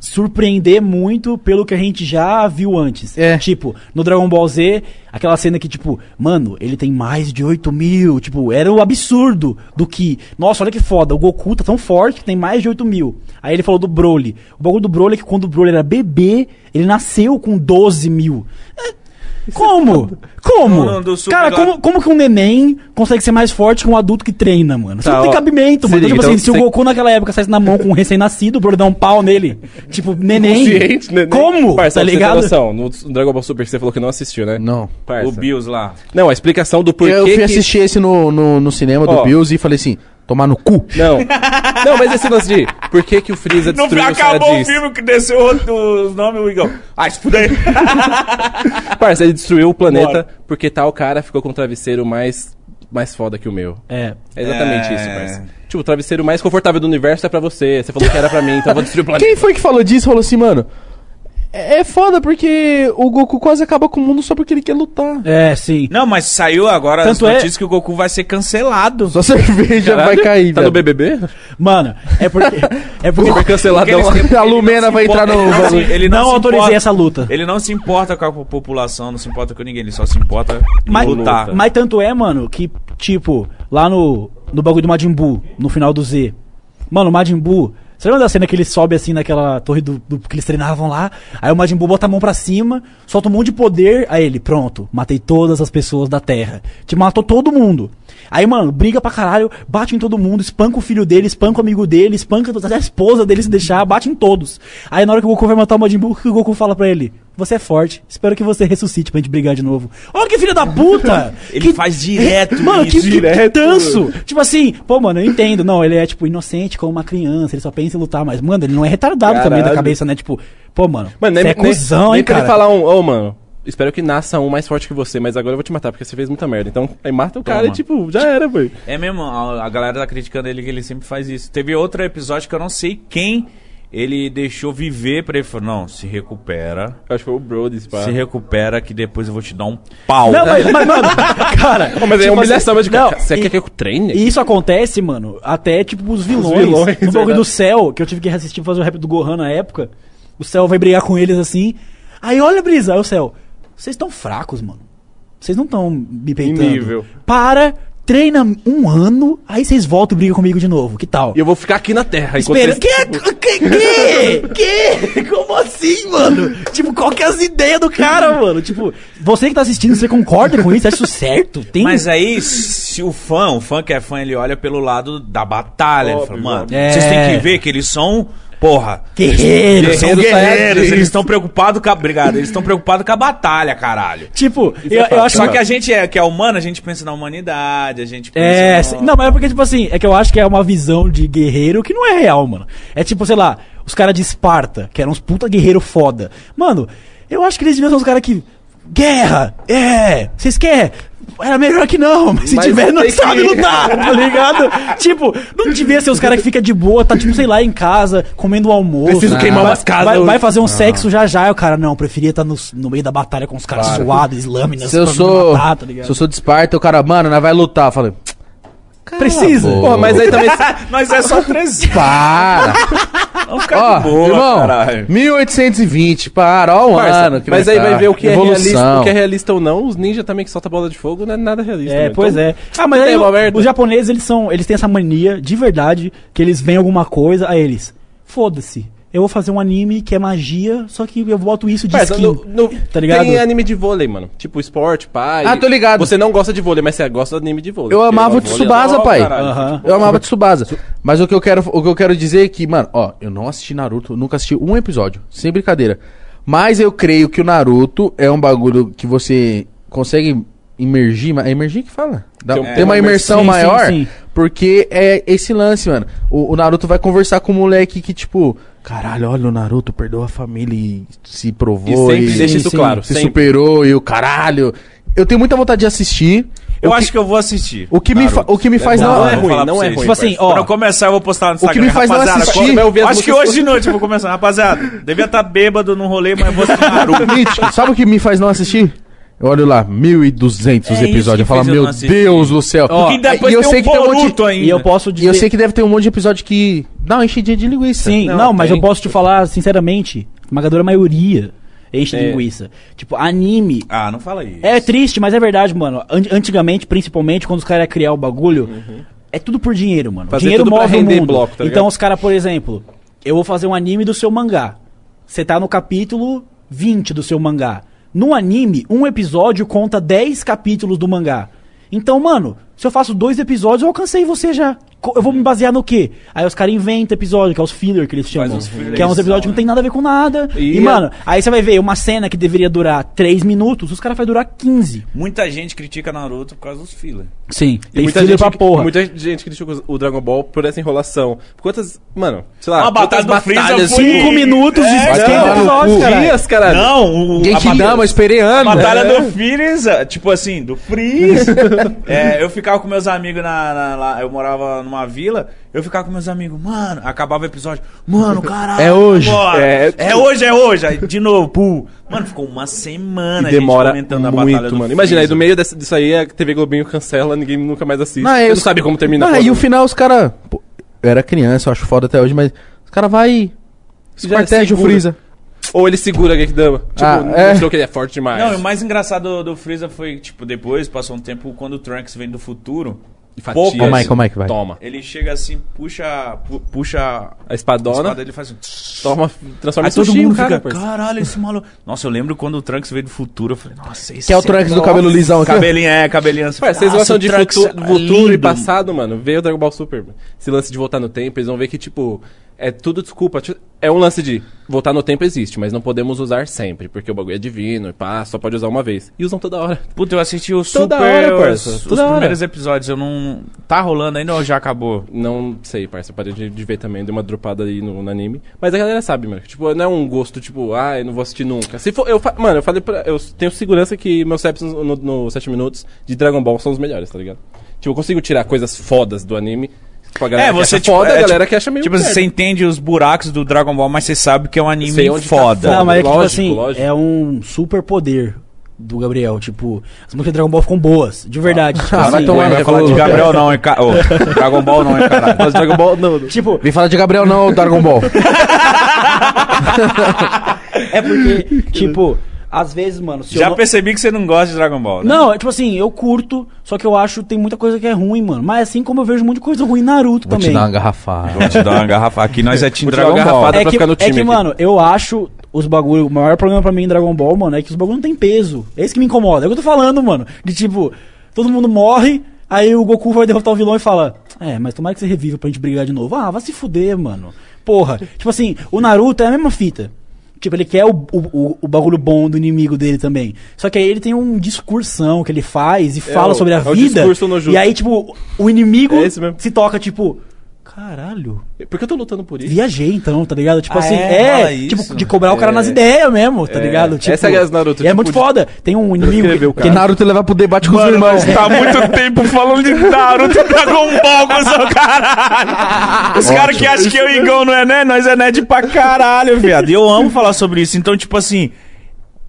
Speaker 4: surpreender muito pelo que a gente já viu antes.
Speaker 2: É.
Speaker 4: Tipo, no Dragon Ball Z, aquela cena que, tipo, mano, ele tem mais de 8 mil. Tipo, era o absurdo do que. Nossa, olha que foda, o Goku tá tão forte que tem mais de 8 mil. Aí ele falou do Broly. O bagulho do Broly é que quando o Broly era bebê, ele nasceu com 12 mil. É, Como? Como?
Speaker 1: No- no do Super
Speaker 4: Cara,
Speaker 1: lá-
Speaker 4: como, como que um neném consegue ser mais forte que um adulto que treina, mano? Isso
Speaker 3: Tá,
Speaker 4: não tem
Speaker 3: ó,
Speaker 4: cabimento,
Speaker 3: se
Speaker 4: mano.
Speaker 3: liga,
Speaker 4: tipo
Speaker 3: então
Speaker 4: assim, se o
Speaker 3: você-
Speaker 4: Goku naquela época saísse na mão com um recém-nascido, o Broly dá um pau nele. Tipo, neném.
Speaker 3: Consciente, né?
Speaker 4: Como? tá
Speaker 3: Parça, pra você ter
Speaker 4: ligado?
Speaker 3: noção, no Dragon Ball Super você falou que não assistiu, né?
Speaker 2: Não.
Speaker 3: Parça.
Speaker 1: é O Bills lá.
Speaker 3: Não, a explicação do porquê
Speaker 2: eu fui
Speaker 3: que-
Speaker 2: assistir esse no, no, no cinema do
Speaker 3: Ó.
Speaker 2: Bills e falei assim: tomar no cu.
Speaker 3: Não. Não, mas esse lance de por que que o Freeza
Speaker 1: Não
Speaker 3: destruiu
Speaker 1: acabou o
Speaker 3: Saiyajins?
Speaker 1: filme que desceu outro- os nomes, o Igor. Ah, isso daí.
Speaker 3: Parça, ele destruiu o planeta porque tal cara ficou com o travesseiro mais mais foda que o meu.
Speaker 4: É.
Speaker 3: É exatamente
Speaker 1: É.
Speaker 3: isso, parça. Tipo, o travesseiro mais confortável do universo é pra você. Você falou que era pra mim, então eu vou destruir o planeta.
Speaker 2: Quem foi que falou disso? Falou assim, mano. É é foda porque o Goku quase acaba com o mundo só porque ele quer lutar.
Speaker 4: É, sim.
Speaker 1: Não, mas saiu agora as
Speaker 4: Tanto é-
Speaker 1: notícias que o Goku vai ser cancelado.
Speaker 2: Só cerveja vai cair,
Speaker 3: Tá no
Speaker 2: velho.
Speaker 3: BBB?
Speaker 4: Mano, é porque. É porque
Speaker 3: Foi canceladão.
Speaker 1: Porque
Speaker 2: A Lumena vai entrar no.
Speaker 1: Ele não se-
Speaker 4: ele
Speaker 1: ele
Speaker 4: não,
Speaker 1: não se
Speaker 4: autorizei
Speaker 1: importa-
Speaker 4: essa luta.
Speaker 1: Ele não se importa com a po- população, não se importa com ninguém, ele só se importa em
Speaker 4: Mas,
Speaker 1: lutar.
Speaker 3: tá.
Speaker 4: mas tanto é, mano, que, tipo, lá no, no bagulho do Majin Buu, no final do Z. Mano, o Majin Buu. Você lembra da cena que ele sobe assim naquela torre do, do- que eles treinavam lá? Aí o Majin Buu bota a mão pra cima, solta um monte de poder. Aí ele, pronto, matei todas as pessoas da Terra. Te matou todo mundo. Aí, mano, briga pra caralho, bate em todo mundo, espanca o filho dele, espanca o amigo dele, espanca até a esposa dele se deixar, bate em todos. Aí na hora que o Goku vai matar o Majin Buu, o que o Goku fala pra ele? Você é forte, espero que você ressuscite pra gente brigar de novo. Olha que filho da puta!
Speaker 1: Ele
Speaker 4: Que- é?
Speaker 1: faz direto
Speaker 4: Mano, que,
Speaker 1: isso.
Speaker 4: que tanso! Tipo assim, pô, mano, eu entendo. Não, ele é, tipo, inocente como uma criança, ele só pensa em lutar, mas, mano, ele não é retardado também da
Speaker 3: Caralho.
Speaker 4: cabeça, né? Tipo, pô, mano,
Speaker 3: Mano, nem,
Speaker 4: você é
Speaker 3: nem-
Speaker 4: cuzão,
Speaker 3: nem
Speaker 4: hein,
Speaker 3: pra ele
Speaker 4: cara?
Speaker 3: falar um, ô, mano, espero que nasça um mais forte que você, mas agora eu vou te matar, porque você fez muita merda. Então, aí mata o cara
Speaker 1: Toma.
Speaker 3: e, tipo, já era, velho.
Speaker 1: É mesmo, a, a galera tá criticando ele que ele sempre faz isso. Teve outro episódio que eu não sei quem ele deixou viver pra ele falar, não, se recupera,
Speaker 3: Eu Acho que foi o Brody, esse pá.
Speaker 1: se recupera que depois eu vou te dar um pau.
Speaker 4: Não, mas, mas, mano, cara.
Speaker 3: né? Pô, mas é
Speaker 4: tipo
Speaker 3: humilhação, mas
Speaker 4: assim,
Speaker 3: de cara,
Speaker 4: não,
Speaker 3: você
Speaker 4: e-
Speaker 3: quer que eu treine?
Speaker 4: E isso acontece, mano, até tipo os vilões.
Speaker 3: É. vilões, é
Speaker 4: no bagulho
Speaker 3: verdade.
Speaker 4: do Cell, que eu tive que assistir pra fazer o rap do Gohan na época. O Cell vai brigar com eles assim. Aí olha, Brisa, aí o Cell. Vocês estão fracos, mano. Vocês não estão me peitando.
Speaker 3: nível.
Speaker 4: Para, treina um ano, aí vocês voltam e brigam comigo de novo. Que tal?
Speaker 3: E eu vou ficar aqui na Terra enquanto
Speaker 4: Espera, é
Speaker 3: vocês...
Speaker 4: que, que, que, que, como assim, mano? Tipo, qual que é as ideias do cara, mano? Tipo, você que tá assistindo, você concorda com isso? Acha isso certo? Tem...
Speaker 1: Mas
Speaker 3: é-
Speaker 1: aí, se o fã, o fã que é fã, ele olha pelo lado da batalha. ele fala,
Speaker 3: Óbvio,
Speaker 1: mano,
Speaker 3: óbvio.
Speaker 1: vocês
Speaker 4: É.
Speaker 1: têm que ver que eles são, porra.
Speaker 4: Guerreiros.
Speaker 1: Eles são
Speaker 2: Guerreiros,
Speaker 1: guerreiros,
Speaker 2: isso.
Speaker 1: eles estão preocupados com a. Obrigado, eles estão preocupados com a batalha, caralho.
Speaker 4: Tipo,
Speaker 3: é
Speaker 4: eu, eu acho
Speaker 1: Só que a gente é, que é humano, a gente pensa na humanidade, a gente pensa.
Speaker 4: É,
Speaker 1: no-
Speaker 4: se- não, mas é porque, tipo assim, é que eu acho que é uma visão de guerreiro que não é real, mano. É tipo, sei lá, os caras de Esparta, que eram uns puta guerreiro foda. Mano, eu acho que eles deviam ser uns caras que. Guerra! É! Vocês querem? Era melhor que não, mas se
Speaker 3: Mas
Speaker 4: tiver, não
Speaker 3: tem
Speaker 4: sabe
Speaker 3: que-
Speaker 4: lutar, tá ligado? tipo, não devia ser os caras que fica de boa, tá, tipo, sei lá, em casa, comendo um almoço.
Speaker 2: Preciso queimar
Speaker 4: vai,
Speaker 2: umas casas
Speaker 4: Vai,
Speaker 2: hoje.
Speaker 4: vai fazer um sexo já já, e o cara, não, preferia estar no, no meio da batalha com os caras suados, lâminas,
Speaker 2: Se eu
Speaker 4: pra me
Speaker 2: sou.
Speaker 4: matar, tá ligado?
Speaker 2: Se eu sou de Esparta, o cara, mano, nós vai lutar. Eu falei,
Speaker 4: Precisa!
Speaker 2: boca.
Speaker 3: Porra, mas aí também...
Speaker 1: Nós é só três.
Speaker 2: para! Ó, irmão, 1820, para, ó o
Speaker 3: Parça,
Speaker 2: ano. que
Speaker 3: mas
Speaker 2: vai
Speaker 3: aí
Speaker 2: tá.
Speaker 3: vai ver o que, é
Speaker 2: Evolução.
Speaker 3: realista, o que é realista ou não. Os ninjas também que soltam bola de fogo não é nada realista.
Speaker 4: É,
Speaker 3: né?
Speaker 4: pois
Speaker 3: Então,
Speaker 4: é. Ah, mas aí
Speaker 3: tem
Speaker 4: o-
Speaker 3: uma merda.
Speaker 4: os japoneses, eles são, eles têm essa mania, de verdade, que eles veem alguma coisa, aí eles, foda-se, eu vou fazer um anime que é magia, só que eu boto isso de
Speaker 3: Parça,
Speaker 4: skin.
Speaker 3: no- no-
Speaker 4: tá ligado?
Speaker 3: Tem anime de vôlei, mano. Tipo esporte, pai.
Speaker 2: Ah, tô ligado.
Speaker 3: Você não gosta de vôlei, mas você gosta de anime de vôlei.
Speaker 2: Eu
Speaker 3: Porque
Speaker 2: amava o
Speaker 3: vôlei é
Speaker 2: Tsubasa,
Speaker 3: legal,
Speaker 2: pai.
Speaker 3: caralho.
Speaker 4: Aham.
Speaker 2: Eu amava Tsubasa. Mas o que eu quero, o que eu quero dizer é que, mano, ó, eu não assisti Naruto, nunca assisti um episódio, sem brincadeira. Mas eu creio que o Naruto é um bagulho que você consegue imergir, ma- é imergir que fala? Dá-
Speaker 3: Tem um-
Speaker 2: tem,
Speaker 3: tem
Speaker 2: uma
Speaker 3: uma
Speaker 2: imersão
Speaker 4: imersão. Sim,
Speaker 2: maior,
Speaker 4: sim, sim.
Speaker 2: porque é esse lance, mano. O, o Naruto vai conversar com o moleque que, tipo, caralho, olha o Naruto, perdoa a família e se
Speaker 3: E
Speaker 2: provou.
Speaker 3: sempre
Speaker 2: e-
Speaker 3: deixa isso
Speaker 4: sim.
Speaker 3: claro.
Speaker 2: se
Speaker 3: sempre.
Speaker 2: superou e o caralho. Eu tenho muita vontade de assistir.
Speaker 1: Eu
Speaker 2: o
Speaker 1: acho
Speaker 2: que,
Speaker 1: que eu vou assistir.
Speaker 2: o que me fa- o que me faz
Speaker 3: bom,
Speaker 2: não,
Speaker 3: não é
Speaker 1: Vou
Speaker 3: ruim,
Speaker 1: falar
Speaker 3: não
Speaker 1: pra
Speaker 3: é
Speaker 1: vocês.
Speaker 3: ruim.
Speaker 4: Tipo assim, ó.
Speaker 1: Quando eu começar, eu vou postar no Instagram.
Speaker 2: que me faz não
Speaker 1: rapaziada,
Speaker 2: assistir-
Speaker 1: quando-
Speaker 2: Vai
Speaker 3: ouvir as
Speaker 1: Acho que
Speaker 3: músicas-
Speaker 1: hoje de noite eu vou começar. Rapaziada, devia estar bêbado num rolê, mas eu vou assistir Naruto.
Speaker 2: Mítico, sabe o que me faz não assistir? Eu olho lá, 1200
Speaker 1: É isso
Speaker 2: episódios. Eu
Speaker 1: que
Speaker 2: falo,
Speaker 1: fez eu
Speaker 2: meu
Speaker 1: não assistir."
Speaker 2: Deus do céu.
Speaker 1: Porque depois
Speaker 2: e eu
Speaker 1: tem
Speaker 2: sei
Speaker 1: o
Speaker 2: que tem um monte-
Speaker 1: Boruto ainda.
Speaker 4: E eu posso
Speaker 2: E
Speaker 4: dizer...
Speaker 2: eu sei que deve ter um monte de episódio que dá uma enchidinha de linguiça.
Speaker 4: Sim, não, mas
Speaker 3: tem.
Speaker 4: eu posso te falar, sinceramente, a esmagadora maioria enche de
Speaker 3: É.
Speaker 4: linguiça. Tipo, anime,
Speaker 1: Ah, não fala isso.
Speaker 4: É triste, mas é verdade, mano. An- antigamente, principalmente, quando os caras iam criar o bagulho, é tudo por dinheiro, mano.
Speaker 3: Uhum. Fazer
Speaker 4: dinheiro
Speaker 3: tudo pra
Speaker 4: move o
Speaker 3: render
Speaker 4: mundo.
Speaker 3: bloco, tá ligado?
Speaker 4: então os caras, por exemplo, eu vou fazer um anime do seu mangá. Você tá no capítulo 20 do seu mangá. No anime, um episódio conta 10 capítulos do mangá. Então, mano, se eu faço dois episódios, eu alcancei você já. co- eu vou me basear no quê? Aí os caras inventam episódio, que é os filler que eles chamam.
Speaker 1: uns filler
Speaker 4: Que é uns
Speaker 1: aí,
Speaker 4: episódios que não tem nada a ver com nada. E,
Speaker 3: E é-
Speaker 4: mano, aí você vai ver uma cena que deveria durar 3 minutos, os caras fazem durar 15.
Speaker 1: Muita gente critica Naruto por causa dos filler.
Speaker 4: Sim, tem
Speaker 3: muita
Speaker 4: filler
Speaker 3: gente,
Speaker 4: pra porra.
Speaker 3: Muita gente critica o Dragon Ball por essa enrolação. Quantas. Mano, sei lá.
Speaker 1: Uma batalha
Speaker 3: quantas
Speaker 1: do Freeza
Speaker 3: batalhas
Speaker 1: foi-
Speaker 4: 5 minutos de
Speaker 1: É,
Speaker 4: 15
Speaker 3: não,
Speaker 4: episódios,
Speaker 3: por
Speaker 4: cara.
Speaker 3: tá dias, caralho.
Speaker 1: Não, o, a batalha-
Speaker 2: Genkidama, esperei
Speaker 3: É.
Speaker 2: É. ano.
Speaker 1: Batalha do Freeza, tipo assim, do Freeza. É, eu ficava com meus amigos na, na- lá, eu morava numa vila, eu ficava com meus amigos, mano, acabava o episódio, mano, caralho.
Speaker 2: É hoje.
Speaker 1: Agora.
Speaker 3: É.
Speaker 1: É, hoje, é hoje. Aí, de novo, pum. Mano, ficou uma semana a gente
Speaker 3: demora
Speaker 1: comentando a
Speaker 3: muito,
Speaker 1: batalha do
Speaker 3: mano. Imagina, aí
Speaker 1: Freeza.
Speaker 3: do meio dessa- disso aí a TV Globinho cancela, ninguém nunca mais assiste.
Speaker 2: é,
Speaker 3: Você não
Speaker 2: os-
Speaker 3: sabe como termina.
Speaker 2: Não,
Speaker 3: a
Speaker 2: é, e o
Speaker 3: porra.
Speaker 2: final os caras. Eu era criança, eu acho foda até hoje, mas os caras vai.
Speaker 3: Já
Speaker 2: Esquarteja o
Speaker 3: segura.
Speaker 2: Freeza.
Speaker 3: Ou ele segura a Genkidama. Tipo,
Speaker 2: Ah,
Speaker 3: não
Speaker 2: é.
Speaker 3: mostrou que ele é forte demais.
Speaker 1: Não, e o mais engraçado do, do Freeza foi, tipo, depois, passou um tempo, quando o Trunks vem do futuro,
Speaker 3: E fatias.
Speaker 1: pouco. Ô,
Speaker 2: Mike, ô, Mike, vai.
Speaker 3: Toma.
Speaker 1: ele chega assim, puxa, pu- puxa
Speaker 3: A espadona,
Speaker 1: espada, ele faz assim...
Speaker 3: toma, transforma
Speaker 1: Aí
Speaker 3: em
Speaker 1: todo
Speaker 3: sushi,
Speaker 1: mundo
Speaker 3: cara,
Speaker 1: fica,
Speaker 3: parceiro.
Speaker 1: caralho, esse maluco. Nossa, eu lembro quando o Trunks veio do futuro, eu falei, nossa, esse
Speaker 2: Que é o Trunks do cabelo lisão aqui. ó.
Speaker 1: Cabelinho, é, cabelinho assim.
Speaker 3: Ué, vocês
Speaker 1: nossa,
Speaker 3: gostam
Speaker 1: o
Speaker 3: de
Speaker 1: Trunks
Speaker 3: futuro,
Speaker 1: é
Speaker 3: futuro e
Speaker 1: lindo.
Speaker 3: passado, mano? Veio o Dragon Ball Super. mano. Esse lance de voltar no tempo, eles vão ver que, tipo, é tudo desculpa. Ti- É um lance de voltar no tempo existe, mas não podemos usar sempre, porque o bagulho é divino e pá, só pode usar uma vez. E usam toda hora.
Speaker 1: Puta, eu assisti o Super,
Speaker 3: Toda hora,
Speaker 1: os,
Speaker 3: parça,
Speaker 1: os
Speaker 3: toda hora.
Speaker 1: primeiros episódios, eu não... Tá rolando ainda ou já acabou?
Speaker 3: Não sei, parça, eu parei de, de ver também, deu uma dropada aí no, no anime. Mas a galera sabe, mano. Tipo, não é um gosto, tipo, ah, eu não vou assistir nunca. Se for, eu fa- mano, eu falei pra. Eu tenho segurança que meus apps no, no, 7 minutos de Dragon Ball são os melhores, tá ligado? Tipo, eu consigo tirar coisas fodas do anime. Tipo, a galera
Speaker 1: É, você,
Speaker 3: que acha
Speaker 1: tipo,
Speaker 3: foda,
Speaker 1: é,
Speaker 3: a galera
Speaker 1: tipo-
Speaker 3: que acha meio.
Speaker 1: Tipo, assim,
Speaker 3: merda.
Speaker 1: você entende os buracos do Dragon Ball, mas você sabe que é um anime
Speaker 3: Sei onde tá
Speaker 1: foda.
Speaker 3: foda.
Speaker 4: Não, mas é que, tipo
Speaker 3: Lógico,
Speaker 4: assim,
Speaker 3: lógico.
Speaker 4: é um super poder do Gabriel. Tipo, as músicas de Dragon Ball ficam boas, de verdade. tipo,
Speaker 2: Ah, vai
Speaker 3: então
Speaker 4: assim,
Speaker 3: é
Speaker 2: tomar-
Speaker 1: Não vai falar de Gabriel não, hein, cara. Ô, Dragon Ball não, hein, caralho. Mas Dragon Ball não.
Speaker 4: Tipo,
Speaker 2: Vem falar de Gabriel não, o Dragon Ball.
Speaker 4: é porque, tipo, às vezes, mano, se eu
Speaker 1: Já
Speaker 4: não-
Speaker 1: percebi que você não gosta de Dragon Ball, né?
Speaker 4: Não, é tipo assim, eu curto, só que eu acho que tem muita coisa que é ruim, mano. Mas assim como eu vejo muita coisa ruim em Naruto
Speaker 2: Vou te
Speaker 4: também.
Speaker 2: dar uma garrafada.
Speaker 1: Vou te dar uma garrafa aqui, nós é Team
Speaker 3: Vou te dar uma
Speaker 1: Dragon Ball.
Speaker 3: garrafada.
Speaker 4: É
Speaker 3: pra
Speaker 4: que,
Speaker 3: ficar no
Speaker 4: é
Speaker 3: time
Speaker 4: que,
Speaker 3: aqui.
Speaker 4: mano, eu acho os bagulho. O maior problema pra mim em Dragon Ball, mano, é que os bagulho não tem peso. É isso que me incomoda. É o que eu tô falando, mano. De tipo, todo mundo morre, aí o Goku vai derrotar o vilão e fala: É, mas tomara que você reviva pra gente brigar de novo. Ah, vai se fuder, mano. Porra. Tipo assim, o Naruto é a mesma fita. Tipo, ele quer o, o, o- o bagulho bom do inimigo dele também. Só que aí ele tem um discursão que ele faz e fala
Speaker 3: o-
Speaker 4: sobre a
Speaker 3: é o
Speaker 4: vida.
Speaker 3: discurso no jutsu.
Speaker 4: e aí, tipo, o inimigo
Speaker 3: É esse mesmo.
Speaker 4: se toca, tipo, caralho.
Speaker 3: Por que eu tô lutando por isso?
Speaker 4: Viajei então, tá ligado? Tipo
Speaker 1: Ah,
Speaker 4: assim,
Speaker 1: é? Rola
Speaker 4: é,
Speaker 1: isso?
Speaker 4: tipo, de cobrar o cara
Speaker 3: É.
Speaker 4: nas ideias mesmo, tá
Speaker 3: É.
Speaker 4: ligado? Tipo,
Speaker 3: Essa é a Naruto,
Speaker 4: e é
Speaker 3: tipo,
Speaker 4: muito
Speaker 3: de-
Speaker 4: foda. Tem um inimigo.
Speaker 3: Escreveu,
Speaker 4: que-
Speaker 2: Que Naruto levar pro debate com os irmãos.
Speaker 1: Tá há muito tempo falando de Naruto e Dragon Ball, cuzão, caralho. Os caras que acham que eu e Igão não é né, nós é nerd pra caralho, viado. E eu amo falar sobre isso. Então, tipo assim,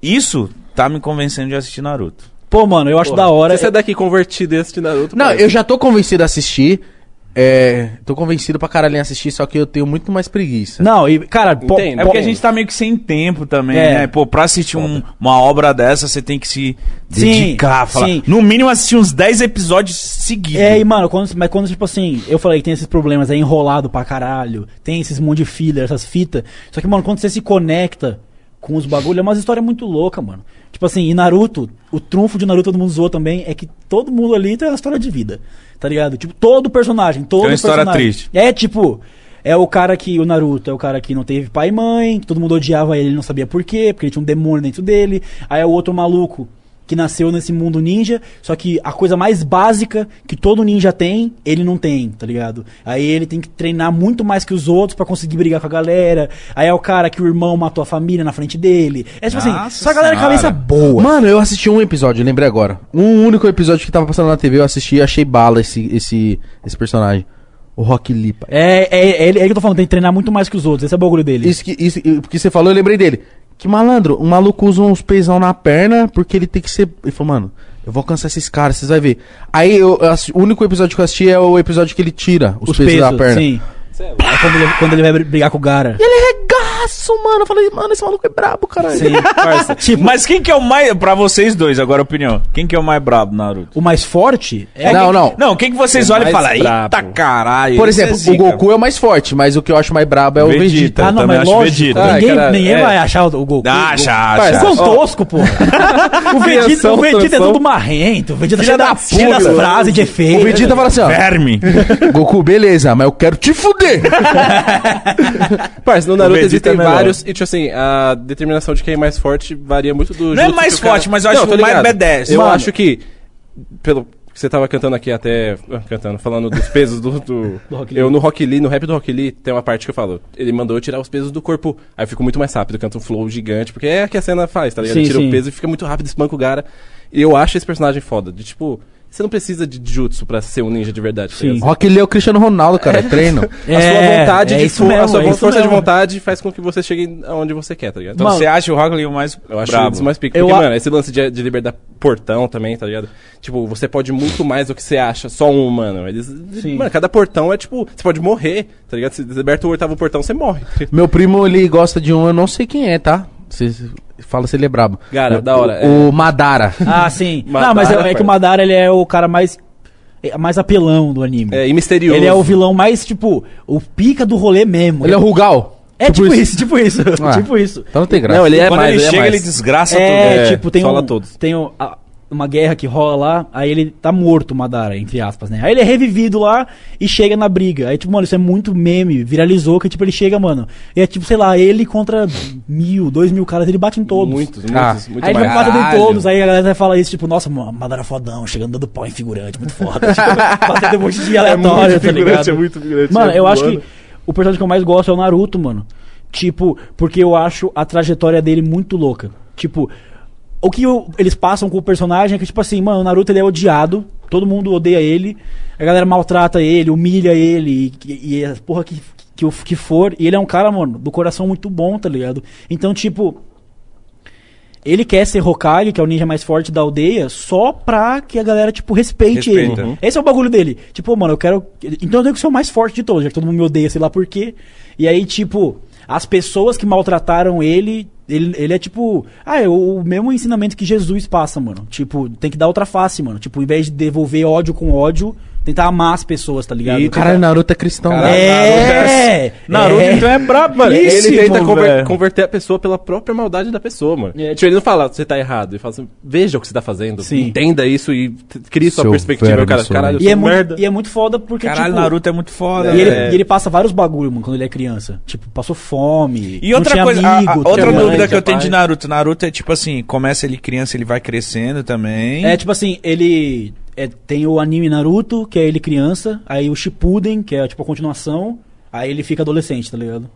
Speaker 1: isso tá me convencendo de assistir Naruto.
Speaker 4: Pô, mano, eu acho da hora.
Speaker 3: Se você é daqui convertido esse de Naruto.
Speaker 2: Não,
Speaker 3: parça.
Speaker 2: eu já tô convencido a assistir. É, tô convencido pra caralho em assistir, só que eu tenho muito mais preguiça.
Speaker 4: Não, e, cara, pô,
Speaker 3: Entendo.
Speaker 1: É porque a gente tá meio que sem tempo também,
Speaker 4: É.
Speaker 1: né? Pô, pra assistir um- uma obra dessa, você tem que se
Speaker 4: Sim,
Speaker 1: dedicar. falar.
Speaker 4: sim.
Speaker 1: No mínimo, assistir uns 10 episódios seguidos.
Speaker 4: É, e mano, quando, mas quando, tipo assim, eu falei que tem esses problemas, é enrolado pra caralho, tem esses monte de filler, essas fitas. Só que, mano, quando você se conecta com os bagulhos, é uma história muito louca, mano. Tipo assim, e Naruto, o trunfo de Naruto todo mundo zoou também, é que todo mundo ali tem uma história de vida, tá ligado? Tipo, todo personagem, todo
Speaker 1: Tem uma história
Speaker 4: personagem.
Speaker 1: triste.
Speaker 4: É, tipo, é o cara que, o Naruto, é o cara que não teve pai e mãe, que todo mundo odiava ele, ele não sabia por quê, porque ele tinha um demônio dentro dele. Aí é o outro maluco que nasceu nesse mundo ninja, só que a coisa mais básica que todo ninja tem, ele não tem, tá ligado? Aí ele tem que treinar muito mais que os outros pra conseguir brigar com a galera. Aí é o cara que o irmão matou a família na frente dele. É tipo assim,
Speaker 1: Nossa
Speaker 4: só a galera
Speaker 1: senhora.
Speaker 4: cabeça boa.
Speaker 2: Mano, eu assisti um episódio, lembrei agora. Um único episódio que tava passando na TV, eu assisti e achei bala esse, esse, esse personagem. O Rock Lee, pai.
Speaker 4: É, é, é, ele- é que eu tô falando, tem que treinar muito mais que os outros, esse é o bagulho dele.
Speaker 2: Isso que, isso, porque você falou, eu lembrei dele. Que malandro, o maluco usa uns peizão na perna porque ele tem que ser. Ele falou, mano, eu vou alcançar esses caras, vocês vão ver. Aí eu, eu assi- o único episódio que eu assisti é o episódio que ele tira os,
Speaker 4: os
Speaker 2: pesos,
Speaker 4: pesos, É
Speaker 2: da perna.
Speaker 4: sim. É quando ele, quando ele vai br- brigar com o Gara.
Speaker 2: Ele é bravaço, mano. Eu falei, mano, esse maluco é brabo, caralho.
Speaker 1: Parça.
Speaker 4: tipo-
Speaker 3: Tipo,
Speaker 1: Mas quem que é o mais. Pra vocês dois, agora opinião. Quem que é o mais brabo, Naruto?
Speaker 4: O mais forte é.
Speaker 2: não, não.
Speaker 1: Não, quem que vocês
Speaker 3: O
Speaker 1: olham e
Speaker 3: mais
Speaker 1: falam, eita
Speaker 3: brabo."
Speaker 1: caralho.
Speaker 2: Por
Speaker 1: esse é
Speaker 2: exemplo, o
Speaker 1: zica."
Speaker 2: Goku é o mais forte, mas o que eu acho mais brabo é o Vegeta.
Speaker 1: Vegeta.
Speaker 4: ah, não,
Speaker 1: também
Speaker 4: mas
Speaker 1: acho
Speaker 4: lógico.
Speaker 1: Vegeta.
Speaker 4: Ninguém,
Speaker 3: Ah, cara,
Speaker 4: ninguém
Speaker 3: é.
Speaker 4: vai achar o o Goku.
Speaker 1: Ah,
Speaker 4: o
Speaker 1: chá,
Speaker 4: Goku é um
Speaker 1: chá.
Speaker 4: tosco, pô. o Vegeta,
Speaker 3: Criação,
Speaker 4: o Vegeta é
Speaker 3: transão.
Speaker 4: todo marrento. O Vegeta cheio, da,
Speaker 2: da
Speaker 4: cheio das
Speaker 2: puta.
Speaker 4: frases
Speaker 2: O
Speaker 4: de efeito.
Speaker 2: Vegeta fala assim, ó.
Speaker 1: Verme.
Speaker 2: Goku, beleza, mas eu quero te fuder.
Speaker 3: Parça, no Naruto
Speaker 1: Vegeta é
Speaker 3: existem
Speaker 1: melhor.
Speaker 3: vários. E, tipo assim, a determinação de quem é mais forte varia muito do.
Speaker 1: Não é
Speaker 3: jutsu
Speaker 1: mais
Speaker 3: que o cara-
Speaker 1: forte, mas eu acho
Speaker 3: tô
Speaker 1: o mais
Speaker 3: ligado.
Speaker 1: badass.
Speaker 3: Eu
Speaker 1: Mano.
Speaker 3: acho que. Pelo que você tava cantando aqui até. ah, Cantando, falando dos pesos do. do-
Speaker 4: Rock Lee.
Speaker 3: eu no Rock Lee, no rap do Rock Lee, tem uma parte que eu falo. Ele mandou eu tirar os pesos do corpo. Aí eu fico muito mais rápido, canto um flow gigante, porque é que a cena faz, tá ligado?
Speaker 4: Sim,
Speaker 3: Tira
Speaker 4: sim.
Speaker 3: o peso e fica muito rápido, espanca o cara. E eu acho esse personagem foda. De tipo, você não precisa de jutsu pra ser um ninja de verdade, tá
Speaker 4: Sim.
Speaker 3: ligado?
Speaker 2: Rock Lee é o Cristiano Ronaldo, cara, treino.
Speaker 4: É,
Speaker 3: a sua vontade
Speaker 4: é
Speaker 3: de
Speaker 4: isso
Speaker 3: for-
Speaker 4: mesmo,
Speaker 3: a sua
Speaker 4: é isso
Speaker 3: força de
Speaker 4: mesmo.
Speaker 3: vontade faz com que você chegue aonde você quer, tá ligado? Então,
Speaker 1: Então você acha o Rock Lee o mais
Speaker 3: eu acho
Speaker 1: brabo.
Speaker 3: isso mais pica.
Speaker 4: Eu
Speaker 3: Porque,
Speaker 4: a-
Speaker 3: mano, esse lance de, de liberdade portão também, tá ligado? Tipo, você pode muito mais do que você acha, só um humano. Eles,
Speaker 4: Sim.
Speaker 3: mano, cada portão é tipo, você pode morrer, tá ligado? Se liberta o oitavo portão, você morre.
Speaker 2: Meu primo, ele gosta de um, eu não sei quem é, tá? Vocês fala se ele é brabo.
Speaker 3: Cara,
Speaker 2: O-
Speaker 3: da hora,
Speaker 2: O, o Madara.
Speaker 4: Ah, sim. não,
Speaker 3: Madara,
Speaker 4: mas é, é
Speaker 3: parça.
Speaker 4: que o Madara ele é o cara mais, é, mais apelão do anime.
Speaker 3: É, e misterioso.
Speaker 4: ele é o vilão mais, tipo, o pica do rolê mesmo.
Speaker 2: Ele é o Rugal.
Speaker 4: É tipo, isso, tipo isso.
Speaker 2: Ah.
Speaker 3: É.
Speaker 4: tipo isso.
Speaker 2: Então não tem graça.
Speaker 3: Não, ele é
Speaker 1: Quando
Speaker 3: mais,
Speaker 1: ele
Speaker 3: ele é
Speaker 1: chega,
Speaker 3: mais.
Speaker 1: ele desgraça
Speaker 4: É,
Speaker 1: tudo.
Speaker 4: tipo, tem,
Speaker 3: fala
Speaker 4: um,
Speaker 3: todos.
Speaker 4: tem um- a- uma guerra que rola lá, aí ele tá morto, o Madara, entre aspas, né? Aí ele é revivido lá e chega na briga. Aí, tipo, mano, isso é muito meme, viralizou, que, tipo, ele chega, mano, e é, tipo, sei lá, ele contra mil, dois mil caras, ele bate em todos.
Speaker 3: Muitos, muitos,
Speaker 2: Ah.
Speaker 3: muito
Speaker 4: aí ele
Speaker 3: mais.
Speaker 4: vai batendo em
Speaker 1: Caralho.
Speaker 4: todos, aí a galera fala isso, tipo, nossa, mano, Madara fodão, chegando dando pau em figurante, muito foda. Tipo, batendo um monte
Speaker 3: É
Speaker 4: de aleatório, tá ligado? Mano, eu acho que o personagem que eu mais gosto é o Naruto, mano. Tipo, porque eu acho a trajetória dele muito louca. Tipo, o que eu- eles passam com o personagem é que, tipo assim, mano, o Naruto ele é odiado, todo mundo odeia ele, a galera maltrata ele, humilha ele, e, e as porra que, que, o- que for. E ele é um cara, mano, do coração muito bom, tá ligado? Então, tipo, ele quer ser Hokage, que é o ninja mais forte da aldeia, só pra que a galera, tipo, respeite
Speaker 1: Respeita.
Speaker 4: ele.
Speaker 1: Uhum.
Speaker 4: Esse é o bagulho dele. Tipo, mano, eu quero. Então eu tenho que ser o mais forte de todos, já que todo mundo me odeia, sei lá por quê. E aí, tipo, as pessoas que maltrataram ele. Ele, ele é tipo. Ah, é o, o mesmo ensinamento que Jesus passa, mano. Tipo, tem que dar outra face, mano. Tipo, em vez de devolver ódio com ódio, tentar amar as pessoas, tá ligado?
Speaker 2: E, caralho, Naruto é cristão.
Speaker 1: Caralho,
Speaker 2: né?
Speaker 4: é, é,
Speaker 1: Naruto, então é brabo, mano.
Speaker 3: Ele tenta conver-
Speaker 1: velho.
Speaker 3: converter a pessoa pela própria maldade da pessoa, mano.
Speaker 4: É.
Speaker 3: Tipo, ele não fala, você tá errado. Ele fala assim, veja o que você tá fazendo.
Speaker 4: Sim.
Speaker 3: Entenda isso e t- crie sua
Speaker 2: Seu
Speaker 3: perspectiva.
Speaker 2: verme,
Speaker 3: O cara,
Speaker 2: seu
Speaker 3: caralho, eu
Speaker 4: E
Speaker 3: sou
Speaker 4: é,
Speaker 3: um merda.
Speaker 4: muito, e é muito foda porque,
Speaker 1: Caralho,
Speaker 4: tipo.
Speaker 1: Naruto é muito foda.
Speaker 4: E ele,
Speaker 1: velho.
Speaker 4: e ele passa vários bagulho, mano, quando ele é criança. Tipo, passou fome.
Speaker 1: E
Speaker 4: não
Speaker 1: outra
Speaker 4: tinha
Speaker 1: coisa, a- a-
Speaker 4: amigo, tá
Speaker 1: outra
Speaker 4: tinha mãe,
Speaker 1: dúvida que
Speaker 4: tinha
Speaker 1: eu tenho de
Speaker 4: pai.
Speaker 1: Naruto. Naruto é tipo assim, começa ele criança, ele vai crescendo também.
Speaker 4: É tipo assim, ele. é, tem o anime Naruto, que é ele criança. Aí o Shippuden, que é tipo a continuação. Aí ele fica adolescente, tá ligado?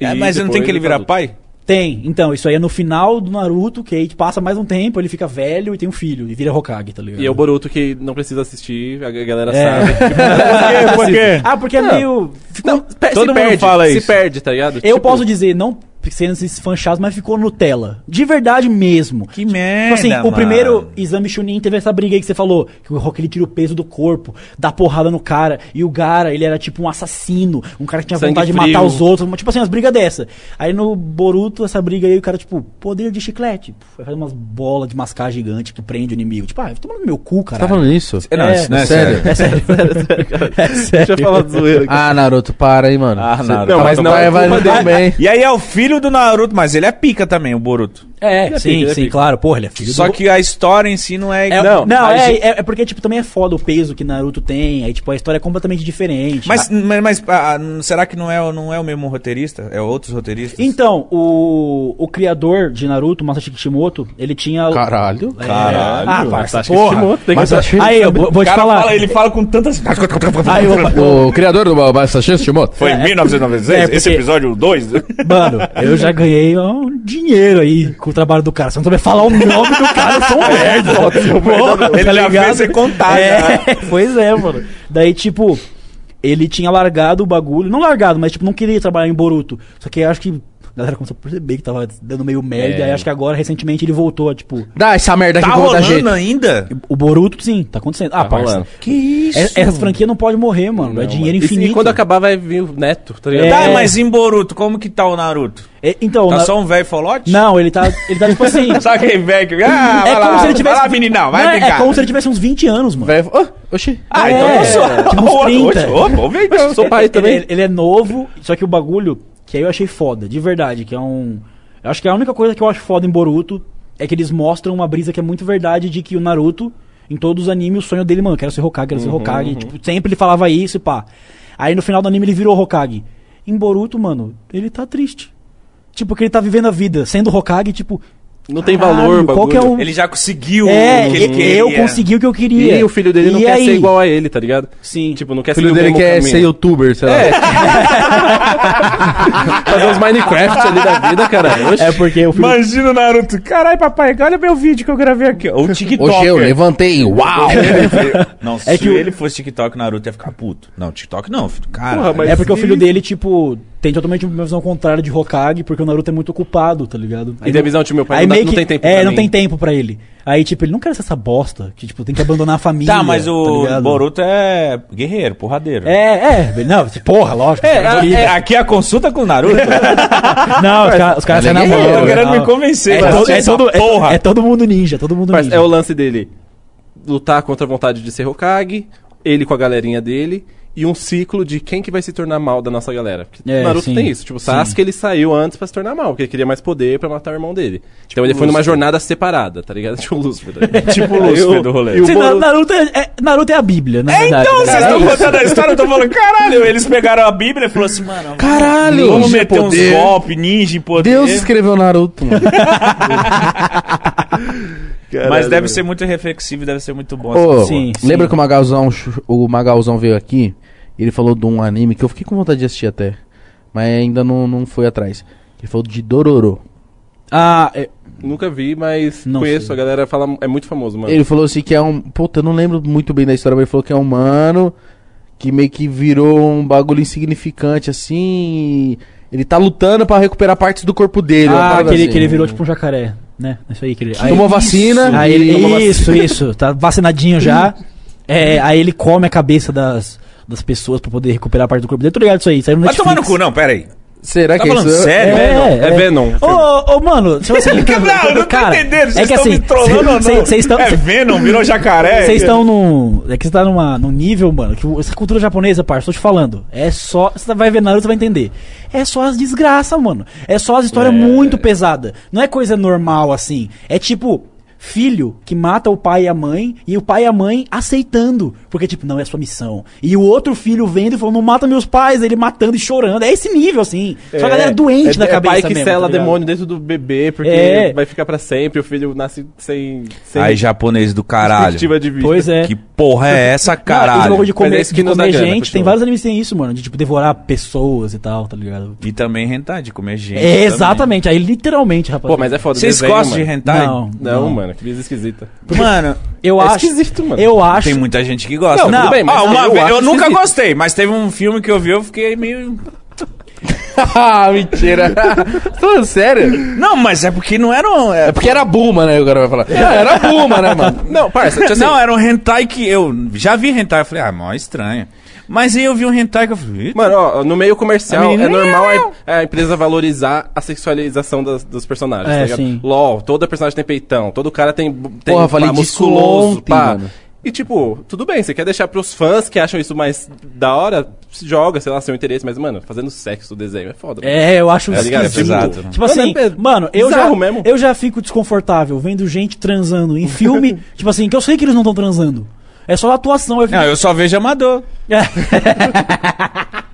Speaker 1: É,
Speaker 3: E
Speaker 1: mas não tem
Speaker 3: depois
Speaker 1: que ele
Speaker 3: tá
Speaker 1: virar
Speaker 3: adulto.
Speaker 1: pai?
Speaker 4: Tem, então, isso aí é no final do Naruto, que aí passa mais um tempo, ele fica velho e tem um filho, e vira Hokage, tá ligado?
Speaker 3: E é o Boruto que não precisa assistir, a galera
Speaker 4: É.
Speaker 3: sabe. Tipo,
Speaker 1: Por quê?
Speaker 4: Ah, porque é meio. ficou-
Speaker 3: Não, pe-
Speaker 1: Todo
Speaker 3: se
Speaker 1: mundo
Speaker 3: perde,
Speaker 1: fala
Speaker 3: se
Speaker 1: isso.
Speaker 3: perde, tá ligado?
Speaker 4: Eu
Speaker 3: Tipo,
Speaker 4: posso dizer, não sendo esses fanchasmas, mas ficou Nutella. De verdade mesmo.
Speaker 1: Que merda,
Speaker 4: Tipo assim, o
Speaker 1: É, mano.
Speaker 4: primeiro exame Chunin teve essa briga aí que você falou, que o Rock ele tira o peso do corpo, dá porrada no cara, e o Gara, ele era tipo um assassino, um cara que tinha
Speaker 3: Sangue
Speaker 4: vontade de
Speaker 3: frio.
Speaker 4: matar os outros, tipo assim, umas brigas dessa. Aí no Boruto, essa briga aí, o cara, tipo, poder de chiclete, Pô, faz umas bolas de mascar gigante que prende o inimigo. Tipo, ah, toma no meu cu,
Speaker 2: Você tá
Speaker 4: cara.
Speaker 2: falando isso?
Speaker 1: É, não, isso não é sério.
Speaker 4: É sério.
Speaker 2: É
Speaker 3: Deixa eu falar de zoeira aqui.
Speaker 2: Ah, Naruto, para aí, mano.
Speaker 1: Ah,
Speaker 2: Você-
Speaker 1: Naruto.
Speaker 2: Não, mas não vai,
Speaker 3: é
Speaker 2: vai
Speaker 3: culpa dele.
Speaker 2: também.
Speaker 1: E aí é o filho do Naruto, mas ele é pica também, o Boruto.
Speaker 4: É, sim,
Speaker 3: pica, ele é
Speaker 4: sim,
Speaker 3: pica.
Speaker 4: claro, porra, ele é filho
Speaker 1: Só
Speaker 4: do
Speaker 1: que a história em si não é...
Speaker 4: É, não,
Speaker 1: não, a
Speaker 4: é,
Speaker 1: gente-
Speaker 4: é- é porque, tipo, também é foda o peso que Naruto tem, aí, tipo, a história é completamente diferente.
Speaker 1: Mas, mas, mas, ah, será que não é, o- não é o mesmo roteirista? É outros roteiristas?
Speaker 4: Então, o, o criador de Naruto, Masashi Kishimoto, ele tinha...
Speaker 2: Caralho.
Speaker 4: É,
Speaker 1: Caralho,
Speaker 4: Ah, parça,
Speaker 3: Acho que
Speaker 4: porra.
Speaker 3: estimou, tem que
Speaker 2: Mas achei...
Speaker 4: Aí, eu vou vou
Speaker 1: O
Speaker 4: te
Speaker 1: cara
Speaker 4: falar.
Speaker 1: fala- ele fala com tantas...
Speaker 4: Aí, eu-
Speaker 2: O criador do Massachê, Shimoto?
Speaker 1: Foi em 1996?
Speaker 4: É, porque-
Speaker 1: Esse episódio 2?
Speaker 4: Mano, eu já ganhei um dinheiro aí com o trabalho do cara. Você não sabe falar o nome do cara, eu sou
Speaker 1: É,
Speaker 4: um merda. Porra,
Speaker 1: Ele
Speaker 4: tá
Speaker 1: já
Speaker 4: ligado?
Speaker 1: fez você contar,
Speaker 4: É,
Speaker 1: já.
Speaker 4: pois é, mano. Daí, tipo, ele tinha largado o bagulho. Não largado, mas, tipo, não queria trabalhar em Boruto. Só que eu acho que A galera começou a perceber que tava dando meio
Speaker 1: É.
Speaker 4: merda. Aí acho que agora, recentemente, ele voltou a, tipo.
Speaker 2: Dá essa merda aqui
Speaker 1: Tá
Speaker 2: pra outra gente.
Speaker 1: rolando ainda?
Speaker 4: O Boruto, sim, tá acontecendo. Ah,
Speaker 3: Tá
Speaker 4: parça.
Speaker 3: rolando.
Speaker 1: Que isso?
Speaker 4: É- Essas franquias não podem morrer, mano. é dinheiro
Speaker 3: E se-
Speaker 4: infinito.
Speaker 3: E quando acabar vai vir o Neto, tá ligado?
Speaker 4: É.
Speaker 1: Tá, mas em Boruto, como que tá o Naruto?
Speaker 4: É, então,
Speaker 1: Tá
Speaker 4: na-
Speaker 1: só um velho folote?
Speaker 4: não, ele tá, ele tá tipo assim.
Speaker 8: Sabe aquele velho que... Ah,
Speaker 4: é
Speaker 8: vai
Speaker 4: como
Speaker 8: lá,
Speaker 4: se ele tivesse.
Speaker 8: vai lá, meninão, vai
Speaker 4: Não, é-
Speaker 8: brincar.
Speaker 4: É como se ele tivesse uns 20 anos, mano.
Speaker 2: Vai- oh, oxi.
Speaker 8: Ah, então
Speaker 1: tá
Speaker 4: É,
Speaker 8: eu sou.
Speaker 4: tipo uns
Speaker 8: Ô, ô,
Speaker 4: 30.
Speaker 8: ô, ô, ô, vem, então.
Speaker 3: Sou pai
Speaker 4: ele,
Speaker 3: também.
Speaker 4: ele- ele é novo, só que o bagulho que aí eu achei foda, de verdade, que é um. Eu acho que a única coisa que eu acho foda em Boruto é que eles mostram uma brisa que é muito verdade de que o Naruto, em todos os animes, o sonho dele, mano, quero ser Hokage, quero ser
Speaker 3: Uhum,
Speaker 4: Hokage. Tipo, sempre ele falava isso e pá. Aí no final do anime ele virou Hokage. Em Boruto, mano, ele tá triste. Tipo, que ele tá vivendo a vida, sendo Hokage, tipo.
Speaker 3: Não tem
Speaker 4: caralho,
Speaker 3: valor, o bagulho.
Speaker 4: Qual que é o.
Speaker 1: Ele já conseguiu
Speaker 4: É,
Speaker 1: o que
Speaker 4: eu-
Speaker 1: ele queria.
Speaker 4: eu consegui o que eu queria.
Speaker 3: E o filho dele não
Speaker 4: E
Speaker 3: quer ser
Speaker 4: aí?
Speaker 3: igual a ele, tá ligado?
Speaker 4: Sim.
Speaker 3: Tipo, não quer
Speaker 2: O filho
Speaker 3: seguir
Speaker 2: dele
Speaker 3: mesmo
Speaker 2: quer
Speaker 3: caminho.
Speaker 2: ser youtuber, sei lá.
Speaker 1: É.
Speaker 3: Fazer uns Minecraft ali da vida, cara. Oxe.
Speaker 4: É porque o filho
Speaker 8: Imagina o Naruto. Caralho, papai, olha meu vídeo que eu gravei aqui. ó. O TikTok.
Speaker 2: Oxi, eu levantei. Uau!
Speaker 1: Não, se
Speaker 4: É que o-
Speaker 1: ele fosse TikTok, o Naruto ia ficar puto. Não, TikTok não, filho. Cara,
Speaker 3: Porra, mas-
Speaker 4: É porque o filho dele, tipo, tem totalmente uma visão contrária de Hokage, porque o Naruto é muito ocupado, tá ligado?
Speaker 3: E tem a visão de meu pai,
Speaker 4: aí
Speaker 3: não, dá-
Speaker 4: meio
Speaker 3: não
Speaker 4: que-
Speaker 3: tem tempo
Speaker 4: É,
Speaker 3: pra
Speaker 4: não
Speaker 3: mim.
Speaker 4: tem tempo pra ele. Aí, tipo, ele não quer ser essa bosta, que, tipo, tem que abandonar a família.
Speaker 1: Tá, mas o
Speaker 4: ligado?
Speaker 1: Boruto é guerreiro, porradeiro.
Speaker 4: É, é, não, porra, lógico.
Speaker 1: É, a- é, aqui é a consulta com o Naruto.
Speaker 4: Não, os caras os caras
Speaker 2: Ele é
Speaker 4: saem na
Speaker 2: guerreiro,
Speaker 4: mão.
Speaker 1: Tô
Speaker 2: Não,
Speaker 1: querendo
Speaker 4: né?
Speaker 1: me convencer.
Speaker 4: É
Speaker 1: pra
Speaker 4: todo-
Speaker 1: assistir
Speaker 4: é
Speaker 1: essa
Speaker 4: todo-
Speaker 1: porra.
Speaker 4: é- é todo mundo ninja, todo mundo
Speaker 3: Parça,
Speaker 4: ninja.
Speaker 3: É o lance dele. Lutar contra a vontade de ser Hokage, ele com a galerinha dele, e um ciclo de quem que vai se tornar mal da nossa galera. Porque
Speaker 4: É,
Speaker 3: Naruto
Speaker 4: sim,
Speaker 3: tem isso. Tipo, o
Speaker 4: sim.
Speaker 3: Sasuke ele saiu antes pra se tornar mal, porque ele queria mais poder pra matar o irmão dele.
Speaker 4: Tipo
Speaker 3: então ele foi numa jornada separada, tá ligado? Tipo o Lúcifer. tá ligado?
Speaker 1: Tipo o Lúcifer do rolê.
Speaker 3: E o
Speaker 4: Sim,
Speaker 3: Boruto-
Speaker 4: Naruto, é, é- Naruto é a Bíblia, na verdade.
Speaker 1: Então,
Speaker 4: né?
Speaker 1: vocês estão contando a história, eu tô falando, caralho, eles pegaram a Bíblia e falaram assim, mano,
Speaker 2: Caralho!
Speaker 1: vamos
Speaker 2: Ninja
Speaker 1: meter uns
Speaker 2: poder.
Speaker 1: golpes, ninja e poder.
Speaker 2: Deus escreveu Naruto, mano.
Speaker 1: Mas deve ser muito reflexivo, deve ser muito bom. assim.
Speaker 2: Ô,
Speaker 1: essa porra.
Speaker 4: Sim, sim.
Speaker 2: Lembra que o Magalzão, o Magalzão veio aqui? Ele falou de um anime que eu fiquei com vontade de assistir até. Mas ainda não, não fui atrás. Ele falou de Dororo.
Speaker 4: Ah, é-
Speaker 3: Nunca vi, mas
Speaker 4: Não
Speaker 3: conheço.
Speaker 4: sei.
Speaker 3: A galera fala. É muito famoso, mano.
Speaker 2: Ele falou assim que é um. Puta, eu não lembro muito bem da história, mas ele falou que é um mano que meio que virou um bagulho insignificante assim. e Ele tá lutando pra recuperar partes do corpo dele. uma
Speaker 4: ah
Speaker 2: parada
Speaker 4: aquele
Speaker 2: assim.
Speaker 4: que ele virou tipo um jacaré, né? Isso aí que ele. aí-
Speaker 2: Tomou vacina.
Speaker 4: Aí
Speaker 2: e-
Speaker 4: ele, isso, isso, tá vacinadinho já. É, aí ele come a cabeça das, das pessoas pra poder recuperar a parte do corpo dele. Tô ligado isso aí, saiu no
Speaker 1: Vai tomar
Speaker 4: Netflix.
Speaker 1: no cu, não, pera aí.
Speaker 2: Será
Speaker 1: Tá
Speaker 2: que é
Speaker 1: falando
Speaker 2: isso?
Speaker 1: sério?
Speaker 4: É,
Speaker 3: É Venom.
Speaker 4: Ô, ô, mano, tipo assim, se você...
Speaker 1: Não, eu não tô entendendo,
Speaker 4: é
Speaker 1: vocês
Speaker 4: assim,
Speaker 1: estão me trollando ou não?
Speaker 4: Vocês estão...
Speaker 1: É Venom, virou jacaré.
Speaker 4: Vocês estão num. É que você tá numa, num nível, mano, que o- essa cultura japonesa, parça, tô te falando. É só. Você vai ver Naruto, você vai entender. É só as desgraças, mano. É só as histórias muito pesadas. Não é coisa normal assim. É tipo. Filho que mata o pai e a mãe, e o pai e a mãe aceitando, porque, tipo, não é a sua missão. E o outro filho vendo e falando, não mata meus pais, ele matando e chorando. É esse nível, assim. Só a
Speaker 3: É,
Speaker 4: galera doente da cabeça.
Speaker 3: pai que
Speaker 4: mesmo,
Speaker 3: sela
Speaker 4: tá ligado?
Speaker 3: demônio dentro do bebê, porque
Speaker 4: É.
Speaker 3: vai ficar pra sempre. O filho nasce sem. sem
Speaker 1: Aí, japonês do caralho.
Speaker 3: perspectiva de vida.
Speaker 4: Pois é.
Speaker 1: Que porra é essa,
Speaker 4: Não, esse
Speaker 1: caralho?
Speaker 4: bagulho de comer,
Speaker 3: Mas é
Speaker 4: de
Speaker 3: isso que nos
Speaker 4: comer
Speaker 3: dá grana,
Speaker 4: gente, tem
Speaker 3: continua.
Speaker 4: vários animes que tem isso, mano. De tipo, devorar pessoas e tal, tá ligado?
Speaker 1: E também rentar, de comer gente.
Speaker 4: É,
Speaker 1: também.
Speaker 4: exatamente, aí literalmente, rapaz.
Speaker 3: Pô, mas é foda.
Speaker 1: Vocês
Speaker 3: desenho,
Speaker 1: gostam de
Speaker 3: mano.
Speaker 1: hentai?
Speaker 4: Não. de
Speaker 3: Não, mano, que brisa esquisita.
Speaker 1: Mano,
Speaker 4: eu
Speaker 3: é
Speaker 4: acho.
Speaker 3: esquisito, mano.
Speaker 4: Eu acho.
Speaker 1: tem muita gente que gosta.
Speaker 3: Não, tudo bem, mas
Speaker 1: ah, uma
Speaker 3: eu
Speaker 1: vez,
Speaker 3: acho
Speaker 1: eu nunca
Speaker 3: esquisito.
Speaker 1: gostei, mas teve um filme que eu vi, eu fiquei meio...
Speaker 2: ah, mentira. Tô falando sério?
Speaker 1: Não, mas é porque não era um... é-
Speaker 2: É porque era Bulma, né? O cara vai falar. Não, era Bulma, né, mano?
Speaker 3: Não, parça, tipo assim,
Speaker 1: Não, era um hentai que eu já vi hentai, eu falei, ah, mó estranho. Mas aí eu vi um hentai que eu falei, "Ih,
Speaker 3: Mano, ó, no meio comercial
Speaker 1: A
Speaker 3: é
Speaker 1: menina-
Speaker 3: normal a, a empresa valorizar a sexualização das- dos personagens.
Speaker 4: É,
Speaker 3: tá ligado?
Speaker 4: sim.
Speaker 3: LOL, toda personagem tem peitão, todo cara tem. tem
Speaker 2: Porra, falei disso ontem, mano.
Speaker 3: E tipo, tudo bem, você quer deixar pros fãs que acham isso mais da hora, se joga, sei lá, seu interesse, mas, mano, fazendo sexo o desenho é foda. mano.
Speaker 4: É, eu acho
Speaker 3: Tá ligado?
Speaker 4: esquisito.
Speaker 1: Exato.
Speaker 4: Tipo assim,
Speaker 3: Mano, é
Speaker 4: mano, eu já,
Speaker 3: bizarro mesmo.
Speaker 4: eu já fico desconfortável vendo gente transando em filme, tipo assim, que eu sei que eles não estão transando. É só a atuação. Eu fico, é,
Speaker 1: Não, eu só vejo amador.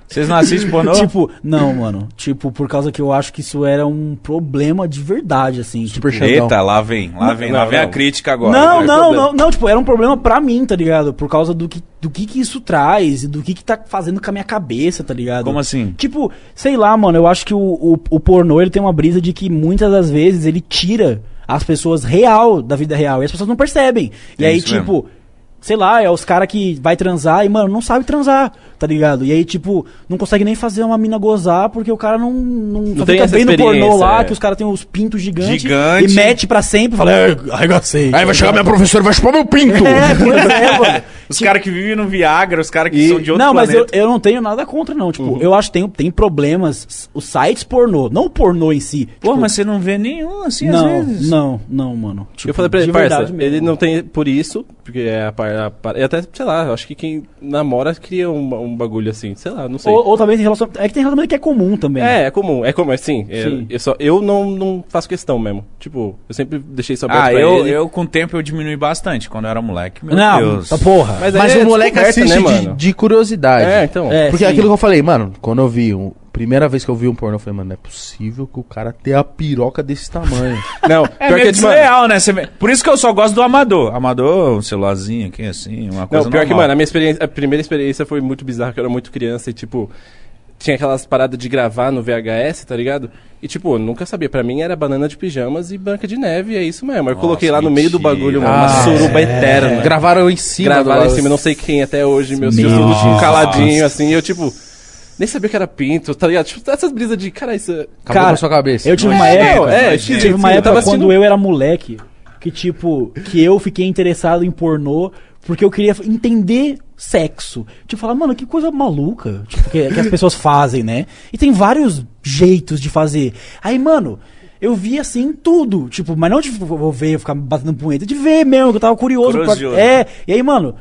Speaker 1: Vocês não assistem pornô?
Speaker 4: tipo, não, mano. Tipo, por causa que eu acho que isso era um problema de verdade, assim.
Speaker 2: Super
Speaker 4: tipo,
Speaker 1: Eita, lá vem, lá vem, lá
Speaker 3: não,
Speaker 1: vem a
Speaker 3: não.
Speaker 1: crítica agora. né?
Speaker 4: Não,
Speaker 1: Vai.
Speaker 4: não,
Speaker 3: problema.
Speaker 4: não, não, tipo, era um problema pra mim, tá ligado? Por causa do que, do que que isso traz e do que que tá fazendo com a minha cabeça, tá ligado?
Speaker 1: Como assim?
Speaker 4: Tipo, sei lá, mano, eu acho que o, o, o pornô, ele tem uma brisa de que muitas das vezes ele tira as pessoas real da vida real e as pessoas não percebem. E
Speaker 1: É
Speaker 4: aí,
Speaker 1: isso mesmo.
Speaker 4: tipo, sei lá, é os caras que vai transar e, mano, não sabe transar, tá ligado? E aí, tipo, não consegue nem fazer uma mina gozar porque o cara não, não, só
Speaker 3: tem
Speaker 4: fica
Speaker 3: essa
Speaker 4: bem no pornô
Speaker 3: experiência,
Speaker 4: lá,
Speaker 3: é.
Speaker 4: que os caras têm os pintos gigantes
Speaker 1: Gigante.
Speaker 4: e mete pra sempre e fala, "É, arregacei.
Speaker 2: Aí vai chegar minha professora e vai chupar meu pinto.
Speaker 4: É, pois é, mano.
Speaker 1: Os caras que vivem no Viagra, os caras que
Speaker 3: E-
Speaker 1: são de outro
Speaker 4: não,
Speaker 1: planeta.
Speaker 4: mas eu, eu não tenho nada contra, não.
Speaker 3: Uhum.
Speaker 4: Tipo, eu acho que tem, tem problemas. Os sites pornô, não o pornô em si.
Speaker 1: Pô,
Speaker 4: Tipo,
Speaker 1: mas você não vê nenhum assim
Speaker 4: não,
Speaker 1: às vezes.
Speaker 4: não, não, mano.
Speaker 3: eu falei pra ele,
Speaker 4: de
Speaker 3: parça,
Speaker 4: verdade mesmo.
Speaker 3: ele não tem por isso, porque é a parte. E até, sei lá, eu acho que quem namora cria um, um bagulho assim, sei lá, não sei.
Speaker 4: Ou, ou talvez tem relação. É que tem relacionamento que é comum também. né?
Speaker 3: É, é comum, é comum, assim. é,
Speaker 4: Sim.
Speaker 3: eu só, eu não, não faço questão mesmo. Tipo, eu sempre deixei isso aberto
Speaker 1: Ah,
Speaker 3: pra
Speaker 1: eu,
Speaker 3: ele.
Speaker 1: eu com o tempo eu diminui bastante quando eu era moleque. Meu
Speaker 4: não,
Speaker 1: Deus.
Speaker 4: tá porra.
Speaker 3: Mas, aí
Speaker 2: Mas
Speaker 3: é
Speaker 2: o moleque
Speaker 3: descoberta,
Speaker 2: assiste
Speaker 3: né,
Speaker 2: de,
Speaker 3: mano?
Speaker 2: de curiosidade.
Speaker 3: É, então.
Speaker 4: É,
Speaker 2: Porque é
Speaker 4: sim.
Speaker 2: aquilo que eu falei, mano, quando eu vi, um, primeira vez que eu vi um pornô, eu falei, mano, não é possível que o cara tenha a piroca desse tamanho.
Speaker 3: Não,
Speaker 1: É
Speaker 3: pior
Speaker 1: meio
Speaker 3: que mano,
Speaker 1: desleal, né? Você vê- Por isso que eu só gosto do Amador. Amador, um celularzinho aqui, assim, uma
Speaker 3: Não,
Speaker 1: coisa
Speaker 3: pior que,
Speaker 1: normal.
Speaker 3: mano, a minha experiência, a primeira experiência foi muito bizarra, porque eu era muito criança e, tipo, tinha aquelas paradas de gravar no VHS, tá ligado? E, tipo, eu nunca sabia. Pra mim era banana de pijamas e branca de neve, é isso mesmo. Eu coloquei lá no meio do
Speaker 1: mentira.
Speaker 4: É
Speaker 3: bagulho, mano, uma
Speaker 2: Ah,
Speaker 3: suruba eterna.
Speaker 2: Gravaram em cima.
Speaker 3: Gravaram
Speaker 2: do-
Speaker 3: em cima, não sei quem até hoje, meus
Speaker 4: Meu
Speaker 3: tios tudo tipo,
Speaker 4: Jesus.
Speaker 3: caladinho, assim, e eu, tipo, nem sabia que era pinto, tá ligado? Tipo, essas brisas de, cara, isso... é-"
Speaker 2: Acabou
Speaker 4: Cara,
Speaker 2: com a sua cabeça.
Speaker 4: Eu tive
Speaker 1: Não
Speaker 4: uma
Speaker 1: é,
Speaker 4: época.
Speaker 1: é,
Speaker 4: eu
Speaker 3: sim,
Speaker 4: tive uma
Speaker 3: sim, eu
Speaker 4: época
Speaker 3: tava
Speaker 4: quando
Speaker 3: assistindo-
Speaker 4: eu era moleque que, tipo, que eu fiquei interessado em pornô porque eu queria entender sexo. Tipo, falar, mano, que coisa maluca tipo, que, que as pessoas fazem, né? E tem vários jeitos de fazer. Aí, mano. Eu vi assim tudo, tipo, mas não de vou ver, ficar batendo punheta, de ver mesmo, que eu tava curioso. pra-
Speaker 1: Curioso.
Speaker 4: É, e aí, mano,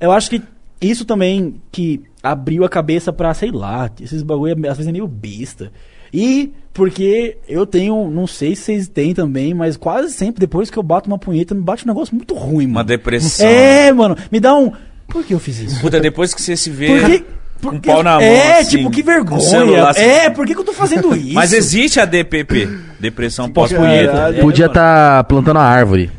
Speaker 4: eu acho que isso também que abriu a cabeça pra, sei lá, esses bagulho às vezes é meio besta. E porque eu tenho, não sei se vocês têm também, mas quase sempre depois que eu bato uma punheta, me bate um negócio muito ruim,
Speaker 1: Uma
Speaker 4: mano.
Speaker 1: depressão.
Speaker 4: É, mano, me dá um. Por que eu fiz isso?
Speaker 1: Puta, depois que você se vê...
Speaker 4: Por que.
Speaker 1: Com
Speaker 4: por
Speaker 1: um
Speaker 4: que-
Speaker 1: pau na mão,
Speaker 4: É,
Speaker 1: assim,
Speaker 4: tipo, que
Speaker 1: com o
Speaker 4: vergonha.
Speaker 1: celular, assim.
Speaker 4: É, por que, que eu tô fazendo isso? Tipo,
Speaker 1: Mas existe a DPP, Depressão Pós-Punheta.
Speaker 2: é, Podia estar plantando a árvore.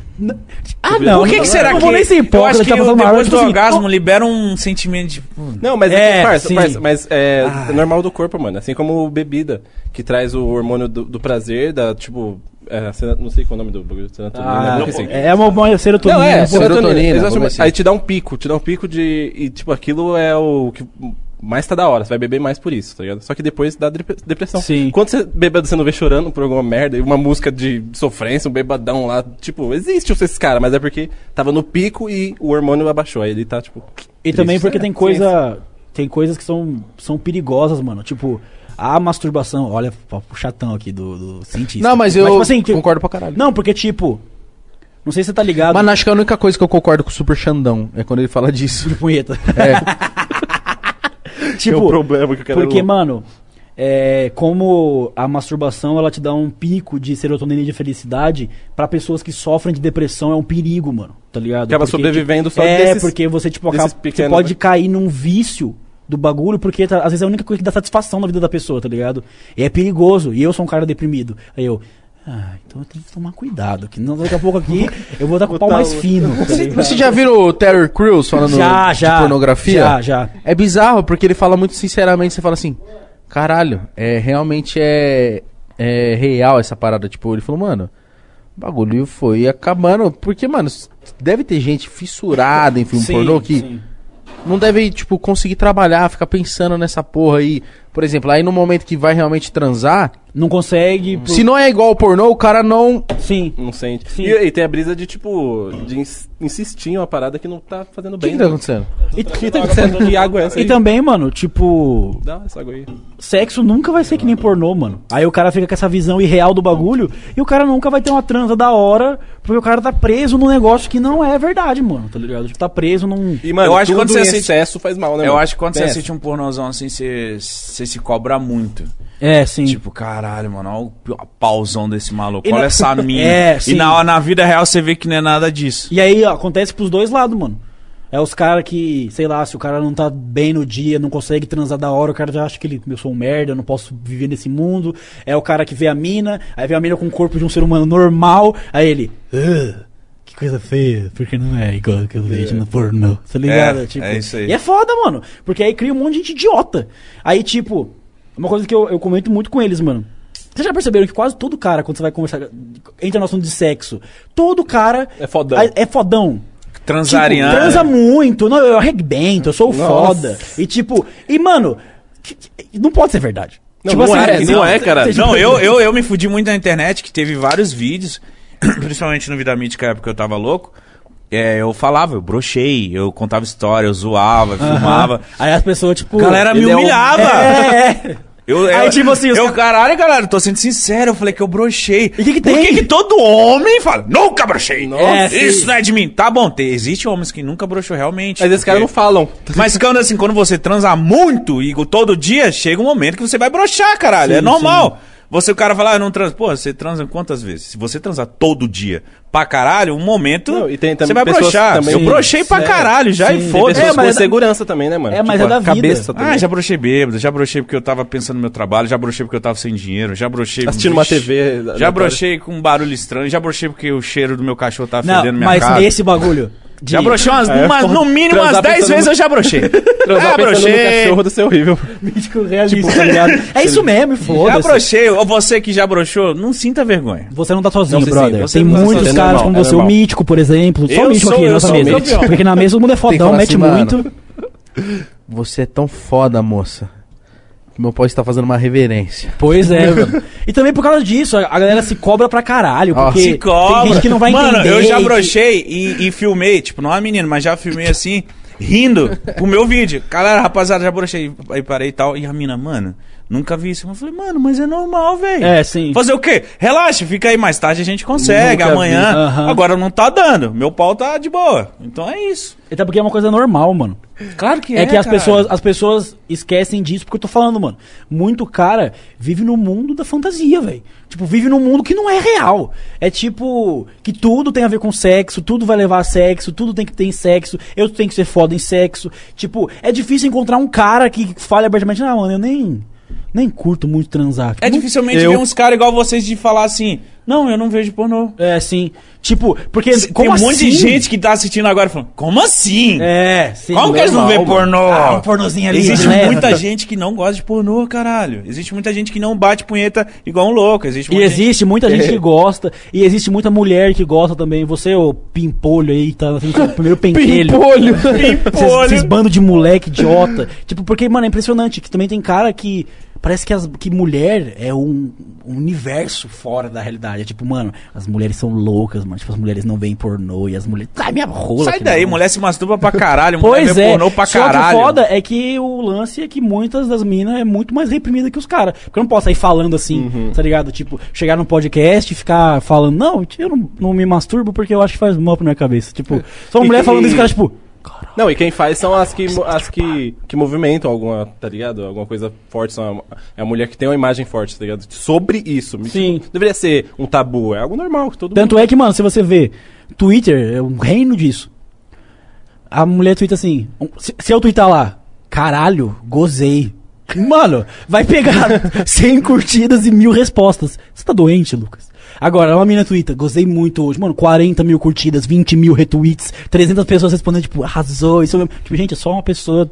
Speaker 4: Ah, não.
Speaker 1: Por que,
Speaker 4: não,
Speaker 1: que será
Speaker 4: não
Speaker 1: que...
Speaker 4: vou nem ser
Speaker 1: eu
Speaker 4: hipócrita,
Speaker 1: acho que
Speaker 4: tá
Speaker 1: eu,
Speaker 4: falando uma hora,
Speaker 1: depois do
Speaker 4: tipo assim,
Speaker 1: orgasmo libera um sentimento de... pô,
Speaker 3: Não, mas
Speaker 4: É,
Speaker 3: é, parça,
Speaker 4: sim. Ah.
Speaker 3: parça, mas é é normal do corpo, mano. Assim como bebida, que traz o hormônio do, do prazer, da, tipo... é, sena- não sei qual é o nome do bagulho, serotonina,
Speaker 4: Ah,
Speaker 3: não, assim.
Speaker 4: é uma, uma serotonina.
Speaker 3: Não, é,
Speaker 4: pô.
Speaker 3: serotonina.
Speaker 2: serotonina,
Speaker 3: exatamente.
Speaker 2: vamos ver se-
Speaker 3: Aí te dá um pico, te dá um pico de. E, tipo, aquilo é o que mais tá da hora. Você vai beber mais por isso, tá ligado? Só que depois dá dep- depressão.
Speaker 4: Sim.
Speaker 3: Quando você bebendo, você não vê chorando por alguma merda, e uma música de sofrência, um bebadão lá. Tipo, existe esses caras, mas é porque tava no pico e o hormônio abaixou. Aí ele tá, tipo.
Speaker 4: E
Speaker 3: triste.
Speaker 4: também porque tem
Speaker 3: É,
Speaker 4: coisa. Tem coisas que são, são perigosas, mano. Tipo, a masturbação. Olha, ó, o chatão aqui do, do cientista.
Speaker 2: Não, mas eu
Speaker 4: tipo assim, que-
Speaker 2: concordo pra caralho.
Speaker 4: Não, porque, tipo. Não sei se você tá ligado.
Speaker 2: Mas acho que a única coisa que eu concordo com o Super Xandão é quando ele fala disso.
Speaker 4: de punheta.
Speaker 2: É,
Speaker 4: tipo,
Speaker 3: problema que eu
Speaker 4: porque, mano. É, como a masturbação ela te dá um pico de serotonina e de felicidade pra pessoas que sofrem de depressão é um perigo, mano. Tá ligado?
Speaker 3: Acaba
Speaker 4: Porque,
Speaker 3: sobrevivendo só
Speaker 4: É,
Speaker 3: desses-
Speaker 4: porque você, tipo,
Speaker 3: desses
Speaker 4: acaba, você
Speaker 3: pequenos-
Speaker 4: pode cair num vício do bagulho, porque tá- às vezes é a única coisa que dá satisfação na vida da pessoa, tá ligado? E é perigoso. E eu sou um cara deprimido. Aí eu. Ah, então eu tenho que tomar cuidado, que não daqui a pouco aqui eu vou estar com o pau mais fino. tá ligado?
Speaker 2: Você já viu o Terry Crews falando
Speaker 4: Já,
Speaker 2: de
Speaker 4: já.
Speaker 2: pornografia?
Speaker 4: Já, já.
Speaker 2: É bizarro, porque ele fala muito sinceramente, você fala assim, caralho, é, realmente é, é real essa parada. Tipo, ele falou, mano, o bagulho foi acabando. Porque, mano, s- deve ter gente fissurada em filme
Speaker 4: Sim,
Speaker 2: um pornô que
Speaker 4: sim.
Speaker 2: não deve, tipo, conseguir trabalhar, ficar pensando nessa porra aí. Por exemplo, aí no momento que vai realmente transar,
Speaker 4: Não consegue. por-
Speaker 2: se não é igual ao pornô, o cara não...
Speaker 4: Sim.
Speaker 3: Não sente.
Speaker 4: Sim.
Speaker 3: E, e tem a brisa de, tipo, de ins- insistir em uma parada que não tá fazendo
Speaker 2: O que,
Speaker 3: bem.
Speaker 2: que tá acontecendo?
Speaker 4: E,
Speaker 3: que tá acontecendo? Que água é essa
Speaker 4: e
Speaker 3: aí?
Speaker 4: também, mano, tipo.
Speaker 3: Dá essa água aí.
Speaker 4: Sexo nunca vai ser que nem pornô, mano. Aí o cara fica com essa visão irreal do bagulho e o cara nunca vai ter uma transa da hora porque o cara tá preso num negócio que não é verdade, mano. Tá ligado? Tipo, tá preso num.
Speaker 3: E, mano,
Speaker 1: Eu acho que
Speaker 3: tudo
Speaker 1: quando você
Speaker 3: em
Speaker 1: assiste-
Speaker 3: excesso faz mal, né,
Speaker 1: Eu
Speaker 3: mano?
Speaker 1: acho que quando você
Speaker 3: Tem
Speaker 1: assiste um pornozão assim, você, você se cobra muito.
Speaker 4: É, sim.
Speaker 1: Tipo, caralho, mano, olha o p- pauzão desse maluco,
Speaker 4: E
Speaker 1: olha
Speaker 4: na-
Speaker 1: essa mina.
Speaker 4: É,
Speaker 1: e
Speaker 4: sim.
Speaker 1: na, na vida real você vê que não é nada disso.
Speaker 4: E aí ó, acontece pros dois lados, mano. É os caras que, sei lá, se o cara não tá bem no dia, não consegue transar da hora, o cara já acha que ele, eu sou um merda, eu não posso viver nesse mundo. É o cara que vê a mina, aí vê a mina com o corpo de um ser humano normal, aí ele. "Ugh, Que coisa feia, porque não é igual que eu vejo no pornô. Tá ligado?
Speaker 1: É,
Speaker 4: tipo,
Speaker 1: é isso aí.
Speaker 4: E é foda, mano. Porque aí cria um monte de gente idiota. Aí, tipo, uma coisa que eu, eu comento muito com eles, mano. Vocês já perceberam que quase todo cara, quando você vai conversar, entra no assunto de sexo, todo cara
Speaker 3: É fodão.
Speaker 4: é fodão. Tipo,
Speaker 1: transariana.
Speaker 4: transa muito. Não, eu arrebento, eu sou foda. E tipo, e mano, que- que- não pode ser verdade.
Speaker 3: Não,
Speaker 4: tipo
Speaker 3: não é, não é, cara.
Speaker 4: você-
Speaker 1: Ah,
Speaker 4: tipo assim,
Speaker 1: Não, eu, eu, eu me fudi muito na internet, que teve vários vídeos, principalmente no Vida Mítica, época que eu tava louco. É, eu falava, eu brochei, eu contava história, eu zoava, eu filmava.
Speaker 4: Aí as pessoas, tipo.
Speaker 1: A galera me
Speaker 4: ele é um-
Speaker 1: humilhava.
Speaker 4: É, é.
Speaker 1: Eu, eu,
Speaker 4: Aí, tipo assim, os
Speaker 1: eu,
Speaker 4: ca-
Speaker 1: caralho, galera, tô sendo sincero, eu falei que eu brochei.
Speaker 4: E que que
Speaker 1: Por
Speaker 4: tem?
Speaker 1: que, que todo homem fala, nunca brochei?
Speaker 4: É, sim.
Speaker 1: isso não é de mim. Tá bom, te, existe homens que nunca brochou realmente.
Speaker 3: Mas esses caras não
Speaker 1: porque-
Speaker 3: falam.
Speaker 1: Mas quando assim, quando você transa muito e todo dia, chega um momento que você vai brochar, caralho. é normal. Você, o cara fala, ah, eu não transo. Pô, você transa quantas vezes? Se você transar todo dia pra caralho, um momento
Speaker 3: Não, e tem
Speaker 1: você
Speaker 3: também
Speaker 1: vai
Speaker 3: pessoas
Speaker 1: brochar.
Speaker 3: também-
Speaker 1: Eu brochei pra
Speaker 4: Sim,
Speaker 1: caralho já
Speaker 4: sim.
Speaker 1: e
Speaker 3: Tem
Speaker 1: foda-se.
Speaker 3: pessoas
Speaker 4: mas
Speaker 3: com
Speaker 4: é da-
Speaker 3: segurança também, né, mano?
Speaker 4: É, mas
Speaker 3: Tipo,
Speaker 4: é da
Speaker 3: a
Speaker 4: vida.
Speaker 3: Cabeça também.
Speaker 1: Ah, já brochei bêbado, já brochei porque eu tava pensando no meu trabalho, já brochei porque eu tava sem dinheiro, já brochei...
Speaker 3: Assistindo uma TV da-
Speaker 1: Já
Speaker 3: da-
Speaker 1: brochei com um barulho estranho, já brochei porque o cheiro do meu cachorro tava
Speaker 4: Não,
Speaker 1: fedendo minha
Speaker 4: mas
Speaker 1: casa.
Speaker 4: esse bagulho. de-
Speaker 1: Já brochei umas, umas- no mínimo umas
Speaker 3: É, transar
Speaker 1: 10
Speaker 3: pensando
Speaker 1: vezes
Speaker 3: no-
Speaker 1: eu já Ah, brochei.
Speaker 3: tá Transar
Speaker 4: Ah,
Speaker 1: já
Speaker 3: pensando no
Speaker 1: brochei,
Speaker 3: cachorro do seu horrível.
Speaker 4: mítico realista, tá ligado? É isso mesmo, e
Speaker 1: Tipo, Já
Speaker 4: foda-se.
Speaker 1: brochei, ou você que já brochou, não sinta vergonha.
Speaker 4: Você não tá sozinho,
Speaker 3: Não, sim,
Speaker 4: brother.
Speaker 3: você
Speaker 4: Tem
Speaker 3: não tá
Speaker 4: muitos
Speaker 3: sozinho, é
Speaker 4: caras
Speaker 3: normal,
Speaker 4: como
Speaker 3: é
Speaker 4: você. o
Speaker 3: normal.
Speaker 4: Mítico, por exemplo. Só
Speaker 1: Eu
Speaker 4: o Mítico
Speaker 1: sou-
Speaker 4: aqui,
Speaker 1: eu
Speaker 4: nossa
Speaker 1: sou o
Speaker 4: mesa.
Speaker 1: Mítico.
Speaker 4: Porque na mesa todo mundo é
Speaker 2: que
Speaker 4: fodão,
Speaker 2: falar
Speaker 4: mete
Speaker 2: assim,
Speaker 4: muito.
Speaker 2: Você é tão foda, moça. Que meu pau está fazendo uma reverência.
Speaker 4: Pois é, mano. E também por causa disso, a a galera se cobra pra caralho.
Speaker 2: Ó,
Speaker 4: Porque
Speaker 1: Se cobra.
Speaker 4: tem gente que não vai
Speaker 1: Mano,
Speaker 4: entender.
Speaker 1: eu já
Speaker 4: que-
Speaker 1: brochei e, e filmei, tipo, não é menino, mas já filmei assim, rindo pro meu vídeo. Galera, rapaziada, já brochei. Aí parei e tal. E a mina, mano, nunca vi isso. Eu falei, mano, mas é normal, velho.
Speaker 4: É, sim.
Speaker 1: Fazer o quê? Relaxa, fica aí, mais tarde a gente consegue,
Speaker 4: Nunca
Speaker 1: amanhã.
Speaker 4: vi. Aham.
Speaker 1: Agora não tá dando, meu pau tá de boa. Então é isso.
Speaker 4: Até porque é uma coisa normal, mano.
Speaker 1: Claro que
Speaker 4: É, que as
Speaker 1: cara.
Speaker 4: pessoas, as pessoas esquecem disso porque eu tô falando, mano. Muito cara vive no mundo da fantasia, velho. Tipo, vive num mundo que não é real. É tipo, que tudo tem a ver com sexo, tudo vai levar a sexo, tudo tem que ter em sexo, eu tenho que ser foda em sexo. Tipo, é difícil encontrar um cara que fale abertamente, ah, mano, eu nem, nem curto muito transar. Tipo,
Speaker 1: É
Speaker 4: não-
Speaker 1: dificilmente
Speaker 2: Eu-
Speaker 1: ver uns caras igual vocês de falar assim, não, eu não vejo pornô.
Speaker 4: É, sim. Tipo, porque como
Speaker 1: Tem um monte de
Speaker 4: assim?
Speaker 1: gente que tá assistindo agora falando, como assim?
Speaker 4: É, sim.
Speaker 1: Como que eles não vê
Speaker 4: normal, mano.
Speaker 1: pornô?
Speaker 4: Ah, um pornozinho ali.
Speaker 1: Existe
Speaker 4: né?
Speaker 1: muita gente que não gosta de pornô, caralho. Existe muita gente que não bate punheta igual um louco. Existe
Speaker 4: E
Speaker 1: muita gente-
Speaker 4: existe muita gente que gosta, e existe muita mulher que gosta também. Você, ô pimpolho aí, tá assim, o primeiro pentelho.
Speaker 2: Pimpolho!
Speaker 4: Esses, esses bando de moleque idiota. tipo, porque, mano, é impressionante que também tem cara que. Parece que, as, que mulher é um, um universo fora da realidade. É tipo, mano, as mulheres são loucas, mano. Tipo, as mulheres não veem pornô e as mulheres. Ai, minha rola!
Speaker 1: Sai
Speaker 4: que
Speaker 1: daí,
Speaker 4: não.
Speaker 1: mulher se masturba pra caralho, mulher
Speaker 4: Pois
Speaker 1: vê
Speaker 4: é.
Speaker 1: pornô pra
Speaker 4: Só que
Speaker 1: caralho.
Speaker 4: o foda é que o lance é que muitas das minas é muito mais reprimida que os caras. Porque eu não posso sair falando assim,
Speaker 1: Uhum.
Speaker 4: tá ligado? Tipo, chegar num podcast e ficar falando, não, eu não, não me masturbo porque eu acho que faz mal pra minha cabeça.
Speaker 1: É.
Speaker 4: Tipo, só uma
Speaker 3: E
Speaker 4: mulher
Speaker 3: que-
Speaker 4: falando isso, cara, tipo,
Speaker 3: Não, e quem faz são as que, as que, que movimentam alguma, tá ligado? Alguma coisa forte. São a, é a mulher que tem uma imagem forte, tá ligado? Sobre isso. Me-
Speaker 4: Sim.
Speaker 3: tipo, deveria ser um tabu. É algo normal que todo
Speaker 4: Tanto é que, mano, se você vê, Twitter é um reino disso. A mulher twitta assim, um- se, se eu twittar lá, caralho, gozei. Mano, vai pegar 100 curtidas e mil respostas. Você tá doente, Lucas? Agora, uma mina twitta, gozei muito hoje. Mano, 40 mil curtidas, 20 mil retweets, 300 pessoas respondendo, tipo, arrasou, isso mesmo. Tipo, gente, é só uma pessoa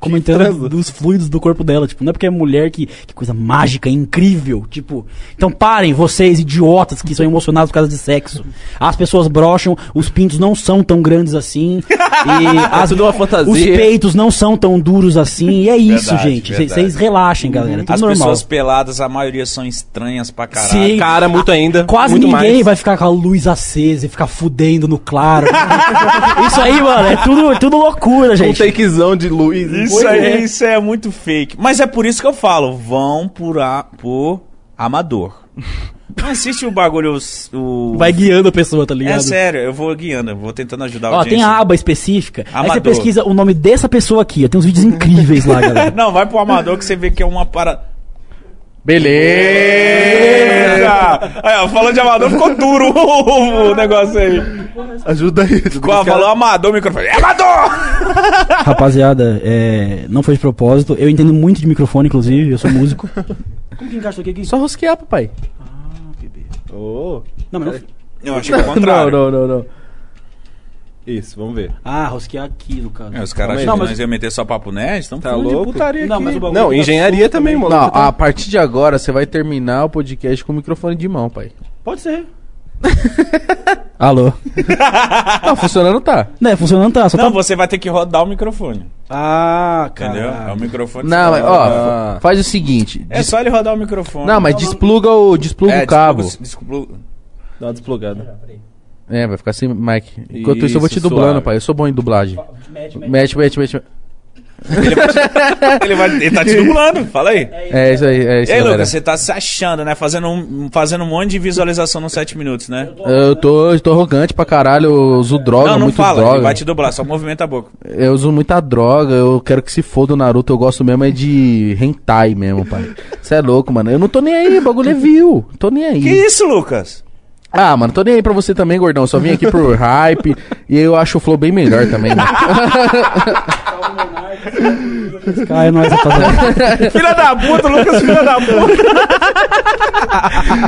Speaker 4: comentando então, né, dos fluidos do corpo dela. Tipo, não é porque é mulher que, que coisa mágica, incrível. Tipo, então parem, vocês idiotas que são emocionados por causa de sexo. As pessoas brocham, os pintos não são tão grandes assim. E as,
Speaker 3: tudo uma fantasia.
Speaker 4: Os peitos não são tão duros assim. E é isso,
Speaker 1: Verdade,
Speaker 4: gente.
Speaker 1: verdade.
Speaker 4: Vocês relaxem, galera. Tudo
Speaker 1: As
Speaker 4: normal.
Speaker 1: pessoas peladas, a maioria são estranhas pra caralho.
Speaker 4: Sim. Ah,
Speaker 3: mundo. Cara, muito ainda.
Speaker 4: Quase
Speaker 3: muito
Speaker 4: ninguém
Speaker 3: mais.
Speaker 4: vai ficar com a luz acesa e ficar fudendo no claro. isso aí, mano, é tudo, é tudo loucura,
Speaker 3: Um
Speaker 4: gente.
Speaker 3: takezão de luz.
Speaker 1: Isso
Speaker 4: Pois
Speaker 1: aí,
Speaker 4: é.
Speaker 1: isso é muito fake. Mas é por isso que eu falo, vão por, a, por amador. Não assiste o bagulho, os- o...
Speaker 4: Vai guiando a pessoa, tá ligado?
Speaker 1: é sério, eu vou guiando, eu vou tentando ajudar
Speaker 4: Ó, tem
Speaker 1: audiência.
Speaker 4: a aba específica. Aí você
Speaker 1: Amador.
Speaker 4: pesquisa o nome dessa pessoa aqui. ó, Tem uns vídeos incríveis lá, galera.
Speaker 1: Não, vai pro amador que você vê que é uma para.
Speaker 2: Beleza!
Speaker 1: Aí, ó, falando de amador, ficou duro o negócio aí.
Speaker 2: Ajuda aí.
Speaker 1: Ficou, falou amador, o microfone. É amador!
Speaker 4: Rapaziada, é, não foi de propósito. Eu entendo muito de microfone, inclusive. Eu sou músico. Como que encaixa aqui?
Speaker 2: Só rosquear, papai.
Speaker 3: é. Ô,
Speaker 4: Não, mas não...
Speaker 1: Eu achei é o contrário.
Speaker 2: Não, não, não, não.
Speaker 3: Isso, vamos ver.
Speaker 4: Ah, rosquear aqui, no caso.
Speaker 1: É, os caras acham
Speaker 3: Não,
Speaker 1: que
Speaker 3: mas-
Speaker 1: nós ia meter só papo nerd, então
Speaker 3: Tá louco?
Speaker 4: Não, mas o bagulho
Speaker 3: Não,
Speaker 4: tá
Speaker 3: engenharia também, mano.
Speaker 2: Não, a partir de agora você vai terminar o podcast com o microfone de mão, pai.
Speaker 4: Pode ser. Alô?
Speaker 2: Não, funcionando tá.
Speaker 4: Não, funcionando tá, só
Speaker 1: Não,
Speaker 4: tá...
Speaker 1: você vai ter que rodar o microfone.
Speaker 4: Ah,
Speaker 1: Entendeu? É o microfone. tá
Speaker 2: Não, mas, ó,
Speaker 3: Ah.
Speaker 2: fa- faz o seguinte.
Speaker 1: É
Speaker 2: des-
Speaker 1: só ele rodar o microfone.
Speaker 2: Não, mas despluga o, despluga
Speaker 1: É,
Speaker 2: o cabo.
Speaker 1: despluga- despluga-
Speaker 3: Dá uma desplugada.
Speaker 2: É, vai ficar sem mic. Enquanto isso, eu vou te
Speaker 3: Isso,
Speaker 2: dublando,
Speaker 3: suave.
Speaker 2: pai. Eu sou bom em dublagem. Mete, mete, mete.
Speaker 1: Ele, vai, ele tá te dublando, fala aí.
Speaker 2: É isso aí, é
Speaker 1: E
Speaker 2: isso
Speaker 1: aí,
Speaker 2: aí.
Speaker 1: Lucas, você tá se achando, né? Fazendo um, fazendo um monte de visualização nos 7 minutos, né?
Speaker 2: Eu tô, eu tô arrogante pra caralho, eu uso droga,
Speaker 1: não, não
Speaker 2: muito
Speaker 1: fala,
Speaker 2: droga.
Speaker 1: ele vai te dublar, só movimenta a boca.
Speaker 2: Eu uso muita droga, eu quero que se foda o Naruto, eu gosto mesmo é de hentai mesmo, pai. Você é louco, mano. Eu não tô nem aí, o bagulho é view. Tô nem aí.
Speaker 1: Que isso, Lucas?
Speaker 2: Ah, mano, tô nem aí pra você também, gordão. Só vim aqui pro hype e eu acho o flow bem melhor também, mano.
Speaker 4: Ah, é nóis, rapaziada.
Speaker 1: Filha da puta, Lucas, filha da puta.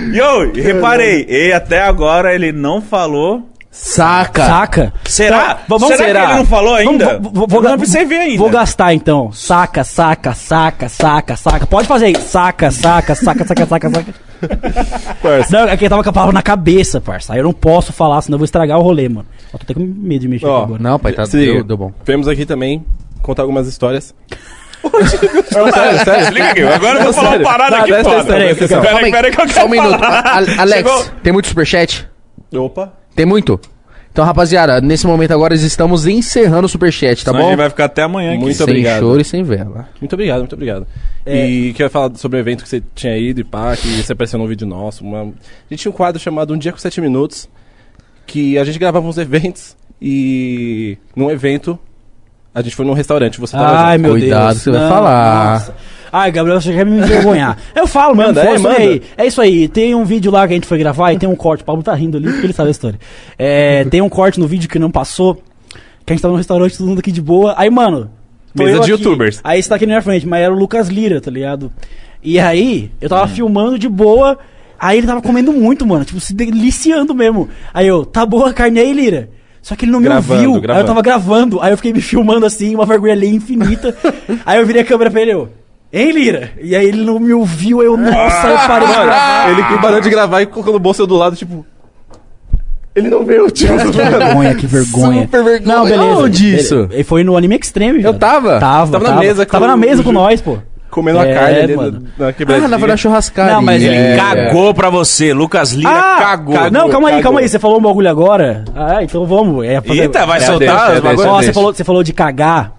Speaker 1: Yo, reparei, e até agora ele não falou.
Speaker 2: Saca!
Speaker 4: Saca?
Speaker 1: Será?
Speaker 4: Tá, vamos-
Speaker 1: será, que ele não falou
Speaker 4: Vamos-
Speaker 1: ainda?
Speaker 4: vou- vou-
Speaker 1: Eu
Speaker 4: vou-
Speaker 1: não precisei ver ainda.
Speaker 4: Vou gastar então. Saca, saca, saca, saca, saca. Pode fazer aí. Saca, saca, saca, saca, saca, saca. Não, é que eu tava com a palavra na cabeça, parça. Aí eu não posso falar, senão eu vou estragar o rolê, mano. Eu tô até com medo de mexer
Speaker 3: Ó,
Speaker 4: aqui agora.
Speaker 2: Não, pai, tá,
Speaker 3: Se liga.
Speaker 2: deu, deu bom.
Speaker 3: Temos aqui também contar algumas histórias. É um
Speaker 2: Sério, sério.
Speaker 1: Liga aqui, agora eu vou falar uma parada
Speaker 3: Não,
Speaker 1: aqui,
Speaker 3: presta
Speaker 1: foda.
Speaker 3: atenção, presta atenção.
Speaker 1: Peraí, peraí que eu
Speaker 2: Só
Speaker 1: quero
Speaker 2: um minuto.
Speaker 1: falar.
Speaker 2: A- a- Alex,
Speaker 1: Chegou-
Speaker 2: tem muito superchat?
Speaker 3: Opa.
Speaker 2: Tem muito? Então, rapaziada, nesse momento agora estamos encerrando o superchat, tá
Speaker 1: Senão a
Speaker 2: bom?
Speaker 1: gente vai ficar até amanhã aqui.
Speaker 3: Muito
Speaker 2: sem
Speaker 3: obrigado.
Speaker 2: choro e sem vela.
Speaker 3: Muito obrigado, muito obrigado.
Speaker 4: É.
Speaker 3: E quero falar sobre o evento que você tinha ido e pá, que você apareceu num vídeo nosso. Uma... A gente tinha um quadro chamado Um Dia com Sete Minutos, que a gente gravava uns eventos e num evento a gente foi num restaurante, você tava
Speaker 4: Ai,
Speaker 3: junto.
Speaker 4: meu
Speaker 2: Cuidado
Speaker 4: Deus.
Speaker 2: que você vai falar.
Speaker 4: Ai, Gabriel, você quer me envergonhar. Eu falo, mano.
Speaker 3: Manda, é,
Speaker 4: força,
Speaker 3: manda.
Speaker 4: aí. É isso aí. Tem um vídeo lá que a gente foi gravar e tem um corte. O Pablo tá rindo ali porque ele sabe a história. É, tem um corte no vídeo que não passou. Que a gente tava no restaurante, todo mundo aqui de boa. Aí, mano. tô
Speaker 1: Mesa
Speaker 4: eu
Speaker 1: de
Speaker 4: aqui.
Speaker 1: youtubers.
Speaker 4: Aí você tá aqui na minha frente, mas era o Lucas Lira, tá ligado? E aí, eu tava filmando de boa. Aí ele tava comendo muito, mano. Tipo, se deliciando mesmo. Aí eu, tá boa a carne aí, Lira? Só que ele não me
Speaker 3: Gravando,
Speaker 4: ouviu. Aí eu
Speaker 3: gravando.
Speaker 4: tava gravando, aí eu fiquei me filmando assim, uma vergonha ali infinita. aí eu virei a câmera pra ele, eu, hein, Lira? E aí ele não me ouviu, aí eu, nossa, eu parei de gravar.
Speaker 3: Ele que parou de gravar e colocou no bolso do lado, tipo. Ele não veio, tipo.
Speaker 4: Que vergonha, que vergonha.
Speaker 2: Super vergonha.
Speaker 4: Não, beleza.
Speaker 2: Onde
Speaker 4: Ele-
Speaker 2: isso?
Speaker 4: Ele foi no Anime Extreme,
Speaker 2: Eu
Speaker 4: velho.
Speaker 2: tava?
Speaker 4: Tava,
Speaker 3: Tava na mesa com
Speaker 4: Tava na
Speaker 3: o-
Speaker 4: mesa com nós, pô.
Speaker 3: Comendo a
Speaker 4: É,
Speaker 3: carne ali
Speaker 4: mano.
Speaker 3: na, na quebradinha.
Speaker 2: Ah, na verdade, churrascaria.
Speaker 4: Não, mas
Speaker 1: Ele
Speaker 4: É.
Speaker 1: cagou pra você, Lucas Lira Ah, cagou.
Speaker 4: Ah, Não, calma aí,
Speaker 3: cagou.
Speaker 4: calma aí. Você falou um bagulho agora? Ah, então vamos. É, fazer-
Speaker 1: Eita, vai
Speaker 3: É,
Speaker 1: soltar
Speaker 3: deixa,
Speaker 1: os bagulhos?
Speaker 4: Ó,
Speaker 3: deixa, deixa.
Speaker 4: você falou, você falou de cagar.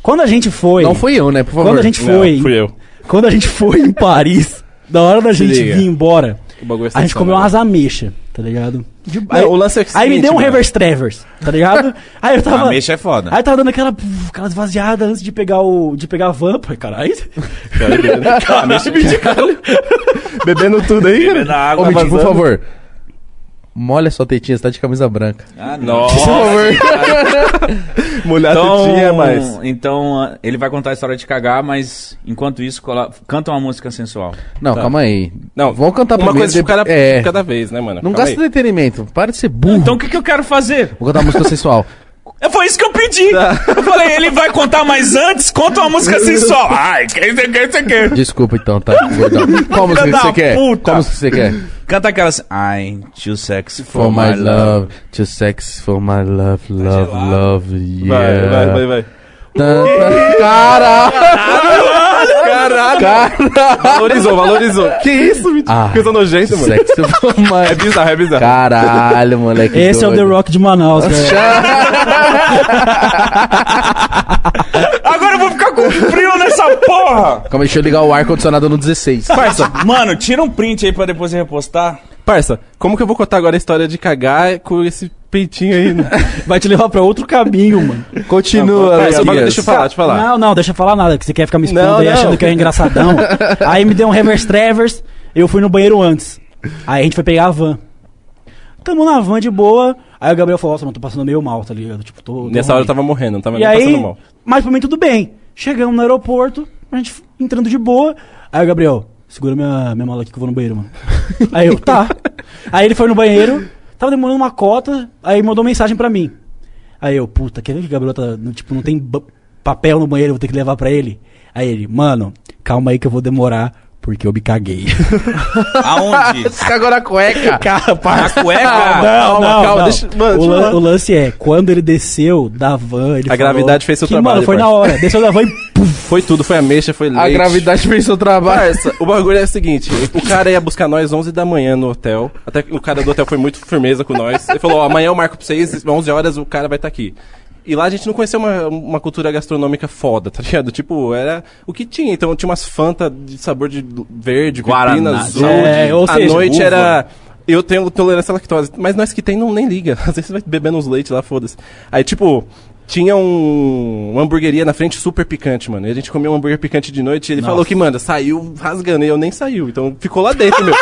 Speaker 4: Quando a gente foi.
Speaker 2: Não fui eu, né? Por favor.
Speaker 4: Quando a gente
Speaker 3: Não,
Speaker 4: foi.
Speaker 3: fui eu.
Speaker 4: Quando a gente foi em Paris, na hora da
Speaker 3: Se
Speaker 4: gente
Speaker 3: liga.
Speaker 4: vir embora,
Speaker 3: O bagulho é
Speaker 4: a gente comeu
Speaker 3: sensacional.
Speaker 4: umas ameixas, tá ligado?
Speaker 3: Não, o lance é o
Speaker 4: Aí me
Speaker 3: seguinte,
Speaker 4: deu um
Speaker 3: mano.
Speaker 4: reverse Travers, tá ligado? Aí eu tava.
Speaker 1: Ameixa é foda.
Speaker 4: Aí eu tava dando aquela, aquela esvaziada antes de pegar o. de pegar a van, pô, caralho.
Speaker 3: Bebendo tudo aí, cara.
Speaker 1: Bebendo água,
Speaker 2: Ô, Mitch, por
Speaker 1: vazando.
Speaker 2: favor. Molha sua tetinha, você tá de camisa branca.
Speaker 1: Ah, nossa.
Speaker 3: Mulher
Speaker 1: Então,
Speaker 3: tinha, mas.
Speaker 1: então, ah, ele vai contar a história de cagar, mas enquanto isso, cola- canta uma música sensual.
Speaker 2: Não,
Speaker 3: Tá.
Speaker 2: calma aí.
Speaker 3: Não,
Speaker 2: Vamos cantar
Speaker 3: uma
Speaker 2: primeiro,
Speaker 3: coisa de
Speaker 2: depois-
Speaker 3: cada,
Speaker 2: é.
Speaker 3: de cada vez, né, mano?
Speaker 2: Não
Speaker 3: Calma
Speaker 2: gasta
Speaker 3: aí.
Speaker 2: entretenimento. Para de ser burro.
Speaker 1: Então o que, que eu quero fazer?
Speaker 2: Vou cantar música sensual.
Speaker 1: É, Foi isso que eu pedi. Eu falei, ele vai contar, mas antes conta uma música sensual. Ai, quem você quer, você quer.
Speaker 2: Desculpa então, tá? Gordão. Qual música que
Speaker 1: da
Speaker 2: você quer?
Speaker 1: puta.
Speaker 2: Qual música que você quer?
Speaker 1: Canta aquela assim. I'm too sexy for,
Speaker 2: For my love, too sexy for my love, love, love,
Speaker 3: Vai,
Speaker 2: yeah.
Speaker 3: vai, vai, vai.
Speaker 2: Tan, tan. Caralho!
Speaker 3: Caralho! Valorizou, valorizou. Que isso, Vitinho?
Speaker 2: Ah,
Speaker 3: Coisa
Speaker 2: Too
Speaker 3: nojenta, mano.
Speaker 2: sexy for
Speaker 3: É
Speaker 2: my...
Speaker 3: bizarro, é bizarro.
Speaker 2: Caralho, moleque
Speaker 4: Esse é o The
Speaker 2: doido.
Speaker 4: Rock de Manaus, cara.
Speaker 1: Agora eu vou ficar com frio nessa porra.
Speaker 2: Calma aí, deixa eu ligar o ar-condicionado no 16.
Speaker 1: Parça, mano, tira um print aí pra depois repostar.
Speaker 3: Parça, como que eu vou contar agora a história de cagar com esse peitinho aí? né?
Speaker 4: Vai te levar pra outro caminho, mano.
Speaker 2: Continua,
Speaker 3: Parça,
Speaker 2: Elias.
Speaker 3: deixa eu falar, deixa eu falar.
Speaker 4: Não, não, deixa eu falar nada, que você quer ficar me expondo
Speaker 3: Não,
Speaker 4: aí
Speaker 3: não.
Speaker 4: achando que eu é engraçadão. aí me deu um reverse Travers, eu fui no banheiro antes. Aí a gente foi pegar a van. Tamo na van de boa. Aí o Gabriel falou, nossa, mano, tô passando meio mal, tá ligado? Tipo, tô. tô
Speaker 3: Nessa hora eu
Speaker 4: ruim."
Speaker 3: tava morrendo, não tava
Speaker 4: E
Speaker 3: nem
Speaker 4: aí,
Speaker 3: passando mal.
Speaker 4: mas pra mim tudo bem. Chegamos no aeroporto, a gente f- entrando de boa. Aí o Gabriel, segura minha, minha mala aqui que eu vou no banheiro, mano. Aí eu, tá. Aí ele foi no banheiro, tava demorando uma cota, aí mandou mensagem pra mim. Aí eu, puta, quer ver que o Gabriel tá, no- tipo, não tem ba- papel no banheiro, eu vou ter que levar pra ele? Aí ele, mano, calma aí que eu vou demorar Porque eu me caguei.
Speaker 1: Aonde?
Speaker 2: Você cagou na é cueca.
Speaker 4: Cara,
Speaker 1: Na
Speaker 2: Calma,
Speaker 1: cueca?
Speaker 2: calma,
Speaker 4: não,
Speaker 2: calma.
Speaker 4: não.
Speaker 2: Deixa, mano,
Speaker 4: o,
Speaker 2: deixa eu
Speaker 4: lan-
Speaker 2: falar.
Speaker 4: o lance é, quando ele desceu da van, ele
Speaker 3: A gravidade fez seu
Speaker 4: que,
Speaker 3: trabalho,
Speaker 4: Mano, foi na
Speaker 3: parça.
Speaker 4: hora. Desceu da van e. puf,
Speaker 3: Foi tudo, foi ameixa, foi leite.
Speaker 2: a gravidade fez seu trabalho.
Speaker 3: Parça, o bagulho é o seguinte, o cara ia buscar nós 11 da manhã no hotel, até que o cara do hotel foi muito firmeza com nós, ele falou, ó, amanhã eu marco pra vocês, 11 horas o cara vai estar aqui. E lá a gente não conhecia uma, uma cultura gastronômica foda, tá ligado? Tipo, era o que tinha, então tinha umas Fanta de sabor de verde,
Speaker 1: Guaraná,
Speaker 3: pepina, azul,
Speaker 4: é,
Speaker 3: de-
Speaker 4: ou
Speaker 3: à
Speaker 4: seja,
Speaker 3: noite
Speaker 4: uva.
Speaker 3: era... Eu tenho tolerância à lactose, mas nós que tem não nem liga, às vezes você vai bebendo uns leites lá, foda-se. Aí, tipo... Tinha um, uma hamburgueria na frente super picante, mano. E a gente comeu um hambúrguer picante de noite e ele falou que, mano, saiu rasgando e eu nem saiu. Então ficou lá dentro, meu.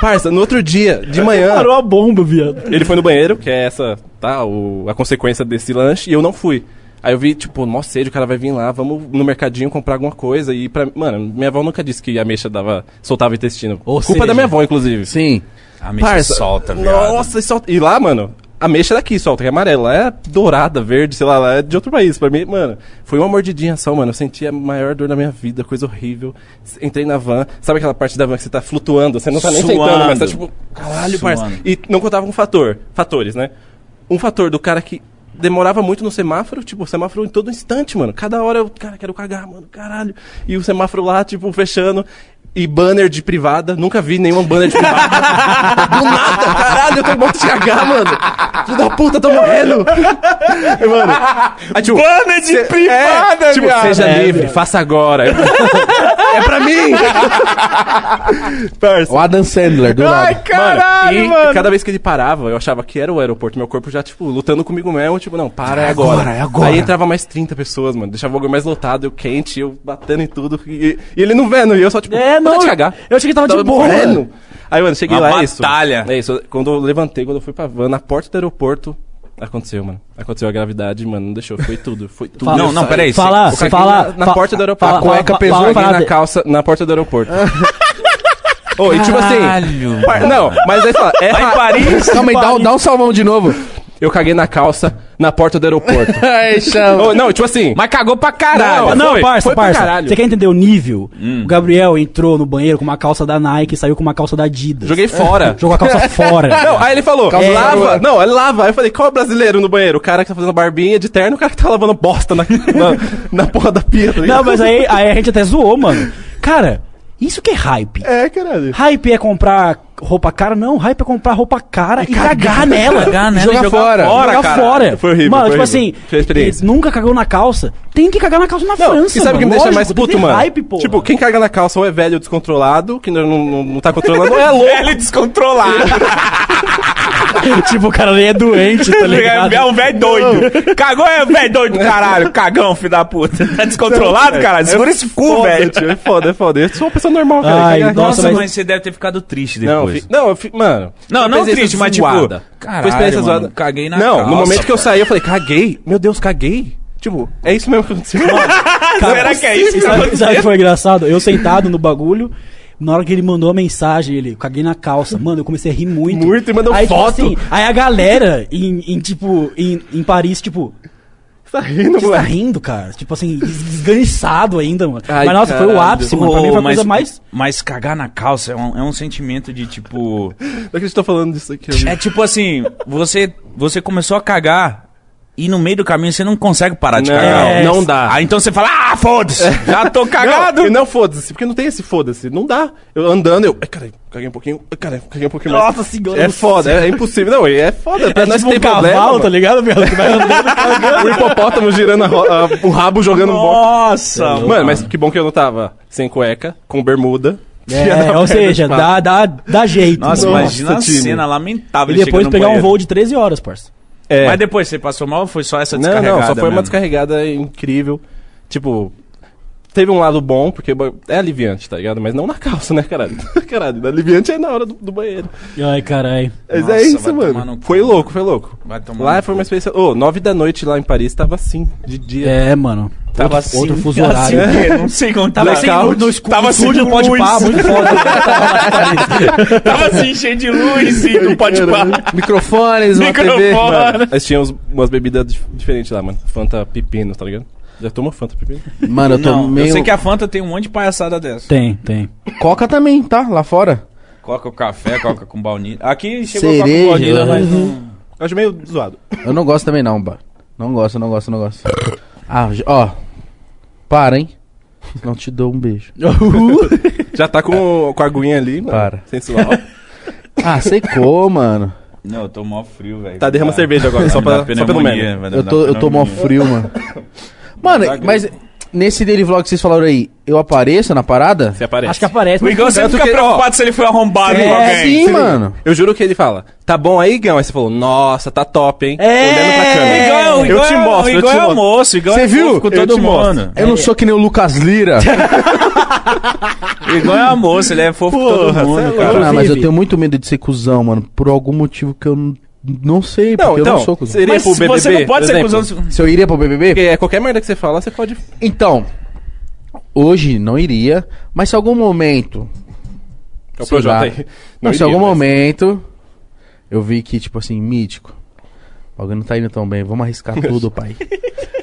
Speaker 3: Parça, no outro dia, de manhã,
Speaker 4: Parou a bomba, viado.
Speaker 3: ele foi no banheiro, que é essa, tá, o- a consequência desse lanche, e eu não fui. Aí eu vi, tipo, mó sede, o cara vai vir lá, vamos no mercadinho comprar alguma coisa. E pra. Mano, minha avó nunca disse que a mexa dava, soltava intestino.
Speaker 4: Ou
Speaker 3: Culpa
Speaker 4: seja-
Speaker 3: da minha avó, inclusive.
Speaker 2: Sim.
Speaker 1: A mexa solta, viado.
Speaker 3: Nossa, e, solta- e lá, mano, a mexa daqui solta, que é amarela. Lá é dourada, verde, sei lá, lá é de outro país. Pra mim, mano, foi uma mordidinha só, mano. Eu senti a maior dor da minha vida, coisa horrível. S- Entrei na van, sabe aquela parte da van que você tá flutuando? Você não tá nem
Speaker 1: Suando.
Speaker 3: sentando, mas tá tipo, caralho,
Speaker 1: Suando.
Speaker 3: parça. E não contava um fator, fatores, né? Um fator do cara que demorava muito no semáforo, tipo, o semáforo em todo instante, mano. Cada hora eu, cara, quero cagar, mano, caralho. E o semáforo lá, tipo, fechando. E banner de privada, nunca vi nenhum banner de privada. Do nada, caralho, eu tô morto de cagar, mano. Filho da puta, eu tô morrendo. mano. Aí, tipo,
Speaker 8: Banda de privada,
Speaker 3: é, tipo,
Speaker 8: viado.
Speaker 3: seja
Speaker 8: É,
Speaker 3: livre, faça agora. é pra mim. Parça.
Speaker 2: O Adam Sandler, do
Speaker 8: Ai,
Speaker 2: lado.
Speaker 8: caralho,
Speaker 3: e
Speaker 8: mano.
Speaker 3: cada vez que ele parava, eu achava que era o aeroporto. Meu corpo já, tipo, lutando comigo mesmo. Tipo, não, para, é agora.
Speaker 4: agora, é agora.
Speaker 3: Aí entrava mais 30 pessoas, mano. Deixava o bagulho mais lotado, eu quente, eu batendo em tudo. E, e ele não vendo, e eu só, tipo,
Speaker 4: É,
Speaker 3: "Vou
Speaker 4: não.
Speaker 3: te cagar.
Speaker 4: Eu achei que tava, de boa.
Speaker 3: morrendo. Aí, mano, cheguei
Speaker 1: Uma
Speaker 3: lá,
Speaker 1: batalha.
Speaker 3: é isso. É isso. Quando eu levantei, quando eu fui pra van, na porta do aeroporto, aconteceu, mano. Aconteceu a gravidade, mano, não deixou. Foi tudo, foi tudo.
Speaker 4: Fala-
Speaker 1: Não, não, peraí.
Speaker 4: Fala,
Speaker 3: Eu caguei
Speaker 4: fala.
Speaker 3: tá na, na
Speaker 4: fa-
Speaker 3: porta do aeroporto.
Speaker 4: fala-
Speaker 3: a cueca
Speaker 4: fala-
Speaker 3: pesou
Speaker 4: fala-
Speaker 3: aqui
Speaker 4: fala-
Speaker 3: na calça, na porta do aeroporto. Ô, e tipo assim...
Speaker 1: Caralho,
Speaker 3: par- Não, mas aí fala, é ra-
Speaker 1: Paris?
Speaker 2: Calma aí, dá, um- dá um salvão de novo.
Speaker 3: eu caguei na calça, na porta do aeroporto.
Speaker 2: Ai, chama.
Speaker 3: Ô, não, tipo assim...
Speaker 1: Mas cagou pra caralho.
Speaker 3: Não,
Speaker 4: Não,
Speaker 3: Foi,
Speaker 4: parça,
Speaker 3: foi pra
Speaker 4: parça.
Speaker 3: caralho. Hum.
Speaker 4: Você quer entender o nível? O Gabriel entrou no banheiro com uma calça da Nike e saiu com uma calça da Adidas.
Speaker 3: Joguei fora.
Speaker 4: Jogou a calça fora.
Speaker 3: Não, aí ele falou,
Speaker 2: Calma,
Speaker 3: lava.
Speaker 2: lava.
Speaker 3: Não, é lava. Aí eu falei, qual é o brasileiro no banheiro? O cara que tá fazendo barbinha de terno, o cara que tá lavando bosta na, na, na porra da pia. tá ligado?
Speaker 4: Não, mas aí, aí a gente até zoou, mano. Cara, isso que é hype.
Speaker 3: É, caralho.
Speaker 4: Hype é comprar roupa cara? Não, hype é comprar roupa cara e, cagar nela.
Speaker 1: Cagar nela e
Speaker 2: Jogar
Speaker 1: jogar
Speaker 2: fora.
Speaker 1: fora,
Speaker 4: Jogar
Speaker 1: caralho.
Speaker 4: fora.
Speaker 3: Foi horrível,
Speaker 4: Mano,
Speaker 3: foi
Speaker 4: tipo
Speaker 3: horrível.
Speaker 4: assim,
Speaker 3: Foi a experiência.
Speaker 4: ele nunca cagou na calça. Tem que cagar na calça na
Speaker 3: Não,
Speaker 4: França.
Speaker 3: e sabe o que me
Speaker 4: é mano.
Speaker 3: deixa mais
Speaker 4: Lógico,
Speaker 3: puto,
Speaker 4: tem
Speaker 3: mano?
Speaker 4: Hype, porra.
Speaker 3: tipo, quem caga na calça ou é velho descontrolado, que não, não, não tá controlando, ou é louco.
Speaker 1: Ele descontrolado.
Speaker 4: tipo, o cara nem é doente, tá ligado?
Speaker 1: É um velho doido. Cagou é um velho doido, caralho. Cagão, filho da puta. Tá descontrolado, caralho? Segura esse cu,
Speaker 3: Foda,
Speaker 1: velho.
Speaker 3: tio, É foda, é foda. Eu sou uma pessoa normal, cara.
Speaker 4: Ai,
Speaker 3: Cagar na
Speaker 4: nossa,
Speaker 3: calça,
Speaker 4: mas-
Speaker 1: você deve ter ficado triste
Speaker 3: Não, fi- não, eu fi- mano.
Speaker 1: Não,
Speaker 3: foi
Speaker 1: não
Speaker 3: experiência
Speaker 1: triste, mas, tipo, caralho,
Speaker 3: foi experiência
Speaker 1: mano,
Speaker 3: zoada.
Speaker 1: caguei na
Speaker 3: Não,
Speaker 1: calça,
Speaker 3: no momento que eu saí, eu falei, caguei? Meu Deus, caguei? Tipo, é isso mesmo que aconteceu.
Speaker 1: Será que é isso que tá
Speaker 4: Sabe, sabe o que
Speaker 1: acontecendo?
Speaker 4: foi engraçado? Eu sentado no bagulho, na hora que ele mandou a mensagem, ele caguei na calça. Mano, eu comecei a rir muito.
Speaker 3: Muito, e mandou
Speaker 4: aí,
Speaker 3: foto.
Speaker 4: Tipo assim, aí a galera em, em, tipo, em, em Paris, tipo,
Speaker 3: Você tá rindo,
Speaker 4: você tá
Speaker 3: moleque.
Speaker 4: rindo, cara. Tipo assim, des- desganiçado ainda, mano.
Speaker 3: Ai,
Speaker 4: Ah, mas nossa, foi o
Speaker 3: caralho.
Speaker 4: ápice, mano. Pra mim foi a
Speaker 1: Ô, mas-
Speaker 4: coisa mais.
Speaker 1: Mas cagar na calça é um, é um sentimento de tipo.
Speaker 3: Não acredito que eu tô falando disso aqui.
Speaker 1: É tipo assim, você, você começou a cagar e no meio do caminho você não consegue parar de
Speaker 3: Não,
Speaker 1: cagar.
Speaker 3: não dá.
Speaker 1: Aí então você fala, ah, foda-se! Já tô
Speaker 3: Não,
Speaker 1: cagado!
Speaker 3: e não foda-se, porque não tem esse foda-se. Não dá. Eu andando, eu. Ai, caralho, caguei um pouquinho. Ai, caralho, caguei um pouquinho mais.
Speaker 4: Nossa senhora
Speaker 3: É
Speaker 4: do
Speaker 3: foda, é, é impossível. Não, e é foda. Pra
Speaker 4: É
Speaker 3: nós
Speaker 4: tipo
Speaker 3: tem
Speaker 4: um cavalo,
Speaker 3: problema.
Speaker 4: tá
Speaker 3: mano.
Speaker 4: ligado, meu? Que vai andando.
Speaker 3: o hipopótamo girando a ro- a- o rabo jogando um bola.
Speaker 4: Tá
Speaker 1: Nossa!
Speaker 3: Mano, mas que bom que eu não tava sem cueca, com bermuda.
Speaker 4: É, ou seja,
Speaker 3: tipo,
Speaker 4: dá, dá, dá jeito.
Speaker 1: Nossa,
Speaker 4: mano.
Speaker 1: imagina a
Speaker 3: time.
Speaker 1: cena lamentável.
Speaker 4: E
Speaker 1: ele
Speaker 4: depois
Speaker 1: chegando no
Speaker 4: pegar um
Speaker 1: banheiro.
Speaker 4: voo de 13 horas, parça.
Speaker 3: É.
Speaker 1: Mas depois você passou mal ou foi só essa
Speaker 3: Não,
Speaker 1: descarregada?
Speaker 3: não, só foi uma
Speaker 1: mesmo?
Speaker 3: descarregada é incrível. Tipo, teve um lado bom, porque ba- é aliviante, tá ligado? Mas não na calça, né, caralho? caralho, aliviante é na hora do, do banheiro.
Speaker 4: Ai, caralho.
Speaker 3: Mas
Speaker 1: Nossa,
Speaker 3: é
Speaker 1: vai
Speaker 3: isso,
Speaker 1: tomar no
Speaker 3: mano.
Speaker 1: cu.
Speaker 3: Foi louco, foi louco.
Speaker 1: Vai tomar
Speaker 3: Lá
Speaker 1: no
Speaker 3: foi
Speaker 1: cu.
Speaker 3: uma experiência. Ô, nove da noite lá em Paris tava assim, de dia.
Speaker 4: É, mano.
Speaker 1: Tava
Speaker 4: outro,
Speaker 1: assim,
Speaker 4: outro fuso
Speaker 1: assim,
Speaker 4: horário.
Speaker 1: né? Não sei como tava.
Speaker 3: Blackout.
Speaker 1: sem luz,
Speaker 4: no escuro,
Speaker 1: tava
Speaker 3: assim,
Speaker 1: assim, sem
Speaker 4: escuro, pode
Speaker 1: luz.
Speaker 4: pá, muito foda.
Speaker 1: Tava assim, cheio de luz e não pode parar.
Speaker 2: Tipo, Microfones, uma TV.
Speaker 1: Microfone.
Speaker 3: Mas tinha uns- umas bebidas dif- diferentes lá, mano. Fanta pepino, tá ligado? Já toma Fanta, Pepino?
Speaker 2: Mano, eu tô
Speaker 1: Não,
Speaker 2: meio.
Speaker 1: eu sei que a Fanta tem um monte de palhaçada dessa.
Speaker 4: Tem, tem.
Speaker 2: Coca também, tá? Lá fora.
Speaker 1: Coca com café, coca com baunilha. Aqui chegou
Speaker 2: Cereja,
Speaker 1: coca com baunilha,
Speaker 2: né?
Speaker 1: mas não...
Speaker 3: Acho meio zoado.
Speaker 2: Eu não gosto também, não, ba. Não gosto, não gosto, não gosto. Ah, j- ó. Para, hein? Não te dou um beijo. Uh.
Speaker 3: Já tá com, com a aguinha ali, mano.
Speaker 2: Para.
Speaker 3: Sensual.
Speaker 2: Ah, secou, mano.
Speaker 1: Não, eu tô mó frio, velho.
Speaker 3: Tá, derrama
Speaker 1: Vai-
Speaker 3: cerveja agora, só,
Speaker 1: vai
Speaker 3: pra,
Speaker 1: dar
Speaker 3: só pelo
Speaker 1: pneumonia,
Speaker 3: meme.
Speaker 1: vai dar
Speaker 2: Eu tô, eu tô mó
Speaker 1: pneumonia.
Speaker 2: frio, mano. Mano,
Speaker 1: Dá gripe.
Speaker 2: mas nesse daily vlog que vocês falaram aí, eu apareço na parada?
Speaker 3: Você aparece.
Speaker 4: Acho que aparece. né?
Speaker 1: O
Speaker 4: mas-
Speaker 1: Igão sempre
Speaker 3: Tanto
Speaker 1: fica
Speaker 3: que-
Speaker 1: preocupado se ele foi arrombado com
Speaker 2: É,
Speaker 1: alguém.
Speaker 2: sim, mano.
Speaker 3: Eu juro que ele fala, tá bom aí, Igão? Aí você falou, nossa, tá top, hein? Olhando pra
Speaker 1: O Igão- o
Speaker 3: câmera. eu
Speaker 1: Igão
Speaker 3: te
Speaker 1: é-
Speaker 3: mostro,
Speaker 1: o
Speaker 3: eu te
Speaker 1: Igão é
Speaker 3: mostro.
Speaker 1: almoço, o Igão
Speaker 2: Você
Speaker 1: é
Speaker 2: viu?
Speaker 1: fofo com
Speaker 2: Eu
Speaker 1: todo
Speaker 2: te
Speaker 1: mundo.
Speaker 2: Eu não sou que nem o Lucas Lira.
Speaker 1: O Igão é almoço, ele é fofo com todo mundo, cara.
Speaker 2: Ah, mas eu tenho muito medo de ser cuzão, mano. Por algum motivo que eu n- não sei,
Speaker 3: Não,
Speaker 2: porque eu
Speaker 3: então,
Speaker 2: não sou cuzão.
Speaker 3: seria
Speaker 1: Mas
Speaker 3: pro BBB,
Speaker 1: você não pode
Speaker 3: por
Speaker 1: ser
Speaker 3: exemplo.
Speaker 1: cuzão... se-
Speaker 2: Se eu iria pro BBB?
Speaker 3: Porque é qualquer merda que você fala, você pode... É
Speaker 2: Então, hoje não iria, mas se algum momento.
Speaker 3: É o
Speaker 2: sei
Speaker 3: Projota
Speaker 2: lá.
Speaker 3: aí.
Speaker 2: Não, é um se
Speaker 3: iria,
Speaker 2: algum
Speaker 3: mas-
Speaker 2: momento eu vi que, tipo assim, mítico. O bagulho não tá indo tão bem, vamos arriscar tudo, pai.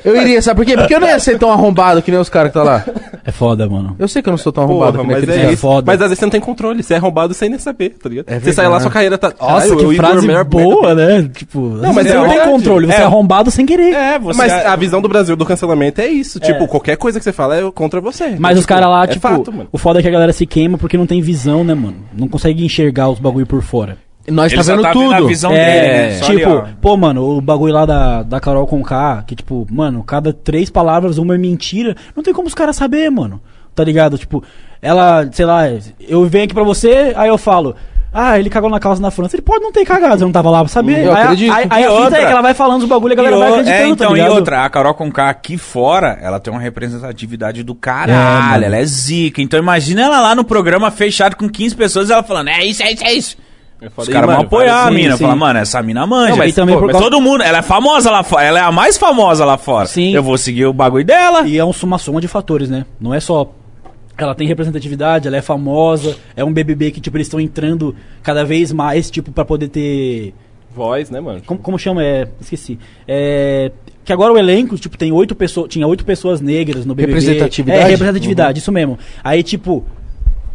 Speaker 2: Eu iria, sabe por quê? Porque eu não ia ser tão arrombado que nem os caras que tá lá.
Speaker 4: É foda, mano.
Speaker 2: Eu sei que eu não sou tão
Speaker 3: Porra,
Speaker 2: arrombado que nem
Speaker 3: mas
Speaker 2: aqueles
Speaker 3: é
Speaker 2: caras.
Speaker 3: isso.
Speaker 4: foda.
Speaker 3: Mas às vezes você não tem controle. Você é arrombado sem nem saber, tá ligado?
Speaker 2: É
Speaker 3: você sai lá,
Speaker 2: verdade.
Speaker 3: sua carreira tá...
Speaker 4: Nossa,
Speaker 3: Caralho,
Speaker 4: que
Speaker 3: o Igor
Speaker 4: frase
Speaker 3: Mer-
Speaker 4: boa, né? Tipo, não,
Speaker 3: mas
Speaker 4: mas você
Speaker 3: é
Speaker 4: não tem
Speaker 3: verdade.
Speaker 4: controle, você é,
Speaker 3: É.
Speaker 4: arrombado sem querer.
Speaker 1: É, você...
Speaker 3: Mas a visão do Brasil do cancelamento é isso. Tipo,
Speaker 4: É.
Speaker 3: qualquer coisa que você fala é contra você.
Speaker 4: Mas
Speaker 3: Então,
Speaker 4: os caras lá,
Speaker 3: é
Speaker 4: tipo,
Speaker 3: fato, mano.
Speaker 4: o foda é que a galera se queima porque não tem visão, né, mano? Não consegue enxergar os bagulho por fora.
Speaker 2: Nós
Speaker 1: Ele
Speaker 2: tá
Speaker 1: só
Speaker 2: vendo
Speaker 1: tá vendo
Speaker 2: tudo.
Speaker 1: a visão
Speaker 4: É,
Speaker 1: dele, né? Só ali,
Speaker 4: tipo,
Speaker 1: ó.
Speaker 4: pô, mano, o bagulho lá da, da Carol Conká, que, tipo, mano, cada três palavras uma é mentira, não tem como os caras saber, mano. Tá ligado? Tipo, ela, sei lá, eu venho aqui pra você, aí eu falo. Ah, ele cagou na calça na França. Ele pode não ter cagado, você não tava lá pra saber.
Speaker 2: Eu
Speaker 4: aí, a-
Speaker 2: acredito.
Speaker 4: aí- aí
Speaker 1: E
Speaker 4: a fita
Speaker 1: outra.
Speaker 4: é que ela vai falando os bagulho e a galera
Speaker 1: E
Speaker 4: vai
Speaker 1: o-
Speaker 4: acreditando,
Speaker 1: é, então,
Speaker 4: tá ligado?
Speaker 1: e outra, a Carol Conká aqui fora, ela tem uma representatividade do caralho,
Speaker 4: É, mano.
Speaker 1: ela é zica. Então imagina ela lá no programa fechado com 15 pessoas, ela falando, é isso, é isso, é isso. Os caras vão apoiar a
Speaker 4: sim,
Speaker 1: mina,
Speaker 4: sim.
Speaker 1: falar, mano, essa mina manja.
Speaker 4: Não, mas também por
Speaker 1: mas
Speaker 4: causa-
Speaker 1: todo mundo, ela é famosa lá fora, ela é a mais famosa lá fora.
Speaker 4: Sim.
Speaker 1: Eu vou seguir o bagulho dela.
Speaker 4: E é uma somação de fatores, né? Não é só. Ela tem representatividade, ela é famosa, é um BBB que, tipo, eles estão entrando cada vez mais, tipo, pra poder ter.
Speaker 3: Voz, né, mano?
Speaker 4: Como, como chama? É. Esqueci. É. Que agora o elenco, tipo, tem oito pessoas. Tinha oito pessoas negras no BBB.
Speaker 2: Representatividade?
Speaker 4: É,
Speaker 3: Uhum.
Speaker 4: representatividade, isso mesmo. Aí, tipo.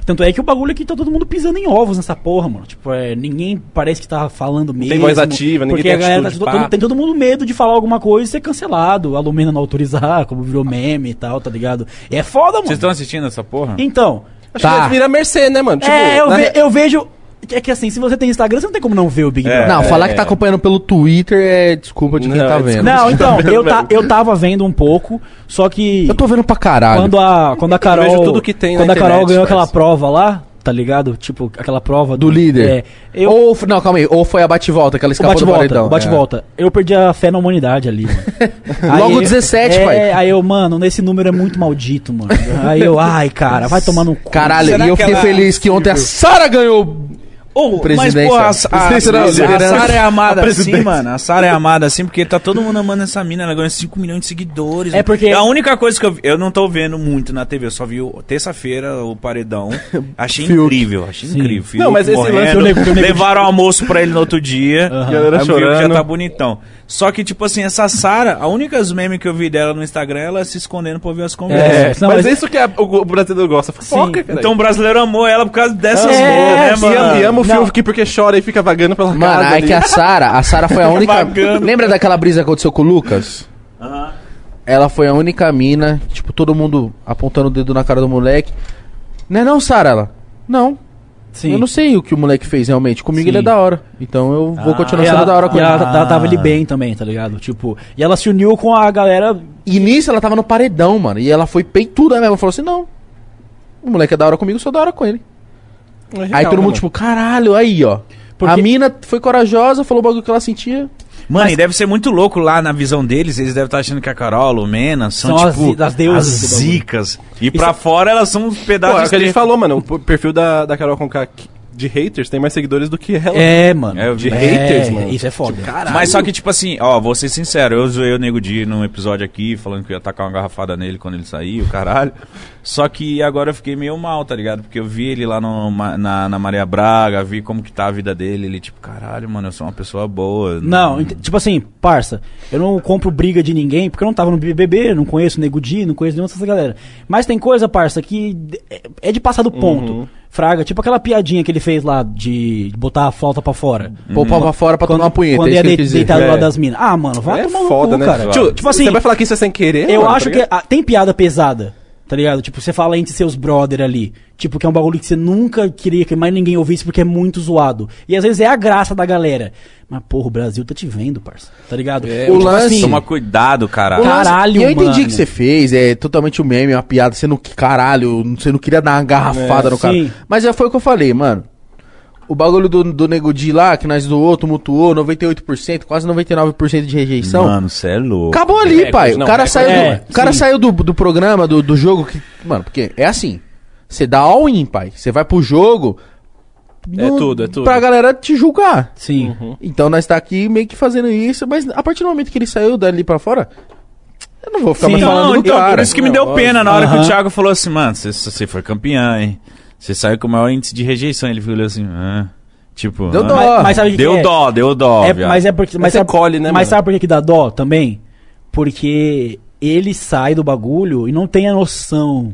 Speaker 4: Tanto é que o bagulho aqui tá todo mundo pisando em ovos nessa porra, mano. Tipo, é, ninguém parece que tá falando mesmo.
Speaker 3: voz ativa, ninguém
Speaker 4: porque
Speaker 3: tem
Speaker 4: a galera tá
Speaker 3: atitude,
Speaker 4: todo-
Speaker 3: pá.
Speaker 4: tem todo mundo medo de falar alguma coisa e ser cancelado. A Lumena não autorizar, como virou meme e tal, tá ligado? É foda, mano.
Speaker 1: Vocês estão assistindo essa porra?
Speaker 4: Então.
Speaker 3: Acho
Speaker 2: Tá.
Speaker 3: que vira mercê, né, mano?
Speaker 4: é, eu,
Speaker 3: na
Speaker 4: ve-
Speaker 3: re-
Speaker 4: eu vejo. É que assim, se você tem Instagram, você não tem como não ver o Big Brother.
Speaker 2: Não,
Speaker 1: É,
Speaker 2: falar
Speaker 1: é.
Speaker 2: que tá acompanhando pelo Twitter é desculpa de quem
Speaker 3: Não,
Speaker 2: tá
Speaker 3: é
Speaker 2: vendo.
Speaker 4: Não, então, eu, ta-
Speaker 3: Velho.
Speaker 4: eu tava vendo um pouco, só que
Speaker 2: Eu tô vendo pra caralho.
Speaker 4: quando a, quando a Carol.
Speaker 3: vejo tudo que tem na
Speaker 4: Quando a Carol
Speaker 3: internet,
Speaker 4: ganhou
Speaker 3: parece.
Speaker 4: aquela prova lá, tá ligado? Tipo, aquela prova
Speaker 2: Do líder.
Speaker 4: É, eu, o
Speaker 2: Ou, f- não, calma aí. Ou foi a bate-volta, que ela escapou do
Speaker 4: bate-volta,
Speaker 2: paredão. é.
Speaker 4: o bate-volta. Eu perdi a fé na humanidade ali. mano.
Speaker 2: Logo 17,
Speaker 4: é,
Speaker 2: pai.
Speaker 4: Aí eu, mano, esse número é muito maldito, mano. Aí eu, ai, cara, vai tomar no cu.
Speaker 2: É. Caralho,
Speaker 1: Será
Speaker 2: e eu
Speaker 1: que
Speaker 2: fiquei
Speaker 1: ela-
Speaker 2: feliz que ontem a Sara ganhou.
Speaker 1: Ô, mas,
Speaker 2: Presidência.
Speaker 1: porra, a, a, a,
Speaker 2: Presidência da liderança.
Speaker 1: Sara é amada
Speaker 2: A
Speaker 1: assim,
Speaker 2: presidência.
Speaker 1: mano. A Sara é amada assim, porque tá todo mundo amando essa mina. Ela ganha 5 milhões de seguidores.
Speaker 4: É
Speaker 1: mano.
Speaker 4: porque-
Speaker 1: A única coisa que eu vi, eu não tô vendo muito na TV, eu só vi o- terça-feira o Paredão. Achei
Speaker 2: Fiuk.
Speaker 1: incrível, achei incrível. Fiuk
Speaker 3: Não, mas esse lance
Speaker 1: morrendo.
Speaker 4: eu lembro que eu lembro de-
Speaker 1: Levaram o almoço pra ele no outro dia.
Speaker 3: Galera
Speaker 1: Aí o Fiuk já
Speaker 3: chorando.
Speaker 1: tá bonitão. Só que, tipo assim, essa Sara, a única meme que eu vi dela no Instagram é ela se escondendo pra ouvir as conversas.
Speaker 3: É,
Speaker 4: Não,
Speaker 3: mas
Speaker 4: mas-
Speaker 3: isso que a- o, o brasileiro gosta. Fofoca, cara.
Speaker 1: Então o brasileiro amou ela por causa dessas
Speaker 4: É,
Speaker 1: é,
Speaker 4: sim,
Speaker 1: né, mano?
Speaker 3: e ama o
Speaker 4: Não.
Speaker 3: filme que porque chora e fica vagando pela
Speaker 2: Mano,
Speaker 3: casa.
Speaker 2: é que a Sara, a Sara foi a
Speaker 4: Tá
Speaker 2: única.
Speaker 1: Vagando.
Speaker 2: Lembra daquela brisa que aconteceu com o Lucas? Ela foi a única mina, tipo, todo mundo apontando o dedo na cara do moleque. Não é não, Sara? Ela. Não.
Speaker 4: Sim.
Speaker 2: Eu não sei o que o moleque fez realmente. Comigo
Speaker 4: Sim.
Speaker 2: ele é da hora. Então eu vou
Speaker 1: Ah,
Speaker 2: continuar
Speaker 4: E
Speaker 2: sendo
Speaker 4: ela,
Speaker 2: da hora com
Speaker 4: e
Speaker 2: ele. Ah.
Speaker 4: ela, ela tava ali bem também, tá ligado? Tipo, e ela se uniu com a galera
Speaker 2: E nisso ela tava no paredão, mano. E ela foi peituda mesmo. Falou assim: não. O moleque é da hora comigo, eu sou da hora com ele.
Speaker 4: É
Speaker 2: aí
Speaker 4: Então,
Speaker 2: todo mundo, tipo, caralho, aí, ó.
Speaker 4: né, Porque-
Speaker 2: A mina foi corajosa, falou o bagulho que ela sentia.
Speaker 1: Mano, e deve ser muito louco lá na visão deles. Eles devem estar achando que a Carol, o Mena, são,
Speaker 4: São as
Speaker 1: tipo
Speaker 4: zi- as deusas
Speaker 1: as
Speaker 4: do bagulho.
Speaker 1: zicas. E pra fora elas são uns
Speaker 3: é Pô,
Speaker 1: pedaços
Speaker 3: é o que a gente
Speaker 1: de-
Speaker 3: falou, mano. O perfil da, da Carol Conká que- de haters tem mais seguidores do que ela.
Speaker 4: É, mano.
Speaker 1: É, eu vi.
Speaker 3: De haters,
Speaker 4: É,
Speaker 3: mano.
Speaker 4: Isso é foda.
Speaker 3: Caralho.
Speaker 1: Mas só que, tipo assim, ó, vou ser sincero, eu zoei o Nego Di num episódio aqui, falando que eu ia tacar uma garrafada nele quando ele sair, o caralho. Só que agora eu fiquei meio mal, tá ligado? Porque eu vi ele lá no Ma- na, na Maria Braga, vi como que tá a vida dele, ele tipo, caralho, mano, eu sou uma pessoa boa.
Speaker 4: Não,
Speaker 3: então,
Speaker 4: ent- tipo assim, parça, eu não compro briga de ninguém, porque eu não tava no BBB, não conheço Nego Di, não conheço nenhuma dessas galera. Mas tem coisa, parça, que d- é- é de passar do ponto. Fraga, tipo aquela piadinha que ele fez lá de botar a flauta pra fora.
Speaker 2: Pô, pau pra fora pra tomar uma punheta.
Speaker 4: Uhum. Quando
Speaker 2: é
Speaker 4: ia
Speaker 2: isso que ele
Speaker 4: de,
Speaker 2: quis dizer.
Speaker 4: deitar do
Speaker 3: É.
Speaker 4: lado das minas. Ah, mano, vai
Speaker 3: é
Speaker 4: tomar no
Speaker 3: foda,
Speaker 4: cu,
Speaker 3: né?
Speaker 4: cara.
Speaker 3: Tipo,
Speaker 4: Tipo, tipo assim,
Speaker 3: você vai falar que isso é sem querer?
Speaker 4: eu
Speaker 3: mano,
Speaker 4: acho
Speaker 3: tá
Speaker 4: que
Speaker 3: ligado?
Speaker 4: ah, tem piada pesada, tá ligado? Tipo, você fala entre seus brother ali. Tipo, que é um bagulho que você nunca queria que mais ninguém ouvisse porque é muito zoado. E às vezes é a graça da galera. Mas, porra, o Brasil tá te vendo, parça. Tá ligado?
Speaker 1: É,
Speaker 2: o
Speaker 3: tipo
Speaker 2: lance-
Speaker 3: assim
Speaker 1: Toma cuidado,
Speaker 2: O
Speaker 1: caralho.
Speaker 2: lance-
Speaker 4: Caralho,
Speaker 2: E eu entendi
Speaker 4: mano.
Speaker 2: o que você fez, é totalmente o meme, uma piada. Você não. Caralho, você não queria dar uma garrafada
Speaker 4: É,
Speaker 2: no cara.
Speaker 4: sim.
Speaker 2: Mas é, foi o que eu falei, mano. O bagulho do, do Nego Di lá, que nós doou, tumultuou, 98%, quase 99% de rejeição.
Speaker 1: Mano, você é louco.
Speaker 2: Acabou ali,
Speaker 3: Recorde,
Speaker 2: pai. o
Speaker 3: não,
Speaker 2: cara
Speaker 3: recorde
Speaker 2: saiu, do,
Speaker 4: é,
Speaker 2: o cara
Speaker 4: sim.
Speaker 2: saiu do, do programa, do, do jogo. Que, mano, porque é assim. Você dá all-in, pai. Você vai pro jogo.
Speaker 3: É tudo, é tudo.
Speaker 2: Pra galera te julgar.
Speaker 4: Sim.
Speaker 2: Então nós tá aqui meio que fazendo isso, mas a partir do momento que ele saiu dali pra fora, eu não vou ficar
Speaker 4: Sim.
Speaker 2: mais falando
Speaker 1: Não,
Speaker 2: do
Speaker 1: então,
Speaker 2: cara.
Speaker 1: por isso que me
Speaker 3: Não,
Speaker 1: deu
Speaker 3: lógico.
Speaker 1: pena na hora que o
Speaker 4: Aham.
Speaker 1: Thiago falou assim, mano, você- você foi campeã, hein? Você saiu com o maior índice de rejeição. Ele falou assim, ah, tipo...
Speaker 2: Deu
Speaker 1: ah,
Speaker 2: dó.
Speaker 4: Mas, mas sabe o que
Speaker 1: Deu
Speaker 4: que é?
Speaker 1: dó, deu dó.
Speaker 4: É,
Speaker 1: viado.
Speaker 4: mas é porque. Mas
Speaker 3: você
Speaker 4: sabe,
Speaker 3: colhe, né, mano?
Speaker 4: Mas sabe por que que dá dó também? Porque ele sai do bagulho e não tem a noção.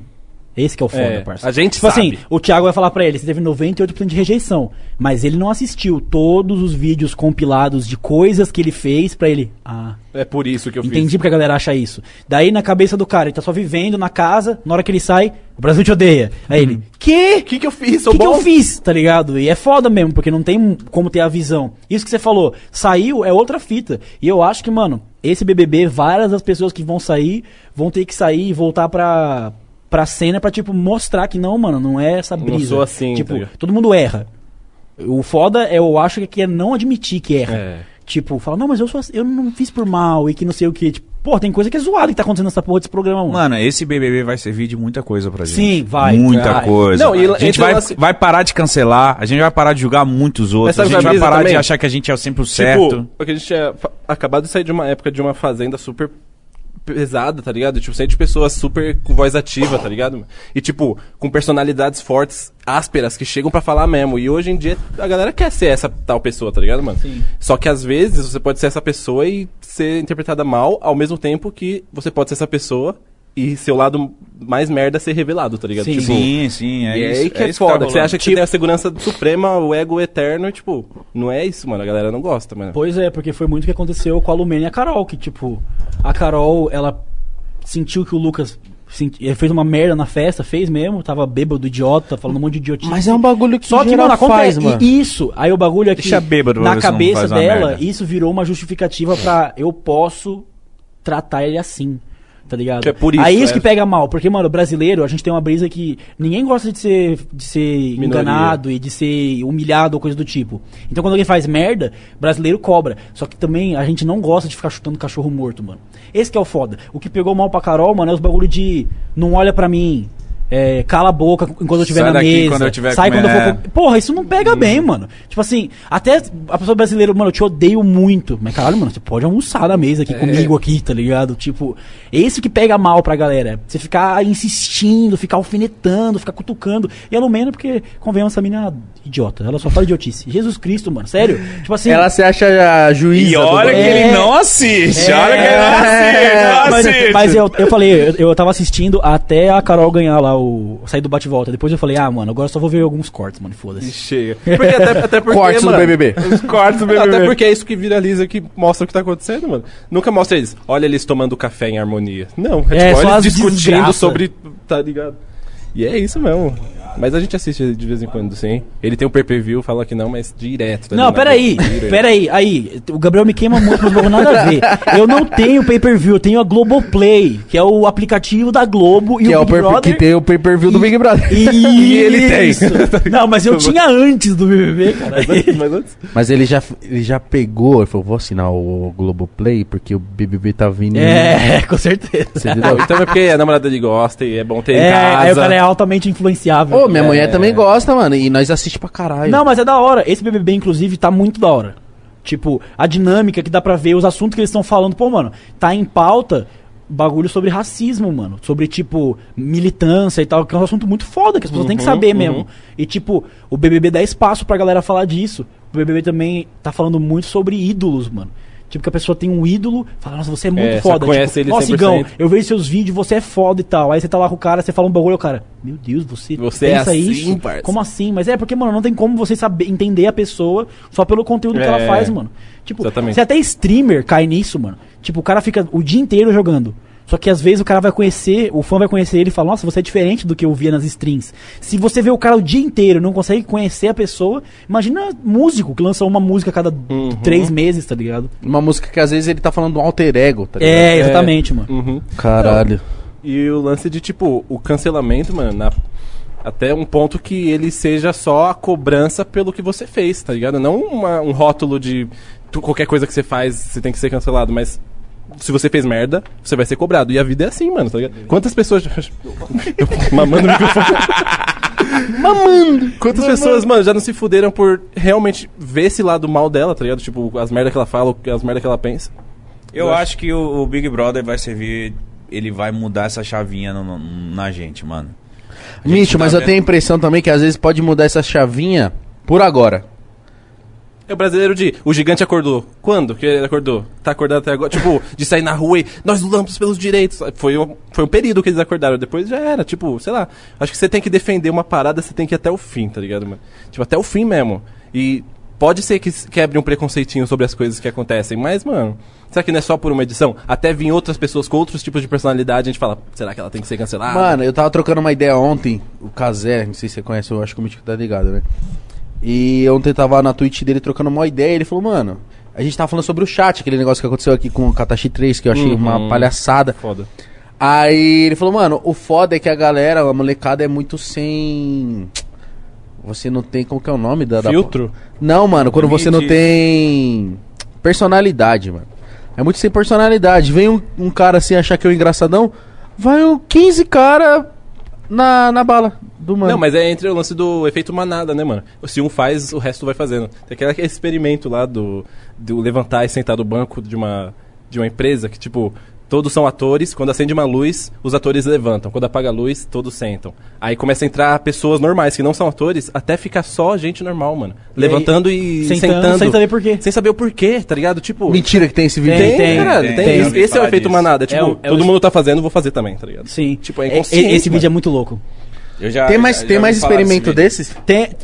Speaker 4: Esse que é o foda,
Speaker 3: É,
Speaker 4: parça.
Speaker 3: a gente
Speaker 4: tipo
Speaker 3: sabe.
Speaker 4: assim, o Thiago vai falar pra ele, você teve 98% de rejeição, mas ele não assistiu todos os vídeos compilados de coisas que ele fez pra ele, ah,
Speaker 3: É por isso que eu
Speaker 4: entendi porque a galera acha isso. Daí na cabeça do cara, ele tá só vivendo na casa, na hora que ele sai, o Brasil te odeia. Aí
Speaker 3: Uhum.
Speaker 4: ele, que?
Speaker 3: fiz. O que, que eu
Speaker 4: O
Speaker 3: fiz? Sou
Speaker 4: que, que
Speaker 3: bom?
Speaker 4: eu fiz, tá ligado? E é foda mesmo, porque não tem como ter a visão. Isso que você falou, saiu é outra fita. E eu acho que, mano, esse BBB, várias das pessoas que vão sair, vão ter que sair e voltar pra, pra cena pra, tipo, mostrar que não, mano, não é essa brisa.
Speaker 3: sou assim, tá
Speaker 4: Tipo,
Speaker 3: ligado?
Speaker 4: todo mundo erra. O foda, é, eu acho que é não admitir que erra.
Speaker 3: É.
Speaker 4: Tipo, fala, não, mas eu, sou, assim, eu não fiz por mal e que não sei o que. Tipo, pô, tem coisa que é zoada que tá acontecendo nessa porra desse programa, mano.
Speaker 1: Mano, esse BBB vai servir de muita coisa pra gente.
Speaker 4: Sim, vai.
Speaker 1: Muita
Speaker 4: Vai.
Speaker 1: coisa.
Speaker 3: Não, e
Speaker 1: a gente
Speaker 3: entre
Speaker 1: vai,
Speaker 3: lance-
Speaker 1: vai parar de cancelar, a gente vai parar de julgar muitos outros, a
Speaker 3: sabe
Speaker 1: gente
Speaker 3: qual é a
Speaker 1: vai
Speaker 3: brisa
Speaker 1: parar de
Speaker 3: também?
Speaker 1: achar que a gente é sempre o certo.
Speaker 3: Tipo, porque a gente tinha fa- acabado de sair de uma época de uma fazenda super pesada, tá ligado? Tipo, sente pessoas super com voz ativa, tá ligado? E tipo, com personalidades fortes, ásperas, que chegam pra falar mesmo. E hoje em dia a galera quer ser essa tal pessoa, tá ligado, mano? Só que às vezes você pode ser essa pessoa e ser interpretada mal, ao mesmo tempo que você pode ser essa pessoa e seu lado mais merda ser revelado, tá ligado?
Speaker 4: Sim.
Speaker 3: tipo,
Speaker 1: sim, sim, é
Speaker 3: e é
Speaker 1: isso.
Speaker 3: aí que é,
Speaker 1: isso
Speaker 3: foda.
Speaker 1: tá
Speaker 3: que você
Speaker 1: rolando.
Speaker 3: acha que você tem a segurança suprema, o ego eterno, e, tipo, não é isso, mano. A galera não gosta, mano.
Speaker 4: Pois é, porque foi muito o que aconteceu com a Lumena e a Carol, que tipo, a Carol, ela sentiu que o Lucas senti- ele fez uma merda na festa, fez mesmo, tava bêbado, idiota, falando um monte de idiotice.
Speaker 2: Mas é um bagulho que
Speaker 4: Só que,
Speaker 2: geral
Speaker 4: mano, acontece
Speaker 2: faz, mano.
Speaker 4: e isso. Aí o bagulho é que
Speaker 1: Deixa bêbado pra
Speaker 4: na
Speaker 1: ver se não
Speaker 4: cabeça
Speaker 1: faz uma
Speaker 4: dela,
Speaker 1: merda.
Speaker 4: isso virou uma justificativa pra eu posso tratar ele assim. Tá ligado?
Speaker 3: Que é por isso,
Speaker 4: Aí isso
Speaker 3: é.
Speaker 4: que pega mal, porque, mano, brasileiro, a gente tem uma brisa que ninguém gosta de ser, de ser
Speaker 3: Minoria.
Speaker 4: enganado e de ser humilhado ou coisa do tipo. Então quando alguém faz merda, brasileiro cobra. Só que também a gente não gosta de ficar chutando cachorro morto, mano. Esse que é o foda. O que pegou mal pra Carol, mano, é os bagulho de não olha pra mim, é, cala a boca enquanto eu tiver
Speaker 1: Sai
Speaker 4: na
Speaker 1: daqui
Speaker 4: mesa.
Speaker 1: quando eu tiver Hum.
Speaker 4: sai
Speaker 1: comendo,
Speaker 4: quando eu
Speaker 1: é.
Speaker 4: for. com- Porra, isso não pega bem, mano. Tipo assim, até a pessoa brasileira, mano, eu te odeio muito. Mas caralho, mano, você pode almoçar na mesa
Speaker 1: É.
Speaker 4: aqui comigo aqui, tá ligado? Tipo, esse que pega mal pra galera. Você ficar insistindo, ficar alfinetando, ficar cutucando. E a Lumena, porque, convenhamos, essa mina é idiota. Ela só fala idiotice. Jesus Cristo, mano, sério. Tipo assim.
Speaker 2: Ela se acha a juíza.
Speaker 1: E
Speaker 2: do
Speaker 1: olha que
Speaker 2: bagulho. É,
Speaker 1: ele não assiste, olha que ele não assiste, não
Speaker 4: É. mas,
Speaker 1: assiste.
Speaker 4: mas eu, eu falei, eu, eu tava assistindo até a Carol ganhar lá o. sair do bate-volta. Depois eu falei, ah, mano, agora eu só vou ver alguns cortes, mano, foda-se.
Speaker 3: Chega. Porque até, até porque,
Speaker 2: Cortes do
Speaker 3: mano,
Speaker 2: BBB.
Speaker 3: Os cortes do BBB. Até porque é isso que viraliza, que mostra o que tá acontecendo, mano. Nunca mostra eles. Olha eles tomando café em harmonia. Não, é,
Speaker 4: É,
Speaker 3: tipo,
Speaker 4: só
Speaker 3: olha
Speaker 4: as
Speaker 3: eles discutindo
Speaker 4: desgraça.
Speaker 3: sobre... Tá ligado? E é isso mesmo. Mas a gente assiste de vez em quando, sim. Ele tem o pay-per-view, fala que não, mas direto. tá
Speaker 4: Não,
Speaker 3: ligado?
Speaker 4: peraí,
Speaker 3: Direto.
Speaker 4: peraí, aí, o Gabriel me queima muito, mas não tem nada a ver. Eu não tenho pay-per-view, eu tenho a Globoplay, que é o aplicativo da Globo e
Speaker 2: Que,
Speaker 4: o
Speaker 2: é o
Speaker 4: Big
Speaker 2: per-
Speaker 4: Brother.
Speaker 2: que tem o pay-per-view do Big Brother.
Speaker 4: E,
Speaker 2: ele tem. Tá
Speaker 4: Isso. Não, mas eu tinha antes do BBB, cara.
Speaker 3: Mas antes-
Speaker 2: Mas ele já, ele já pegou, ele falou, vou assinar o Globoplay, porque o BBB tá vindo...
Speaker 4: É, com certeza.
Speaker 2: Você entendeu?
Speaker 3: Não, então é porque a namorada dele gosta e é bom ter em
Speaker 4: É,
Speaker 3: casa.
Speaker 4: aí o cara é altamente influenciável.
Speaker 2: Ô, minha mulher também gosta, mano. E nós assiste pra caralho.
Speaker 4: Não, mas é da hora. Esse BBB, inclusive, tá muito da hora. Tipo, a dinâmica que dá pra ver, os assuntos que eles estão falando. Pô, mano, tá em pauta bagulho sobre racismo, mano. Sobre, tipo, militância e tal, que é um assunto muito foda, que as pessoas têm que
Speaker 3: Uhum,
Speaker 4: saber mesmo. E, tipo, o BBB dá espaço pra galera falar disso. O BBB também tá falando muito sobre ídolos, mano. Tipo, que a pessoa tem um ídolo, fala, nossa, você é muito
Speaker 3: É, só
Speaker 4: foda. tipo,
Speaker 3: conhece ele
Speaker 4: nossa,
Speaker 3: 100%.
Speaker 4: Igão, eu vejo seus vídeos, você é foda e tal. Aí você tá lá com o cara, você fala um bagulho, o cara, meu Deus, você,
Speaker 3: Você é
Speaker 4: pensa
Speaker 3: assim,
Speaker 4: isso?
Speaker 3: parça?
Speaker 4: Como assim? Mas é porque, mano, não tem como você saber entender a pessoa só pelo conteúdo que ela
Speaker 3: É.
Speaker 4: faz, mano. Tipo,
Speaker 3: Exatamente.
Speaker 4: se até streamer cai nisso, mano. Tipo, o cara fica o dia inteiro jogando. Só que às vezes o cara vai conhecer, o fã vai conhecer ele e fala, nossa, você é diferente do que eu via nas streams. Se você vê o cara o dia inteiro e não consegue conhecer a pessoa, imagina músico que lança uma música a cada
Speaker 3: Uhum.
Speaker 4: três meses, tá ligado?
Speaker 2: Uma música que às vezes ele tá falando do alter ego, tá ligado?
Speaker 4: É, exatamente, mano.
Speaker 3: Uhum.
Speaker 2: Caralho.
Speaker 3: E o lance de, tipo, o cancelamento, mano, na- até um ponto que ele seja só a cobrança pelo que você fez, tá ligado? Não uma- um rótulo de tu- qualquer coisa que você faz, você tem que ser cancelado, mas se você fez merda, você vai ser cobrado. E a vida é assim, mano, tá ligado? Quantas pessoas. Mamando o microfone. Mamando! Quantas pessoas, mano, já não se fuderam por realmente ver esse lado mal dela, tá ligado? Tipo, as merdas que ela fala, as merdas que ela pensa.
Speaker 1: Eu acho que o, o Big Brother vai servir. Ele vai mudar essa chavinha no- no- na gente, mano.
Speaker 2: Mitch,
Speaker 1: tá
Speaker 2: mas eu
Speaker 1: vendo-
Speaker 2: tenho a impressão também que às vezes pode mudar essa chavinha por agora.
Speaker 3: É o brasileiro de. O gigante acordou. Quando que ele acordou? Tá acordado até agora? Tipo, de sair na rua e. Nós lutamos pelos direitos. Foi um, foi um período que eles acordaram. Depois já era. Tipo, sei lá. Acho que você tem que defender uma parada, você tem que ir até o fim, tá ligado, mano? Tipo, até o fim mesmo. E pode ser que s- quebre um preconceitinho sobre as coisas que acontecem, mas, mano. Será que não é só por uma edição? Até vir outras pessoas com outros tipos de personalidade, a gente fala, será que ela tem que ser cancelada?
Speaker 2: Mano, eu tava trocando uma ideia ontem, o Kazé, não sei se você conhece, eu acho que o Mítico tá ligado, né? E ontem eu tava na Twitch dele trocando uma ideia, ele falou, mano, a gente tava falando sobre o chat, aquele negócio que aconteceu aqui com o Katashi 3, que eu achei uma palhaçada.
Speaker 3: Foda.
Speaker 2: Aí ele falou, mano, o foda é que a galera, a molecada é muito sem. Você não tem. Como que é o nome da. da-
Speaker 3: Filtro?
Speaker 2: Não, mano, quando você não
Speaker 1: Limite.
Speaker 2: tem. Personalidade, mano. É muito sem personalidade. Vem um, um cara assim achar que é um engraçadão, vai um 15 cara na, na bala do mano.
Speaker 3: Não, mas é entre o lance do efeito manada, né, mano? Se um faz, o resto vai fazendo. Tem aquele aquele experimento lá do, do levantar e sentar do banco de uma, de uma empresa que, tipo, todos são atores, quando acende uma luz, os atores levantam. Quando apaga a luz, todos sentam. Aí começa a entrar pessoas normais que não são atores, até ficar só gente normal, mano. Levantando e
Speaker 4: sentando,
Speaker 3: sentando.
Speaker 4: sem saber por quê.
Speaker 3: Sem saber o porquê, tá ligado? Tipo.
Speaker 2: Mentira que tem esse vídeo.
Speaker 4: Tem,
Speaker 3: Tem,
Speaker 4: tem,
Speaker 3: caralho,
Speaker 1: tem,
Speaker 3: tem.
Speaker 1: tem.
Speaker 3: Esse- Esse é o efeito
Speaker 1: Disso.
Speaker 3: manada.
Speaker 4: É
Speaker 3: Tipo,
Speaker 4: o- é o-
Speaker 3: todo mundo tá fazendo, vou fazer também, tá ligado?
Speaker 4: Sim.
Speaker 3: Tipo, é
Speaker 4: E-
Speaker 3: inconsciente,
Speaker 4: Esse vídeo
Speaker 3: mano.
Speaker 4: é muito louco.
Speaker 1: Eu já,
Speaker 2: Tem mais,
Speaker 1: já-
Speaker 2: tem
Speaker 1: já
Speaker 2: mais
Speaker 1: ouvi falar assim, desse
Speaker 2: experimento
Speaker 1: vídeo.
Speaker 2: desses?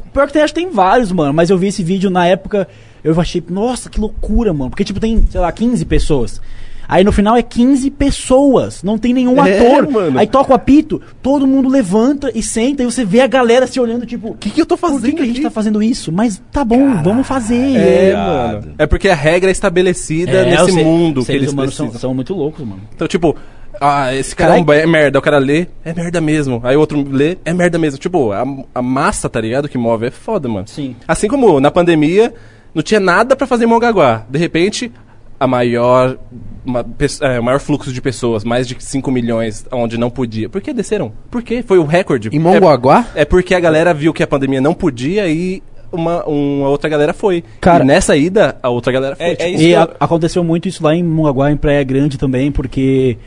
Speaker 4: Tem, pior que tem, acho que tem vários, mano. Mas eu vi esse vídeo na época, eu achei, nossa, que loucura, mano. Porque, tipo, tem, sei lá, 15 pessoas. Aí no final é 15 pessoas, não tem nenhum
Speaker 3: É,
Speaker 4: ator.
Speaker 3: mano.
Speaker 4: Aí toca o apito, todo mundo levanta e senta, e você vê a galera se olhando, tipo,
Speaker 3: O que, que eu tô fazendo?
Speaker 4: por que, que a gente
Speaker 3: aqui?
Speaker 4: tá fazendo isso? Mas tá bom, vamos fazer.
Speaker 3: É,
Speaker 1: Irado.
Speaker 3: mano. É porque a regra é estabelecida
Speaker 4: É,
Speaker 3: nesse
Speaker 4: os se-
Speaker 3: mundo
Speaker 4: os
Speaker 3: que
Speaker 4: seres
Speaker 3: eles
Speaker 4: humanos são,
Speaker 3: precisam.
Speaker 4: são muito loucos, mano.
Speaker 3: Então, tipo, ah, esse cara é, um be- merda. O cara lê, é merda mesmo. Aí o outro lê, é merda mesmo. Tipo, a, a massa, tá ligado? Que move é foda, mano.
Speaker 4: Sim.
Speaker 3: Assim como na pandemia, não tinha nada pra fazer em Mongaguá. De repente, a maior. uma pe- é, o maior fluxo de pessoas, mais de 5 milhões, onde não podia. Por que desceram? Por quê? Foi o recorde.
Speaker 2: Em Mongaguá?
Speaker 3: É, é porque a galera viu que a pandemia não podia e uma, uma outra galera foi.
Speaker 4: Cara-
Speaker 3: e nessa ida, a outra galera foi.
Speaker 1: É- é
Speaker 3: tipo,
Speaker 1: isso
Speaker 4: E
Speaker 1: que eu-
Speaker 4: a- aconteceu muito isso lá em Mongaguá, em Praia Grande também, porque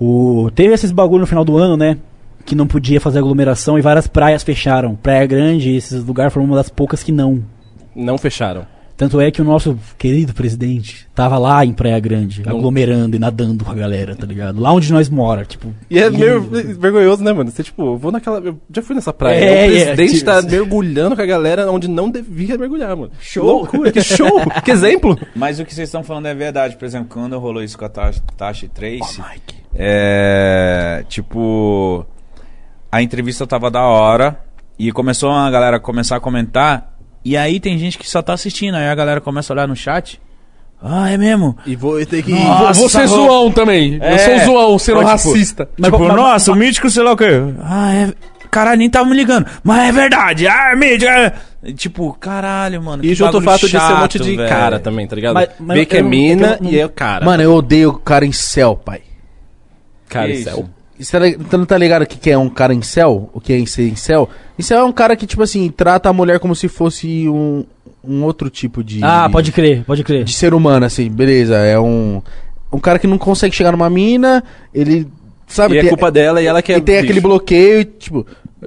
Speaker 4: o, teve esses bagulho no final do ano, né? Que não podia fazer aglomeração e várias praias fecharam. Praia Grande, esses lugares foram uma das poucas que não.
Speaker 3: Não fecharam.
Speaker 4: Tanto é que o nosso querido presidente tava lá em Praia Grande, aglomerando e nadando com a galera, tá ligado? Lá onde nós mora, tipo.
Speaker 3: E é
Speaker 4: lindo.
Speaker 3: meio vergonhoso, né, mano? Você, tipo, eu vou naquela. Eu já fui nessa praia.
Speaker 4: É,
Speaker 3: o
Speaker 4: é,
Speaker 3: presidente
Speaker 4: tipo-
Speaker 3: tá mergulhando com a galera onde não devia mergulhar, mano.
Speaker 4: Show.
Speaker 3: Loucura, que show! que exemplo!
Speaker 1: Mas o que vocês estão falando é verdade. Por exemplo, quando rolou isso com a Tash, Tash Trace, é, tipo, a entrevista tava da hora e começou a galera começar a comentar. E aí tem gente que só tá assistindo. Aí a galera começa a olhar no chat. Ah, é mesmo?
Speaker 3: E vou ter que.
Speaker 1: Nossa,
Speaker 2: Você
Speaker 1: ro-
Speaker 2: também.
Speaker 1: É. Ou, tipo,
Speaker 4: Mas
Speaker 1: tipo,
Speaker 4: qual- mas-
Speaker 1: nossa, o mítico, sei lá o que. Ah, é. Caralho, nem tava me ligando. Mas é verdade. Ah, é mítico. é- E, Tipo, caralho, mano.
Speaker 3: E
Speaker 1: que
Speaker 3: junto o
Speaker 1: bagulho
Speaker 3: fato de ser um
Speaker 1: chato,
Speaker 3: monte de
Speaker 1: velho.
Speaker 3: cara também, tá ligado?
Speaker 4: Mas- mas
Speaker 3: Vê que
Speaker 4: eu
Speaker 3: é
Speaker 4: não-
Speaker 3: mina
Speaker 4: eu não-
Speaker 3: e é o cara.
Speaker 2: Mano, eu odeio o cara em céu, pai.
Speaker 3: cara,
Speaker 1: Que
Speaker 3: isso é
Speaker 1: isso?
Speaker 3: o
Speaker 2: Você tá li- Então tá ligado o que que é um cara em céu? O que é ser em céu? Em céu é um cara que, tipo assim, trata a mulher como se fosse um, um outro tipo de.
Speaker 4: Ah, pode crer, pode crer.
Speaker 2: de ser humano, assim, beleza. É um. Um cara que não consegue chegar numa mina, ele. Sabe,
Speaker 3: E é
Speaker 2: tem-
Speaker 3: culpa dela e ela quer.
Speaker 2: e tem aquele bloqueio, tipo.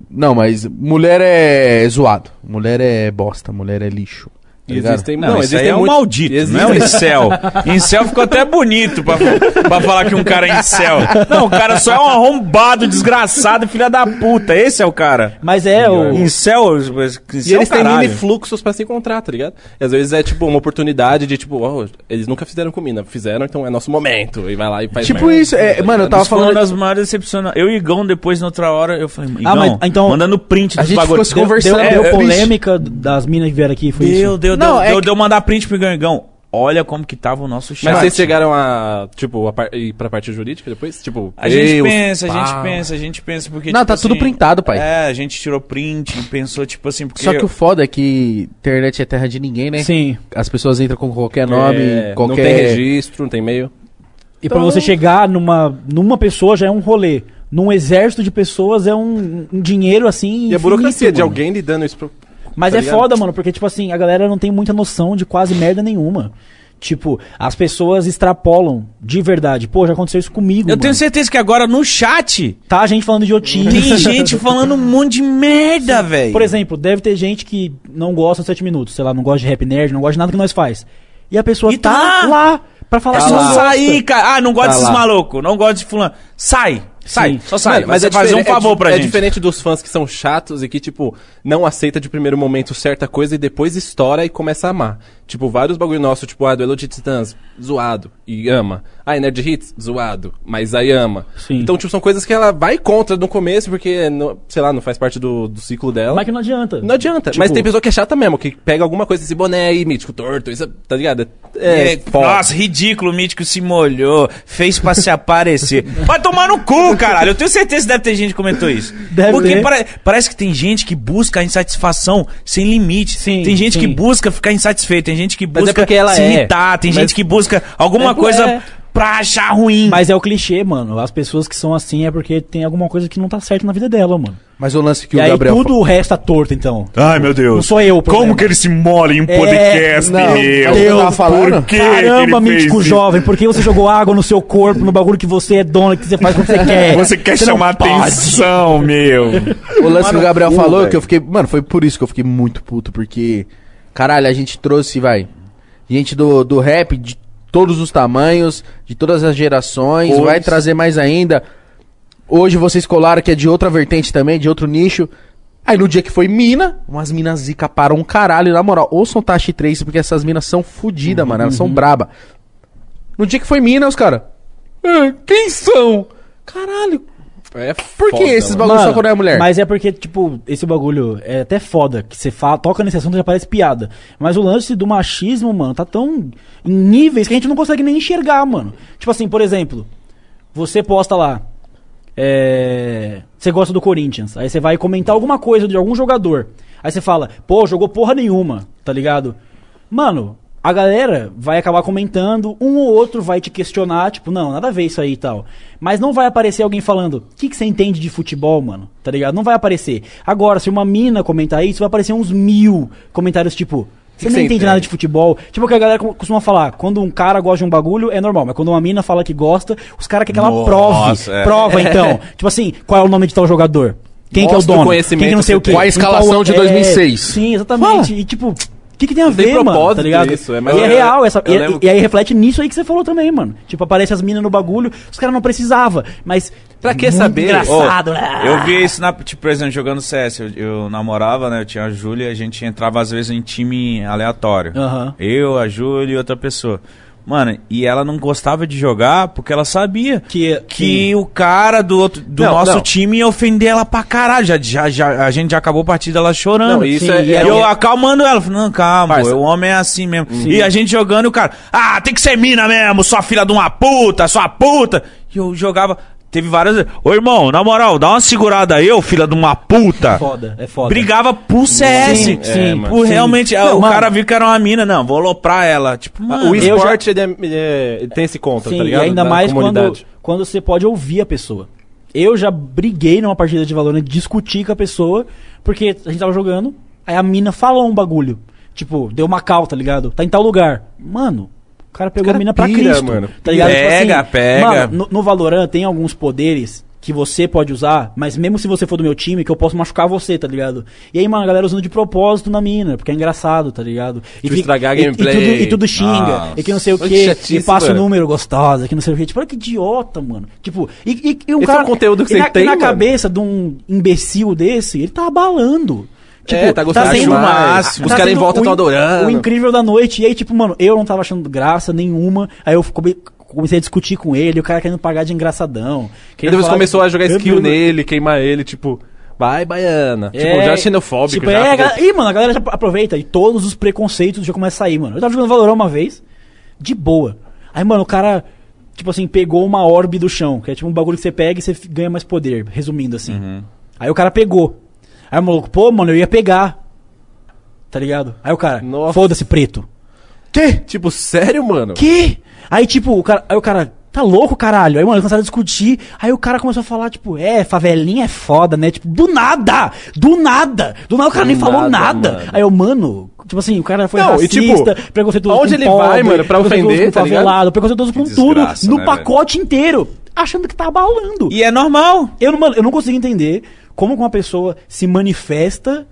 Speaker 2: Não, mas mulher é zoado. Mulher é bosta, mulher é lixo. tá ligado?
Speaker 3: Existem,
Speaker 1: Não, isso aí
Speaker 3: existem
Speaker 1: é um
Speaker 3: muito-
Speaker 1: maldito,
Speaker 3: existem-
Speaker 1: não é um incel. Incel ficou até bonito pra, pra falar que um cara é incel. Não, o cara só é um arrombado, desgraçado, filha da puta. Esse é o cara.
Speaker 4: Mas é, o.
Speaker 1: Incel, incel
Speaker 3: E eles têm
Speaker 1: caralho.
Speaker 3: mini fluxos pra se encontrar, tá ligado? E às vezes é tipo uma oportunidade de tipo, ó, eles nunca fizeram com mina, fizeram, então é nosso momento. E vai lá e faz
Speaker 2: Tipo
Speaker 3: merda.
Speaker 2: isso, é, mano, eu
Speaker 1: Tava
Speaker 2: tava
Speaker 1: falando
Speaker 2: falando.
Speaker 1: das maiores decepcionadas. Eu e Igão, depois, na outra hora, eu falei, Igão,
Speaker 4: Ah, mas, então-
Speaker 1: mandando print
Speaker 2: A
Speaker 1: dos
Speaker 2: gente
Speaker 1: bagulhos.
Speaker 2: ficou se
Speaker 4: Deu, deu,
Speaker 2: conversando,
Speaker 4: deu
Speaker 2: é, é,
Speaker 4: polêmica das minas que vieram aqui, foi
Speaker 1: Deu,
Speaker 4: isso?
Speaker 1: deu,
Speaker 2: Não,
Speaker 1: deu,
Speaker 2: é
Speaker 1: deu,
Speaker 2: que-
Speaker 1: deu mandar print pro Igão, Igão. Olha como que tava o nosso chat.
Speaker 3: Mas vocês chegaram a, tipo, a par... ir pra parte jurídica depois? Tipo,
Speaker 1: A gente
Speaker 3: eu-
Speaker 1: pensa, a
Speaker 3: pá.
Speaker 1: gente pensa, a gente pensa, porque. tipo
Speaker 2: Não, tá tudo printado, pai.
Speaker 1: É, a gente tirou print e pensou, tipo assim, porque.
Speaker 2: Só que o foda é que internet é terra de ninguém, né?
Speaker 4: Sim.
Speaker 2: As pessoas entram com qualquer nome,
Speaker 3: É,
Speaker 2: qualquer.
Speaker 3: Não tem registro, não tem e-mail.
Speaker 4: E pra você chegar numa, numa pessoa já é um rolê. Num exército de pessoas é um, um dinheiro assim.
Speaker 3: E a
Speaker 4: infinito,
Speaker 3: burocracia de
Speaker 4: mano.
Speaker 3: alguém lidando isso pro...
Speaker 4: Mas
Speaker 3: tá
Speaker 4: é
Speaker 3: ligado?
Speaker 4: foda, mano, porque, tipo assim, a galera não tem muita noção de quase merda nenhuma. Tipo, as pessoas extrapolam de verdade. Pô, já aconteceu isso comigo.
Speaker 1: Eu
Speaker 4: mano.
Speaker 1: tenho certeza que agora no chat
Speaker 4: Tá a gente falando de otim.
Speaker 1: tem gente falando um monte de merda, velho.
Speaker 4: Por exemplo, deve ter gente que não gosta dos 7 minutos, sei lá, não gosta de rap nerd, não gosta de nada que nós faz. E a pessoa
Speaker 1: E
Speaker 4: tá,
Speaker 1: tá
Speaker 4: lá pra falar
Speaker 1: É
Speaker 4: que
Speaker 1: só
Speaker 4: não gosta.
Speaker 1: sair, cara. Ah, não gosto
Speaker 2: Tá
Speaker 1: desses
Speaker 2: lá.
Speaker 1: malucos. Não gosto de fulano. Sai, sai,
Speaker 4: Sim.
Speaker 1: só sai.
Speaker 3: Mano,
Speaker 1: mas é fazer um
Speaker 3: diferente-
Speaker 1: favor
Speaker 3: é, di-
Speaker 1: pra
Speaker 3: é
Speaker 1: gente.
Speaker 3: diferente dos fãs que são chatos e que, tipo, não aceita de primeiro momento certa coisa e depois estoura e começa a amar. Tipo, vários bagulho nosso, tipo, ah, Duelo de Titãs, zoado, e ama. Ah, Nerd Hits, zoado, mas aí ama.
Speaker 4: Sim.
Speaker 3: Então, tipo, são coisas que ela vai contra no começo porque, não- sei lá, não faz parte do, do ciclo dela.
Speaker 4: Mas que não adianta.
Speaker 3: Não adianta.
Speaker 4: Tipo,
Speaker 3: Mas tem pessoa que é chata mesmo, que pega alguma coisa, esse boné aí, mítico, torto, isso, tá ligado? É,
Speaker 1: É,
Speaker 3: foda.
Speaker 1: nossa, ridículo, o Mítico se molhou, fez pra se aparecer. Vai tomar no cu, caralho. Eu tenho certeza que deve ter gente que comentou isso.
Speaker 4: Deve
Speaker 1: Porque
Speaker 4: ter.
Speaker 1: pare- parece que tem gente que busca a insatisfação sem limite.
Speaker 4: Sim,
Speaker 1: tem gente
Speaker 4: sim.
Speaker 1: que busca ficar insatisfeito, tem gente que
Speaker 3: é
Speaker 1: busca
Speaker 3: porque ela
Speaker 1: se
Speaker 3: é.
Speaker 1: irritar, tem gente que busca alguma
Speaker 4: É,
Speaker 1: coisa
Speaker 4: é.
Speaker 1: pra achar ruim.
Speaker 4: Mas é o clichê, mano. As pessoas que são assim é porque tem alguma coisa que não tá certa na vida dela, mano.
Speaker 2: Mas o lance que
Speaker 4: e
Speaker 2: o
Speaker 4: aí
Speaker 2: Gabriel.
Speaker 4: tudo o resto tá torto, então.
Speaker 1: Ai, meu Deus.
Speaker 4: Não sou eu, o problema.
Speaker 1: ele se molha em um
Speaker 4: É, podcast
Speaker 2: não, meu? eu tava tá falando.
Speaker 1: que
Speaker 4: Caramba, mítico jovem, por que você jogou água no seu corpo, no bagulho que você é dono, que você faz quando você quer? não pode.
Speaker 1: atenção, meu.
Speaker 2: O lance que o Gabriel falou, que eu fiquei. Mano, foi por isso que eu fiquei muito puto, porque. Caralho, a gente trouxe, vai. Gente do, do rap de todos os tamanhos, de todas as gerações, vai trazer mais ainda. Hoje vocês colaram que é de outra vertente também, de outro nicho. Aí no dia que foi mina, umas minas zica para um caralho, na moral, ouçam Tashi 3, porque essas minas são fodidas, mano, elas são braba. No dia que foi mina, os caras. Quem são? Caralho,
Speaker 3: É
Speaker 2: por que
Speaker 3: foda,
Speaker 2: esses
Speaker 3: mano.
Speaker 2: bagulho só
Speaker 4: Mano,
Speaker 2: quando é mulher?
Speaker 4: Mas é porque, tipo, esse bagulho é até foda, que você fala, toca nesse assunto e já parece piada. Mas o lance do machismo, mano, tá tão em níveis que a gente não consegue nem enxergar, mano. Tipo assim, por exemplo, você posta lá, é, você gosta do Corinthians, aí você vai comentar alguma coisa de algum jogador. Aí você fala, pô, jogou porra nenhuma, tá ligado? Mano, a galera vai acabar comentando, um ou outro vai te questionar, tipo, não, nada a ver isso aí e tal. Mas não vai aparecer alguém falando, o que, que você entende de futebol, mano? Tá ligado? Não vai aparecer. Agora, se uma mina comentar isso, vai aparecer uns mil comentários, tipo, você nem
Speaker 3: que você
Speaker 4: entende
Speaker 3: entende?
Speaker 4: nada de futebol. Tipo, o que a galera co- costuma falar, quando um cara gosta de um bagulho, é normal, mas quando uma mina fala que gosta, os caras querem que ela
Speaker 1: Nossa,
Speaker 4: prove.
Speaker 1: é.
Speaker 4: Prova, então. tipo assim, qual é o nome de tal jogador? Quem que é o
Speaker 3: Mostra o
Speaker 4: dono? Quem
Speaker 3: conhecimento
Speaker 4: que não sei o
Speaker 3: que você
Speaker 4: quê?
Speaker 3: tem.
Speaker 2: Qual a
Speaker 4: Em
Speaker 2: escalação de
Speaker 4: é,
Speaker 2: 2006?
Speaker 4: sim, exatamente. E tipo, o que, que tem a
Speaker 3: tem
Speaker 4: ver, mano? Tá
Speaker 3: propósito
Speaker 4: ligado?
Speaker 3: isso, é mais-
Speaker 4: e é
Speaker 3: eu-
Speaker 4: real, essa,
Speaker 3: eu
Speaker 4: e-
Speaker 3: lembro-
Speaker 4: e, aí reflete nisso aí que você falou também, mano. Tipo, aparece as minas no bagulho, os caras não precisavam, mas...
Speaker 3: Pra que
Speaker 4: muito
Speaker 3: saber?
Speaker 4: engraçado,
Speaker 1: Ô,
Speaker 4: né?
Speaker 1: Eu vi isso, na, tipo, por exemplo, jogando CS. Eu, eu namorava, né? Eu tinha a Júlia e a gente entrava às vezes em time aleatório.
Speaker 4: Aham.
Speaker 1: Eu, a Júlia e outra pessoa. Mano, e ela não gostava de jogar porque ela sabia
Speaker 4: Que-
Speaker 1: que o cara do, outro, do
Speaker 3: é- Não,
Speaker 1: nosso
Speaker 3: não.
Speaker 1: time ia ofender ela pra caralho. Já, já, já- a gente já acabou a partida ela chorando.
Speaker 3: Não, isso
Speaker 4: Sim,
Speaker 3: é,
Speaker 4: e
Speaker 1: E
Speaker 3: é-
Speaker 1: eu acalmando ela, falando, não, calma,
Speaker 3: Parça.
Speaker 1: pô, o homem é assim mesmo. E a gente jogando e o cara, ah, tem que ser mina mesmo, sua filha de uma puta, sua puta. E eu jogava, teve várias vezes, ô irmão, na moral, dá uma segurada aí, ô filha de uma puta.
Speaker 4: Foda, é foda.
Speaker 1: Brigava pro CS.
Speaker 4: Sim,
Speaker 1: É,
Speaker 4: sim,
Speaker 1: mano. por
Speaker 4: sim.
Speaker 1: realmente, ah,
Speaker 4: Não,
Speaker 1: o
Speaker 4: mano.
Speaker 1: cara viu que era uma mina, não, vou aloprar ela. Tipo, mano,
Speaker 3: O
Speaker 1: eu-
Speaker 3: esporte, ele, é- ele é- ele tem esse contra,
Speaker 4: Sim,
Speaker 3: tá ligado?
Speaker 4: e ainda
Speaker 3: Da
Speaker 4: mais
Speaker 3: comunidade.
Speaker 4: quando, quando você pode ouvir a pessoa. Eu já briguei numa partida de Valorant, discuti com a pessoa, porque a gente tava jogando, aí a mina falou um bagulho. Tipo, deu uma cal, tá ligado? Tá em tal lugar. Mano, o cara pegou
Speaker 3: cara
Speaker 4: a mina pra
Speaker 3: pira,
Speaker 4: Cristo.
Speaker 3: mano.
Speaker 4: Tá ligado?
Speaker 1: Pega, pega.
Speaker 4: Mano, no, no Valorant tem alguns poderes que você pode usar, mas mesmo se você for do meu time, que eu posso machucar você, tá ligado? E aí, mano, a galera usando de propósito na mina, porque é engraçado, tá ligado? E
Speaker 3: Tipo,
Speaker 4: fica-
Speaker 3: estragar a
Speaker 4: e- E,
Speaker 3: gameplay.
Speaker 4: tudo, e tudo xinga,
Speaker 1: Nossa.
Speaker 4: e que não sei o
Speaker 3: Ah, Que
Speaker 4: quê,
Speaker 3: chatice,
Speaker 4: e passa o
Speaker 3: mano.
Speaker 4: número gostosa, que não sei o quê. Tipo, olha que idiota, mano. Tipo, e, e, e um
Speaker 3: Esse é
Speaker 4: cara...
Speaker 3: o conteúdo que
Speaker 4: e
Speaker 3: você
Speaker 4: na, e
Speaker 3: tem,
Speaker 4: na
Speaker 3: mano?
Speaker 4: cabeça de um imbecil desse, ele tá abalando. Tipo,
Speaker 3: É, tá gostando
Speaker 4: sendo
Speaker 3: demais.
Speaker 4: máximo.
Speaker 3: Os caras em
Speaker 4: sendo
Speaker 3: volta
Speaker 4: o
Speaker 3: tão
Speaker 4: in-
Speaker 3: adorando.
Speaker 4: O incrível da noite. E aí, tipo, mano, eu não tava achando graça nenhuma. Aí eu come- comecei a discutir com ele, o cara querendo pagar de engraçadão.
Speaker 3: E
Speaker 4: querendo
Speaker 3: depois
Speaker 4: falar
Speaker 3: começou
Speaker 4: de-
Speaker 3: a jogar
Speaker 4: Eu-
Speaker 3: skill nele, queimar ele, tipo, vai, baiana. Tipo,
Speaker 4: É,
Speaker 3: já xenofóbico,
Speaker 4: tipo,
Speaker 3: já. tá
Speaker 4: É, a galera- Ih, mano, a galera já aproveita e todos os preconceitos já começam a sair, mano. Eu tava jogando Valorant uma vez, de boa. Aí, mano, o cara, tipo assim, pegou uma orbe do chão, que é tipo um bagulho que você pega e você f- ganha mais poder, resumindo assim.
Speaker 3: Uhum.
Speaker 4: Aí o cara pegou. Aí o maluco, pô, mano, eu ia pegar. Tá ligado? Aí o cara,
Speaker 3: Nossa.
Speaker 4: foda-se, preto.
Speaker 3: Que? Tipo, sério, mano?
Speaker 4: Que? Aí, tipo, o cara. Aí o cara. Tá louco, caralho? Aí, mano, eles começaram a discutir. Aí o cara começou a falar, tipo, é, favelinha é foda, né? Tipo, do nada! Do nada! Do nada o cara
Speaker 3: Do
Speaker 4: nem falou
Speaker 3: nada,
Speaker 4: nada.
Speaker 3: mano.
Speaker 4: Aí eu, mano, tipo assim, o cara foi
Speaker 3: Não, e,
Speaker 4: racista,
Speaker 3: tipo,
Speaker 4: preconceituoso
Speaker 3: aonde
Speaker 4: com
Speaker 3: ele vai,
Speaker 4: pobre,
Speaker 3: mano, pra
Speaker 4: preconceituoso
Speaker 3: ofender,
Speaker 4: com
Speaker 3: tá ligado?
Speaker 4: favelado, preconceituoso com
Speaker 1: Que
Speaker 4: tudo,
Speaker 1: desgraça,
Speaker 4: no
Speaker 1: né,
Speaker 4: pacote inteiro, achando que tá abalando.
Speaker 1: E é normal.
Speaker 4: Eu, não- mano, eu não consigo entender como que uma pessoa se manifesta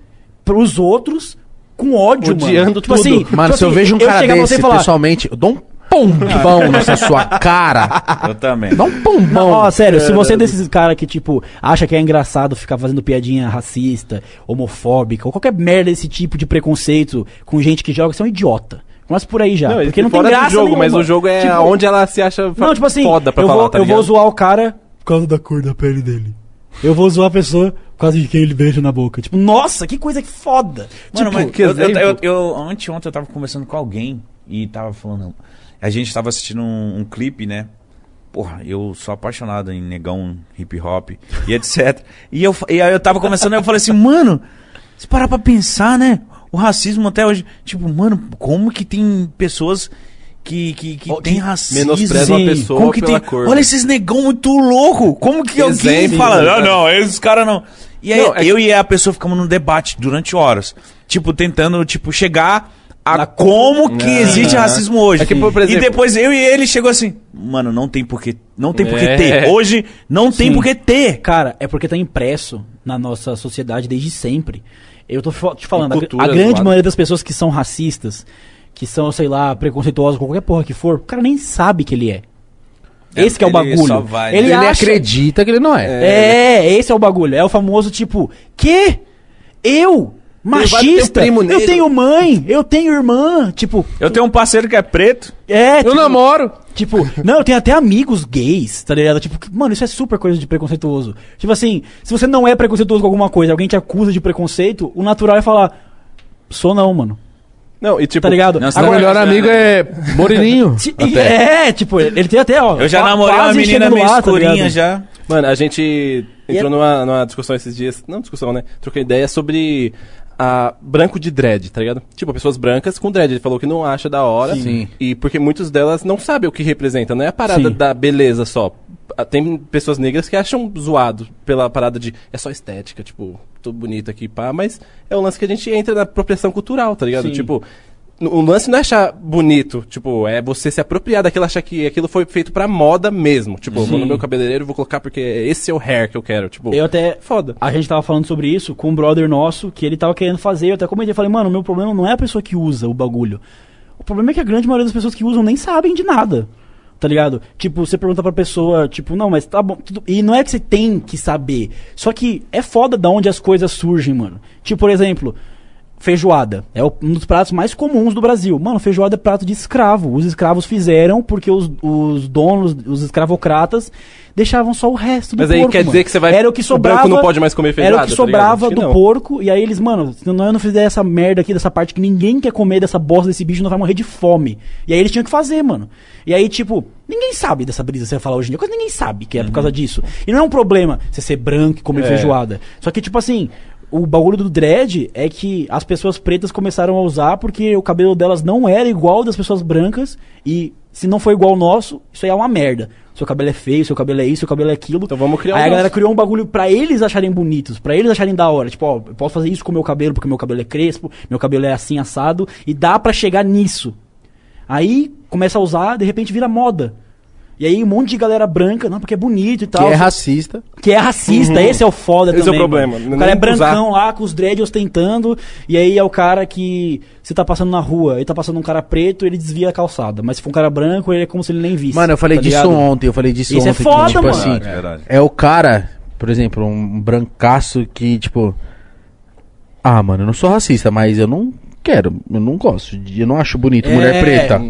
Speaker 4: pros outros com ódio, mano. Tipo assim,
Speaker 3: Odiando tudo.
Speaker 2: Mano, se eu vejo um cara
Speaker 4: chegar pra você
Speaker 2: desse
Speaker 4: e assim, falar,
Speaker 2: pessoalmente, eu dou um pombão nessa sua cara.
Speaker 1: Eu também.
Speaker 2: Dá um pombão.
Speaker 4: Não, ó, sério, se você é desses cara que, tipo, acha que é engraçado ficar fazendo piadinha racista, homofóbica, ou qualquer merda desse tipo de preconceito com gente que joga, você é um idiota. Começa por aí já.
Speaker 3: Não,
Speaker 4: porque
Speaker 3: porque
Speaker 4: não tem
Speaker 3: fora
Speaker 4: graça
Speaker 3: do jogo,
Speaker 4: nenhuma.
Speaker 3: mas o jogo é
Speaker 4: Tipo,
Speaker 3: onde ela se acha
Speaker 4: Não, tipo assim,
Speaker 3: foda pra
Speaker 4: eu,
Speaker 3: falar,
Speaker 4: vou,
Speaker 3: tá
Speaker 4: eu vou
Speaker 3: ligado?
Speaker 4: zoar o cara por causa da cor da pele dele. Eu vou zoar a pessoa por causa de quem ele beija na boca. Tipo, nossa, que coisa que foda.
Speaker 1: Mano,
Speaker 4: tipo,
Speaker 1: mas eu, eu,
Speaker 3: exemplo.
Speaker 1: eu, eu- anteontem eu tava conversando com alguém e tava falando. A gente tava assistindo um, um clipe, né? Porra, eu sou apaixonado em negão hip hop e etc. e, eu, fa- e aí eu tava conversando e eu falei assim, mano, se parar pra pensar, né? O racismo até hoje. Tipo, mano, como que tem pessoas que, que, que tem racismo?
Speaker 3: menospreza uma
Speaker 1: Sim.
Speaker 3: pessoa
Speaker 1: como que
Speaker 3: pela
Speaker 1: tem,
Speaker 3: cor,
Speaker 1: Olha
Speaker 3: né?
Speaker 1: esses negão muito louco. Como que alguém
Speaker 3: Exemplo,
Speaker 1: fala,
Speaker 3: né?
Speaker 1: ah, não, esses caras não. E aí
Speaker 3: Não, é
Speaker 1: eu e a pessoa ficamos num debate durante horas. Tipo, tentando, tipo, chegar a
Speaker 4: Na-
Speaker 1: como que existe
Speaker 3: Aham.
Speaker 1: racismo hoje.
Speaker 3: É que, por exemplo-
Speaker 1: e depois eu e ele chegou assim, mano, não tem porquê, não tem porquê
Speaker 3: É.
Speaker 1: ter. Hoje não tem
Speaker 4: Sim.
Speaker 1: porquê ter.
Speaker 4: Cara, é porque tá impresso na nossa sociedade desde sempre. Eu tô fo- te falando,
Speaker 3: E
Speaker 4: a gr-
Speaker 3: cultura
Speaker 4: a, grande
Speaker 3: zoada.
Speaker 4: maioria das pessoas que são racistas, que são, sei lá, preconceituosas com qualquer porra que for, o cara nem sabe que ele é.
Speaker 1: É,
Speaker 4: Esse que é o
Speaker 1: ele
Speaker 4: bagulho.
Speaker 1: só vai, né?
Speaker 4: ele
Speaker 2: Ele
Speaker 4: acha...
Speaker 2: acredita que ele não é.
Speaker 4: É, esse é o bagulho. É o famoso tipo, que? Eu? Machista?
Speaker 3: primo
Speaker 4: Eu
Speaker 3: negro.
Speaker 4: tenho mãe, eu tenho irmã. Tipo,
Speaker 1: Eu tenho um parceiro que é preto.
Speaker 4: é,
Speaker 2: Eu
Speaker 4: tipo,
Speaker 2: namoro.
Speaker 4: Tipo, não, tem até amigos gays, tá ligado? Tipo, que- mano, isso é super coisa de preconceituoso. Tipo assim, se você não é preconceituoso com alguma coisa, alguém te acusa de preconceito, o natural é falar, sou não, mano.
Speaker 3: Não, e tipo...
Speaker 4: Tá ligado?
Speaker 1: Não, você
Speaker 2: Meu
Speaker 1: Agora-
Speaker 2: melhor amigo é Moreninho.
Speaker 4: se-
Speaker 2: até.
Speaker 4: é, tipo, ele tem até, ó.
Speaker 1: Eu já
Speaker 4: qua-
Speaker 1: namorei uma
Speaker 4: Tá quase
Speaker 1: menina
Speaker 4: chegando
Speaker 1: meio
Speaker 4: lá, tá
Speaker 1: escurinha
Speaker 4: ligado?
Speaker 1: já.
Speaker 3: Mano, a gente entrou
Speaker 4: é-
Speaker 3: numa, numa discussão esses dias. Não discussão, né? Trocou ideia sobre a branco de dread, tá ligado? Tipo, pessoas brancas com dread. Ele falou que não acha da hora.
Speaker 2: Sim.
Speaker 3: E porque muitas delas não sabem o que representa. Não é a parada
Speaker 4: Sim.
Speaker 3: da beleza só. Ah, Tem pessoas negras que acham zoado pela parada de é só estética, tipo, tô bonito aqui, pá, mas é um lance que a gente entra na apropriação cultural, tá ligado?
Speaker 4: Sim.
Speaker 3: Tipo, n- o lance não é achar bonito, tipo, é você se apropriar daquilo, achar que aquilo foi feito pra moda mesmo. Tipo, eu vou no meu cabeleireiro, vou colocar porque esse é o hair que eu quero, tipo.
Speaker 4: Eu até.
Speaker 3: Foda.
Speaker 4: A gente tava falando sobre isso com um brother nosso que ele tava querendo fazer. Eu até comentei, falei, mano, o meu problema não é a pessoa que usa o bagulho. O problema é que a grande maioria das pessoas que usam nem sabem de nada. Tá ligado? Tipo, você pergunta pra pessoa, tipo, não, mas tá bom. tudo- E não é que você tem que saber. Só que é foda da onde as coisas surgem, mano. Tipo, por exemplo, Feijoada. É o- um dos pratos mais comuns do Brasil. Mano, feijoada é prato de escravo. Os escravos fizeram porque os, os donos, os escravocratas, deixavam só o resto do
Speaker 3: Mas aí
Speaker 4: porco.
Speaker 3: quer
Speaker 4: mano.
Speaker 3: dizer que você vai-
Speaker 4: Era o que
Speaker 3: o branco
Speaker 4: sobrava.
Speaker 3: não pode mais comer
Speaker 4: Era o
Speaker 3: feijoada,
Speaker 4: que
Speaker 3: tá
Speaker 4: sobrava
Speaker 3: ligado? Acho que
Speaker 4: do
Speaker 3: não.
Speaker 4: porco. E aí eles, mano, se não eu não fizer essa merda aqui, dessa parte que ninguém quer comer dessa bosta desse bicho, não vai morrer de fome. E aí eles tinham que fazer, mano. E aí, tipo, ninguém sabe dessa brisa que você vai falar hoje em dia. Coisa que ninguém sabe que é por causa disso. E não é um problema você ser branco e comer
Speaker 3: Uhum. É.
Speaker 4: feijoada. Só que, tipo assim, o bagulho do dread é que as pessoas pretas começaram a usar porque o cabelo delas não era igual ao das pessoas brancas e se não for igual ao nosso, isso aí é uma merda. Seu cabelo é feio, seu cabelo é isso, seu cabelo é aquilo.
Speaker 3: Então vamos criar
Speaker 4: Aí
Speaker 3: o
Speaker 4: a galera
Speaker 3: nosso.
Speaker 4: criou um bagulho pra eles acharem bonitos, pra eles acharem da hora. Tipo, ó, eu posso fazer isso com o meu cabelo, porque meu cabelo é crespo, meu cabelo é assim assado, e dá pra chegar nisso. Aí começa a usar, de repente vira moda. E aí um monte de galera branca, não, porque é bonito e tal.
Speaker 2: Que é Uhum. racista.
Speaker 4: Que é racista, esse é o foda
Speaker 3: Esse é o
Speaker 4: também.
Speaker 3: problema,
Speaker 4: mano.
Speaker 3: não
Speaker 4: O cara é
Speaker 3: nem usar.
Speaker 4: brancão lá, com os dread ostentando, e aí é o cara que você tá passando na rua e tá passando um cara preto, ele desvia a calçada. Mas se for um cara branco, ele é como se ele nem visse.
Speaker 2: Mano, eu falei
Speaker 4: tá
Speaker 2: disso
Speaker 4: ligado?
Speaker 2: ontem, eu falei disso
Speaker 4: Isso é
Speaker 2: ontem. que,
Speaker 4: foda,
Speaker 2: tipo
Speaker 4: mano.
Speaker 2: assim,
Speaker 1: Verdade.
Speaker 2: é o cara, por exemplo, um brancaço que, tipo. Ah, mano, eu não sou racista, mas eu não quero, eu não gosto, de- eu não acho bonito mulher
Speaker 4: É.
Speaker 2: preta.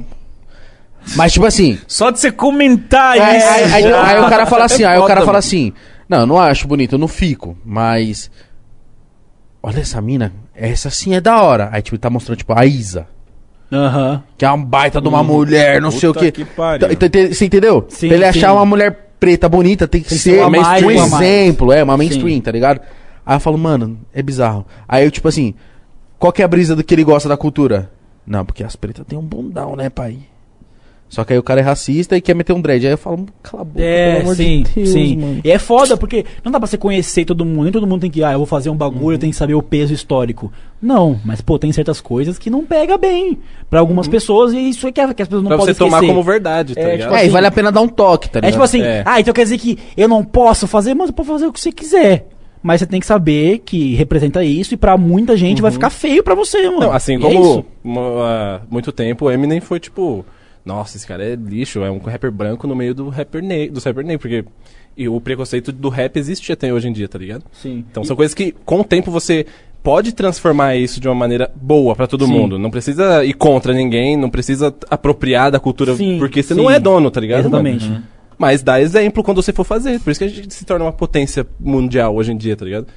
Speaker 2: Mas, tipo assim,
Speaker 1: Só de você comentar
Speaker 2: Aí,
Speaker 1: isso.
Speaker 2: É, aí- aí-
Speaker 1: já-
Speaker 2: aí o cara fala assim,
Speaker 1: É
Speaker 2: aí o
Speaker 1: foda,
Speaker 2: cara fala
Speaker 1: mano.
Speaker 2: assim, não, eu não acho bonito, eu não fico, mas. Olha essa mina, essa sim é da hora. Aí, tipo, tá mostrando, tipo, a Isa,
Speaker 4: Aham.
Speaker 2: que é uma baita de uma mulher, não sei o
Speaker 1: Puta
Speaker 2: quê.
Speaker 1: que pariu.
Speaker 2: Tá- tá- te- Você entendeu?
Speaker 4: Sim,
Speaker 2: pra ele
Speaker 4: sim.
Speaker 2: achar uma mulher preta bonita, tem que
Speaker 4: Tem que
Speaker 2: ser
Speaker 4: ser uma mais,
Speaker 2: um
Speaker 4: uma mais.
Speaker 2: exemplo, é, uma
Speaker 4: Sim.
Speaker 2: mainstream, tá ligado? Aí eu falo, mano, é bizarro. Aí eu, tipo assim, qual que é a brisa do que ele gosta da cultura? Não, porque as pretas têm um bundão, né, pai? Só que aí o cara é racista e quer meter um dread. Aí eu falo, cala a boca, pelo
Speaker 4: É,
Speaker 2: amor
Speaker 4: sim,
Speaker 2: de Deus,
Speaker 4: sim.
Speaker 2: mano.
Speaker 4: E é foda, porque não dá pra você conhecer todo mundo, nem todo mundo tem que, ah, eu vou fazer um bagulho,
Speaker 3: Uhum.
Speaker 4: eu tenho que saber o peso histórico. Não, mas pô, tem certas coisas que não pega bem pra algumas pessoas, e isso é que, que as pessoas não
Speaker 3: Uhum. Pra você
Speaker 4: podem esquecer.
Speaker 3: tomar como verdade, tá
Speaker 4: É,
Speaker 3: ligado?
Speaker 2: é,
Speaker 4: tipo
Speaker 2: e vale a pena dar um toque, tá ligado?
Speaker 4: É tipo assim,
Speaker 3: É.
Speaker 4: ah, então quer dizer que eu não posso fazer, mas eu posso fazer o que você quiser. Mas você tem que saber que representa isso e pra muita gente vai ficar feio pra você, mano.
Speaker 3: Uhum. Não, assim
Speaker 4: E
Speaker 3: como
Speaker 4: É isso.
Speaker 3: mo- há muito tempo o Eminem foi tipo, nossa, esse cara é lixo, é um rapper branco no meio do rapper negro, dos rapper negro, porque e o preconceito do rap existe até hoje em dia, tá ligado?
Speaker 4: Sim.
Speaker 3: Então são coisas que com o tempo você pode transformar isso de uma maneira boa pra todo mundo. Não precisa ir contra ninguém, não precisa t- apropriar da cultura,
Speaker 4: Sim,
Speaker 3: porque você
Speaker 4: sim.
Speaker 3: não é dono, tá ligado?
Speaker 4: Exatamente.
Speaker 3: mano? Mas dá exemplo quando você for fazer. Por isso que a gente se torna uma potência mundial hoje em dia, tá ligado?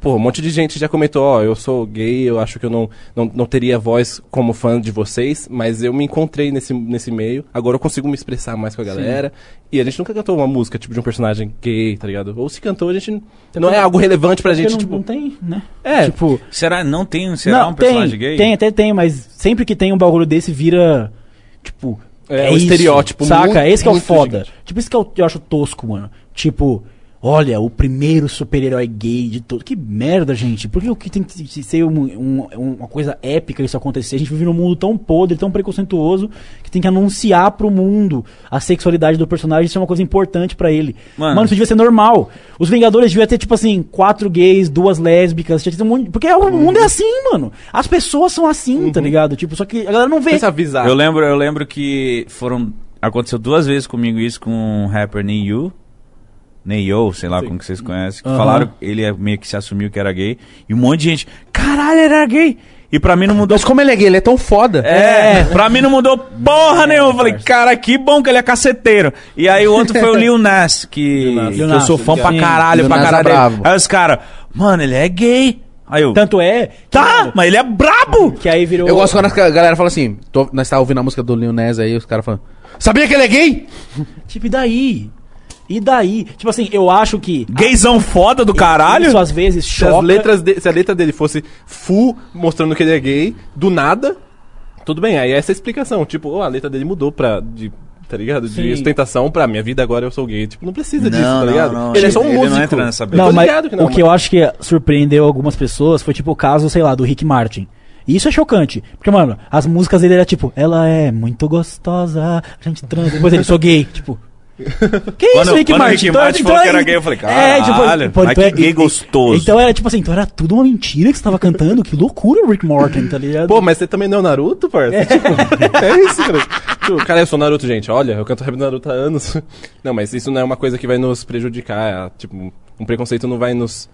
Speaker 3: Pô, um monte de gente já comentou, ó, eu sou gay, eu acho que eu não, não, não teria voz como fã de vocês, mas eu me encontrei nesse, nesse meio, agora eu consigo me expressar mais com a galera. E a gente nunca cantou uma música, tipo, de um personagem gay, tá ligado? Ou se cantou, a gente n- não é algo relevante pra
Speaker 4: Porque
Speaker 3: gente,
Speaker 4: não,
Speaker 3: tipo...
Speaker 4: não tem, né?
Speaker 3: É.
Speaker 4: Tipo,
Speaker 1: Será não tem será um personagem
Speaker 4: tem,
Speaker 1: gay?
Speaker 4: Tem, até tem, mas sempre que tem um bagulho desse vira. Tipo.
Speaker 3: É, um
Speaker 4: isso,
Speaker 3: estereótipo
Speaker 4: Saca?
Speaker 3: muito,
Speaker 4: Esse que é o
Speaker 3: muito
Speaker 4: foda.
Speaker 3: gigante.
Speaker 4: Tipo, isso que eu, eu acho tosco, mano. Tipo. Olha, o primeiro super-herói gay de todo. Que merda, gente. Por que o que tem que se- ser um- um- uma coisa épica isso acontecer? A gente vive num mundo tão podre, tão preconceituoso, que tem que anunciar pro mundo a sexualidade do personagem. Isso é uma coisa importante pra ele.
Speaker 1: Mano.
Speaker 4: Mano, isso devia ser normal. Os Vingadores devia ter, tipo assim, quatro gays, duas lésbicas. Tinha que ter um monte... Porque o mundo é assim, mano. As pessoas são assim, tá ligado? Tipo, só que a galera não vê.
Speaker 3: Pensa avisar.
Speaker 1: Eu lembro, eu lembro que foram aconteceu duas vezes comigo isso com um rapper Neyu. Neyo, sei lá como que vocês conhecem, que
Speaker 4: Aham.
Speaker 1: falaram, ele é- meio que se assumiu que era gay, e um monte de gente, caralho, era gay. E pra mim não mudou
Speaker 2: Mas como ele é gay, ele é tão foda.
Speaker 1: É, pra mim não mudou porra nenhuma. Eu falei, cara, que bom que ele é caceteiro. E aí o outro foi o Lil Nas, que,
Speaker 3: Nas,
Speaker 1: que eu
Speaker 4: Lil Nas,
Speaker 1: sou fã pra
Speaker 4: sim.
Speaker 1: caralho,
Speaker 2: Lil
Speaker 1: pra
Speaker 2: Nas é
Speaker 1: caralho. dele.
Speaker 2: bravo.
Speaker 1: aí os caras, mano, ele é gay. Aí eu,
Speaker 4: Tanto é. que-
Speaker 1: tá, mas ele é brabo.
Speaker 4: Que aí virou.
Speaker 2: Eu gosto quando a galera fala assim, tô- nós tá ouvindo a música do Lil Nas aí, os caras falam, sabia que ele é gay?
Speaker 4: Tipo, e daí? E daí? Tipo assim, eu acho que.
Speaker 1: Gayzão foda do caralho.
Speaker 4: Isso às vezes
Speaker 3: Se, as
Speaker 4: choca.
Speaker 3: letras de- se a letra dele fosse full mostrando que ele é gay, do nada, tudo bem. Aí essa é a explicação. Tipo, ó, a letra dele mudou pra. De, tá ligado? De
Speaker 4: Sim.
Speaker 3: ostentação pra minha vida agora eu sou gay. Tipo, não precisa disso,
Speaker 1: Não,
Speaker 3: tá
Speaker 1: não,
Speaker 3: ligado?
Speaker 1: não.
Speaker 3: ele é só um
Speaker 1: Ele não
Speaker 3: músico.
Speaker 1: entra nessa
Speaker 3: Eu tô
Speaker 1: brisa.
Speaker 4: Não, mas
Speaker 3: ligado que
Speaker 4: o que eu acho que surpreendeu algumas pessoas foi tipo o caso, sei lá, do Rick Martin. E isso é chocante. Porque, mano, as músicas dele era tipo, ela é muito gostosa, a gente transa. Depois ele, sou gay. Tipo. Que isso,
Speaker 1: Quando-
Speaker 4: Rick
Speaker 1: quando o
Speaker 4: Martin? Então é
Speaker 1: Rick Martin falou que era gay, eu falei,
Speaker 4: tipo,
Speaker 1: caralho, mas que gay gostoso.
Speaker 4: Então era tipo assim, então era tudo uma mentira que você tava cantando. Que loucura o Rick Martin, tá ligado?
Speaker 3: Pô, mas você também não é o Naruto, parça? Tipo, é isso, cara. Tipo, cara, eu sou Naruto, gente. Olha, eu canto rap do Naruto há anos. Não, mas isso não é uma coisa que vai nos prejudicar. é, Tipo, um preconceito não vai nos.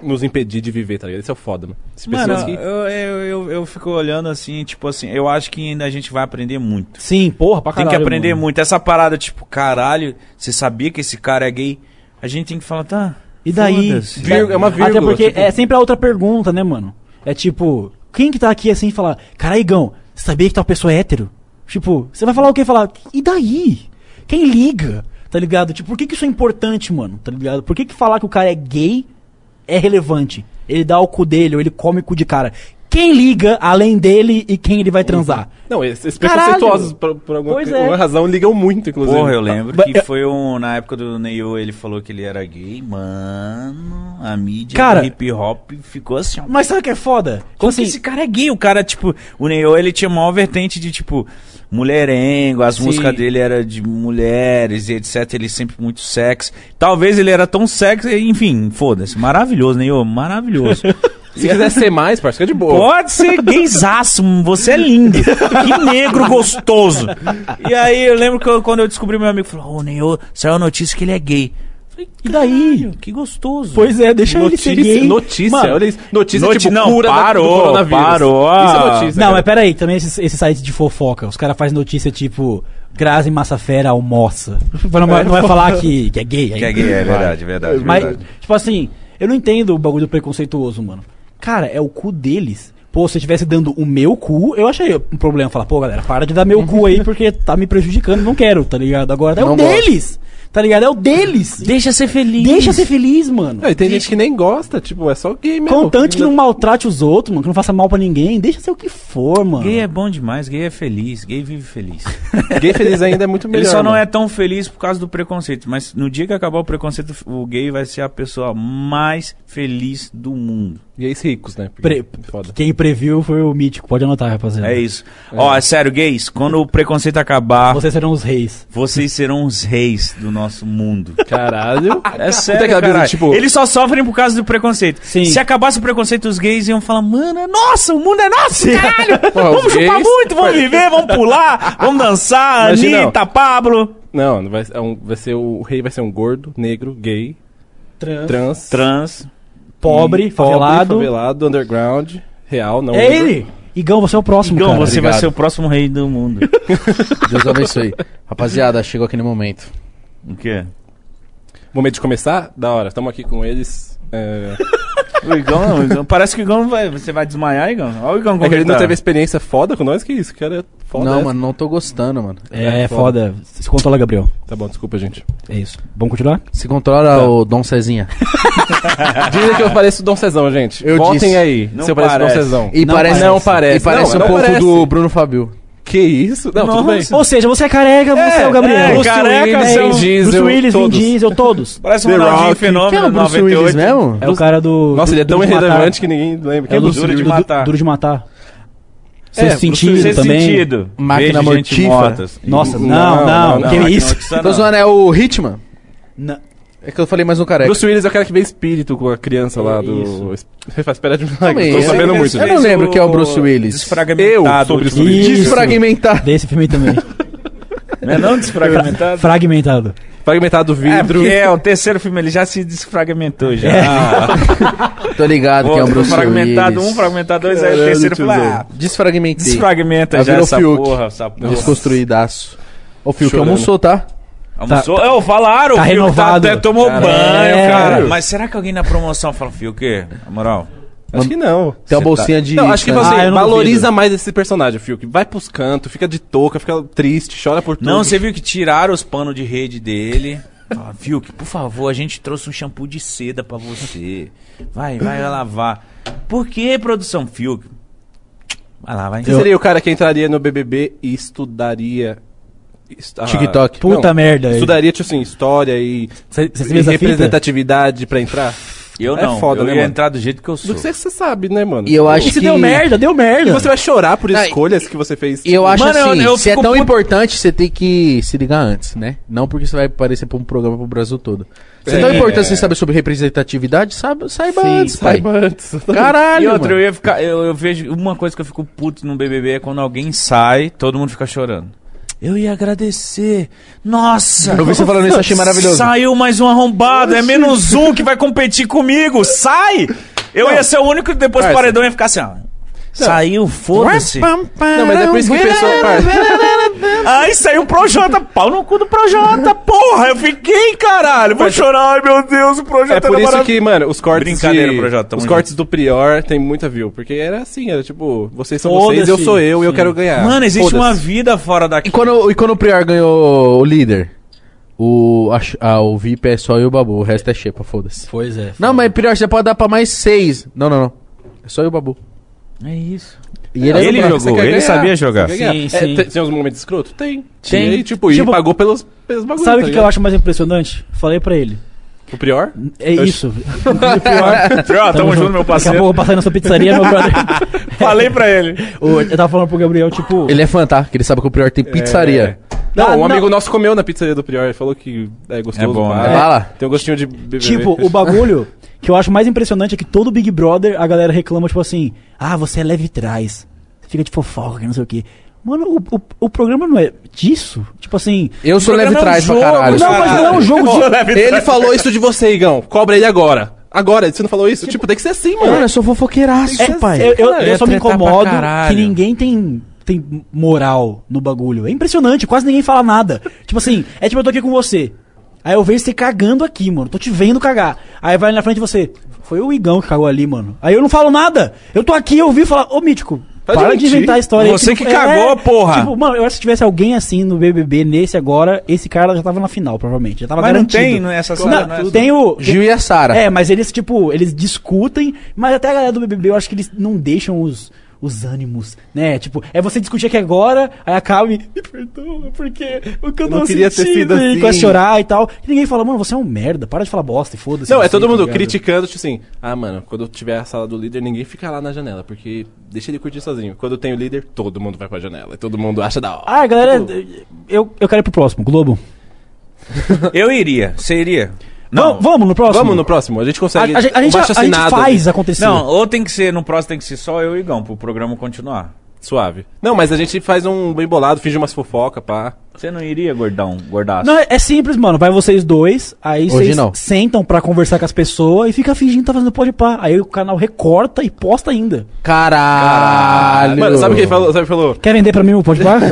Speaker 3: Nos impedir de viver, tá ligado? Isso é o foda, mano. As pessoas
Speaker 1: Mano,
Speaker 3: que.
Speaker 1: eu, eu, eu, eu fico olhando assim, tipo assim, eu acho que ainda a gente vai aprender muito.
Speaker 4: Sim, porra, pra caralho.
Speaker 1: tem que aprender
Speaker 4: mano.
Speaker 1: muito. Essa parada, tipo, caralho, você sabia que esse cara é gay? A gente tem que falar, tá.
Speaker 4: E daí?
Speaker 1: foda-se.
Speaker 3: Vírgula, é uma vírgula,
Speaker 4: Até porque
Speaker 3: tipo-
Speaker 4: é sempre a outra pergunta, né, mano? É tipo, quem que tá aqui assim e falar, carai, Igão, você sabia que tal pessoa é hétero? Tipo, você vai falar o quê? Falar, e daí? Quem liga? Tá ligado? Tipo, por que, que isso é importante, mano? Tá ligado? Por que, que falar que o cara é gay é relevante? Ele dá o cu dele, ou ele come o cu de cara. Quem liga além dele e quem ele vai transar?
Speaker 3: Não, esses
Speaker 4: Caralho.
Speaker 3: preconceituosos, por, por alguma,
Speaker 4: Pois
Speaker 3: co-
Speaker 4: é.
Speaker 3: alguma razão, ligam muito, inclusive. é,
Speaker 1: Porra, eu lembro
Speaker 4: Ba-
Speaker 1: que
Speaker 4: eu-
Speaker 1: foi um. Na época do Neil, ele falou que ele era gay. Mano, a mídia
Speaker 4: Cara-
Speaker 1: do hip hop ficou assim. ó.
Speaker 4: Mas sabe o que é foda?
Speaker 1: Como
Speaker 4: Assim,
Speaker 1: que esse cara é gay? O cara, tipo, o Neil, ele tinha a maior vertente de, tipo, mulherengo, as
Speaker 4: Sim.
Speaker 1: músicas dele eram de mulheres e etc. Ele sempre muito sexy. Talvez ele era tão sexy, enfim, foda-se. Maravilhoso, Neil, maravilhoso.
Speaker 3: Se quiser ser mais, parceiro, fica de boa.
Speaker 1: Pode ser gaysaço, você é lindo. Que negro gostoso. E aí eu lembro que eu- quando eu descobri meu amigo, falou, ô Neil, saiu a notícia que ele é gay. Falei,
Speaker 4: E daí?
Speaker 1: "Caralho, Que gostoso.
Speaker 4: Pois é, deixa
Speaker 3: Notícia,
Speaker 4: ele ser gay.
Speaker 3: notícia,
Speaker 4: Mano,
Speaker 3: olha isso. Notícia,
Speaker 1: Noti-
Speaker 3: tipo,
Speaker 1: não,
Speaker 3: cura da-
Speaker 1: parou,
Speaker 3: do coronavírus.
Speaker 1: parou.
Speaker 3: Isso é notícia.
Speaker 4: Não,
Speaker 3: cara.
Speaker 4: mas peraí, também esse, esse site de fofoca, os caras fazem notícia tipo Grazi Massafera almoça. Não vai, não vai falar que, que é gay aí.
Speaker 1: Que é gay, é verdade, verdade,
Speaker 4: Mas,
Speaker 1: verdade.
Speaker 4: tipo assim, eu não entendo o bagulho do preconceituoso, mano. Cara, é o cu deles. Pô, se eu estivesse dando o meu cu, eu achei um problema. Falar, pô, galera, para de dar meu cu aí porque tá me prejudicando, não quero, tá ligado? Agora é o
Speaker 2: Não gosto.
Speaker 4: deles, tá ligado? É o deles.
Speaker 1: Deixa ser feliz.
Speaker 4: Deixa ser feliz, mano.
Speaker 3: Não, e tem gente que nem gosta, tipo, é só gay É, mesmo.
Speaker 4: Contanto que não maltrate os outros, mano, que não faça mal pra ninguém, deixa ser o que for, mano.
Speaker 1: Gay é bom demais, gay é feliz, gay vive feliz.
Speaker 3: Gay feliz ainda é muito melhor.
Speaker 1: Ele só não
Speaker 3: mano.
Speaker 1: é tão feliz por causa do preconceito, mas no dia que acabar o preconceito, o gay vai ser a pessoa mais feliz do mundo.
Speaker 3: Gays ricos, né? Porque-
Speaker 4: Pre-
Speaker 3: Foda.
Speaker 4: Quem previu foi o Mítico, pode anotar, rapaziada.
Speaker 1: É isso. Ó, é sério, gays, quando o preconceito acabar,
Speaker 4: Vocês serão os reis.
Speaker 1: vocês serão os reis do nosso mundo.
Speaker 3: Caralho.
Speaker 1: É
Speaker 3: Tem
Speaker 1: sério,
Speaker 3: aquela
Speaker 1: cara.
Speaker 3: brisa, tipo-
Speaker 1: Eles só sofrem por causa do preconceito.
Speaker 4: Sim.
Speaker 1: Se acabasse o preconceito, os gays iam falar, mano, é nossa, o mundo é nosso, caralho.
Speaker 3: Porra,
Speaker 1: vamos
Speaker 3: os
Speaker 1: chupar
Speaker 3: gays-
Speaker 1: muito, vamos viver, vamos pular, vamos dançar,
Speaker 3: Imagina,
Speaker 1: Anitta, Pablo.
Speaker 3: Não, não vai, é um- vai ser o, o rei vai ser um gordo, negro, gay, trans,
Speaker 1: Trans.
Speaker 4: Pobre,
Speaker 3: pobre,
Speaker 4: favelado.
Speaker 3: favelado, underground, real, não.
Speaker 4: É
Speaker 3: negro.
Speaker 4: ele! Igão, você é o próximo,
Speaker 1: Igão,
Speaker 4: cara.
Speaker 1: você vai
Speaker 2: obrigado.
Speaker 1: ser o próximo rei do mundo.
Speaker 2: Deus abençoe. Rapaziada, chegou aquele momento.
Speaker 1: o quê?
Speaker 3: Momento de começar? Da hora, estamos aqui com eles. É,
Speaker 1: O Igão, o Igão- parece que o Igão vai. Você vai desmaiar, Igão? Olha o Igão
Speaker 3: é
Speaker 1: como
Speaker 3: que ele
Speaker 1: ele
Speaker 3: não
Speaker 1: tá.
Speaker 3: teve experiência foda com nós, que isso, que era foda. é.
Speaker 2: não,
Speaker 3: essa.
Speaker 2: mano, não tô gostando, mano.
Speaker 4: É, é foda. Se controla, Gabriel.
Speaker 3: Tá bom, desculpa, gente.
Speaker 4: É isso. Vamos continuar?
Speaker 3: Tá
Speaker 2: Se controla o Dom Cezinha.
Speaker 3: Dizem que eu pareço Dom Cezão, gente.
Speaker 2: Eu
Speaker 3: Votem
Speaker 2: disse.
Speaker 3: aí
Speaker 1: Não
Speaker 3: se eu pareço Dom
Speaker 1: parece.
Speaker 3: Cezão.
Speaker 2: E
Speaker 4: Não
Speaker 2: parece,
Speaker 4: parece.
Speaker 2: não parece. E parece
Speaker 3: Não,
Speaker 2: um
Speaker 3: não
Speaker 2: pouco
Speaker 3: parece.
Speaker 2: do Bruno Fabio.
Speaker 3: Que isso? Não, tudo bem.
Speaker 4: Ou seja, você é careca, você é, o
Speaker 1: é,
Speaker 4: Gabriel. Bruce
Speaker 1: careca,
Speaker 4: Willis, é
Speaker 1: seu-
Speaker 4: Bruce
Speaker 3: Diesel,
Speaker 4: Willis, Vin
Speaker 3: todos.
Speaker 4: Diesel, todos.
Speaker 1: Parece um
Speaker 3: The
Speaker 1: Ronaldinho
Speaker 3: Rock.
Speaker 2: Quem é
Speaker 1: Fenômeno de
Speaker 2: o Bruce Willis
Speaker 1: 98.
Speaker 2: mesmo?
Speaker 4: É o cara do...
Speaker 3: Nossa,
Speaker 4: do-
Speaker 3: ele é tão
Speaker 4: Duro de Matar.
Speaker 3: irrelevante que ninguém lembra. um
Speaker 4: É
Speaker 3: Quem
Speaker 4: do
Speaker 1: Duro de
Speaker 4: do-
Speaker 1: Matar.
Speaker 4: Duro de Matar.
Speaker 3: É,
Speaker 4: Sexto
Speaker 3: Bruce
Speaker 4: sentido
Speaker 1: Sexto
Speaker 4: também.
Speaker 1: sentido.
Speaker 2: Máquina
Speaker 1: Vejo gente
Speaker 2: mortífera.
Speaker 1: morta.
Speaker 4: Nossa, não,
Speaker 3: Não,
Speaker 4: não.
Speaker 3: não, não,
Speaker 4: que
Speaker 1: Máquina
Speaker 4: isso?
Speaker 1: mortífera,
Speaker 2: Tô
Speaker 1: não.
Speaker 2: zoando, é o Hitman.
Speaker 4: Não.
Speaker 2: É que eu falei mais um careca.
Speaker 3: Bruce Willis é o cara que vê espírito com a criança lá do. Você faz espera de milagre.
Speaker 2: Também,
Speaker 3: Tô
Speaker 2: é.
Speaker 3: sabendo muito.
Speaker 2: Eu não lembro quem é o Bruce Willis.
Speaker 1: Desfragmentado.
Speaker 3: Eu, sobre
Speaker 1: último
Speaker 4: isso.
Speaker 1: vídeo.
Speaker 2: Desfragmentado.
Speaker 4: Desse filme também.
Speaker 1: Não é não desfragmentado?
Speaker 4: Fragmentado.
Speaker 3: Fragmentado
Speaker 1: É,
Speaker 3: vidro.
Speaker 1: porque é o terceiro filme, ele já se desfragmentou já. Ah,
Speaker 2: Tô ligado É, que é o
Speaker 1: Outro
Speaker 2: Bruce
Speaker 1: fragmentado
Speaker 2: Willis.
Speaker 1: um, fragmentado dois, aí o
Speaker 3: Caralho,
Speaker 1: terceiro falou,
Speaker 3: tiozão.
Speaker 1: ah,
Speaker 2: Desfragmentei.
Speaker 1: desfragmenta
Speaker 2: Aí
Speaker 1: já
Speaker 2: virou
Speaker 1: essa
Speaker 2: Fiuk.
Speaker 1: porra, essa porra.
Speaker 2: Desconstruidaço. Ô, Fio, que
Speaker 3: Chorando.
Speaker 2: almoçou, tá?
Speaker 1: Almoçou? Eu, falaram,
Speaker 4: tá
Speaker 1: o Fiuk
Speaker 4: renovado.
Speaker 1: até tomou
Speaker 4: Caralho.
Speaker 1: banho, cara.
Speaker 3: É.
Speaker 1: Mas será que alguém na promoção fala, Fio, o quê? Na moral.
Speaker 3: Acho que não.
Speaker 2: Tem uma
Speaker 1: Cê
Speaker 2: bolsinha de...
Speaker 3: Não, acho que você
Speaker 4: Ah, eu não
Speaker 3: valoriza mais esse personagem, Fiuk. Vai pros cantos, fica de touca, fica triste, chora por tudo.
Speaker 1: Não, você viu que tiraram os panos de rede dele. Fala, Fiuk, por favor, a gente trouxe um shampoo de seda pra você. Vai, vai lavar. Por que, produção Fiuk? Vai lá, vai.
Speaker 3: Você seria o cara que entraria no BBB e estudaria. est- ah,
Speaker 2: TikTok.
Speaker 3: não,
Speaker 4: Puta merda.
Speaker 3: Estudaria, tipo assim, história e,
Speaker 4: Você você se
Speaker 3: e
Speaker 4: fez a fita?
Speaker 3: representatividade pra entrar?
Speaker 1: Eu
Speaker 3: É
Speaker 1: não.
Speaker 3: foda,
Speaker 1: eu
Speaker 3: né,
Speaker 1: ia
Speaker 3: mano?
Speaker 1: entrar do jeito que eu
Speaker 3: Do
Speaker 1: sou.
Speaker 3: que você você sabe, né, mano?
Speaker 2: E eu acho
Speaker 4: E se
Speaker 2: que...
Speaker 4: deu merda, deu merda.
Speaker 3: E você vai chorar por
Speaker 2: Não,
Speaker 3: escolhas que você fez.
Speaker 2: E eu acho
Speaker 1: Mano, eu-
Speaker 2: assim,
Speaker 1: eu
Speaker 2: se é
Speaker 1: fico
Speaker 2: tão
Speaker 1: puto-
Speaker 2: importante, você tem que se ligar antes, né? Não porque você vai aparecer pra um programa pro Brasil todo. Se é tão
Speaker 3: É.
Speaker 2: importante você saber sobre representatividade, saiba, saiba
Speaker 3: Sim,
Speaker 2: antes, pai.
Speaker 3: saiba antes. é,
Speaker 2: Caralho,
Speaker 1: E outra, eu
Speaker 2: mano.
Speaker 1: ia ficar. Eu, eu vejo. Uma coisa que eu fico puto no BBB é quando alguém sai, todo mundo fica chorando. Eu ia agradecer. Nossa!
Speaker 2: Eu vi você falando isso, achei maravilhoso.
Speaker 1: Saiu mais um arrombado, é menos um que vai competir comigo. Sai! Eu ia ser o único que depois do
Speaker 3: Parça.
Speaker 1: paredão ia ficar assim, ó. Saiu, foda-se.
Speaker 3: Não, mas é por isso que o pessoal. Par...
Speaker 1: Aí saiu o Projota, pau no cu do Projota, porra, eu fiquei, caralho, vou chorar, ai meu Deus, o Projota
Speaker 3: É por
Speaker 1: era
Speaker 3: isso
Speaker 1: maravilhoso.
Speaker 3: que, mano, os cortes.
Speaker 1: Brincadeira,
Speaker 3: de...
Speaker 1: Projota, tamo
Speaker 3: Os
Speaker 1: junto.
Speaker 3: cortes do Prior tem muita view. Porque era assim, era tipo, vocês são
Speaker 4: Foda-se.
Speaker 3: vocês, eu sou eu e eu quero ganhar.
Speaker 1: Mano, existe uma
Speaker 3: é, Foda-se.
Speaker 1: vida fora daqui.
Speaker 2: E quando, e quando o Prior ganhou o líder? O, a, ah, o VIP é só eu e o Babu, o resto é xepa, foda-se.
Speaker 4: Pois é.
Speaker 2: Não, mas Prior, você pode dar pra mais seis. Não, não, não. É só eu e o Babu.
Speaker 4: É isso.
Speaker 2: E é
Speaker 3: Ele,
Speaker 2: era do-
Speaker 3: jogou,
Speaker 2: você quer
Speaker 3: ele
Speaker 2: ganhar.
Speaker 1: sabia jogar.
Speaker 3: Quer ganhar.
Speaker 4: Sim,
Speaker 3: É,
Speaker 4: sim.
Speaker 3: tem, tem uns momentos escroto? Tem.
Speaker 4: Tem.
Speaker 3: E aí, tipo,
Speaker 4: Tipo,
Speaker 3: e pagou pelos, pelos bagulhos.
Speaker 4: Sabe o que, que eu acho mais impressionante? Falei pra ele.
Speaker 3: acho? O Prior?
Speaker 4: É
Speaker 3: Eu-
Speaker 4: isso. O pior.
Speaker 8: Ó, tamo
Speaker 4: Daqui a
Speaker 8: junto, meu
Speaker 4: pouco
Speaker 8: parceiro.
Speaker 4: eu vou passar aí na sua pizzaria, meu brother.
Speaker 8: Falei pra ele.
Speaker 4: Ô, Eu tava falando pro Gabriel, tipo.
Speaker 2: Ele é fã, tá? Que ele sabe que o Prior
Speaker 3: É,
Speaker 2: tem pizzaria.
Speaker 3: Não,
Speaker 4: Ah,
Speaker 3: um
Speaker 4: não.
Speaker 3: amigo nosso comeu na pizzaria do Prior. Ele falou que é gostoso.
Speaker 1: É bom,
Speaker 3: pá.
Speaker 2: É bala?
Speaker 3: Tem um gostinho de BBB.
Speaker 4: Tipo, o bagulho que eu acho mais impressionante é que todo Big Brother a galera reclama, tipo assim, ah, você é leve trás. Fica de fofoca, que não sei o quê. Mano, o, o, o programa não é disso? Tipo assim.
Speaker 2: Eu sou
Speaker 3: O
Speaker 2: leve
Speaker 3: programa
Speaker 2: trás
Speaker 3: é um
Speaker 2: pra caralho.
Speaker 4: Não, mas não é um jogo de.
Speaker 3: Ele falou isso de você, Igão. Cobra ele agora. Agora, você não falou isso? Tipo, tem que ser assim, mano.
Speaker 2: Mano, eu sou fofoqueiraço,
Speaker 4: É,
Speaker 2: pai.
Speaker 4: Eu, eu- eu
Speaker 2: ia
Speaker 4: só me
Speaker 2: tretar pra
Speaker 4: incomodo que
Speaker 2: caralho.
Speaker 4: ninguém tem, tem moral no bagulho. É impressionante, quase ninguém fala nada. tipo assim, é tipo eu tô aqui com você. Aí eu vejo você cagando aqui, mano. Tô te vendo cagar. Aí vai na frente de você. Foi o Igão que cagou ali, mano. Aí eu não falo nada. Eu tô aqui, eu ouvi falar, ô Mítico,
Speaker 3: Para de
Speaker 4: para de
Speaker 3: mentir.
Speaker 4: inventar a história. aí
Speaker 1: Você
Speaker 4: não-
Speaker 1: que cagou, porra.
Speaker 4: Tipo, mano, eu acho que se tivesse alguém assim no BBB nesse agora, esse cara já tava na final, provavelmente. Já tava
Speaker 1: Mas não
Speaker 4: garantido.
Speaker 1: tem, não é essa
Speaker 4: Não,
Speaker 1: sala, não é essa-
Speaker 4: tem o...
Speaker 2: Gil e a Sara.
Speaker 4: É, mas eles, tipo, eles discutem, mas até a galera do BBB, eu acho que eles não deixam os, os ânimos, né? Tipo, é você discutir aqui agora, aí acaba e me perdoa, porque o que eu, não
Speaker 3: queria ter sido
Speaker 4: E
Speaker 3: assim."
Speaker 4: começa a chorar e tal. E ninguém fala, mano, você é um merda, para de falar bosta e foda-se.
Speaker 3: Não, é
Speaker 4: você,
Speaker 3: todo
Speaker 4: tá
Speaker 3: mundo
Speaker 4: ligado?
Speaker 3: criticando, tipo assim, ah, mano, quando tiver a sala do líder, ninguém fica lá na janela, porque deixa ele curtir sozinho. Quando tem o líder, todo mundo vai pra janela, e todo mundo acha da hora.
Speaker 4: Ah, galera,
Speaker 3: Tipo,
Speaker 4: eu, eu quero ir pro próximo, Globo.
Speaker 1: Eu iria. Você iria?
Speaker 4: Vamos, vamos no próximo?
Speaker 3: Vamos no próximo, a gente
Speaker 4: a, a,
Speaker 3: consegue.
Speaker 4: gente- a
Speaker 3: um
Speaker 4: gente, a gente
Speaker 3: baixo-assinado
Speaker 4: faz
Speaker 3: ali.
Speaker 4: acontecer.
Speaker 1: Não, ou tem que ser, no próximo tem que ser só eu e Igão, pro programa continuar.
Speaker 3: Suave. Não, mas a gente faz um bem bolado, finge umas fofoca, pá.
Speaker 1: Você não iria, gordão, gordaço?
Speaker 4: Não, é é simples, mano. Vai vocês dois, aí
Speaker 2: Hoje
Speaker 4: vocês
Speaker 2: não.
Speaker 4: sentam pra conversar com as pessoas e fica fingindo que tá fazendo pode pá. Aí o canal recorta e posta ainda.
Speaker 2: Caralho.
Speaker 3: Mano, sabe o que ele falou? Sabe o que ele falou?
Speaker 4: Quer vender pra mim o pode pá?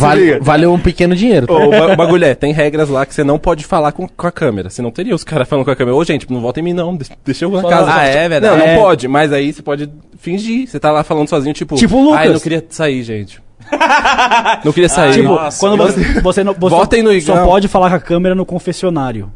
Speaker 2: Vale, valeu um pequeno dinheiro. tá?
Speaker 3: Ô, o ba- o bagulho é, tem regras lá que você não pode falar com, com a câmera. Você não teria os caras falando com a câmera. Ô, gente, não volta em mim, não. Deixa, deixa eu na casa.
Speaker 1: Ah, é, verdade?
Speaker 3: Não, não
Speaker 4: É.
Speaker 3: pode. Mas aí você pode fingir. Você tá lá falando sozinho, tipo...
Speaker 4: Tipo o Lucas.
Speaker 3: Ai, não queria sair, gente. não queria sair.
Speaker 4: tipo,
Speaker 3: Nossa,
Speaker 4: quando você, você não. Você
Speaker 3: Votem no
Speaker 4: só
Speaker 3: Igão.
Speaker 4: pode falar com a câmera no confessionário.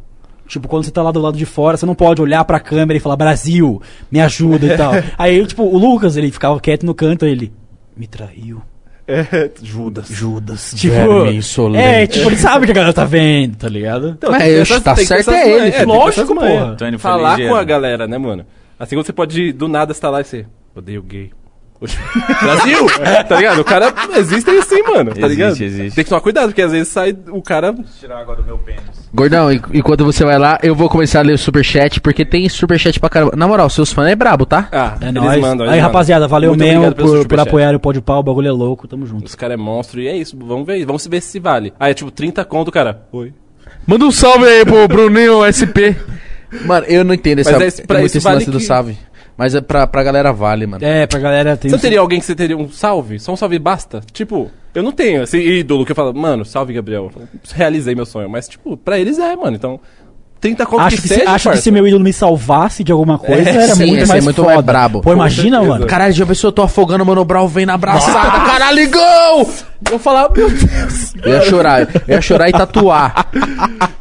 Speaker 4: Tipo, quando você tá lá do lado de fora, você não pode olhar pra câmera e falar, Brasil, me ajuda e tal. Aí, tipo, o Lucas, ele ficava quieto no canto, aí ele. Me traiu.
Speaker 3: É, Judas.
Speaker 4: Judas. Tipo.
Speaker 2: Verme insolente.
Speaker 4: É, tipo, ele sabe que a galera tá vendo, tá ligado?
Speaker 3: Então,
Speaker 2: Mas
Speaker 3: tem que ter
Speaker 2: tá
Speaker 3: essas- tem que
Speaker 2: certo
Speaker 3: ter essas
Speaker 2: é ele,
Speaker 3: manhas.
Speaker 2: filho.
Speaker 3: tem que ter
Speaker 4: Lógico,
Speaker 3: essas manhas.
Speaker 4: porra.
Speaker 1: Tô indo pra
Speaker 3: Falar
Speaker 1: ligeiro.
Speaker 3: com a galera, né, mano? Assim como você pode, do nada, estar lá e ser... Odeio gay. Oxe, Brasil! tá ligado? O cara... Existem assim, mano. Tá
Speaker 1: Existe,
Speaker 3: ligado?
Speaker 1: existe.
Speaker 3: Tem que tomar cuidado, porque às vezes sai o cara...
Speaker 1: tirar agora o meu pênis.
Speaker 2: Gordão, en- enquanto você vai lá, eu vou começar a ler o superchat, porque tem superchat pra caramba. Na moral, seus fãs é brabo, tá?
Speaker 3: Ah,
Speaker 4: É nóis.
Speaker 3: eles mandam.
Speaker 4: aí,
Speaker 3: eles mandam.
Speaker 4: rapaziada, valeu
Speaker 3: Muito
Speaker 4: mesmo
Speaker 3: obrigado pelo
Speaker 4: por, por
Speaker 3: superchat.
Speaker 4: apoiar o Pode Pau, o bagulho é louco, tamo junto.
Speaker 3: Os cara é monstro e é isso. Vamos ver, vamos ver se vale. Ah, é tipo 30 conto, cara. Oi.
Speaker 2: Manda um salve aí pro Bruninho SP. Mano, eu não entendo essa,
Speaker 3: Mas é isso- pra
Speaker 2: muito
Speaker 3: isso
Speaker 2: esse
Speaker 3: vale
Speaker 2: lance do
Speaker 3: que-
Speaker 2: salve. Mas é pra, pra galera vale, mano.
Speaker 4: É, pra galera tem.
Speaker 3: Você não teria alguém que você teria um salve? Só um salve basta? Tipo, eu não tenho esse ídolo que eu falo, mano, salve Gabriel. Realizei meu sonho. Mas, tipo, pra eles é, mano. Então, 30 conto
Speaker 4: Acho que, se, acho que se meu ídolo me salvasse de alguma coisa, era
Speaker 2: É, sim, ia
Speaker 4: muito
Speaker 2: ser
Speaker 4: mais
Speaker 2: muito
Speaker 4: foda.
Speaker 2: mais brabo.
Speaker 4: Pô, imagina,
Speaker 3: certeza.
Speaker 4: mano.
Speaker 2: Caralho, já pensou, eu tô afogando o Mano Brown, vem na abraçada, caralho, gol!
Speaker 3: eu falar, meu Deus.
Speaker 2: Eu ia chorar, eu ia chorar e tatuar.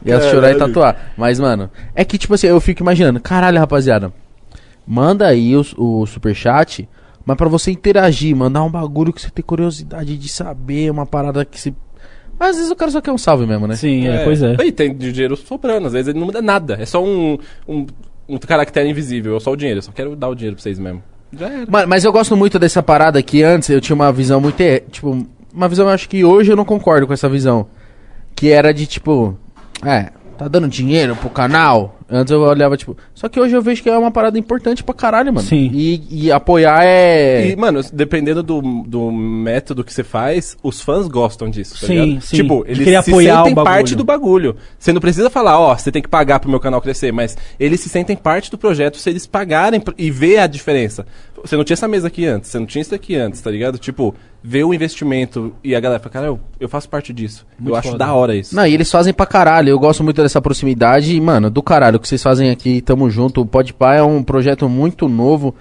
Speaker 2: Ia chorar e tatuar. Mas, mano, é que, tipo assim, eu fico imaginando, caralho, rapaziada, manda aí o, o superchat, mas pra você interagir, mandar um bagulho que você tem curiosidade de saber, uma parada que você. Mas às vezes o cara só quer um salve mesmo, né?
Speaker 4: Sim, é, pois é.
Speaker 3: Aí tem de dinheiro sobrando, às vezes ele não muda nada. É só um, um, um caractere invisível, é só o dinheiro. Eu só quero dar o dinheiro pra vocês mesmo. Já era.
Speaker 2: Ma- mas eu gosto muito dessa parada que antes eu tinha uma visão muito. e- Tipo, uma visão eu acho que hoje eu não concordo com essa visão. Que era de tipo. É, tá dando dinheiro pro canal? Antes eu olhava, tipo. Só que hoje eu vejo que é uma parada importante pra caralho, mano.
Speaker 4: Sim.
Speaker 2: E, e apoiar é.
Speaker 3: E, mano, dependendo do, do método que você faz, os fãs gostam disso, tá
Speaker 4: Sim,
Speaker 3: ligado?
Speaker 4: sim.
Speaker 3: Tipo,
Speaker 4: De
Speaker 3: eles
Speaker 4: querer
Speaker 3: se
Speaker 4: apoiar
Speaker 3: sentem
Speaker 4: o bagulho.
Speaker 3: parte do bagulho. Você não precisa falar, ó, você tem que pagar pro meu canal crescer, mas eles se sentem parte do projeto se eles pagarem pr- e ver a diferença. Você não tinha essa mesa aqui antes, você não tinha isso aqui antes, tá ligado? Tipo, ver o investimento e a galera fala, cara, eu, eu faço parte disso. eu acho da hora isso.
Speaker 2: Não, e eles fazem pra caralho. Eu gosto muito dessa proximidade. E, mano, do caralho, o que vocês fazem aqui, tamo junto. O Podpah é um projeto muito novo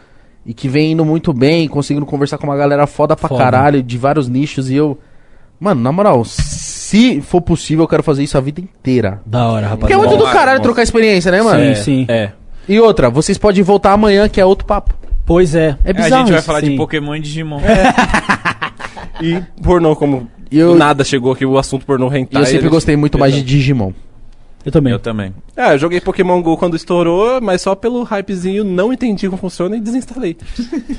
Speaker 2: e que vem indo muito bem, conseguindo conversar com uma galera foda pra
Speaker 4: Foda.
Speaker 2: caralho, de vários nichos. E eu. Mano, na moral, se for possível, eu quero fazer isso a vida inteira.
Speaker 4: Da hora,
Speaker 2: Porque é
Speaker 4: rapaziada.
Speaker 2: muito do
Speaker 1: Bom,
Speaker 2: caralho
Speaker 1: bom.
Speaker 2: trocar experiência, né, mano?
Speaker 4: Sim, sim.
Speaker 3: É.
Speaker 2: E outra, vocês podem voltar amanhã, que é outro papo.
Speaker 4: Pois é.
Speaker 1: É,
Speaker 4: É
Speaker 1: a
Speaker 4: bizarro.
Speaker 1: gente vai
Speaker 4: isso,
Speaker 1: falar de
Speaker 4: sim.
Speaker 1: Pokémon e Digimon.
Speaker 3: E pornô, como
Speaker 2: E eu-
Speaker 3: do nada chegou aqui o assunto pornô
Speaker 2: E
Speaker 3: hentai.
Speaker 1: Tá,
Speaker 2: eu sempre
Speaker 3: eles-
Speaker 2: gostei muito mais de Digimon.
Speaker 4: Eu também.
Speaker 1: Eu também.
Speaker 3: Ah, eu joguei Pokémon GO quando estourou, mas só pelo hypezinho não entendi como funciona e desinstalei.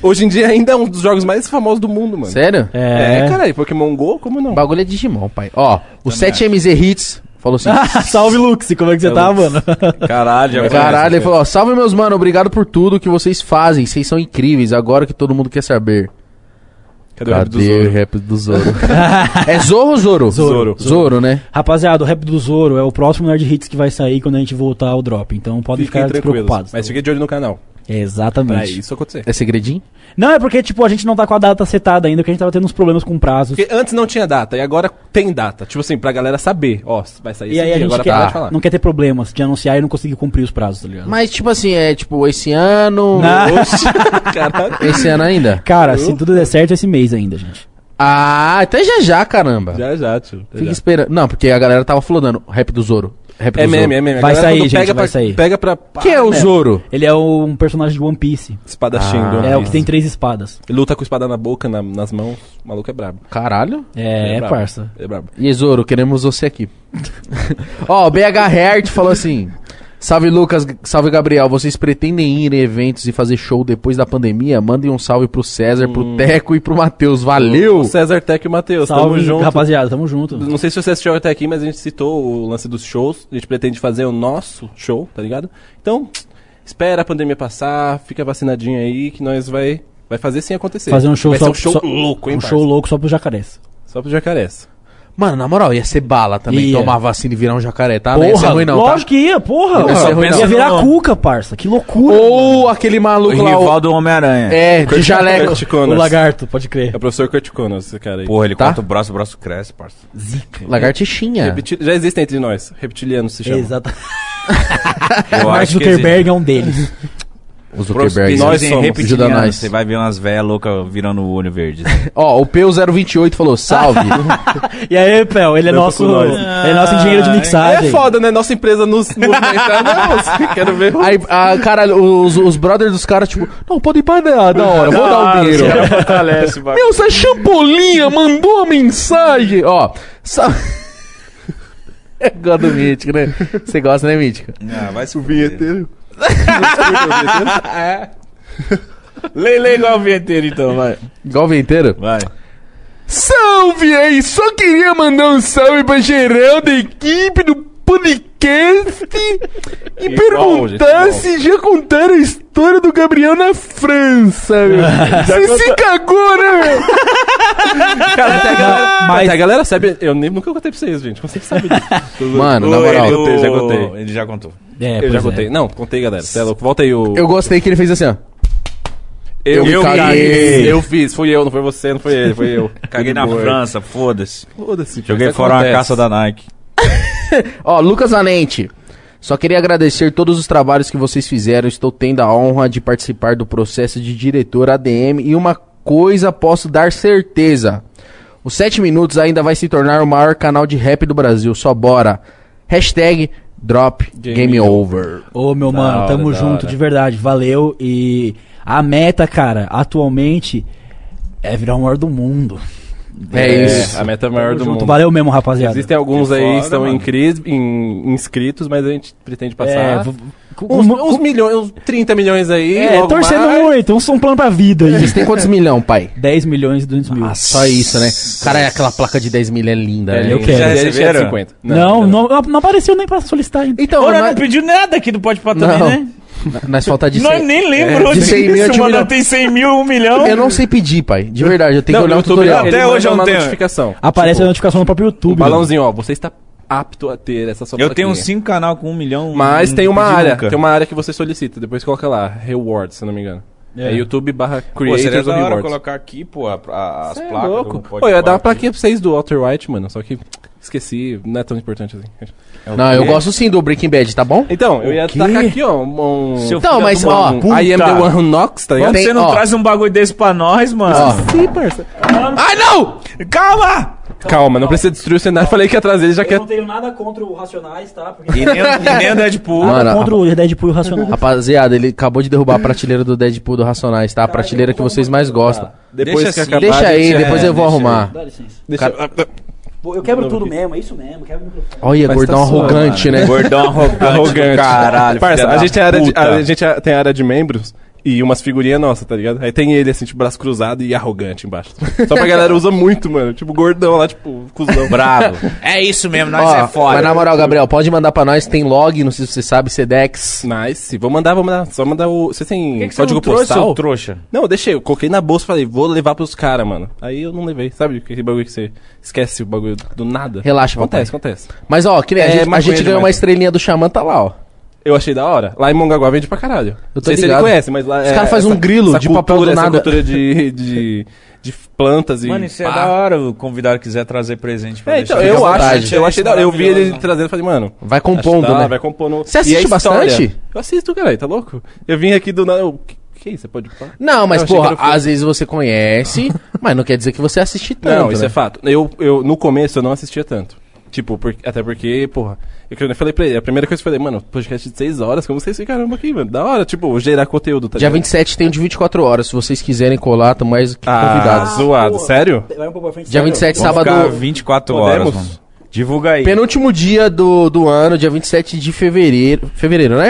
Speaker 3: Hoje em dia ainda é um dos jogos mais famosos do mundo, mano.
Speaker 2: Sério?
Speaker 4: É.
Speaker 3: É, caralho, Pokémon GO, como não?
Speaker 2: O bagulho é Digimon, pai. Ó, o 7MZ Hits falou assim.
Speaker 4: Salve, Lux. Como é que você tá, mano?
Speaker 3: Caralho, já
Speaker 2: Caralho, ele falou, ó, salve meus mano, obrigado por tudo que vocês fazem, vocês são incríveis, agora que todo mundo quer saber.
Speaker 3: Cadê o rap do
Speaker 2: Cadê o
Speaker 3: Zoro?
Speaker 2: rap do Zoro? é Zorro ou Zoro?
Speaker 3: Zoro.
Speaker 2: Zoro, né?
Speaker 4: Rapaziada, o Rap do Zoro é o próximo Nerd Hits que vai sair quando a gente voltar ao drop. Então podem
Speaker 3: Fiquem
Speaker 4: ficar
Speaker 3: tranquilos.
Speaker 4: despreocupados. tá
Speaker 3: Mas fiquei de olho no canal. Pra
Speaker 4: Exatamente.
Speaker 3: isso acontecer.
Speaker 2: É segredinho?
Speaker 4: Não, é porque, tipo, a gente não tá com a data setada ainda, porque a gente tava tendo uns problemas com prazos.
Speaker 3: Porque antes não tinha data e agora tem data. Tipo assim, pra galera saber. Ó, vai sair
Speaker 4: E
Speaker 3: esse
Speaker 4: aí a
Speaker 3: dia,
Speaker 4: gente
Speaker 3: agora
Speaker 4: quer-
Speaker 3: pode falar.
Speaker 4: não quer ter problemas de anunciar e não conseguir cumprir os prazos, tá ligado?
Speaker 2: Mas tipo assim, é tipo esse ano,
Speaker 4: Ah,
Speaker 3: Caralho.
Speaker 2: esse ano ainda?
Speaker 4: Cara, se tudo der certo, é esse mês ainda, gente.
Speaker 2: Ah, até já já, caramba.
Speaker 3: Já, já, tio. Já,
Speaker 2: Fica
Speaker 3: já.
Speaker 2: esperando. Não, porque a galera tava flodando, rap do Zoro. Rap do
Speaker 3: É meme,
Speaker 2: Zoro.
Speaker 3: é meme. A
Speaker 4: Vai
Speaker 3: galera
Speaker 4: sair,
Speaker 3: quando
Speaker 4: gente, vai
Speaker 3: pega pra,
Speaker 4: sair.
Speaker 3: Pega pra... pá,
Speaker 2: Que é o
Speaker 3: né?
Speaker 2: Zoro?
Speaker 4: Ele é o- um personagem de One Piece.
Speaker 3: Espadachim.
Speaker 2: Ah,
Speaker 3: do One
Speaker 4: É o que
Speaker 3: Piece.
Speaker 4: tem três espadas.
Speaker 3: Ele Luta com espada na boca, na- nas mãos. O maluco é brabo.
Speaker 2: Caralho.
Speaker 4: É, é
Speaker 3: brabo.
Speaker 4: parça.
Speaker 3: É brabo.
Speaker 2: E Zoro, queremos você aqui. Ó, o BH Hert falou assim: Salve Lucas, salve Gabriel, vocês pretendem ir em eventos e fazer show depois da pandemia? Mandem um salve pro César, pro Teco e pro Matheus. Valeu!
Speaker 3: O César Tech e o Matheus, tamo
Speaker 4: Tipo, Salve,
Speaker 3: junto.
Speaker 4: rapaziada, tamo junto.
Speaker 3: Não sei se você assistiu até aqui, mas a gente citou o lance dos shows. A gente pretende fazer o nosso show, tá ligado? Então, espera a pandemia passar, fica vacinadinho aí, que nós vai, vai fazer sim acontecer.
Speaker 4: Fazer um show
Speaker 3: vai
Speaker 4: só,
Speaker 3: ser um show
Speaker 4: só-
Speaker 3: louco, hein,
Speaker 4: Um
Speaker 3: parça?
Speaker 4: show louco só pro jacarés.
Speaker 3: Só pro jacarés.
Speaker 2: Mano, na moral, ia ser bala também
Speaker 4: Ia.
Speaker 2: tomar vacina e virar um jacaré, tá? não ia ser ruim, não. tá?
Speaker 4: lógico que ia, porra.
Speaker 2: Não ia ser
Speaker 4: Ia,
Speaker 2: ruim, não.
Speaker 4: virar
Speaker 1: Não.
Speaker 4: cuca, parça. Que loucura.
Speaker 2: Ou aquele
Speaker 1: O
Speaker 2: maluco lá.
Speaker 1: rival
Speaker 2: O...
Speaker 1: do Homem-Aranha.
Speaker 2: É, de jaleco.
Speaker 3: Kurt
Speaker 4: o
Speaker 3: Connors.
Speaker 4: lagarto, pode crer.
Speaker 3: É o professor Kurt Connors, esse cara aí.
Speaker 1: Porra, ele
Speaker 2: Tá?
Speaker 1: corta o braço, o braço cresce, parça.
Speaker 2: Lagartixinha.
Speaker 3: Reptil- Já existe entre nós. Reptiliano se chama.
Speaker 4: é. Exato.
Speaker 1: Eu
Speaker 4: Mark
Speaker 1: acho que
Speaker 4: Zuckerberg é um deles.
Speaker 2: O Zuckerberg.
Speaker 1: existe-
Speaker 3: Nós
Speaker 1: dizem
Speaker 3: somos,
Speaker 1: reptiliano,
Speaker 2: ajuda nós.
Speaker 1: Você vai ver umas velhas loucas virando o olho verde. assim.
Speaker 2: Ó, o Peu028 falou: salve.
Speaker 4: E aí, Pel, ele é
Speaker 3: Dança
Speaker 4: nosso,
Speaker 3: com nós.
Speaker 4: ele é nosso engenheiro de mixagem.
Speaker 3: É foda, né? Nossa empresa nos movimentar. Não, quero ver.
Speaker 2: Aí, ah, caralho, os, os brothers dos caras, tipo, não, pode ir pra da, da hora, vou
Speaker 3: Ah,
Speaker 2: dar o dinheiro.
Speaker 1: Fortalece, bagulho.
Speaker 2: Elsa Champolinha mandou a mensagem. Ó, sa... Eu gosto do Mítico, né? Você gosta, né, Mítico?
Speaker 1: Ah, vai subir.
Speaker 8: Leila igual o vinheteiro, então, vai.
Speaker 2: Igual o Venteiro.
Speaker 1: Vai.
Speaker 2: Salve aí! Só queria mandar um salve pra geral da equipe do podcast e
Speaker 3: bom, gente, que
Speaker 2: perguntar
Speaker 3: bom.
Speaker 2: se já contaram a história do Gabriel na França, meu. Você se cagou, né, meu?
Speaker 3: Cara, até a galera,
Speaker 4: Mas-
Speaker 3: até a galera sabe. Eu nem, nunca contei pra vocês, gente. Vocês sabem disso.
Speaker 2: Mano, na
Speaker 3: Ô,
Speaker 2: moral.
Speaker 3: ele-
Speaker 2: Eu
Speaker 3: contei, já contei.
Speaker 1: Ele já contou.
Speaker 4: É,
Speaker 3: Eu
Speaker 4: pois
Speaker 3: já
Speaker 4: é.
Speaker 3: contei. Não, contei, galera. Você é louco. Volta aí o.
Speaker 2: Eu gostei que ele fez assim, ó.
Speaker 3: Eu,
Speaker 2: Eu caguei.
Speaker 3: Eu fiz. Fui eu, não foi você, não foi ele, foi eu.
Speaker 1: Caguei na
Speaker 3: Foi.
Speaker 1: França, foda-se.
Speaker 3: Foda-se.
Speaker 1: Joguei
Speaker 3: isso
Speaker 1: fora uma
Speaker 3: acontece.
Speaker 1: caça da Nike.
Speaker 2: Ó, Lucas Valente. Só queria agradecer todos os trabalhos que vocês fizeram. Estou tendo a honra de participar do processo de diretor ADM e uma coisa posso dar certeza. O 7 Minutos ainda vai se tornar o maior canal de rap do Brasil. Só bora. Hashtag Drop Game,
Speaker 3: Game
Speaker 2: Over.
Speaker 4: Ô, meu mano,
Speaker 3: hora,
Speaker 4: tamo
Speaker 3: da
Speaker 4: junto,
Speaker 3: hora.
Speaker 4: de verdade. Valeu. E a meta, cara, atualmente é virar o maior do mundo.
Speaker 2: É,
Speaker 3: É,
Speaker 2: isso.
Speaker 3: a meta maior
Speaker 4: Tamo
Speaker 3: do
Speaker 4: junto.
Speaker 3: mundo.
Speaker 4: Valeu mesmo, rapaziada.
Speaker 3: Existem alguns aí que
Speaker 1: foda,
Speaker 3: estão em
Speaker 1: mano.
Speaker 3: crise, em, inscritos, mas a gente pretende
Speaker 4: É,
Speaker 3: passar.
Speaker 4: v-
Speaker 3: uns,
Speaker 4: um-
Speaker 3: uns milhões, uns 30 milhões aí.
Speaker 4: é,
Speaker 3: logo
Speaker 4: torcendo
Speaker 3: mais.
Speaker 4: muito, um, um plano pra vida. aí.
Speaker 2: Vocês têm quantos milhão, pai?
Speaker 4: 10 milhões e 200 mil.
Speaker 2: Ah, só isso, né? Cara, aquela placa de 10 milhões é linda,
Speaker 3: É,
Speaker 2: né?
Speaker 4: eu quero.
Speaker 3: Já receberam?
Speaker 1: receberam?
Speaker 3: 50.
Speaker 4: Não, não, não, apareceu nem pra solicitar ainda.
Speaker 2: Então,
Speaker 1: Ora,
Speaker 2: nós-
Speaker 1: não pediu nada aqui do Pode Pá também,
Speaker 2: Não.
Speaker 1: né? é
Speaker 2: nós falta de
Speaker 1: Nós
Speaker 2: cem-
Speaker 1: nem lembrou
Speaker 2: de 100 mil, eu te
Speaker 1: mano.
Speaker 2: miro.
Speaker 1: Tem 100 mil, 1 milhão.
Speaker 2: Eu não sei pedir, pai. De verdade, eu tenho
Speaker 3: Não,
Speaker 2: que olhar o
Speaker 3: no YouTube
Speaker 2: tutorial.
Speaker 3: não,
Speaker 1: Até
Speaker 3: ele
Speaker 1: hoje
Speaker 3: manda
Speaker 1: eu não
Speaker 3: uma
Speaker 1: tenho.
Speaker 3: notificação.
Speaker 4: Aparece a
Speaker 3: Tipo,
Speaker 4: notificação no próprio YouTube.
Speaker 3: um balãozinho, ó. Você está apto a ter essa sua
Speaker 1: Eu tenho
Speaker 3: plaquinha.
Speaker 1: 5 canal com 1 milhão.
Speaker 3: Mas
Speaker 1: não
Speaker 3: tem uma
Speaker 1: pedi
Speaker 3: área,
Speaker 1: nunca.
Speaker 3: tem uma área que você solicita, depois coloca lá, rewards, se eu não me engano. É, YouTube barra
Speaker 1: Pô, seria
Speaker 3: creators
Speaker 1: da
Speaker 3: ou
Speaker 1: hora
Speaker 3: rewards.
Speaker 1: colocar aqui, pô, a- a- as
Speaker 3: Cê é
Speaker 1: placas.
Speaker 3: louco.
Speaker 1: do Pode
Speaker 3: Pô, eu ia
Speaker 1: Pá
Speaker 3: dar uma
Speaker 1: aqui.
Speaker 3: plaquinha pra vocês do Walter White, mano, só que esqueci, não é tão importante assim.
Speaker 2: Não, eu gosto sim do Breaking Bad, tá bom?
Speaker 3: Então, eu ia
Speaker 1: quê?
Speaker 3: tacar aqui, ó, um... um-
Speaker 1: Seu
Speaker 2: Então,
Speaker 1: filho
Speaker 2: mas,
Speaker 1: de uma
Speaker 2: ó,
Speaker 1: puta.
Speaker 3: I am the one who knocks, tá
Speaker 1: Como
Speaker 3: ligado?
Speaker 2: Tem-
Speaker 1: você não
Speaker 2: ó.
Speaker 1: traz um bagulho desse pra nós, mano?
Speaker 2: Ó. Ai, não!
Speaker 1: Calma!
Speaker 3: Calma, não precisa destruir o cenário. Falei que é ia trazer, ele já quer.
Speaker 4: Eu não tenho nada contra o Racionais, tá? Porque
Speaker 1: E nem, o- e nem o Deadpool.
Speaker 2: Mano,
Speaker 4: contra o Deadpool e o Racionais.
Speaker 2: Rapaziada, ele acabou de derrubar a prateleira do Deadpool do Racionais, tá? A prateleira que vocês mais gostam.
Speaker 3: Depois
Speaker 1: Deixa
Speaker 3: que
Speaker 1: assim.
Speaker 3: acabar.
Speaker 2: Deixa aí,
Speaker 1: deixa-
Speaker 2: depois eu vou
Speaker 1: deixa aí.
Speaker 2: arrumar.
Speaker 4: Dá licença.
Speaker 3: é, deixa- ah,
Speaker 4: Pô, eu quebro tudo mesmo, é isso mesmo. Quebro o microfone.
Speaker 2: Olha,
Speaker 3: Mas
Speaker 2: gordão
Speaker 3: tá suave,
Speaker 2: arrogante, né?
Speaker 1: Gordão arrogante.
Speaker 3: Arrogante.
Speaker 1: do Caralho,
Speaker 3: Parça,
Speaker 1: filha
Speaker 3: a
Speaker 1: da
Speaker 3: gente, é área de-
Speaker 1: puta.
Speaker 3: a gente é- tem área de membros e umas figurinhas nossas, tá ligado? Aí tem ele, assim, tipo, braço cruzado e arrogante embaixo. Só pra galera usa muito, mano. Tipo, gordão lá, tipo, cuzão.
Speaker 1: Bravo. É isso mesmo, nós
Speaker 2: Ó,
Speaker 1: é
Speaker 2: Mas na
Speaker 1: foda.
Speaker 2: moral, Gabriel, pode mandar pra nós, tem log, não sei se você sabe, Sedex.
Speaker 3: Nice. Vou mandar, vou mandar. Só mandar o. Você tem
Speaker 1: Por que que você
Speaker 3: código
Speaker 1: não trouxe,
Speaker 3: postal?
Speaker 1: seu trouxa?
Speaker 3: Não, eu deixei. Eu coloquei na bolsa e falei, vou levar pros caras, mano. Aí eu não levei. Sabe aquele bagulho que você esquece o bagulho do nada?
Speaker 2: Relaxa,
Speaker 3: Acontece, acontece.
Speaker 2: Mas ó, que nem a
Speaker 3: É,
Speaker 2: gente, a
Speaker 3: maconha
Speaker 2: gente ganhou
Speaker 3: demais.
Speaker 2: uma estrelinha do Xamã, tá lá, ó.
Speaker 3: Eu achei da hora. Lá em Mongaguá vende pra caralho.
Speaker 2: Eu
Speaker 3: Eu
Speaker 2: tô
Speaker 3: sei se ele
Speaker 2: ligado.
Speaker 3: conhece, mas lá
Speaker 2: Os cara faz um grilo de papel
Speaker 3: cultura,
Speaker 2: do
Speaker 3: essa
Speaker 2: nada.
Speaker 3: cultura de, de, de plantas e
Speaker 1: Mano, isso é
Speaker 3: pá.
Speaker 1: da hora. O convidado quiser trazer presente pra
Speaker 3: É, então,
Speaker 1: deixar.
Speaker 3: eu
Speaker 2: Fica à
Speaker 3: acho,
Speaker 2: vontade.
Speaker 3: eu achei da hora. Eu vi ele trazendo e falei, mano...
Speaker 2: Vai
Speaker 3: acho
Speaker 2: compondo,
Speaker 3: da hora,
Speaker 2: né?
Speaker 3: Vai compondo...
Speaker 2: Você
Speaker 3: E a
Speaker 2: assiste
Speaker 3: história?
Speaker 2: bastante?
Speaker 3: Eu assisto, caralho, tá louco? Eu vim aqui do nada... eu- Que, que é isso? Você pode... falar?
Speaker 2: Não, mas
Speaker 3: Eu achei que
Speaker 2: porra,
Speaker 3: era o filme.
Speaker 2: às vezes você conhece, mas não quer dizer que você assiste tanto,
Speaker 3: Não, isso
Speaker 2: né?
Speaker 3: é fato. Eu, eu, no começo, eu não assistia tanto. Tipo, por- até porque, porra, eu, que eu falei pra ele, a primeira coisa que eu falei, mano, podcast de 6 horas, como vocês ficaram aqui, mano? Da hora, tipo, gerar conteúdo, tá
Speaker 2: Dia 27 tem o de 24 horas, se vocês quiserem colar, estão mais que
Speaker 3: Ah,
Speaker 2: convidados.
Speaker 3: zoado.
Speaker 4: Porra.
Speaker 3: Sério?
Speaker 4: Vai um pouco pra frente.
Speaker 2: Dia
Speaker 4: sério.
Speaker 2: 27,
Speaker 1: Vamos ficar
Speaker 2: É sábado,
Speaker 1: 24
Speaker 3: Podemos?
Speaker 1: horas, mano. Divulga aí.
Speaker 2: penúltimo dia do, do ano, dia Ó, 27 de fevereiro. Fevereiro, né?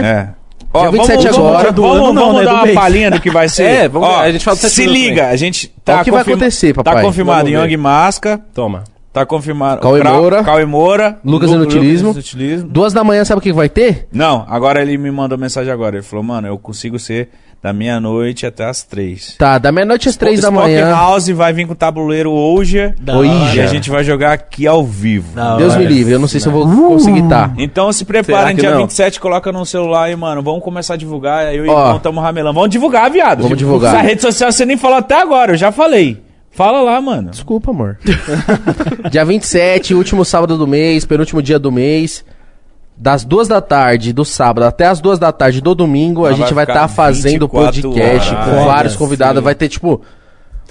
Speaker 1: É. Ó,
Speaker 2: Dia 27
Speaker 1: vamos,
Speaker 2: agora.
Speaker 1: Vamos, vamos,
Speaker 4: Do ano não,
Speaker 1: vamos
Speaker 4: né,
Speaker 1: dar
Speaker 4: do
Speaker 1: uma
Speaker 4: mês.
Speaker 1: palhinha do que vai ser.
Speaker 3: É, vamos-
Speaker 1: Ó,
Speaker 3: a gente fala do
Speaker 1: Se
Speaker 3: sete minutos
Speaker 1: liga, a gente tá
Speaker 2: Ó, o que vai
Speaker 1: confirma-
Speaker 2: acontecer, papai?
Speaker 1: Tá confirmado
Speaker 3: Vamos ver.
Speaker 1: Young Masca,
Speaker 3: Toma.
Speaker 1: tá confirmado
Speaker 2: Cauê
Speaker 1: Cra-
Speaker 2: Moura.
Speaker 1: Cauê Moura,
Speaker 2: Lucas
Speaker 1: Lu-
Speaker 2: Inutilismo.
Speaker 1: Lucas Inutilismo.
Speaker 2: Duas da manhã, sabe o que vai ter?
Speaker 1: Não, agora ele me mandou mensagem agora. Ele falou, mano, eu consigo ser da meia-noite até as três.
Speaker 2: Tá, da meia-noite às três da
Speaker 1: Spock
Speaker 2: manhã.
Speaker 1: House vai vir com o tabuleiro hoje.
Speaker 4: Da
Speaker 2: Oi,
Speaker 4: hora.
Speaker 1: E a gente vai jogar aqui ao vivo.
Speaker 4: Da
Speaker 2: Deus
Speaker 4: hora.
Speaker 2: me livre, eu não sei se eu vou conseguir tá.
Speaker 1: Então se
Speaker 3: Será
Speaker 1: preparem,
Speaker 3: que
Speaker 1: dia
Speaker 3: não?
Speaker 1: 27, coloca no celular e, mano, vamos começar a divulgar. Eu e o
Speaker 2: Ó.
Speaker 1: irmão tamo ramelando. Vamos divulgar, viado.
Speaker 2: Vamos divulgar.
Speaker 1: Essa rede social você nem falou até agora, eu já falei. Fala lá, mano.
Speaker 2: Desculpa, amor. dia 27, último sábado do mês, penúltimo dia do mês. Das duas da tarde do sábado até as duas da tarde do domingo, a
Speaker 1: Mas
Speaker 2: gente
Speaker 1: vai
Speaker 2: vai estar
Speaker 1: ficar
Speaker 2: fazendo
Speaker 1: 24
Speaker 2: podcast
Speaker 1: horas.
Speaker 2: com vários
Speaker 3: Olha,
Speaker 2: convidados.
Speaker 3: sim.
Speaker 2: Vai ter, tipo,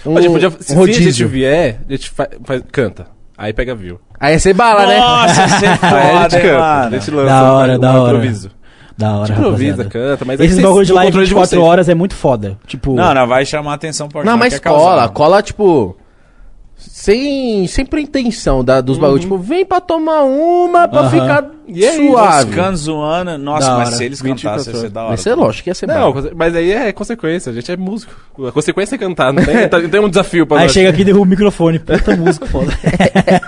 Speaker 2: um,
Speaker 3: Mas, tipo, já- se,
Speaker 2: um
Speaker 3: se a gente
Speaker 2: rodízio.
Speaker 3: vier, a gente fa- faz- canta. Aí pega view.
Speaker 2: Aí você bala, né?
Speaker 1: Nossa, você é
Speaker 3: Aí a
Speaker 1: foda,
Speaker 3: gente
Speaker 1: hein,
Speaker 3: canta. A
Speaker 1: mano.
Speaker 3: gente lança
Speaker 4: Da hora,
Speaker 3: um- um
Speaker 4: da hora.
Speaker 3: improviso.
Speaker 4: Da hora,
Speaker 3: Improvisa,
Speaker 4: rapaziada.
Speaker 3: canta, mas aí
Speaker 4: Esses
Speaker 3: vocês-
Speaker 4: bagulho de
Speaker 3: o
Speaker 4: live
Speaker 3: controle de
Speaker 4: 24
Speaker 3: vocês.
Speaker 4: horas é muito foda. Tipo,
Speaker 1: Não, não, vai chamar atenção pra é
Speaker 2: Não, mas
Speaker 1: quer causar.
Speaker 2: cola, cola, tipo. Sem, sem pretensão da, dos bagulhos. Tipo, vem pra tomar uma pra
Speaker 4: Aham.
Speaker 2: ficar
Speaker 3: E é isso,
Speaker 2: suave.
Speaker 1: Os canos zoando. Nossa,
Speaker 4: Da
Speaker 1: mas
Speaker 4: hora.
Speaker 1: se eles
Speaker 3: 24
Speaker 1: cantassem, ia ser
Speaker 3: horas.
Speaker 1: da hora.
Speaker 2: Mas é lógico que ia ser
Speaker 3: Não,
Speaker 2: bala.
Speaker 3: conse- mas aí é consequência, a gente é músico. A consequência é cantar, não tem, tá- não tem um desafio pra
Speaker 4: aí
Speaker 3: nós.
Speaker 4: chega aqui e derruba o microfone. Puta música, foda.
Speaker 3: é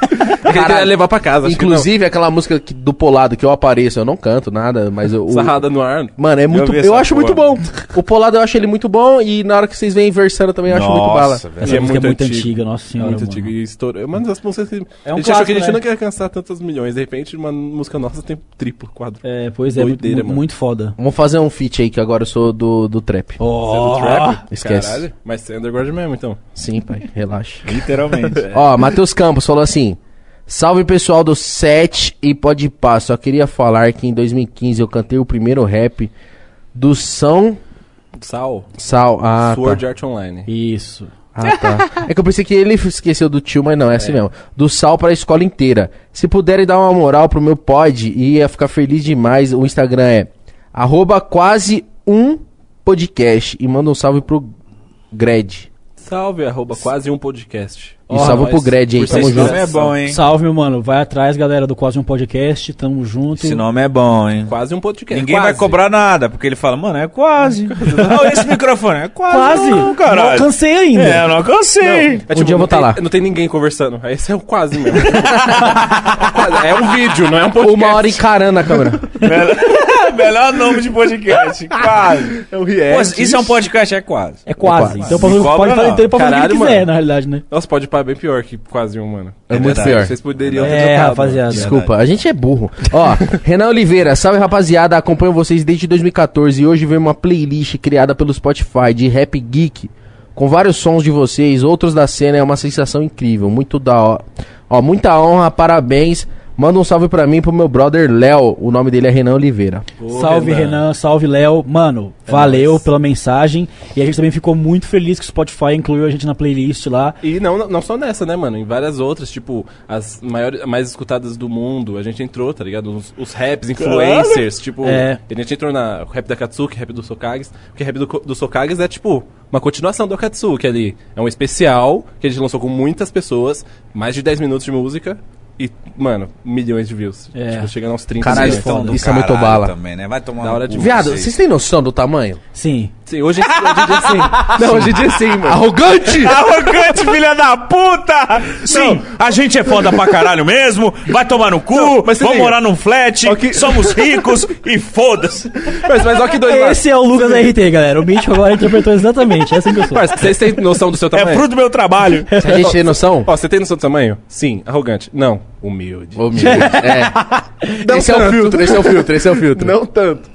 Speaker 3: Tem que
Speaker 2: Caralho.
Speaker 3: levar pra casa, acho que não.
Speaker 2: Inclusive, aquela música que- do Polado que eu apareço, eu não canto nada, mas eu. o-
Speaker 3: Sarrada no ar.
Speaker 2: Mano, é muito.
Speaker 1: vi
Speaker 2: Eu,
Speaker 1: essa
Speaker 2: acho
Speaker 1: porra.
Speaker 2: muito bom. O Polado eu acho ele muito bom e na hora que vocês vêm versando também eu acho muito bala.
Speaker 1: Nossa, velho.
Speaker 4: Essa
Speaker 3: E é
Speaker 4: música é
Speaker 3: muito
Speaker 4: muito
Speaker 3: antigo.
Speaker 4: antiga, nossa senhora.
Speaker 3: é muito
Speaker 4: mano.
Speaker 3: antigo e estourou. Uma das músicas que.
Speaker 4: É um
Speaker 3: a gente achou que a
Speaker 4: clássico,
Speaker 3: gente
Speaker 4: né?
Speaker 3: não quer alcançar tantos milhões. De repente, uma música nossa tem triplo, quadro.
Speaker 4: É, pois é, muito-
Speaker 3: Doideira,
Speaker 4: muito,
Speaker 3: mano.
Speaker 4: muito foda.
Speaker 2: Vamos fazer um feat aí que agora eu sou do, do
Speaker 3: é
Speaker 2: trap.
Speaker 4: Ó,
Speaker 2: esquece.
Speaker 3: Caralho, mas você é underground mesmo, então.
Speaker 2: Sim, pai, relaxa.
Speaker 1: Literalmente.
Speaker 2: Ó, Matheus Campos falou assim: Salve pessoal do 7 e pode pá. Só queria falar que em 2015 eu cantei o primeiro rap do São
Speaker 3: Sal,
Speaker 2: Sal. Ah,
Speaker 3: Sword
Speaker 2: tá.
Speaker 3: Art Online.
Speaker 4: isso.
Speaker 2: Ah, tá. É que eu pensei que ele esqueceu do tio, mas não, é assim mesmo. Do Sal pra escola inteira. Se puderem dar uma moral pro meu pod, ia ficar feliz demais. O Instagram é arroba quase um podcast. E manda um salve pro Gred.
Speaker 3: Salve, arroba quase um podcast.
Speaker 2: E salve pro Gred, hein?
Speaker 1: Esse
Speaker 2: Tamo junto.
Speaker 1: nome é bom, hein?
Speaker 4: Salve, meu mano. Vai atrás, galera, do Quase Um Podcast. Tamo junto.
Speaker 1: Esse nome é bom, hein?
Speaker 3: Quase um podcast.
Speaker 1: Ninguém vai
Speaker 3: quase.
Speaker 1: cobrar nada, porque ele fala, mano, é quase. Olha esse microfone, é quase.
Speaker 4: Quase!
Speaker 1: Não,
Speaker 4: Não
Speaker 1: caralho.
Speaker 4: alcancei ainda.
Speaker 1: É, eu não alcancei.
Speaker 3: É
Speaker 2: Um dia eu
Speaker 3: não
Speaker 2: vou tá
Speaker 3: tem-
Speaker 2: lá.
Speaker 3: Não tem ninguém conversando. Aí Esse é o quase mesmo. Quase, é um vídeo, não é um podcast.
Speaker 2: Uma hora encarando a câmera.
Speaker 1: Melhor nome de podcast, quase.
Speaker 3: É um
Speaker 1: Pô,
Speaker 3: react.
Speaker 1: isso é um podcast, é quase.
Speaker 4: É quase.
Speaker 2: É quase.
Speaker 4: Então pode,
Speaker 1: Me cobra,
Speaker 4: pode fazer
Speaker 1: não.
Speaker 4: então ele pode fazer o que
Speaker 3: Caralho,
Speaker 4: quiser,
Speaker 3: mano.
Speaker 4: na realidade, né?
Speaker 3: Nossa, pode pá, é bem pior que quase um, mano.
Speaker 2: É muito
Speaker 1: verdade.
Speaker 2: pior.
Speaker 3: Vocês poderiam ter
Speaker 4: É,
Speaker 3: trocado,
Speaker 4: rapaziada.
Speaker 2: Desculpa, a gente é burro. Ó, Renan Oliveira, salve rapaziada, acompanho vocês desde 2014 e hoje vem uma playlist criada pelo Spotify de Rap Geek com vários sons de vocês, outros da cena, é uma sensação incrível, muito da hora. Ó, muita honra, parabéns. Manda um salve pra mim e pro meu brother Léo. O nome dele é Renan Oliveira.
Speaker 4: salve, Renan. salve, Léo. Mano,
Speaker 3: É
Speaker 4: valeu pela mensagem. E a gente também ficou muito feliz que o Spotify incluiu a gente na playlist lá.
Speaker 3: E não, não só nessa, né, mano? Em várias outras, tipo, as maiores, mais escutadas do mundo, a gente entrou, tá ligado? Os, os raps, influencers, tipo,
Speaker 4: É.
Speaker 3: a gente entrou na o rap da Katsuki, rap do Sokages, porque rap do, Ko- do Sokages é tipo uma continuação do Akatsuki ali. É um especial que a gente lançou com muitas pessoas, mais de 10 minutos de música e, mano, milhões de views.
Speaker 4: É.
Speaker 3: Tipo, chegando aos 30
Speaker 2: Caralho,
Speaker 3: milhões.
Speaker 2: foda. Isso é muito
Speaker 1: caralho
Speaker 2: bala.
Speaker 1: Também, né? Vai tomar
Speaker 3: Da
Speaker 1: no
Speaker 3: hora
Speaker 1: cu
Speaker 3: de-
Speaker 2: Viado, vocês têm noção do tamanho?
Speaker 4: Sim.
Speaker 3: Sim, hoje, hoje em dia sim. Não, hoje em dia sim, assim, mano.
Speaker 2: Arrogante!
Speaker 1: Tá
Speaker 8: Arrogante, filha da puta!
Speaker 1: Sim, a gente é foda pra caralho mesmo, vai tomar no cu,
Speaker 3: mas se
Speaker 1: vamos
Speaker 3: liga.
Speaker 1: morar num flat,
Speaker 3: Ok.
Speaker 1: somos ricos e foda-se.
Speaker 3: Mas, mas olha que dois lados.
Speaker 4: Esse é o Lucas da RT, galera. O Mítico agora interpretou exatamente é assim essa pessoa.
Speaker 3: Parça, vocês têm noção do seu
Speaker 1: É
Speaker 3: tamanho?
Speaker 1: fruto do meu trabalho.
Speaker 2: Se a gente tem noção?
Speaker 3: Ó, você tem noção do tamanho? Sim, arrogante. Não, humilde.
Speaker 2: Ô, meu Deus. É. Esse é o filtro, esse é o filtro, esse é o filtro.
Speaker 3: Não tanto.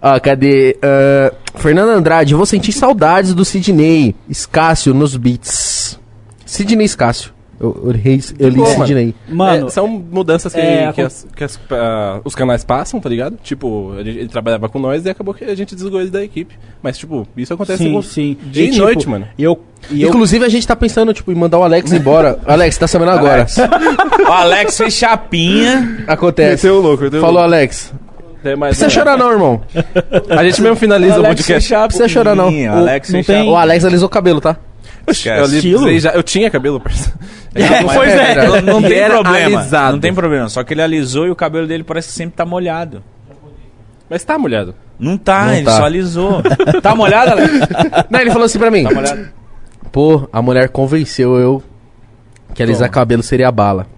Speaker 2: Ah, cadê? Ah, Fernando Andrade, vou sentir saudades do Sidney Escácio nos beats. Sidney Escácio. Eu, eu, errei- eu li
Speaker 3: Pô, mano.
Speaker 2: Sidney.
Speaker 4: Mano,
Speaker 3: É, são mudanças que,
Speaker 4: é,
Speaker 3: que
Speaker 4: acon-
Speaker 3: as- que as- ah, os canais passam, tá ligado? Tipo, ele, ele trabalhava com nós e acabou que a gente desligou ele da equipe. Mas, tipo, isso acontece
Speaker 4: sim,
Speaker 3: com-
Speaker 4: sim.
Speaker 3: dia e,
Speaker 4: tipo,
Speaker 3: noite, mano.
Speaker 4: Eu, e eu
Speaker 2: Inclusive, a gente tá pensando, tipo, em mandar o Alex embora. Alex, tá sabendo agora.
Speaker 1: O Alex fez chapinha.
Speaker 2: Acontece.
Speaker 3: Meteu o um louco, meteu o
Speaker 2: Falou, Alex.
Speaker 3: Tem mais,
Speaker 2: Precisa
Speaker 3: né?
Speaker 2: chorar não, irmão.
Speaker 3: A gente mesmo finaliza o podcast.
Speaker 2: Não precisa chorar não.
Speaker 1: Ih,
Speaker 2: O-
Speaker 1: Alex
Speaker 4: não
Speaker 1: fez
Speaker 4: tem-
Speaker 2: O Alex alisou o cabelo, tá?
Speaker 3: Eu, li-
Speaker 4: Estilo?
Speaker 3: sei já- eu tinha cabelo, parça. É, que eu não-
Speaker 1: Pois é,
Speaker 2: era.
Speaker 1: não
Speaker 3: Ele
Speaker 1: tem
Speaker 3: era
Speaker 1: problema.
Speaker 3: alisado.
Speaker 1: Não tem problema, só que ele alisou e o cabelo dele parece que sempre tá molhado.
Speaker 3: Mas tá molhado.
Speaker 1: Não tá,
Speaker 2: Não
Speaker 1: ele
Speaker 2: tá.
Speaker 1: só alisou. tá molhado, Alex?
Speaker 2: Não, ele falou assim pra mim.
Speaker 3: Tá molhado.
Speaker 2: Pô, a mulher convenceu eu que alisar cabelo seria bala.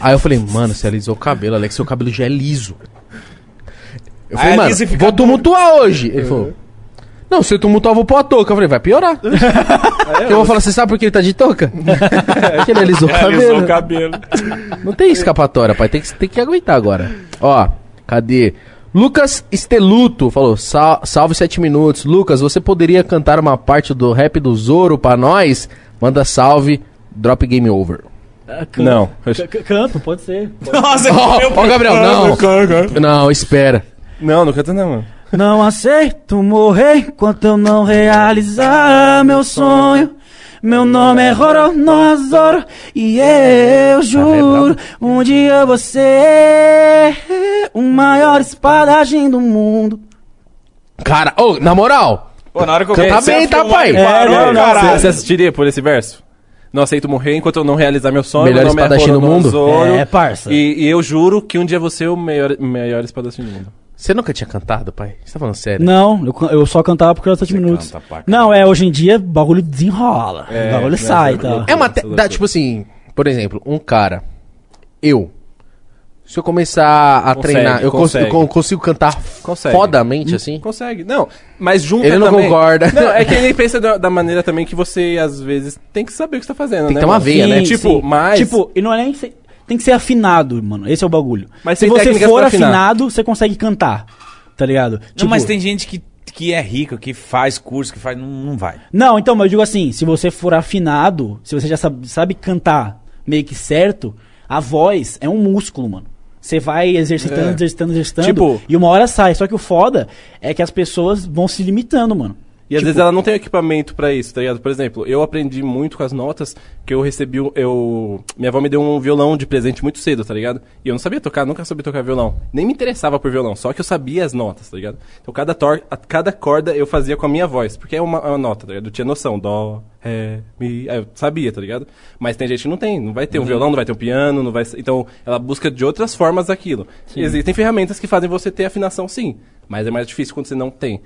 Speaker 2: Aí eu falei, mano, você alisou o cabelo, Alex, seu cabelo já é liso. Eu falei,
Speaker 1: Aí
Speaker 2: mano,
Speaker 1: alisa e fica Uhum.
Speaker 2: vou tumultuar hoje. Ele falou, não, se eu tumultuar, eu vou pôr a touca. Eu falei, vai piorar.
Speaker 1: É,
Speaker 2: eu vou falar, você sabe por que ele tá de touca? Porque ele alisou o
Speaker 1: Alisou
Speaker 2: cabelo.
Speaker 1: o cabelo.
Speaker 2: Não tem escapatória, pai. Tem que, tem que aguentar agora. Ó, cadê? Lucas Esteluto falou: "Sal- salve 7 minutos. Lucas, você poderia cantar uma parte do rap do Zoro pra nós? Manda salve, drop game over.
Speaker 4: Ah, can-
Speaker 3: Não.
Speaker 4: ca- ca- Canto, pode ser.
Speaker 1: Nossa,
Speaker 2: Ó,
Speaker 1: meu
Speaker 2: ó, Gabriel, não.
Speaker 1: Cara.
Speaker 2: Não, espera.
Speaker 3: Não, não canta não, mano.
Speaker 4: Não aceito morrer enquanto eu não realizar meu sonho. Meu nome é Roronosoro e eu juro um dia você é o maior espadagem do mundo.
Speaker 2: Cara, ô, na moral,
Speaker 1: Pô, na hora que eu
Speaker 2: Tá
Speaker 1: comecei a
Speaker 2: bem, tá,
Speaker 1: filmar,
Speaker 2: pai?
Speaker 1: ele
Speaker 4: É,
Speaker 1: parou,
Speaker 4: não, não,
Speaker 1: caralho.
Speaker 3: Você, você assistiria por esse verso? Não aceito morrer enquanto eu não realizar meu sonho.
Speaker 2: Melhor
Speaker 3: Meu nome é
Speaker 2: espadachim do mundo?
Speaker 3: Roronozouro.
Speaker 4: É, parça.
Speaker 3: E, e eu juro que um dia você é o maior, maior espadachim do mundo.
Speaker 2: você nunca tinha cantado, pai? Você tá falando sério?
Speaker 4: Não, eu, can- eu só cantava porque era 7 minutos.
Speaker 1: canta pra caralho.
Speaker 4: Não, é, hoje em dia o bagulho desenrola. o bagulho
Speaker 3: né,
Speaker 4: sai,
Speaker 3: é
Speaker 4: tá?
Speaker 2: É uma. te-
Speaker 3: Essa
Speaker 2: dá,
Speaker 3: loucura.
Speaker 2: tipo assim, por exemplo, um cara. Eu. Se eu começar a
Speaker 3: Consegue,
Speaker 2: treinar, eu, cons- eu
Speaker 3: consegue.
Speaker 2: con- consigo cantar
Speaker 3: Consegue.
Speaker 2: fodamente assim?
Speaker 3: Consegue. Não, mas junta
Speaker 2: Ele não
Speaker 3: também-
Speaker 2: concorda.
Speaker 3: Não, é que ele pensa da, da maneira também que você, às vezes, tem que saber o que você tá fazendo,
Speaker 2: Tem que
Speaker 3: né?
Speaker 2: ter uma
Speaker 3: mano?
Speaker 2: veia, né?
Speaker 3: Tipo, mas...
Speaker 4: Tipo, e não é nem. ser- Tem que ser afinado, mano. Esse é o bagulho.
Speaker 3: Mas
Speaker 4: se
Speaker 3: tem
Speaker 4: você
Speaker 3: técnicas
Speaker 4: for
Speaker 3: pra afinar.
Speaker 4: afinado, você consegue cantar. Tá ligado?
Speaker 1: Não, mas tem gente que, que é rica, que faz curso, que faz. Não, não vai.
Speaker 4: Não, então, mas eu digo assim, se você for afinado, se você já sabe, sabe cantar meio que certo, a voz é um músculo, mano. Você vai exercitando,
Speaker 3: É.
Speaker 4: exercitando, exercitando,
Speaker 3: Tipo-
Speaker 4: e uma hora sai. Só que o foda é que as pessoas vão se limitando, mano. Tipo,
Speaker 3: E às vezes ela não tem equipamento pra isso, tá ligado? Por exemplo, eu aprendi muito com as notas que eu recebi. o- Eu... Minha avó me deu um violão de presente muito cedo, tá ligado? E eu não sabia tocar, nunca soube tocar violão. Nem me interessava por violão, só que eu sabia as notas, tá ligado? Então cada, tor... a- cada corda eu fazia com a minha voz, porque é uma, é uma nota, tá ligado? Eu tinha noção. Dó, ré, mi. Aí eu sabia, tá ligado? Mas tem gente que não tem. Não vai ter um violão, não vai ter um piano, não vai. ser- Então ela busca de outras formas aquilo. Existem ferramentas que fazem você ter afinação, sim. Mas é mais difícil quando você não tem.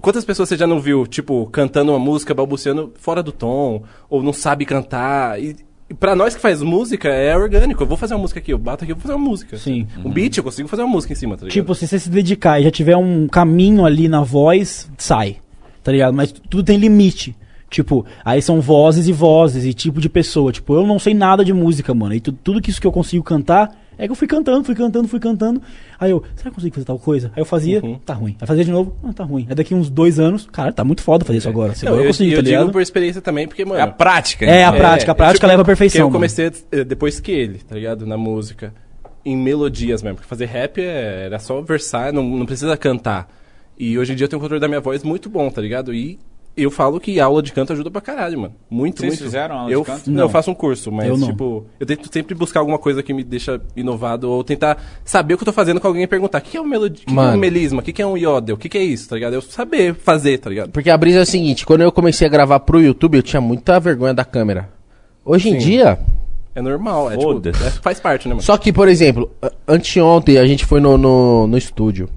Speaker 3: Quantas pessoas você já não viu, tipo, cantando uma música, balbuciando fora do tom, ou não sabe cantar? E, e pra nós que faz música, é orgânico. Eu vou fazer uma música aqui, eu bato aqui, eu vou fazer uma música.
Speaker 4: Sim.
Speaker 3: Um beat, eu consigo fazer uma música em cima, tá ligado?
Speaker 4: Tipo, se você se dedicar e já tiver um caminho ali na voz, sai. Tá ligado? Mas tudo tem limite. Tipo, aí são vozes e vozes e tipo de pessoa. Tipo, eu não sei nada de música, mano. E tu- tudo que isso que eu consigo cantar é que eu fui cantando, fui cantando, fui cantando. Aí eu, será que eu consigo fazer tal coisa? Aí eu fazia,
Speaker 3: Uhum.
Speaker 4: tá ruim. Aí fazia de novo, ah, tá ruim. Aí daqui uns dois anos, cara, tá muito foda fazer isso agora. Assim,
Speaker 3: É. Não,
Speaker 4: agora eu,
Speaker 3: Então, eu,
Speaker 4: consigo,
Speaker 3: eu
Speaker 4: tá
Speaker 3: digo
Speaker 4: ligado?
Speaker 3: por experiência também, porque, mano.
Speaker 1: É a prática.
Speaker 4: É, a
Speaker 1: então.
Speaker 4: prática. A prática leva à perfeição.
Speaker 3: Eu
Speaker 4: mano.
Speaker 3: comecei eh, depois que ele, tá ligado? Na música. Em melodias mesmo. Porque fazer rap é- era só versar, não, não precisa cantar. E hoje em dia eu tenho um controle da minha voz muito bom, tá ligado? E eu falo que aula de canto ajuda pra caralho, mano. Muito,
Speaker 1: Vocês
Speaker 3: muito.
Speaker 1: fizeram aula de
Speaker 3: eu,
Speaker 1: canto?
Speaker 3: Não,
Speaker 4: Não.
Speaker 3: eu faço um curso, mas,
Speaker 4: Eu não.
Speaker 3: tipo, eu tento sempre buscar alguma coisa que me deixa inovado ou tentar saber o que eu tô fazendo com alguém e perguntar: o que é um melodia? O que, é
Speaker 2: Mano.
Speaker 3: um melisma? O que, que é um yodel? O que, que é isso, tá ligado? Eu saber fazer, tá ligado?
Speaker 2: Porque a brisa é o seguinte, quando eu comecei a gravar pro YouTube, eu tinha muita vergonha da câmera. Hoje em dia,
Speaker 3: É normal, é tipo.
Speaker 1: Foda-se.
Speaker 3: é- faz parte, né, mano?
Speaker 2: só que, por exemplo, a- anteontem a gente foi no, no, no estúdio.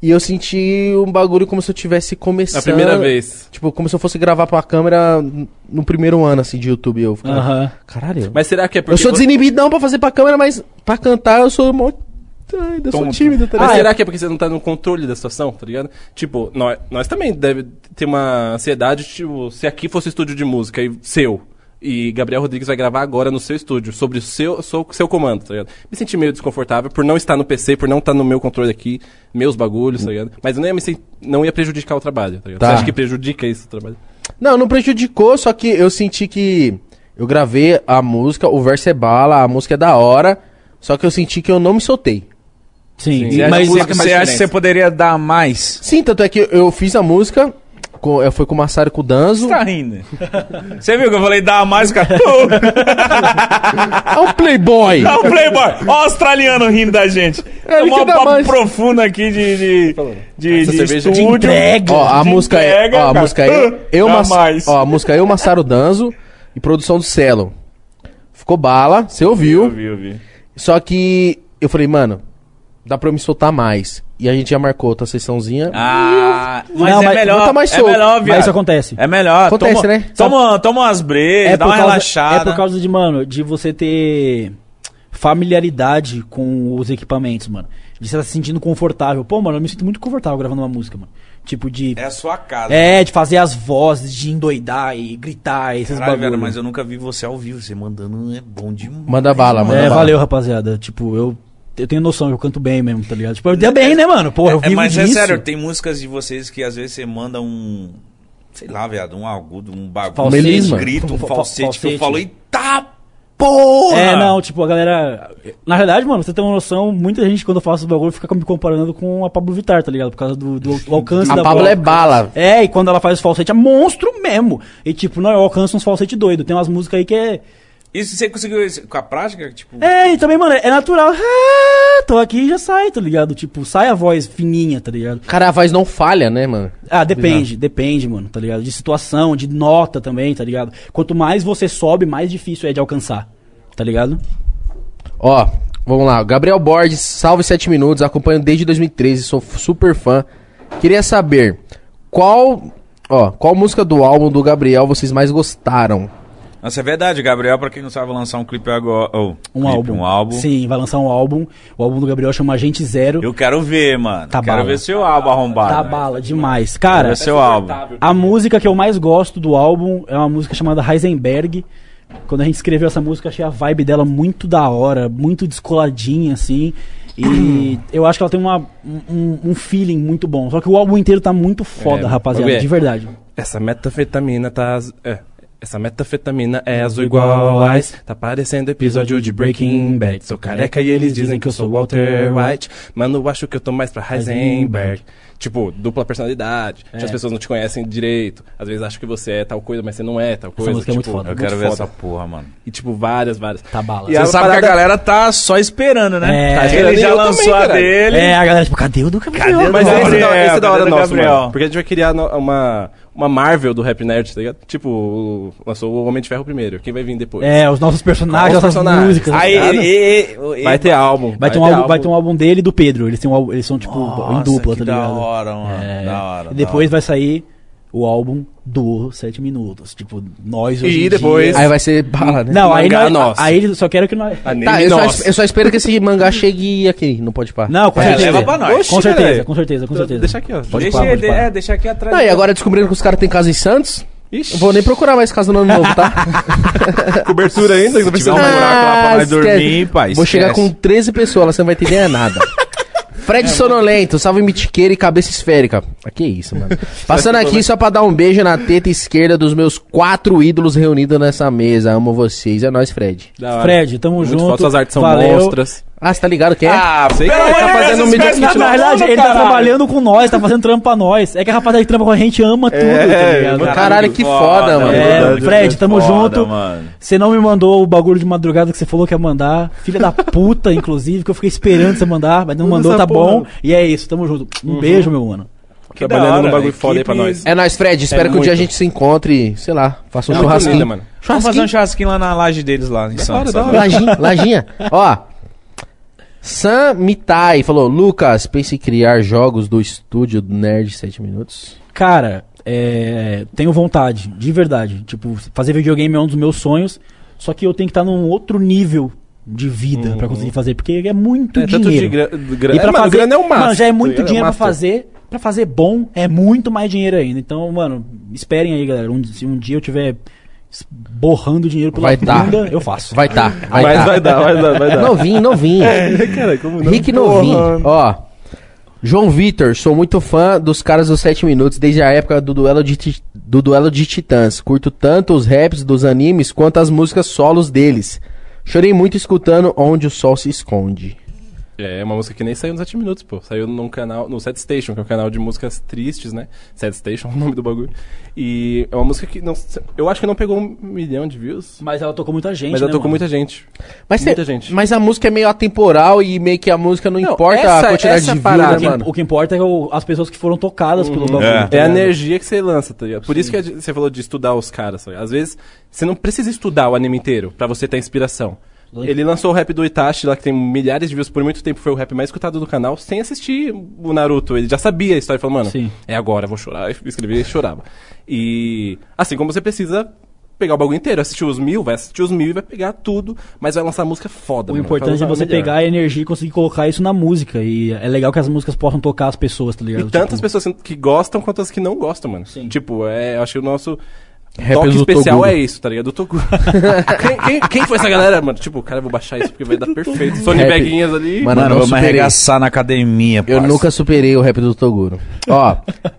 Speaker 2: E eu senti um bagulho como se eu tivesse começando.
Speaker 3: É A
Speaker 4: é
Speaker 3: primeira vez.
Speaker 2: Tipo, como se eu fosse gravar pra câmera n- no primeiro ano, assim, de YouTube. Eu ficava,
Speaker 4: Aham.
Speaker 2: caralho.
Speaker 3: Mas será que é porque.
Speaker 2: eu sou
Speaker 3: vo-
Speaker 2: desinibido não pra fazer pra câmera, mas pra cantar eu sou mó... Ai, eu sou
Speaker 1: Tonto.
Speaker 2: tímido, tá
Speaker 3: Mas
Speaker 2: ligado?
Speaker 3: será que é porque você não tá no controle da situação, tá ligado? Tipo, nós, nós também deve ter uma ansiedade, tipo, se aqui fosse estúdio de música e seu, e Gabriel Rodrigues vai gravar agora no seu estúdio, sobre o seu, seu, seu comando, tá ligado? Me senti meio desconfortável por não estar no PC, por não estar no meu controle aqui, meus bagulhos, tá ligado? Mas eu não ia, me sen- não ia prejudicar o trabalho, tá ligado?
Speaker 2: Tá.
Speaker 3: Você acha que prejudica isso o trabalho?
Speaker 2: Não, não prejudicou, só que eu senti que eu gravei a música, o verso é bala, a música é da hora, só que eu senti que eu não me soltei.
Speaker 4: Sim,
Speaker 1: Você acha-
Speaker 4: mas
Speaker 1: você, você acha que você poderia dar mais?
Speaker 2: Sim, tanto é que eu fiz a música, com, eu fui com o Massaro e com o Danzo.
Speaker 1: Você tá rindo. você viu que eu falei dar mais, cara? Pô,
Speaker 2: Ah, o
Speaker 1: Olha
Speaker 2: Playboy!
Speaker 1: Tá o Playboy. Olha o australiano rindo da gente.
Speaker 2: É, ele
Speaker 1: Tomou
Speaker 2: quer
Speaker 1: um
Speaker 2: dar
Speaker 1: papo
Speaker 2: mais.
Speaker 1: profundo aqui de, de, de,
Speaker 3: Essa
Speaker 1: de
Speaker 3: cerveja de
Speaker 1: estúdio.
Speaker 4: entrega.
Speaker 2: ó, a
Speaker 1: de
Speaker 2: música é,
Speaker 1: entrega,
Speaker 2: ó, a
Speaker 1: cara.
Speaker 2: música é eu,
Speaker 1: Dá
Speaker 2: Mas-
Speaker 1: mais.
Speaker 2: ó, a música é eu, Massaro, Danzo e produção do Celo. Ficou bala, você
Speaker 1: Eu
Speaker 2: ouviu?
Speaker 1: vi, eu vi.
Speaker 2: Só que eu falei, mano, dá pra eu me soltar mais. E a gente já marcou outra sessããozinha.
Speaker 1: Ah, mas
Speaker 4: Não,
Speaker 1: é
Speaker 4: mas
Speaker 1: melhor.
Speaker 2: bota mais
Speaker 1: é
Speaker 2: solto.
Speaker 1: melhor, viado.
Speaker 4: mas isso acontece.
Speaker 1: É melhor.
Speaker 2: Acontece,
Speaker 1: toma,
Speaker 2: né?
Speaker 1: Toma, toma umas brejas, dá uma
Speaker 4: causa,
Speaker 1: relaxada.
Speaker 4: É por causa de, mano, de você ter familiaridade com os equipamentos, mano. De você estar se sentindo confortável. Pô, mano, eu me sinto muito confortável gravando uma música, mano. Tipo de.
Speaker 1: É a sua casa.
Speaker 4: É, de fazer as vozes, de endoidar e gritar, esses
Speaker 1: Caralho,
Speaker 4: bagulho.
Speaker 1: velho, mas eu nunca vi você ao vivo. Você mandando é bom demais.
Speaker 2: Manda bala, manda
Speaker 4: É,
Speaker 2: bala.
Speaker 4: valeu, rapaziada. Tipo, eu, eu tenho noção, eu canto bem mesmo, tá ligado? Tipo, eu dei bem, né, mano? Porra, eu
Speaker 1: É,
Speaker 4: vivo
Speaker 1: mas
Speaker 4: disso.
Speaker 1: é sério, tem músicas de vocês que às vezes você manda um. Sei lá, viado, um agudo, um bagulho.
Speaker 2: Falsete.
Speaker 1: Um grito, um
Speaker 4: Fa- fa-
Speaker 1: falsete, que
Speaker 4: falsete.
Speaker 1: eu falo, eita porra!
Speaker 4: É, não, tipo, a galera. Na realidade, mano, você tem uma noção, muita gente quando eu faço esse bagulho fica me comparando com a Pablo Vittar, tá ligado? Por causa do, do- do alcance da
Speaker 2: A Pablo
Speaker 4: voz.
Speaker 2: é bala.
Speaker 4: É, e quando ela faz os falsete, é monstro mesmo. E tipo, não, eu alcanço uns falsete doido. Tem umas músicas aí que é.
Speaker 1: Isso você conseguiu isso com a prática? Tipo,
Speaker 4: É, e também, mano, é natural. Ah, tô aqui e já sai, tá ligado? Tipo, sai a voz fininha, tá ligado?
Speaker 2: Cara, a voz não falha, né, mano?
Speaker 4: Ah, depende, depende, mano, tá ligado? De situação, de nota também, tá ligado? Quanto mais você sobe, mais difícil é de alcançar, tá ligado?
Speaker 2: Ó, vamos lá. Gabriel Borges, salve 7 minutos, acompanho desde 2013, sou f- super fã. Queria saber qual, ó, qual música do álbum do Gabriel vocês mais gostaram?
Speaker 1: Nossa, é verdade, Gabriel, pra quem não sabe, vai lançar um clipe agora. oh,
Speaker 4: Um
Speaker 1: clipe,
Speaker 4: álbum.
Speaker 1: Um álbum.
Speaker 4: Sim, vai lançar um álbum. O álbum do Gabriel chama Agente Zero.
Speaker 1: Eu quero ver, mano.
Speaker 4: Tá
Speaker 1: quero
Speaker 4: bala.
Speaker 1: ver seu álbum arrombado. né?
Speaker 4: Tá bala demais.
Speaker 1: Quero
Speaker 4: Cara,
Speaker 1: ver seu álbum.
Speaker 4: a música que eu mais gosto do álbum é uma música chamada Heisenberg. Quando a gente escreveu essa música, achei a vibe dela muito da hora, muito descoladinha, assim. E eu acho que ela tem uma, um, um feeling muito bom. Só que o álbum inteiro tá muito foda,
Speaker 3: É,
Speaker 4: rapaziada,
Speaker 3: bagulho é-
Speaker 4: de verdade.
Speaker 3: Essa metafetamina tá. az- É. Essa metafetamina é azul igual a ice. Tá parecendo episódio de Breaking Bad. Sou careca e eles dizem que eu sou Walter White. Mano, eu acho que eu tô mais pra Heisenberg. Tipo, dupla personalidade. Tipo,
Speaker 4: É.
Speaker 3: As pessoas não te conhecem direito. Às vezes acham que você é tal coisa, mas você não é tal coisa.
Speaker 4: música é muito
Speaker 3: tipo,
Speaker 4: foda.
Speaker 1: Eu
Speaker 4: Muito
Speaker 1: quero ver
Speaker 3: foda.
Speaker 1: essa porra, mano.
Speaker 3: E tipo, várias, várias.
Speaker 4: Tá bala.
Speaker 3: E
Speaker 1: Você
Speaker 3: a
Speaker 1: sabe que
Speaker 3: parada-
Speaker 1: a galera tá só esperando, né?
Speaker 4: É.
Speaker 1: Tá
Speaker 3: esperando
Speaker 1: Ele já
Speaker 3: eu
Speaker 1: lançou
Speaker 3: também,
Speaker 1: a
Speaker 3: caralho.
Speaker 1: dele.
Speaker 4: É, a galera, tipo, cadê o do Gabriel?
Speaker 1: Cadê o do
Speaker 3: Mas
Speaker 1: Gabriel?
Speaker 3: esse, é da, esse é da hora
Speaker 1: cadê o
Speaker 3: nosso,
Speaker 1: Gabriel?
Speaker 3: mano. Porque a gente vai criar no- uma, uma Marvel do Rap Nerd, tá ligado? Tipo, o- lançou o Homem de Ferro primeiro. Quem vai vir depois?
Speaker 4: É, os nossos personagens,
Speaker 3: Os
Speaker 4: nossas
Speaker 3: personagens.
Speaker 4: músicas.
Speaker 1: Aí,
Speaker 4: tá ligado?
Speaker 1: e- e- e-
Speaker 3: Vai ter álbum.
Speaker 4: vai, ter um álbum, vai ter um álbum dele e do Pedro. Eles, têm um álbum- eles são, tipo, em
Speaker 1: Nossa,
Speaker 4: dupla,
Speaker 1: que
Speaker 4: tá ligado?
Speaker 1: Da hora, mano.
Speaker 4: É,
Speaker 1: Da hora.
Speaker 4: e depois vai sair o álbum do 7 Minutos. Tipo, nós hoje
Speaker 3: E
Speaker 4: em
Speaker 3: depois-
Speaker 4: dia- é-
Speaker 2: Aí vai ser bala, né?
Speaker 4: Não, aí,
Speaker 3: mangá
Speaker 4: nós,
Speaker 3: nosso.
Speaker 4: aí eles- só quero que nós...
Speaker 3: Anime
Speaker 2: Tá, eu só,
Speaker 3: nosso.
Speaker 2: eu só espero que esse mangá chegue aqui, não pode parar.
Speaker 4: Não, com
Speaker 1: É,
Speaker 4: certeza.
Speaker 1: leva pra nós.
Speaker 4: Com
Speaker 3: Oxi,
Speaker 4: certeza,
Speaker 3: velho.
Speaker 4: com certeza, com certeza.
Speaker 3: Deixa aqui, ó.
Speaker 4: Pode
Speaker 1: deixa,
Speaker 4: parar,
Speaker 1: ele-
Speaker 4: pode parar.
Speaker 1: é, deixa aqui atrás.
Speaker 2: Não, e agora descobrindo que os caras têm casa em Santos?
Speaker 3: Ixi,
Speaker 2: Não vou nem procurar mais casa nome novo, tá?
Speaker 3: cobertura ainda, que eu tô
Speaker 1: Se tiver um
Speaker 3: precisando.
Speaker 1: buraco lá pra nós
Speaker 2: Ah, esquece.
Speaker 1: dormir, pai.
Speaker 2: Vou chegar
Speaker 1: esquece. É,
Speaker 2: com 13 pessoas, lá, você não vai entender nada. Fred Sonolento, salve mitiqueira e cabeça esférica. Ah, que isso, mano. Passando aqui só pra dar um beijo na teta esquerda dos meus quatro ídolos reunidos nessa mesa. Amo vocês. É nóis, Fred.
Speaker 3: Da hora.
Speaker 4: Fred, tamo
Speaker 3: Muito
Speaker 4: junto.
Speaker 3: foda, suas artes são
Speaker 4: valeu.
Speaker 3: monstras.
Speaker 2: Ah, você tá ligado que é?
Speaker 3: Ah, sei que ele tá fazendo um
Speaker 4: Não,
Speaker 3: videoclipe
Speaker 4: na
Speaker 3: lá.
Speaker 4: verdade, ele tá
Speaker 3: Caralho.
Speaker 4: trabalhando com nós, tá fazendo trampo pra nós. É que a rapaziada que trampa com a gente ama tudo,
Speaker 3: É,
Speaker 4: tá ligado?
Speaker 1: é,
Speaker 2: mano, Caralho, que foda, mano.
Speaker 4: É,
Speaker 1: verdade,
Speaker 4: Fred,
Speaker 1: verdade,
Speaker 4: tamo
Speaker 1: foda,
Speaker 3: Tá
Speaker 4: junto.
Speaker 1: Mano.
Speaker 4: Você não me mandou o bagulho de madrugada que você falou que ia mandar. Filha da puta, inclusive, que eu fiquei esperando você mandar, mas não mandou,
Speaker 3: essa
Speaker 4: tá
Speaker 3: porra. Uhum.
Speaker 4: bom. E é isso, tamo junto. Um beijo, meu mano.
Speaker 3: Trabalhando
Speaker 1: da hora,
Speaker 3: num bagulho
Speaker 1: equipe-
Speaker 3: foda aí pra nós.
Speaker 2: É nóis, Fred. Espero que um dia a
Speaker 3: muito.
Speaker 2: gente se encontre, e, sei lá, faça um
Speaker 3: Muito
Speaker 2: churrasquinho.
Speaker 3: linda, mano. é
Speaker 1: Vamos fazer um churrasquinho lá na laje deles lá em Santos.
Speaker 3: da hora.
Speaker 2: Lajinha, lajinha. Ó. Sam Mitai falou: Lucas, pense em criar jogos do estúdio do Nerd 7 Minutos.
Speaker 4: Cara, é, tenho vontade, de verdade. Tipo, fazer videogame é um dos meus sonhos. Só que eu tenho que estar num outro nível de vida pra conseguir fazer, porque é muito
Speaker 3: Uhum. É,
Speaker 4: dinheiro.
Speaker 3: tanto de grana. Gra...
Speaker 4: E pra
Speaker 3: é, mano,
Speaker 4: fazer,
Speaker 3: grana é o máximo.
Speaker 4: Mano, já é muito
Speaker 3: tá ligado?
Speaker 4: dinheiro
Speaker 3: É o
Speaker 4: pra
Speaker 3: máximo.
Speaker 4: fazer. Pra fazer bom, é muito mais dinheiro ainda. Então, mano, esperem aí, galera. Um, se um dia eu tiver borrando dinheiro pela
Speaker 2: Vai tá.
Speaker 4: bunda, eu faço.
Speaker 2: Vai tá, vai
Speaker 3: Mas
Speaker 2: tá.
Speaker 3: vai dar, vai dar, vai dar.
Speaker 2: Novinho, novinho.
Speaker 3: É, né, Cara, como não?
Speaker 2: Rick novinho. Ó. João Vitor, sou muito fã dos caras dos 7 minutos desde a época do duelo, de, Ti- do duelo de Titãs. Curto tanto os raps dos animes quanto as músicas solos deles. Chorei muito escutando Onde o Sol se Esconde.
Speaker 3: É, é uma música que nem saiu nos 7 minutos, pô. Saiu num canal, no Set Station, que é um canal de músicas tristes, né? Set Station é o nome do bagulho. E é uma música que não. Eu acho que não pegou um milhão de views.
Speaker 4: Mas ela tocou muita gente,
Speaker 3: Mas
Speaker 4: né,
Speaker 3: ela tocou
Speaker 4: mano?
Speaker 3: muita gente.
Speaker 2: Mas,
Speaker 3: Muita
Speaker 2: cê-
Speaker 3: gente.
Speaker 2: mas a música é meio atemporal e meio que a música não,
Speaker 3: Não,
Speaker 2: importa
Speaker 3: essa-
Speaker 2: a quantidade
Speaker 3: essa
Speaker 2: de views,
Speaker 3: parada,
Speaker 2: né,
Speaker 4: O que,
Speaker 2: mano?
Speaker 4: o que importa é o- as pessoas que foram tocadas pelo bagulho.
Speaker 1: É.
Speaker 4: tá
Speaker 3: É a
Speaker 4: ligado?
Speaker 3: energia que você lança, tá ligado? Por isso que a- você falou de estudar os caras. tá ligado? Às vezes, você não precisa estudar o anime inteiro pra você ter inspiração. Ele lançou o rap do Itachi lá, que tem milhares de views por muito tempo, foi o rap mais escutado do canal, sem assistir o Naruto. Ele já sabia a história, falou, mano,
Speaker 4: Sim.
Speaker 3: é agora, eu vou chorar. Eu escrevi e chorava. E assim como você precisa pegar o bagulho inteiro, assistir os mil, vai assistir os mil e vai pegar tudo, mas vai lançar música foda.
Speaker 4: O
Speaker 3: mano,
Speaker 4: importante é
Speaker 3: vai lançar
Speaker 4: você
Speaker 3: melhor.
Speaker 4: pegar a energia e conseguir colocar isso na música. E é legal que as músicas possam tocar as pessoas, tá
Speaker 3: E
Speaker 4: ligado?
Speaker 3: tantas
Speaker 4: Tipo,
Speaker 3: pessoas que gostam quanto as que não gostam, mano.
Speaker 4: Sim.
Speaker 3: Tipo, é, eu acho que o nosso
Speaker 2: Rappers
Speaker 3: toque
Speaker 2: do
Speaker 3: especial
Speaker 2: Toguro.
Speaker 3: é isso, tá ligado? Do Toguro. quem, quem- quem foi essa galera, mano? Tipo, cara, eu vou baixar isso porque vai dar perfeito. Sony
Speaker 2: Rap.
Speaker 3: Beguinhas ali.
Speaker 2: Mano, eu
Speaker 1: Mano,
Speaker 2: não
Speaker 1: vamos
Speaker 2: superei.
Speaker 1: arregaçar na academia,
Speaker 2: Eu
Speaker 1: parça.
Speaker 2: nunca superei o rap do Toguro. Ó,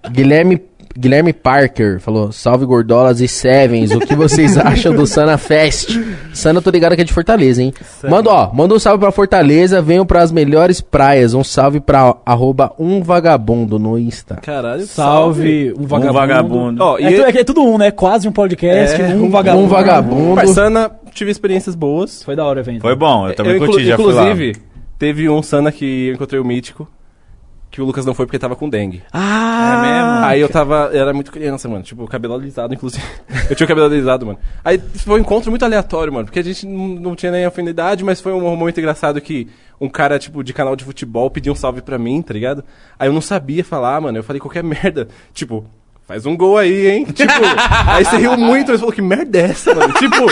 Speaker 2: Guilherme, Guilherme Parker falou: Salve gordolas e sevens, o que vocês acham do Sana Fest? Sana, eu tô ligado que é de Fortaleza, hein? Manda, ó, manda um salve pra Fortaleza, venham pras melhores praias. Um salve pra arroba um vagabundo no Insta.
Speaker 3: Caralho, salve.
Speaker 4: Salve, um vagabundo.
Speaker 1: vagabundo.
Speaker 3: Ó, e
Speaker 4: É, tu- é que é tudo um, né? Quase um podcast,
Speaker 3: É,
Speaker 4: um,
Speaker 3: um-
Speaker 4: vagabundo.
Speaker 2: Um vagabundo.
Speaker 3: Paisana, tive experiências boas.
Speaker 4: Foi da hora o evento. né?
Speaker 1: Foi bom, eu também
Speaker 3: Eu, inclu-
Speaker 1: curti, já fui lá.
Speaker 3: Inclusive, teve um Sana que eu encontrei o Mítico, que o Lucas não foi porque tava com dengue.
Speaker 4: Ah,
Speaker 1: É mesmo?
Speaker 3: Aí eu tava. eu Era muito criança, mano. Tipo, cabelo alisado, inclusive. Eu tinha o cabelo alisado, mano. Aí foi um encontro muito aleatório, mano. Porque a gente não, não tinha nem afinidade, mas foi um momento engraçado que um cara, tipo, de canal de futebol pediu um salve pra mim, tá ligado? Aí eu não sabia falar, mano. Eu falei qualquer merda. Tipo. Faz um gol aí, hein? Tipo, aí você riu muito, mas falou, que merda é essa, mano? Tipo,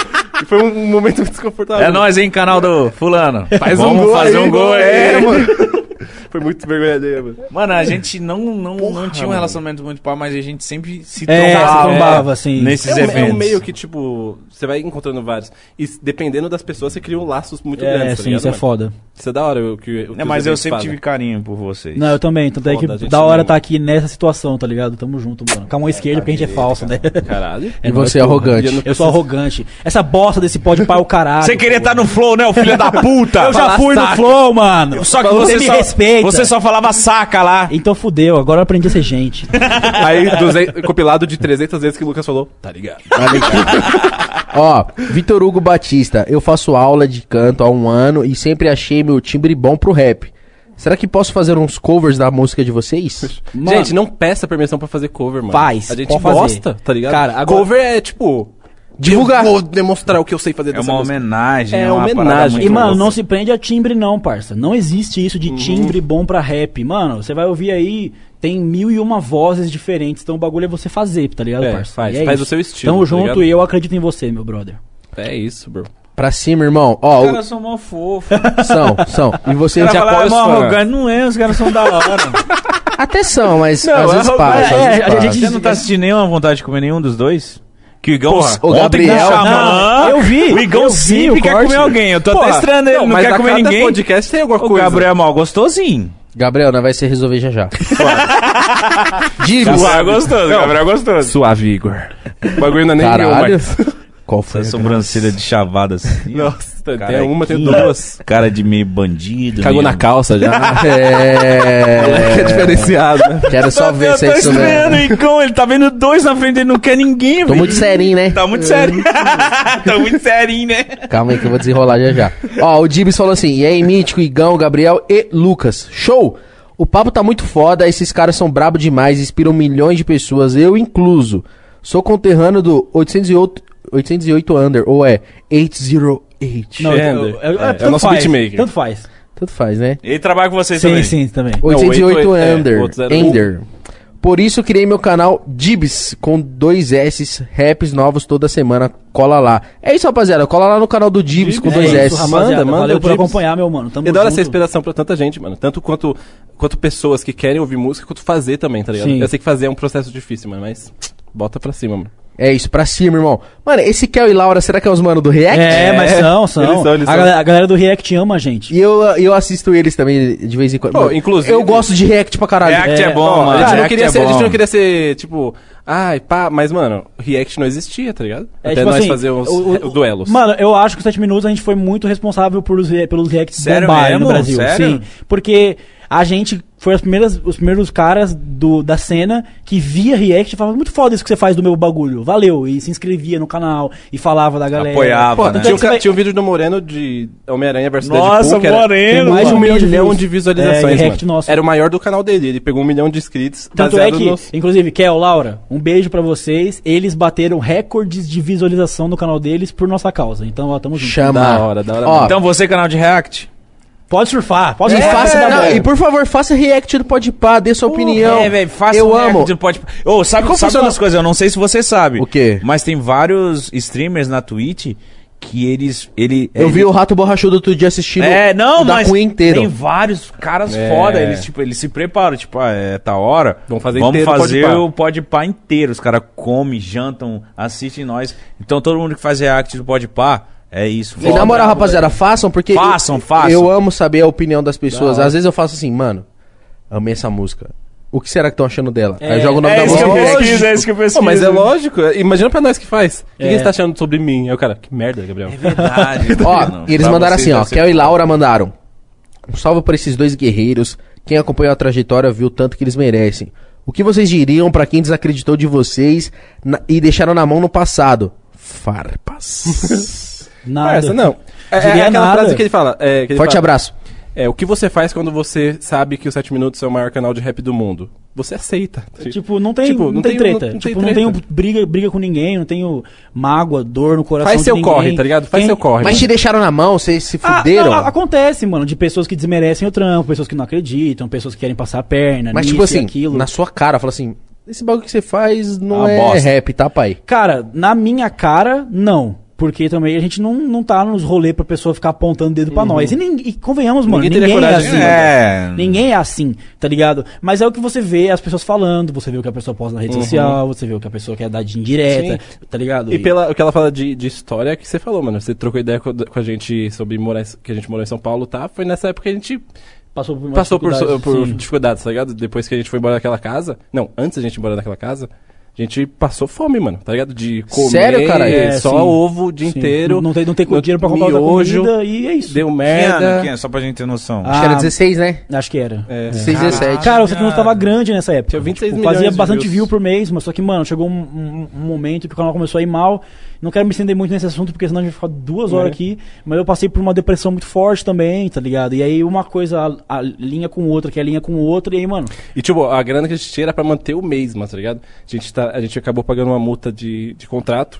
Speaker 3: foi um momento muito desconfortável.
Speaker 1: É nós, hein, canal do fulano.
Speaker 3: Faz um
Speaker 1: Vamos
Speaker 3: gol
Speaker 1: fazer
Speaker 3: aí,
Speaker 1: um gol aí.
Speaker 3: É, mano. Foi muito vergonha mano.
Speaker 1: Mano, a gente não, não, não tinha um relacionamento muito pá, mas a gente sempre se
Speaker 4: É,
Speaker 1: trombava.
Speaker 4: se trombava, assim.
Speaker 1: Nesses
Speaker 3: É um, é um
Speaker 1: eventos.
Speaker 3: meio que, tipo, você vai encontrando vários. E s- dependendo das pessoas, você cria um laços muito
Speaker 4: é,
Speaker 3: grandes, tá
Speaker 4: sim,
Speaker 3: ligado,
Speaker 4: isso é
Speaker 3: mano?
Speaker 4: foda.
Speaker 3: Isso é da hora o que, o que
Speaker 1: É,
Speaker 3: os
Speaker 1: mas eu
Speaker 3: eventos
Speaker 1: sempre
Speaker 3: fazem.
Speaker 1: tive carinho por vocês.
Speaker 4: Não, eu também. Tanto é que
Speaker 3: Foda, a gente
Speaker 4: da hora
Speaker 3: mesmo.
Speaker 4: tá aqui nessa situação, tá ligado? Tamo junto, mano. Com a mão esquerda, porque a gente é falso, né?
Speaker 3: Caralho.
Speaker 2: E você é arrogante.
Speaker 4: Eu sou arrogante. Essa bosta desse pó de pai é o caralho.
Speaker 1: Você queria estar no flow, né, o filho da
Speaker 8: tá-
Speaker 1: puta?
Speaker 4: Eu já fui no flow, mano.
Speaker 1: Só que
Speaker 4: você
Speaker 1: você,
Speaker 4: me
Speaker 1: só,
Speaker 4: respeita.
Speaker 1: você só falava saca lá.
Speaker 4: Então fudeu, agora eu aprendi a ser gente.
Speaker 3: Aí, 200 compilado de 300 vezes que o Lucas falou, tá ligado?
Speaker 2: Ó, Vitor Hugo Batista, eu faço aula de canto há um ano e sempre achei meu timbre bom pro rap. Será que posso fazer uns covers da música de vocês?
Speaker 3: gente, não peça permissão pra fazer cover, mano.
Speaker 4: Faz,
Speaker 3: A gente
Speaker 4: pode fazer.
Speaker 3: gosta, tá ligado?
Speaker 4: Cara, agora-
Speaker 3: Cover é, tipo...
Speaker 2: Divulgar.
Speaker 3: Eu vou demonstrar o que eu sei fazer
Speaker 1: É uma
Speaker 3: música.
Speaker 1: homenagem,
Speaker 3: É
Speaker 1: é uma
Speaker 3: homenagem.
Speaker 1: parada muito
Speaker 4: E, mano,
Speaker 1: louca.
Speaker 4: não se prende a timbre, não, parça. Não existe isso de
Speaker 3: Uhum.
Speaker 4: timbre bom pra rap. Mano, você vai ouvir aí, tem mil e uma vozes diferentes. Então o bagulho é você fazer, tá ligado,
Speaker 3: É,
Speaker 4: parça?
Speaker 3: faz,
Speaker 4: E é
Speaker 3: faz
Speaker 4: isso.
Speaker 3: o seu estilo,
Speaker 4: Tamo
Speaker 3: tá
Speaker 4: junto
Speaker 3: ligado?
Speaker 4: e eu acredito em você, meu brother.
Speaker 3: É isso, bro.
Speaker 2: Pra cima, irmão. Ó,
Speaker 1: Os
Speaker 2: o-
Speaker 1: caras são mó fofos.
Speaker 2: são, são. E você
Speaker 1: Os
Speaker 2: já
Speaker 1: caras falam,
Speaker 2: apoia
Speaker 1: "Ah,
Speaker 2: os
Speaker 1: mó
Speaker 2: fãs.
Speaker 1: arrogante. Não é, os caras são da hora.
Speaker 2: Até são, mas às vezes
Speaker 3: é-
Speaker 2: passa. às
Speaker 4: é,
Speaker 2: vezes
Speaker 4: a gente-
Speaker 2: passa.
Speaker 1: É, Você não tá sentindo nenhuma vontade de comer nenhum dos dois? Que o Igão
Speaker 2: Porra,
Speaker 1: s-
Speaker 2: o
Speaker 1: ontem
Speaker 2: Gabriel-
Speaker 1: com o Xamã.
Speaker 4: Não, eu vi,
Speaker 1: Ah, O Igão
Speaker 4: eu vi
Speaker 1: sempre
Speaker 4: o
Speaker 1: quer
Speaker 4: corte.
Speaker 1: comer alguém. Eu tô até estranhando ele, não,
Speaker 3: mas
Speaker 1: quer
Speaker 3: a
Speaker 1: comer
Speaker 3: cada
Speaker 1: ninguém.
Speaker 3: podcast tem alguma
Speaker 1: O
Speaker 3: coisa.
Speaker 1: Gabriel é mal gostosinho.
Speaker 2: Gabriel, nós vai se resolver já já. Digo.
Speaker 1: Gabriel é gostoso, Gabriel é gostoso.
Speaker 3: Suave, Igor. O bagulho não é nem meu,
Speaker 2: Caralho.
Speaker 3: mas...
Speaker 2: Qual foi?
Speaker 1: Essa sobrancelha de chavada assim.
Speaker 3: Nossa,
Speaker 1: Cara,
Speaker 3: tem uma, tem
Speaker 1: que-
Speaker 3: duas.
Speaker 1: Cara de meio bandido.
Speaker 3: Cagou na
Speaker 1: meio-
Speaker 3: calça já.
Speaker 2: É...
Speaker 3: É diferenciado, né?
Speaker 2: Quero só
Speaker 1: Eu
Speaker 2: ver
Speaker 1: tô
Speaker 2: se é isso
Speaker 1: estranhando
Speaker 2: mesmo.
Speaker 1: o Igão, ele tá vendo dois na frente, ele não quer ninguém,
Speaker 2: Tô
Speaker 1: velho.
Speaker 2: muito serinho, né?
Speaker 1: Tá muito sério. tá muito serinho, né?
Speaker 2: Calma aí que eu vou desenrolar já já. Ó, o Dibs falou assim: e aí, Mítico, Igão, Gabriel e Lucas. Show! O papo tá muito foda, esses caras são brabo demais, inspiram milhões de pessoas, eu incluso. Sou conterrâneo do 808, 808 Under, ou é 808.
Speaker 4: Não,
Speaker 3: Gender.
Speaker 4: eu- eu- eu-
Speaker 3: É, é o
Speaker 4: tanto
Speaker 3: nosso
Speaker 4: faz,
Speaker 3: beatmaker.
Speaker 4: Tanto faz.
Speaker 2: Tanto faz, né?
Speaker 1: Ele trabalha com vocês
Speaker 4: Sim,
Speaker 1: também.
Speaker 4: sim, também.
Speaker 2: 808
Speaker 3: oito, é,
Speaker 2: Under.
Speaker 3: outro era um.
Speaker 2: Ender. Por isso criei meu canal Dibs com dois S, raps novos toda semana. Cola lá. É isso, rapaziada. Cola lá no canal do Dibs com
Speaker 4: É
Speaker 2: dois
Speaker 4: isso,
Speaker 2: S.
Speaker 4: rapaziada.
Speaker 3: Manda, manda,
Speaker 4: Valeu por
Speaker 3: Gibbs.
Speaker 4: acompanhar, meu mano. Tamo
Speaker 3: Eu dou essa
Speaker 4: junto.
Speaker 3: inspiração pra tanta gente, mano. Tanto quanto, quanto pessoas que querem ouvir música, quanto fazer também, tá ligado?
Speaker 4: Sim.
Speaker 3: Eu sei que fazer é um processo difícil, mano, mas bota pra cima, mano.
Speaker 2: É isso, pra cima, irmão. Mano, esse Kel e Laura, será que é os mano do React?
Speaker 4: É, mas são, são.
Speaker 3: Eles são, eles
Speaker 4: a,
Speaker 3: são.
Speaker 4: galera, a galera do React ama a gente.
Speaker 2: E eu, eu assisto eles também de vez em quando.
Speaker 3: Pô, inclusive-
Speaker 2: Eu gosto de React pra caralho.
Speaker 1: React é,
Speaker 4: É,
Speaker 1: bom,
Speaker 3: Ó,
Speaker 1: mano.
Speaker 3: a, gente não
Speaker 1: React
Speaker 3: queria
Speaker 1: é
Speaker 3: ser, a gente
Speaker 1: bom.
Speaker 3: não queria ser, tipo, ai, pá, mas, mano, React não existia, tá ligado?
Speaker 4: É,
Speaker 3: Até
Speaker 4: tipo
Speaker 3: nós
Speaker 4: assim,
Speaker 3: fazer uns
Speaker 4: o- o-
Speaker 3: o- duelos.
Speaker 4: Mano, eu acho que o 7 minutos a gente foi muito responsável por os re- pelos reacts
Speaker 1: Sério
Speaker 4: bombarem
Speaker 1: mesmo?
Speaker 4: no Brasil.
Speaker 1: Sério?
Speaker 4: Sim. Porque a gente foi as primeiras, os primeiros caras do, da cena que via react e falava, muito foda isso que você faz do meu bagulho. Valeu. E se inscrevia no canal e falava da galera.
Speaker 1: Apoiava,
Speaker 3: Pô,
Speaker 1: né?
Speaker 3: tinha, um,
Speaker 4: Você vai-
Speaker 3: tinha um vídeo do Moreno de Homem-Aranha versus
Speaker 1: Nossa,
Speaker 3: Deadpool, que era-
Speaker 1: Moreno,
Speaker 3: tem mais de um
Speaker 4: mano.
Speaker 3: milhão
Speaker 4: Views.
Speaker 3: de
Speaker 4: É,
Speaker 3: visualizações,
Speaker 4: react
Speaker 3: mano.
Speaker 4: nosso.
Speaker 3: Era o maior do canal dele, ele pegou um milhão de inscritos,
Speaker 4: Tanto é
Speaker 3: baseado
Speaker 4: que,
Speaker 3: nos-
Speaker 4: inclusive, Kel, Laura, um beijo pra vocês. Eles bateram recordes de visualização no canal deles por nossa causa. Então, ó, tamo junto.
Speaker 2: É, Chama.
Speaker 3: Da hora, da hora.
Speaker 2: Ó,
Speaker 1: Então você, canal de React?
Speaker 4: Pode surfar, pode
Speaker 2: e,
Speaker 3: É,
Speaker 1: Então,
Speaker 4: surfar.
Speaker 2: faça-
Speaker 4: que dá
Speaker 2: não,
Speaker 4: bom.
Speaker 2: e por favor, faça React do Podpah, dê sua opinião.
Speaker 1: É, velho, faça
Speaker 2: Eu
Speaker 1: um
Speaker 2: amo.
Speaker 1: react, Pode... Ô, sabe
Speaker 2: Como
Speaker 1: como sabe
Speaker 2: funciona-
Speaker 1: umas coisas? Eu não sei se você sabe.
Speaker 2: O quê?
Speaker 1: Mas tem vários streamers na Twitch que eles... Ele,
Speaker 2: Eu
Speaker 1: ele-
Speaker 2: vi o Rato Borrachudo outro dia assistindo
Speaker 1: É, não,
Speaker 2: o da
Speaker 1: mas
Speaker 2: Cunha inteiro.
Speaker 1: tem vários caras
Speaker 3: É.
Speaker 1: foda, eles, tipo, eles se preparam, tipo, ah, é tá hora,
Speaker 3: Vamos fazer
Speaker 1: vamos
Speaker 3: inteiro o
Speaker 1: fazer
Speaker 3: Podpah.
Speaker 1: o Podpah inteiro, os caras comem, jantam, assistem nós, então todo mundo que faz react do Podpah, é isso.
Speaker 2: E na moral, rapaziada, façam, porque.
Speaker 1: Façam,
Speaker 2: eu,
Speaker 1: façam.
Speaker 2: Eu amo saber a opinião das pessoas. Às vezes eu faço assim, mano, amei essa música. O que será que estão achando dela? Aí eu jogo o nome
Speaker 1: É
Speaker 2: da
Speaker 1: isso que eu
Speaker 2: música. no React.
Speaker 1: pesquiso, é isso que eu
Speaker 3: Tá Pô,
Speaker 1: pesquiso.
Speaker 3: mas é lógico, imagina pra nós que faz.
Speaker 4: É.
Speaker 3: O que, que você tá achando sobre mim? Aí o cara, que merda, Gabriel.
Speaker 1: É Verdade,
Speaker 2: Ó,
Speaker 1: mano.
Speaker 2: e eles
Speaker 1: Pra
Speaker 2: mandaram
Speaker 1: vocês
Speaker 2: assim, ó.
Speaker 1: deve ser
Speaker 2: Kel e Laura mandaram. Um salve pra esses dois guerreiros. Quem acompanhou a trajetória viu o tanto que eles merecem. O que vocês diriam pra quem desacreditou de vocês na- e deixaram na mão no passado? Farpas.
Speaker 4: Nada.
Speaker 3: Parça, não. É, é
Speaker 4: Diria
Speaker 3: aquela
Speaker 4: nada.
Speaker 3: frase que ele fala. É, que ele
Speaker 2: Forte
Speaker 3: fala,
Speaker 2: abraço.
Speaker 3: É, o que você faz quando você sabe que o 7 Minutos é o maior canal de rap do mundo? Você aceita.
Speaker 4: Tipo, não tem,
Speaker 3: Tipo,
Speaker 4: não
Speaker 3: não
Speaker 4: tem
Speaker 3: tem-
Speaker 4: treta.
Speaker 3: não- não
Speaker 4: tipo,
Speaker 3: tem
Speaker 4: não tenho
Speaker 3: treta.
Speaker 4: briga, briga com ninguém, não tenho mágoa, dor no coração.
Speaker 3: faz
Speaker 4: de
Speaker 3: seu
Speaker 4: ninguém.
Speaker 3: corre, tá ligado? Faz
Speaker 4: Quem-
Speaker 3: seu corre.
Speaker 2: Mas te
Speaker 3: mano.
Speaker 2: deixaram na mão, vocês se
Speaker 4: Ah,
Speaker 2: fuderam.
Speaker 4: não, acontece, mano, de pessoas que desmerecem o trampo, pessoas que não acreditam, pessoas que querem passar a perna,
Speaker 2: Mas
Speaker 4: nisso
Speaker 2: tipo
Speaker 4: é e
Speaker 2: assim,
Speaker 4: aquilo.
Speaker 2: na sua cara, fala assim, esse bagulho que você faz não
Speaker 1: Ah,
Speaker 2: é
Speaker 1: bosta.
Speaker 2: rap, tá, pai?
Speaker 4: Cara, na minha cara, não. Porque também a gente não, não tá nos rolê pra pessoa ficar apontando o dedo pra nós. E, nin- e convenhamos, mano,
Speaker 3: Uhum. Ninguém
Speaker 4: ninguém,
Speaker 3: teria
Speaker 4: é
Speaker 3: coragem
Speaker 4: assim.
Speaker 3: de-
Speaker 1: É.
Speaker 4: Ninguém é assim, tá ligado? Mas é o que você vê as pessoas falando, você vê o que a pessoa posta na rede social, você vê o que a pessoa quer dar de indireta, tá ligado?
Speaker 3: Uhum. E pela, o que ela fala de, de história é que você falou, mano. Você trocou ideia com, com a gente sobre morar, em- que a gente morou em São Paulo, tá? Foi nessa época que a gente
Speaker 4: passou por, umas
Speaker 3: passou por, so-
Speaker 4: dificuldades,
Speaker 3: por
Speaker 4: sim.
Speaker 3: dificuldades, tá ligado? Depois que a gente foi embora daquela casa. Não, antes a gente morar naquela casa. A gente passou fome, mano, tá ligado? De comer.
Speaker 2: Sério, cara?
Speaker 3: é,
Speaker 4: É,
Speaker 3: só
Speaker 4: sim.
Speaker 3: ovo o dia
Speaker 4: Sim.
Speaker 3: inteiro.
Speaker 4: Não tem, não tem
Speaker 3: no-
Speaker 4: dinheiro pra comprar outra
Speaker 3: miojo,
Speaker 4: comida e é isso.
Speaker 3: Deu
Speaker 1: Que ano,
Speaker 3: merda.
Speaker 1: que ano? é? Só pra gente ter noção.
Speaker 4: Ah,
Speaker 2: Acho que era 16, né?
Speaker 4: Acho que era.
Speaker 3: É. Ah,
Speaker 2: 16, 17.
Speaker 4: Cara, o 7 minutos tava grande nessa época.
Speaker 3: Tinha 26
Speaker 4: Tipo, fazia
Speaker 3: milhões de
Speaker 4: bastante
Speaker 3: views.
Speaker 4: view por mês, mas só que, mano, chegou um, um- um momento que o canal começou a ir mal. Não quero me estender muito nesse assunto, porque senão a gente vai ficar duas horas
Speaker 3: É.
Speaker 4: aqui. Mas eu passei por uma depressão muito forte também, tá ligado? E aí uma coisa, a, a linha com outra, que é a linha com outra, e aí, mano.
Speaker 3: E, tipo, a grana que a gente tinha era pra manter o mês, mas, tá ligado? A gente, tá, a gente acabou pagando uma multa de, de contrato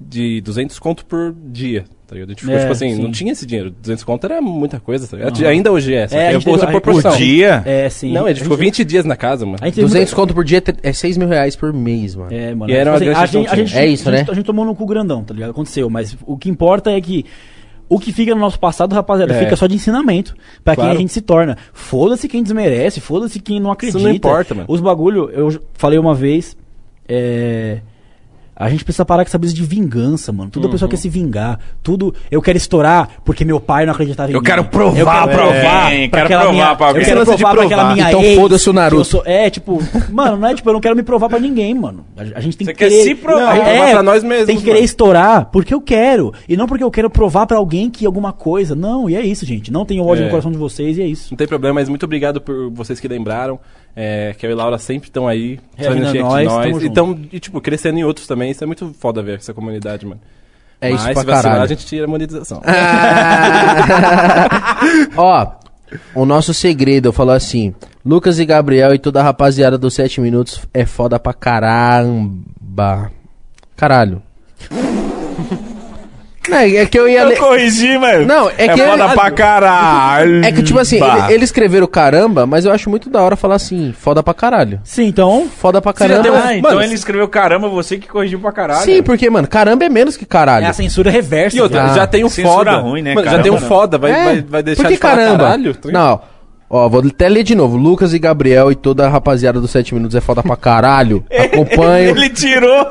Speaker 3: de 200 conto por dia, tá ligado? A gente ficou,
Speaker 4: É,
Speaker 3: tipo assim,
Speaker 4: sim.
Speaker 3: não tinha esse dinheiro. 200 conto era muita coisa, tá ligado? Ainda hoje é, só
Speaker 4: É,
Speaker 3: que
Speaker 4: a
Speaker 3: é
Speaker 4: gente
Speaker 3: outra
Speaker 4: teve- a-
Speaker 1: Por
Speaker 3: proporção.
Speaker 2: então.
Speaker 1: dia?
Speaker 4: É, sim.
Speaker 3: Não, a gente ficou 20 dias na casa, mano.
Speaker 4: A gente teve
Speaker 2: 200
Speaker 4: muita-
Speaker 2: conto por dia é 6 mil reais por mês, mano.
Speaker 4: É, mano.
Speaker 3: E era uma
Speaker 4: Tipo
Speaker 3: grande
Speaker 4: a, gente, a gente-
Speaker 2: É isso,
Speaker 4: a gente-
Speaker 2: né?
Speaker 4: A gente tomou no cu grandão, tá ligado? Aconteceu, mas o que importa é que o que fica no nosso passado, rapaziada,
Speaker 3: É.
Speaker 4: fica só de ensinamento pra quem
Speaker 3: Claro.
Speaker 4: a gente se torna. Foda-se quem desmerece, foda-se quem não acredita.
Speaker 3: não importa, mano.
Speaker 4: Os bagulho, eu j- falei uma vez, é... A gente precisa parar com essa brisa de vingança, mano. Tudo a pessoa quer se vingar. Tudo eu quero estourar porque meu pai não acreditava em
Speaker 1: Eu
Speaker 4: mim.
Speaker 1: quero provar pra alguém,
Speaker 4: pra
Speaker 1: quero
Speaker 4: aquela
Speaker 1: provar
Speaker 4: minha,
Speaker 1: pra alguém.
Speaker 4: Eu quero
Speaker 2: Esse lance
Speaker 4: provar
Speaker 2: de
Speaker 4: pra aquela
Speaker 2: provar.
Speaker 4: minha
Speaker 2: Então
Speaker 4: ex,
Speaker 2: foda-se o
Speaker 4: que eu
Speaker 2: Naruto.
Speaker 4: sou- é, tipo, mano, não é tipo, eu não quero me provar pra ninguém, mano. A, a gente tem
Speaker 1: Você
Speaker 4: que
Speaker 1: quer
Speaker 4: querer
Speaker 1: se provar.
Speaker 4: Não, a gente-
Speaker 3: Provar
Speaker 4: é,
Speaker 3: pra nós mesmos,
Speaker 4: Tem que querer
Speaker 3: mano.
Speaker 4: estourar porque eu quero e não porque eu quero provar pra alguém que alguma coisa. Não, e é isso, gente. Não tenho ódio
Speaker 3: É.
Speaker 4: no coração de vocês e é isso.
Speaker 3: Não tem problema, mas muito obrigado por vocês que lembraram. É, que eu e Laura sempre estão aí,
Speaker 4: Reagindo a
Speaker 3: fazendo
Speaker 4: nós,
Speaker 3: nós,
Speaker 4: tamo
Speaker 3: nós e,
Speaker 4: junto.
Speaker 3: tão, e, tipo, crescendo em outros também. Isso é muito foda ver essa comunidade, mano.
Speaker 2: É isso
Speaker 3: mas,
Speaker 2: pra
Speaker 3: se vacilar,
Speaker 2: caralho.
Speaker 3: a gente tira a monetização.
Speaker 2: Ah. Ó, o nosso segredo falou assim: Lucas e Gabriel e toda a rapaziada dos 7 minutos é foda pra caramba. Caralho. Não, é que eu ia
Speaker 8: Eu
Speaker 2: ler.
Speaker 8: corrigi, mano.
Speaker 2: Não, é
Speaker 8: é
Speaker 2: que-
Speaker 8: foda
Speaker 2: é-
Speaker 8: pra caralho.
Speaker 2: É que, tipo assim, ele, eles escreveram caramba, mas eu acho muito da hora falar assim, foda pra caralho.
Speaker 4: Sim, então,
Speaker 2: Foda pra
Speaker 1: Ah,
Speaker 2: caramba.
Speaker 1: então ele escreveu caramba, você que corrigiu pra
Speaker 8: um-
Speaker 1: caralho.
Speaker 2: Sim, porque, mano, caramba é menos que
Speaker 4: é
Speaker 2: caralho.
Speaker 4: a censura reversa.
Speaker 3: E outra,
Speaker 2: Ah,
Speaker 3: já tem um
Speaker 1: censura
Speaker 3: foda.
Speaker 1: ruim, né,
Speaker 3: Mano, já
Speaker 1: caramba,
Speaker 3: tem um
Speaker 1: né?
Speaker 3: foda, vai,
Speaker 2: É,
Speaker 3: vai, vai deixar
Speaker 2: por que
Speaker 3: de falar
Speaker 2: caramba?
Speaker 3: caralho? Tá ligado?
Speaker 2: Não. Ó, vou até ler de novo. Lucas e Gabriel e toda a rapaziada dos 7 minutos é foda pra caralho. Acompanho.
Speaker 1: Ele tirou.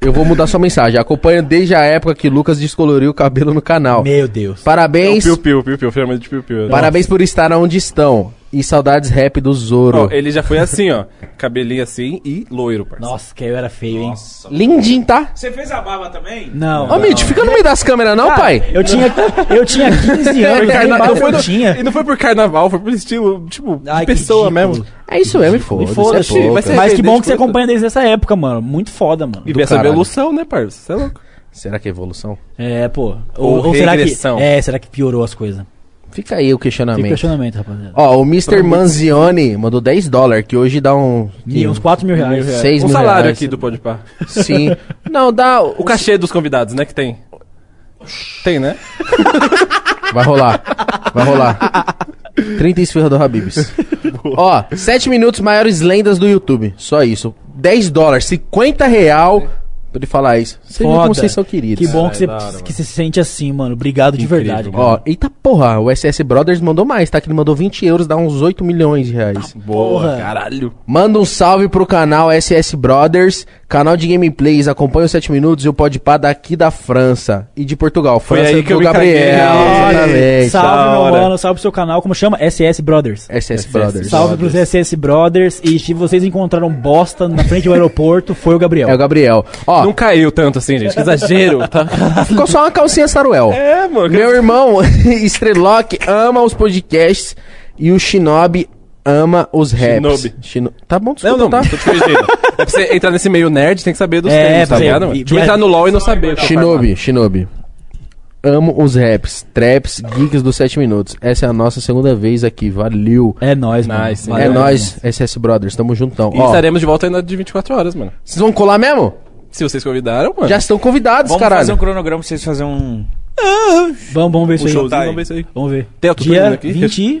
Speaker 2: Eu vou mudar sua mensagem. Acompanho desde a época que Lucas descoloriu o cabelo no canal.
Speaker 4: Meu Deus.
Speaker 3: É o
Speaker 2: Parabéns.
Speaker 3: piu-piu, piu-piu, ferramenta de piu-piu.
Speaker 2: parabéns por estar onde estão. E saudades rap do Zoro.
Speaker 3: Ó, ele já foi assim, ó. Cabelinho assim e loiro, parceiro.
Speaker 4: Nossa, que eu era feio, hein?
Speaker 2: Lindinho, tá?
Speaker 1: Você fez a barba também?
Speaker 4: Não.
Speaker 2: Ô, Mitch, fica no meio das câmeras, não,
Speaker 4: Cara,
Speaker 2: pai?
Speaker 4: Eu tinha, eu tinha 15
Speaker 2: Foi
Speaker 4: anos,
Speaker 2: carna-
Speaker 4: nem barba
Speaker 2: não foi
Speaker 4: eu
Speaker 2: do-
Speaker 4: tinha.
Speaker 3: E não foi por carnaval, foi por estilo, tipo,
Speaker 4: Ai,
Speaker 3: de
Speaker 4: que
Speaker 3: pessoa
Speaker 4: ridículo.
Speaker 3: mesmo.
Speaker 2: É isso mesmo, foda.
Speaker 4: Me
Speaker 2: isso
Speaker 4: foda-se.
Speaker 2: é pouca.
Speaker 3: vai ser-
Speaker 4: Mas que bom que você
Speaker 3: desde-
Speaker 4: acompanha desde essa época, mano. Muito foda, mano.
Speaker 3: E essa
Speaker 2: caralho.
Speaker 3: evolução, né, parceiro? Você é louco.
Speaker 2: Será que é evolução?
Speaker 4: É, pô.
Speaker 3: Ou
Speaker 4: Ou, ou será que.
Speaker 3: regressão.
Speaker 4: É, será que piorou as coisas?
Speaker 2: Fica aí o
Speaker 4: Tem
Speaker 2: questionamento.
Speaker 4: questionamento, rapaziada.
Speaker 2: Ó, o Mr. Manzioni mandou 10 dólares, que hoje dá um...
Speaker 4: E uns 4 mil reais.
Speaker 2: 6
Speaker 3: Um
Speaker 2: mil
Speaker 3: salário
Speaker 2: reais.
Speaker 3: aqui do Podpah.
Speaker 2: Sim. Não, dá...
Speaker 3: O cachê dos convidados, né, que tem. Tem, né?
Speaker 2: Vai rolar. Vai rolar. 30 esfirra do Habibs. Ó, 7 minutos maiores lendas do YouTube. Só isso. 10 dólares, 50 real pra ele falar isso. Você viu como
Speaker 4: Foda.
Speaker 2: vocês são queridos.
Speaker 4: Que bom que você,
Speaker 3: Caralho, Ah, é da hora, mano.
Speaker 4: que você se sente assim, mano. Obrigado de
Speaker 3: Incrível,
Speaker 4: verdade.
Speaker 3: mano.
Speaker 2: Ó, eita porra, o SS Brothers mandou mais, tá? Que ele mandou 20 euros, dá uns 8 milhões de reais.
Speaker 3: Boa,
Speaker 4: Porra.
Speaker 3: caralho.
Speaker 2: Manda um salve pro canal SS Brothers, canal de gameplays, acompanha os 7 minutos e o Podpah daqui da França e de Portugal.
Speaker 3: Foi
Speaker 2: França
Speaker 3: aí que
Speaker 2: do
Speaker 3: eu me
Speaker 2: Gabriel.
Speaker 3: caguei.
Speaker 2: Exatamente.
Speaker 4: Salve,
Speaker 3: da
Speaker 4: meu
Speaker 3: hora.
Speaker 4: mano. Salve pro seu canal. Como chama? SS Brothers.
Speaker 2: SS Brothers.
Speaker 4: Salve pros SS Brothers. E se vocês encontraram bosta na frente do aeroporto, foi o Gabriel.
Speaker 2: É o Gabriel. Ó,
Speaker 3: Não caiu tanto assim, gente. Que exagero, tá?
Speaker 2: Ficou só uma calcinha saruel.
Speaker 3: É, mano.
Speaker 2: Meu irmão, Strelock, ama os podcasts e o Shinobi ama os raps.
Speaker 3: Shinobi.
Speaker 2: Shino- Tá bom, desculpa,
Speaker 3: Não, não,
Speaker 2: tá?
Speaker 3: tô te corrigindo. É pra você entrar nesse meio nerd, tem que saber dos
Speaker 4: É,
Speaker 3: termos, tá
Speaker 4: pra você-
Speaker 3: ligado? mano?
Speaker 4: e-
Speaker 3: Tipo, entrar no LoL e não saber.
Speaker 2: Shinobi, Shinobi. Amo os raps, traps, geeks dos 7 minutos. Essa é a nossa segunda vez aqui, valeu.
Speaker 4: É nóis, mano.
Speaker 3: Nice,
Speaker 2: é
Speaker 3: valeu,
Speaker 2: nóis, SS Brothers, tamo juntão.
Speaker 3: E
Speaker 2: Ó,
Speaker 3: estaremos de volta ainda de 24 horas, mano.
Speaker 2: vocês vão colar mesmo?
Speaker 3: Se vocês convidaram, mano.
Speaker 2: Já estão convidados,
Speaker 1: Vamos
Speaker 2: caralho.
Speaker 1: fazer um cronograma pra vocês fazerem um
Speaker 4: Vamos, vamos ver isso
Speaker 1: O
Speaker 4: aí.
Speaker 1: show- tá aí.
Speaker 3: vamos ver isso aí.
Speaker 4: Vamos ver.
Speaker 3: Tem outro
Speaker 4: Dia
Speaker 3: prêmio aqui?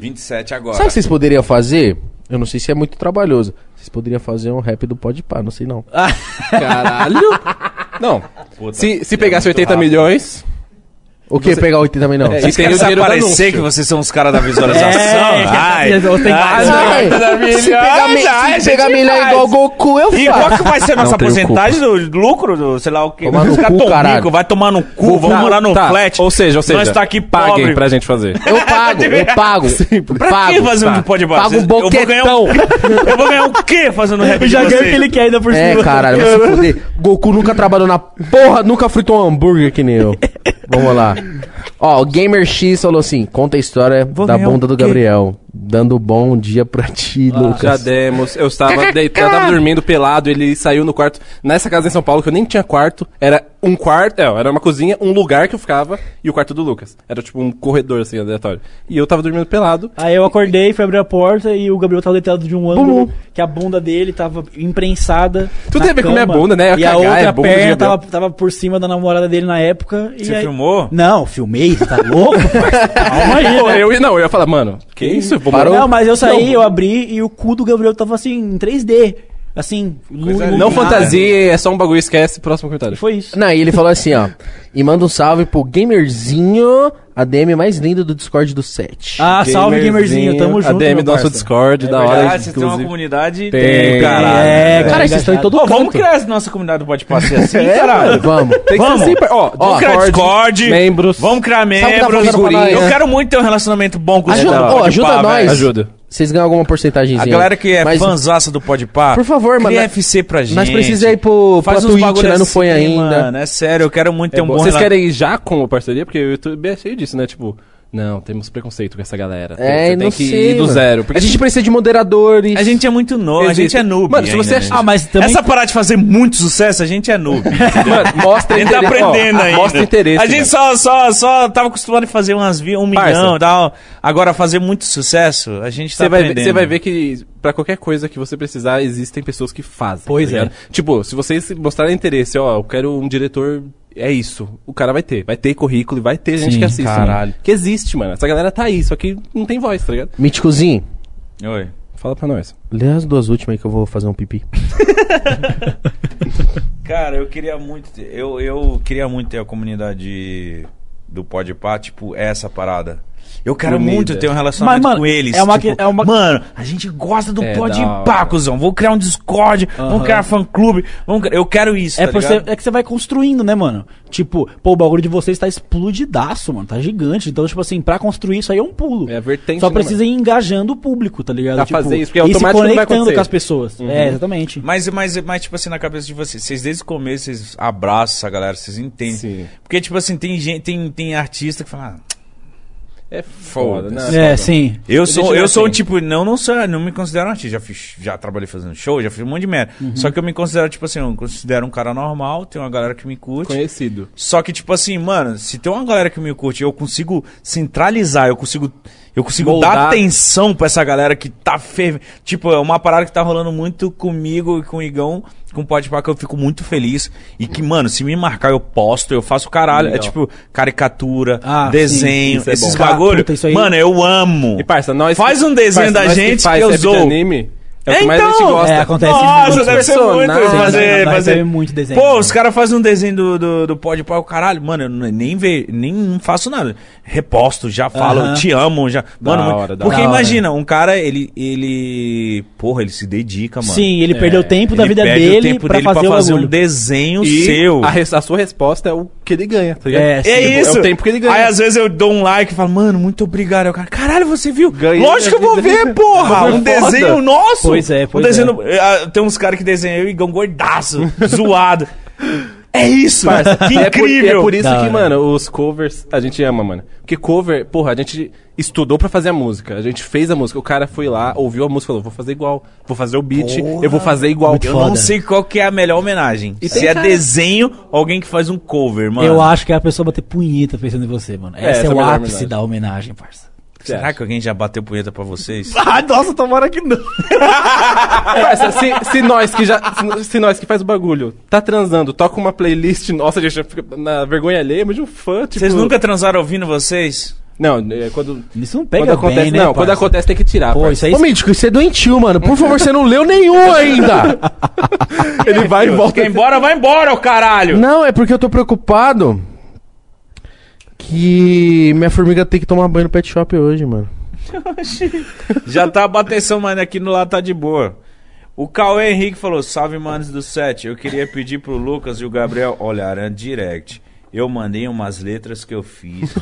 Speaker 4: 20.
Speaker 1: 27 agora.
Speaker 2: Sabe o que vocês poderiam fazer? Eu não sei se é muito trabalhoso. Vocês poderiam fazer um rap do Podpah, não sei não.
Speaker 3: Caralho. Não.
Speaker 1: Puta,
Speaker 3: Se, se
Speaker 1: é
Speaker 3: pegasse
Speaker 1: muito
Speaker 3: 80
Speaker 1: rápido.
Speaker 3: milhões.
Speaker 2: O que? Pegar 80 também não.
Speaker 3: É,
Speaker 1: Vocês
Speaker 3: E tem
Speaker 1: querem
Speaker 3: o dinheiro do
Speaker 1: aparecer
Speaker 3: anúncio.
Speaker 1: que vocês são os caras da visualização?
Speaker 3: Ah,
Speaker 4: É,
Speaker 1: Ai.
Speaker 4: eu tenho
Speaker 1: Ai,
Speaker 4: vários.
Speaker 1: não.
Speaker 2: Ai,
Speaker 1: Maravilhosa,
Speaker 2: se pegar, me,
Speaker 1: a gente
Speaker 2: se pegar milhão
Speaker 1: faz.
Speaker 2: igual Goku, eu
Speaker 1: E qual
Speaker 2: faço.
Speaker 1: que vai ser a nossa
Speaker 2: tenho
Speaker 1: porcentagem do lucro, do, sei lá o que?
Speaker 2: Tomar no cu, caralho.
Speaker 1: vai tomar no cu, vamos
Speaker 3: Tá,
Speaker 1: morar no
Speaker 3: tá.
Speaker 1: flat.
Speaker 3: Ou seja, ou seja.
Speaker 1: Nós tá aqui
Speaker 3: paguem
Speaker 1: pobre.
Speaker 3: pra gente fazer.
Speaker 2: Eu pago, eu pago.
Speaker 1: Pra
Speaker 2: pago,
Speaker 1: que fazer
Speaker 2: tá.
Speaker 1: um pode
Speaker 2: Pago um boquetão.
Speaker 1: Eu vou ganhar o quê fazendo rap
Speaker 4: Eu
Speaker 1: de
Speaker 4: já ganhei o
Speaker 1: vocês?
Speaker 4: que ele quer ainda por
Speaker 2: É,
Speaker 4: cima.
Speaker 2: caralho, vai se fuder. Goku nunca trabalhou na porra, nunca fritou um hambúrguer que nem eu. Vamos lá. Ó, o Gamer X falou assim: conta a história da
Speaker 1: ganhar
Speaker 2: bunda
Speaker 1: o
Speaker 2: do
Speaker 1: quê?
Speaker 2: Gabriel. Dando um bom dia pra ti,
Speaker 1: Ah,
Speaker 3: Já
Speaker 2: Lucas.
Speaker 3: demos. Eu estava deitado, tava dormindo pelado. Ele saiu no quarto. Nessa casa em São Paulo, que eu nem tinha quarto. Era um quarto. É, era uma cozinha, um lugar que eu ficava e o quarto do Lucas. Era tipo um corredor, assim, aleatório. E eu tava dormindo pelado.
Speaker 4: Aí eu acordei, fui abrir a porta e o Gabriel tava deitado de um ângulo que a bunda dele tava imprensada.
Speaker 3: Tudo
Speaker 4: na
Speaker 3: tem a ver com
Speaker 4: cama,
Speaker 3: minha bunda, né? Eu
Speaker 4: E a
Speaker 3: cagar,
Speaker 4: outra
Speaker 3: é bunda de
Speaker 4: perna
Speaker 3: Gabriel.
Speaker 4: tava, tava por cima da namorada dele na época. e
Speaker 1: Você
Speaker 4: aí-
Speaker 1: filmou?
Speaker 4: Não, filmei, você tá louco? parça? Calma aí,
Speaker 3: Pô,
Speaker 4: né?
Speaker 3: eu, ia- não, eu ia falar, mano, que isso? Eu vou
Speaker 2: Parou?
Speaker 4: Não, mas eu saí, eu abri e o cu do Gabriel tava assim, em 3D. Assim,
Speaker 3: Coisa
Speaker 4: lu-
Speaker 3: linda. Não
Speaker 4: iluminada.
Speaker 3: fantasia, é só um bagulho, esquece.
Speaker 4: E
Speaker 3: Próximo comentário.
Speaker 4: foi isso.
Speaker 2: Não, e ele falou assim, ó. E manda um salve pro gamerzinho, a DM mais linda do Discord do set.
Speaker 4: Ah, salve, gamerzinho. Tamo junto.
Speaker 3: ADM
Speaker 4: meu
Speaker 3: do nosso
Speaker 4: parça.
Speaker 3: Discord,
Speaker 1: É
Speaker 3: da hora.
Speaker 1: verdade, vocês têm uma
Speaker 3: inclusive.
Speaker 1: comunidade.
Speaker 4: É,
Speaker 3: Tem, caralho.
Speaker 2: Cara, É,
Speaker 4: cara,
Speaker 2: vocês estão em todo
Speaker 1: Pô, tá vamos
Speaker 2: canto.
Speaker 1: criar a nossa comunidade do Pode Passar assim, caralho.
Speaker 2: Vamos.
Speaker 1: Tem que
Speaker 2: vamos.
Speaker 1: ser assim, ó, vamos
Speaker 2: Ó,
Speaker 1: criar
Speaker 2: Discord,
Speaker 1: Discord,
Speaker 3: membros.
Speaker 1: vamos criar
Speaker 2: tá
Speaker 1: membros,
Speaker 2: fazendo pra nós,
Speaker 1: Eu
Speaker 2: né?
Speaker 1: quero muito ter um relacionamento bom com os
Speaker 2: Ajuda,
Speaker 1: caras do
Speaker 2: ó,
Speaker 1: Pode
Speaker 2: ajuda
Speaker 1: Pá,
Speaker 2: nós.
Speaker 1: velho.
Speaker 3: Ajuda.
Speaker 2: Vocês ganham alguma porcentagemzinha.
Speaker 1: A galera que é
Speaker 2: Mas
Speaker 1: fanzaça do Pode Pá,
Speaker 2: Por favor, mano,
Speaker 1: cria
Speaker 2: né?
Speaker 1: FC pra gente.
Speaker 2: Nós precisamos ir pro, pra
Speaker 1: Faz uns
Speaker 2: Twitch,
Speaker 1: bagulho
Speaker 2: né? Não
Speaker 1: assim,
Speaker 2: foi ainda.
Speaker 1: Mano, é sério, eu quero muito ter
Speaker 3: É
Speaker 1: um
Speaker 3: bom.
Speaker 1: bom
Speaker 3: Vocês
Speaker 1: rela-
Speaker 3: querem ir já com a parceria? Porque o YouTube é cheio disso, né? Tipo, não, temos preconceito com essa galera. Tem-
Speaker 2: É,
Speaker 3: você
Speaker 2: não
Speaker 3: tem que
Speaker 2: sei,
Speaker 3: ir do
Speaker 2: mano.
Speaker 3: zero. Porque
Speaker 2: A gente precisa de moderadores.
Speaker 1: A gente é muito novo, a
Speaker 3: Existe.
Speaker 1: gente é noob.
Speaker 3: Mano, se você
Speaker 1: ainda,
Speaker 3: acha-
Speaker 1: né?
Speaker 4: Ah, mas também.
Speaker 1: Essa parada de fazer muito sucesso, a gente é noob.
Speaker 3: Mano, mostra
Speaker 1: A gente tá
Speaker 3: interesse. ó,
Speaker 1: aprendendo ainda.
Speaker 3: Mostra interesse.
Speaker 1: A gente
Speaker 3: mano.
Speaker 1: só, tá só, só tava acostumado a fazer umas vi- um
Speaker 3: né? Parça.
Speaker 1: milhão e tal. Agora fazer muito sucesso, a gente tá
Speaker 3: Você vai, ver-
Speaker 1: aprendendo.
Speaker 3: você vai ver que pra qualquer coisa que você precisar, existem pessoas que fazem.
Speaker 4: Pois é.
Speaker 3: ligado? Tipo, se vocês mostrarem interesse, ó, eu quero um diretor, é isso. O cara vai ter. Vai ter currículo e vai ter gente
Speaker 4: Sim,
Speaker 3: que assiste.
Speaker 2: caralho.
Speaker 3: mano. Que existe, mano. Essa galera tá aí, só que não tem voz, tá ligado?
Speaker 2: Míticozinho,
Speaker 1: Oi.
Speaker 3: Fala pra nós.
Speaker 2: lê as duas últimas aí que eu vou fazer um pipi.
Speaker 1: Cara, eu queria muito ter, eu, eu queria muito ter a comunidade do Podpah, tipo, essa parada. Eu quero
Speaker 3: Unida.
Speaker 1: muito ter um relacionamento
Speaker 4: Mas, mano,
Speaker 1: com eles.
Speaker 4: é uma
Speaker 1: tipo,
Speaker 4: que- é uma-
Speaker 1: Mano, a gente gosta do
Speaker 3: É, da
Speaker 1: Podpah,
Speaker 3: hora.
Speaker 1: cuzão. Vou criar um Discord, vamos criar fã-clube. vamos criar- Eu quero isso,
Speaker 4: É,
Speaker 1: tá
Speaker 4: por
Speaker 1: ligado?
Speaker 4: você, é que você vai construindo, né, mano? Tipo, pô, o bagulho de vocês tá explodidaço, mano. Tá gigante. Então, tipo assim, pra construir isso aí é um pulo.
Speaker 3: É a vertente,
Speaker 4: Só
Speaker 3: né,
Speaker 4: precisa ir engajando o público, tá ligado?
Speaker 3: Pra
Speaker 4: tipo,
Speaker 3: fazer isso, porque
Speaker 4: e se
Speaker 3: automático não vai
Speaker 4: conectando
Speaker 3: acontecer. Uhum.
Speaker 4: com as pessoas. É, exatamente.
Speaker 1: Mas, mas, mas, tipo assim, na cabeça de vocês, vocês desde o começo, vocês abraçam essa galera, vocês entendem.
Speaker 3: Sim.
Speaker 1: Porque, tipo assim, tem gente, tem, tem artista que fala. "Ah,
Speaker 3: É foda, né?
Speaker 4: É, sim.
Speaker 1: Eu sou,
Speaker 3: deixo
Speaker 1: eu sou
Speaker 3: assim.
Speaker 1: tipo, não, não sou, não me considero um artista. Já fiz, já trabalhei fazendo show, já fiz um monte de merda. Só que eu me considero, tipo assim, eu me considero um cara normal, tem uma galera que me curte.
Speaker 3: Conhecido.
Speaker 1: Só que, tipo assim, mano, se tem uma galera que me curte, eu consigo centralizar, eu consigo. Eu consigo dar
Speaker 3: Moldar.
Speaker 1: atenção pra essa galera que tá fervendo. Tipo, é uma parada que tá rolando muito comigo e com o Igão, com o Podpah, que eu fico muito feliz. E que, mano, se me marcar, eu posto, eu faço caralho. É
Speaker 3: Legal.
Speaker 1: tipo, caricatura,
Speaker 4: Ah, sim,
Speaker 1: desenho,
Speaker 4: isso é
Speaker 1: esses
Speaker 4: bom.
Speaker 1: bagulho.
Speaker 4: Puta, isso aí-
Speaker 1: Mano, eu amo.
Speaker 3: E parça, nós.
Speaker 1: Faz um desenho da
Speaker 3: nós
Speaker 1: gente
Speaker 3: faz
Speaker 1: que eu
Speaker 3: rap de
Speaker 1: zoo.
Speaker 3: anime. É, o
Speaker 1: É,
Speaker 3: que mais a gente
Speaker 1: então!
Speaker 3: gosta.
Speaker 4: É, acontece
Speaker 1: Nossa,
Speaker 4: muito.
Speaker 1: deve ser muito
Speaker 3: Personagem,
Speaker 1: fazer,
Speaker 4: né?
Speaker 1: fazer.
Speaker 4: Deve muito desenho.
Speaker 1: Pô, os caras fazem um desenho do, do, do pó de pau, caralho. Mano, eu n- nem ve, nem não faço nada. Reposto, já falo,
Speaker 4: Aham.
Speaker 1: te amo, já. Mano, muito-
Speaker 3: hora, da
Speaker 1: porque
Speaker 4: hora.
Speaker 1: imagina, um cara, ele, ele. Porra, ele se dedica, mano.
Speaker 4: Sim, ele
Speaker 3: é.
Speaker 4: perdeu o tempo da
Speaker 1: Ele
Speaker 4: vida
Speaker 1: perde o
Speaker 4: dele
Speaker 1: tempo
Speaker 4: pra
Speaker 1: dele
Speaker 4: fazer o
Speaker 1: um
Speaker 4: bagulho.
Speaker 1: desenho
Speaker 3: E
Speaker 1: seu.
Speaker 3: A, res- a sua resposta é o que ele ganha, tá ligado?
Speaker 4: É,
Speaker 1: É
Speaker 3: Tipo,
Speaker 1: isso.
Speaker 3: É o tempo que ele ganha.
Speaker 1: Aí às vezes eu dou um like e falo, mano, muito obrigado. Aí o cara, caralho, você viu?
Speaker 3: Ganhei
Speaker 1: Lógico que eu vou
Speaker 3: minha vida."
Speaker 1: ver, porra.
Speaker 3: Foi
Speaker 1: Um
Speaker 3: foda.
Speaker 1: desenho nosso.
Speaker 4: Pois é, pois
Speaker 1: um desenho é. Tem uns caras que desenham eu e Igão gordaço, zoado. É isso.
Speaker 3: Parça,
Speaker 1: que
Speaker 3: e é por-
Speaker 1: incrível.
Speaker 3: e É por isso
Speaker 4: Da
Speaker 3: que,
Speaker 4: hora.
Speaker 3: mano, os covers a gente ama, mano. Porque cover, porra, a gente estudou pra fazer a música. A gente fez a música. O cara foi lá, ouviu a música, falou: vou fazer igual. Vou fazer o beat, eu vou fazer igual.
Speaker 4: Muito
Speaker 1: Eu
Speaker 4: foda.
Speaker 1: não sei qual que é a melhor homenagem.
Speaker 3: E
Speaker 1: Se
Speaker 3: tem
Speaker 1: é
Speaker 3: cara-
Speaker 1: desenho, alguém que faz um cover, mano.
Speaker 4: Eu acho que é a pessoa bater punheta pensando em você, mano. Esse
Speaker 3: essa
Speaker 4: é,
Speaker 3: é a
Speaker 4: o
Speaker 3: melhor
Speaker 4: ápice
Speaker 3: homenagem.
Speaker 4: da homenagem, parça.
Speaker 1: Será que alguém já bateu punheta pra vocês?
Speaker 3: Ah,
Speaker 4: Ai, nossa, tomara que não.
Speaker 3: Parça, se, se nós que já. Se, se nós que faz o bagulho, tá transando, toca uma playlist nossa, a gente já fica na vergonha alheia, mas de um fã, tipo.
Speaker 1: Vocês nunca transaram ouvindo vocês?
Speaker 3: Não, é, quando.
Speaker 4: Isso não pega
Speaker 3: Quando acontece,
Speaker 4: bem, né,
Speaker 3: não,
Speaker 4: parça?
Speaker 3: quando acontece tem que tirar.
Speaker 4: Pô,
Speaker 3: parça.
Speaker 4: isso aí...
Speaker 2: Ô, Mítico, isso é doentio, mano. Por favor, você não leu nenhum ainda.
Speaker 3: Ele vai e volta.
Speaker 1: Quer ir embora, vai embora, ô caralho.
Speaker 2: Não, é porque eu tô preocupado que minha formiga tem que tomar banho no pet shop hoje, mano.
Speaker 1: Já tá bateção, mano, aqui no lá tá de boa. O Cauê Henrique falou: Salve, manos do set. Eu queria pedir pro Lucas e o Gabriel olharem direct. Eu mandei umas letras que eu fiz.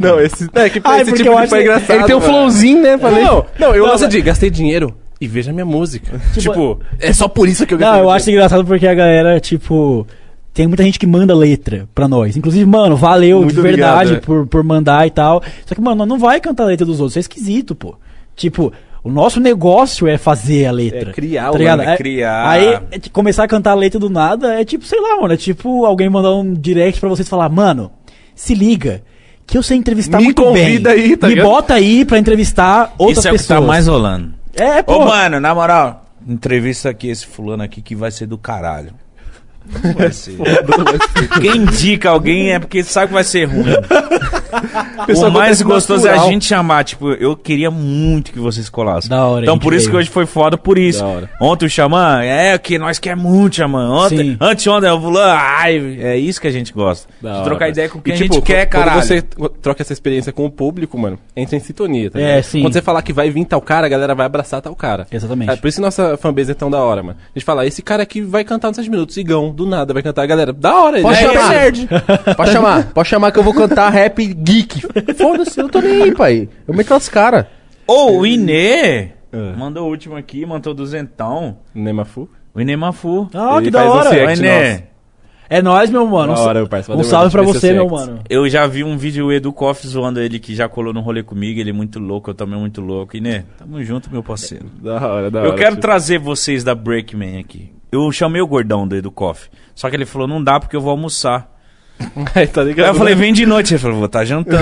Speaker 3: Não, esse, é, que,
Speaker 4: Ai,
Speaker 3: esse
Speaker 4: porque
Speaker 3: tipo
Speaker 4: eu
Speaker 3: de
Speaker 4: acho
Speaker 3: foi
Speaker 4: que-
Speaker 3: engraçado.
Speaker 2: Ele tem um
Speaker 3: mano.
Speaker 2: flowzinho, né? Falei.
Speaker 3: Não, não, eu
Speaker 4: Não,
Speaker 3: lanço
Speaker 4: mas-
Speaker 3: de gastei dinheiro e veja minha música. Tipo, é só por isso que eu
Speaker 4: Não,
Speaker 3: gastei
Speaker 4: eu
Speaker 3: meu
Speaker 4: acho
Speaker 3: dinheiro.
Speaker 4: engraçado porque a galera, tipo... Tem muita gente que manda letra pra nós. Inclusive, mano, valeu
Speaker 3: Muito
Speaker 4: de verdade
Speaker 3: obrigado, é.
Speaker 4: por, por mandar e tal. Só que, mano, não vai cantar a letra dos outros. Isso é esquisito, pô. Tipo, o nosso negócio é fazer a letra.
Speaker 3: É criar o
Speaker 4: tá ligado?
Speaker 3: nome,
Speaker 1: é criar.
Speaker 4: Aí, é de começar a cantar a letra do nada é tipo, sei lá, mano. É tipo alguém mandar um direct pra vocês falar, mano, se liga. Que eu sei entrevistar
Speaker 3: Me
Speaker 4: muito
Speaker 3: convida
Speaker 4: bem.
Speaker 3: aí, tá
Speaker 4: Me
Speaker 3: ligado?
Speaker 4: bota aí pra entrevistar outras
Speaker 1: Isso é o que
Speaker 4: pessoas.
Speaker 1: tá mais rolando.
Speaker 4: É,
Speaker 1: Ô,
Speaker 4: pô.
Speaker 1: mano, na moral, entrevista aqui esse fulano aqui que vai ser do caralho. Quem indica alguém é porque sabe que vai ser ruim.
Speaker 3: Pessoal,
Speaker 1: o mais
Speaker 3: acontece
Speaker 1: gostoso é a
Speaker 3: natural.
Speaker 1: gente chamar, tipo, eu queria muito que vocês colassem.
Speaker 4: Da hora,
Speaker 1: Então
Speaker 4: gente,
Speaker 1: por isso
Speaker 4: veio.
Speaker 1: que hoje foi foda, por isso.
Speaker 3: Da hora.
Speaker 1: Ontem o Xamã, é que nós quer muito, Xamã. Ontem,
Speaker 4: Sim.
Speaker 1: antes ontem, o Vulan, ai, é isso que a gente gosta.
Speaker 3: Da
Speaker 1: de
Speaker 3: hora,
Speaker 1: trocar
Speaker 3: parceiro.
Speaker 1: ideia com quem
Speaker 3: E, tipo,
Speaker 1: a gente quer,
Speaker 3: quando
Speaker 1: caralho.
Speaker 3: você troca essa experiência com o público, mano, entra em sintonia, tá
Speaker 4: É,
Speaker 3: ligado?
Speaker 4: sim.
Speaker 3: Quando você falar que vai vir tal cara, a galera vai abraçar tal cara.
Speaker 4: Exatamente.
Speaker 3: É, por isso que nossa fanbase é tão da hora, mano. A gente fala, esse cara aqui vai cantar nos 7 minutos, Igão, do nada, vai cantar. A galera, da hora, ele
Speaker 2: Pode
Speaker 3: é
Speaker 2: chamar.
Speaker 3: nerd.
Speaker 2: Pode chamar, pode chamar que eu vou cantar rap geek. Foda-se, eu não tô nem aí, pai. Eu meto as caras.
Speaker 1: Ô, o
Speaker 3: É.
Speaker 1: Inê mandou o último aqui, mandou duzentão.
Speaker 3: Nemafu.
Speaker 1: O Inê Mafu.
Speaker 4: Ah,
Speaker 3: Ele
Speaker 4: que da
Speaker 3: faz um
Speaker 4: hora.
Speaker 1: Ô,
Speaker 3: react
Speaker 1: Inê.
Speaker 3: nosso.
Speaker 4: É nóis, meu mano. Um
Speaker 3: Da
Speaker 4: sa-
Speaker 3: hora, meu parceiro.
Speaker 4: Um
Speaker 3: Valeu,
Speaker 4: salve
Speaker 3: mano,
Speaker 4: pra
Speaker 3: por
Speaker 4: você,
Speaker 3: esse é
Speaker 4: meu
Speaker 3: react.
Speaker 4: mano.
Speaker 1: Eu já vi um vídeo o Edu Koff zoando ele, que já colou no rolê comigo, ele é muito louco, eu também muito louco. Inê, tamo junto, meu parceiro.
Speaker 3: Da hora, da hora.
Speaker 1: Eu quero
Speaker 3: tipo.
Speaker 1: trazer vocês da Breakman aqui. Eu chamei o gordão do Edu Koff, só que ele falou, não dá porque eu vou almoçar.
Speaker 3: Aí, tá ligado?
Speaker 1: Aí eu falei, vem de noite. Ele falou, vou estar jantando.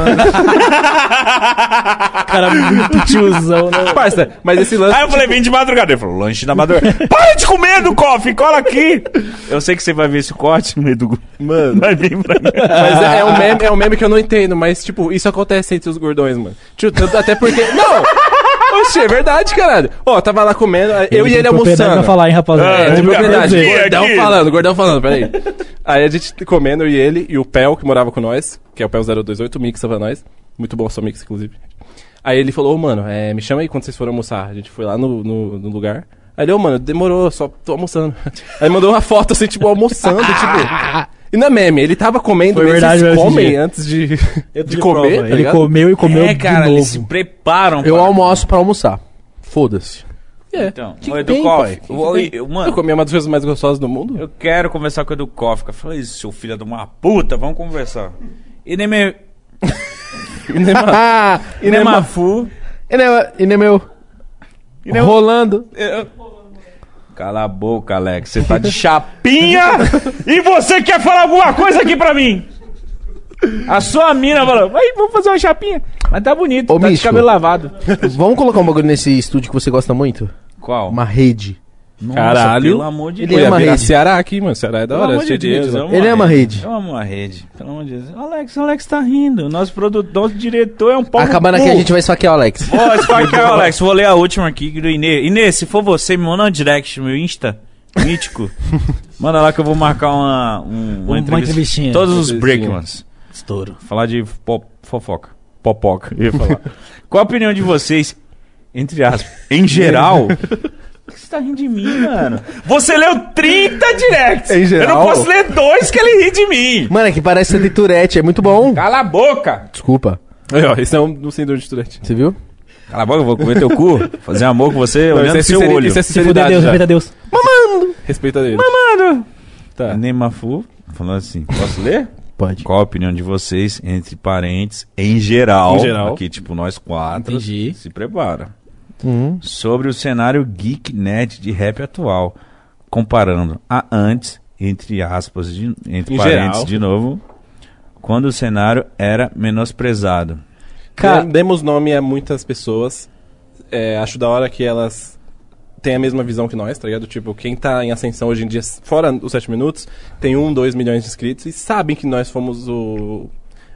Speaker 4: Cara é muito tiozão, né?
Speaker 3: parça, mas esse lance.
Speaker 1: Aí eu falei, vem de madrugada. Ele falou, lanche da madrugada. Para de comer, Edu Koff, cola aqui. Eu sei que você vai ver esse corte, É, Edu.
Speaker 3: Mano.
Speaker 1: Vai vir pra mim.
Speaker 3: Mas é, é um meme, é um meme que eu não entendo, mas, tipo, isso acontece entre os gordões, mano. Tio, tanto- até porque. Não! Oxi, é verdade, caralho. Ó, tava lá comendo, aí eu e ele
Speaker 4: Pra
Speaker 3: almoçando.
Speaker 4: falar, hein, rapaziada.
Speaker 1: Ah,
Speaker 3: É, de
Speaker 1: Vamos
Speaker 3: propriedade.
Speaker 1: dizer.
Speaker 3: Gordão
Speaker 1: Aqui.
Speaker 3: falando, gordão falando, peraí. Aí a gente comendo, eu e ele, e o Pel, que morava com nós, que é o Pel 028, mixa pra nós. Muito bom a sua mix, inclusive. Aí ele falou, ô, mano, é, me chama aí quando vocês forem almoçar. A gente foi lá no, no, no lugar. Aí ele, ô, mano, demorou, só tô almoçando. Aí mandou uma foto, assim, tipo, almoçando, tipo... E na meme, ele tava comendo,
Speaker 4: Foi
Speaker 3: mas
Speaker 4: verdade,
Speaker 3: eles
Speaker 4: mesmo esse
Speaker 3: comem
Speaker 4: dia.
Speaker 3: antes de,
Speaker 4: Eu tô
Speaker 3: de
Speaker 4: de
Speaker 3: comer,
Speaker 4: prova,
Speaker 3: tá
Speaker 4: Ele
Speaker 3: ligado?
Speaker 4: comeu e comeu
Speaker 1: é, cara,
Speaker 4: de novo.
Speaker 1: eles se preparam.
Speaker 2: Eu
Speaker 1: pra-
Speaker 2: almoço pra almoçar. Foda-se.
Speaker 3: É.
Speaker 1: Então,
Speaker 2: Que
Speaker 1: ô,
Speaker 2: que
Speaker 1: Edu
Speaker 2: tem,
Speaker 1: Koff,
Speaker 2: pai? Que
Speaker 1: ô,
Speaker 2: que
Speaker 1: eu-
Speaker 3: Eu
Speaker 1: mano,
Speaker 3: comi uma das coisas mais gostosas do mundo.
Speaker 1: eu quero conversar com o Edu Koff. Eu falei, seu filho de uma puta, vamos conversar. E nem me...
Speaker 2: Ah,
Speaker 3: é
Speaker 1: E nem Mafu.
Speaker 2: e nem, e nem meu. Rolando.
Speaker 1: Cala a boca, Alex. Você tá de chapinha e você quer falar alguma coisa aqui pra mim? A sua mina falou, vai, vamos fazer uma chapinha. Mas tá bonito,
Speaker 2: Ô,
Speaker 1: tá de
Speaker 2: Místico.
Speaker 1: cabelo lavado.
Speaker 2: Vamos colocar um bagulho nesse estúdio que você gosta muito?
Speaker 1: Qual?
Speaker 2: Uma rede.
Speaker 1: Nossa,
Speaker 3: Caralho.
Speaker 1: Pelo amor de
Speaker 2: Ele
Speaker 1: Deus.
Speaker 2: é
Speaker 3: ia
Speaker 2: uma
Speaker 3: virar
Speaker 2: rede.
Speaker 3: Ceará aqui, mano. Ceará é da
Speaker 1: Pelo
Speaker 3: hora.
Speaker 1: amor de
Speaker 3: cheio de
Speaker 1: Deus,
Speaker 3: Deus,
Speaker 1: eu amo
Speaker 2: Ele
Speaker 1: a
Speaker 2: ama rede.
Speaker 1: Eu amo a rede. Pelo amor de Deus. Alex, Alex tá rindo. Nosso produtor, nosso diretor é um pau no
Speaker 2: Acabando aqui
Speaker 1: cu.
Speaker 2: a gente vai esfaquear o Alex.
Speaker 1: Ó, esse aqui, ó, Alex, vou ler a última aqui do Inê. Inê, se for você, me manda um direct no meu Insta. Mítico. Manda lá que eu vou marcar uma, um-
Speaker 4: Uma entrevistinha.
Speaker 1: Todos os
Speaker 3: Entrevistinha.
Speaker 1: Breakmans.
Speaker 4: Estouro.
Speaker 1: Falar de po- fofoca. Popoca, eu ia falar. Qual a opinião de vocês, entre aspas, em geral? Por que Você tá rindo de mim, mano. Você leu 30 directs.
Speaker 2: Em
Speaker 1: Eu não
Speaker 2: geral?
Speaker 1: posso ler dois que ele ri de mim.
Speaker 2: Mano, é que parece ser de Tourette, é muito bom.
Speaker 1: Cala a boca.
Speaker 2: Desculpa,
Speaker 3: Aí, ó, esse é um, um síndrome de Tourette.
Speaker 2: você viu?
Speaker 1: Cala a boca, eu vou comer teu cu. Fazer amor com você
Speaker 3: Não,
Speaker 1: olhando seu
Speaker 3: sinceri-
Speaker 1: olho.
Speaker 3: isso é
Speaker 4: Se fuder
Speaker 3: sinceridade.
Speaker 4: Deus,
Speaker 3: já.
Speaker 4: respeita Deus.
Speaker 3: Respeita ele.
Speaker 1: É.
Speaker 3: Tá.
Speaker 1: Nemafu falando assim, posso ler?
Speaker 2: Pode.
Speaker 1: Qual a opinião de vocês, entre parentes, em geral?
Speaker 3: Em geral.
Speaker 1: Aqui, tipo, nós quatro.
Speaker 4: Entendi.
Speaker 1: Se prepara. Sobre o cenário geek net de rap atual. Comparando a antes, entre aspas, de- entre
Speaker 3: Em
Speaker 1: parentes
Speaker 3: geral.
Speaker 1: de novo. Quando o cenário era menosprezado.
Speaker 4: Cara-
Speaker 3: Dem- Demos nome a muitas pessoas. É, acho da hora que elas têm a mesma visão que nós, tá ligado? Tipo, quem tá em ascensão hoje em dia, fora os 7 minutos, tem 1, 2 milhões de inscritos e sabem que nós fomos o.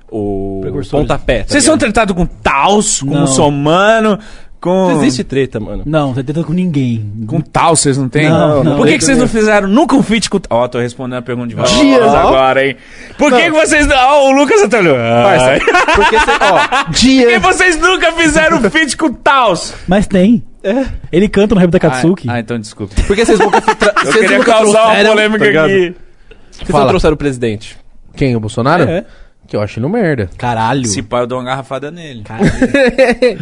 Speaker 3: O
Speaker 4: Precursores.
Speaker 3: pontapé. tá
Speaker 1: Vocês são
Speaker 3: ligado?
Speaker 1: tratados com Taos, com
Speaker 4: Não.
Speaker 1: Muçulmano, com.
Speaker 3: Não existe treta, mano.
Speaker 4: Não, você tenta com ninguém.
Speaker 1: Com Taos vocês não têm?
Speaker 4: Não, não.
Speaker 1: Por que, que vocês não fizeram nunca um feat com Ó, tô respondendo a pergunta de vocês
Speaker 2: Dia.
Speaker 1: agora, hein? Por que, que vocês. Ó, o Lucas até olhou.
Speaker 3: Parça,
Speaker 1: Ai.
Speaker 3: porque cê, ó,
Speaker 1: Por que
Speaker 2: Dia!
Speaker 1: vocês nunca fizeram um feat com Taos?
Speaker 4: Mas tem.
Speaker 3: É.
Speaker 4: Ele canta no rap da Katsuki.
Speaker 1: Ah, então desculpa.
Speaker 3: porque vocês nunca, tra-
Speaker 1: Eu
Speaker 3: vocês
Speaker 1: queria
Speaker 3: nunca
Speaker 1: causar uma
Speaker 3: trouxeram,
Speaker 1: polêmica
Speaker 3: tá ligado?
Speaker 1: aqui.
Speaker 3: Vocês
Speaker 2: Fala.
Speaker 3: não trouxeram o presidente.
Speaker 2: Quem? O Bolsonaro?
Speaker 3: É.
Speaker 2: Que eu acho ele um merda.
Speaker 4: Caralho.
Speaker 1: Se pai, eu dou uma garrafada nele.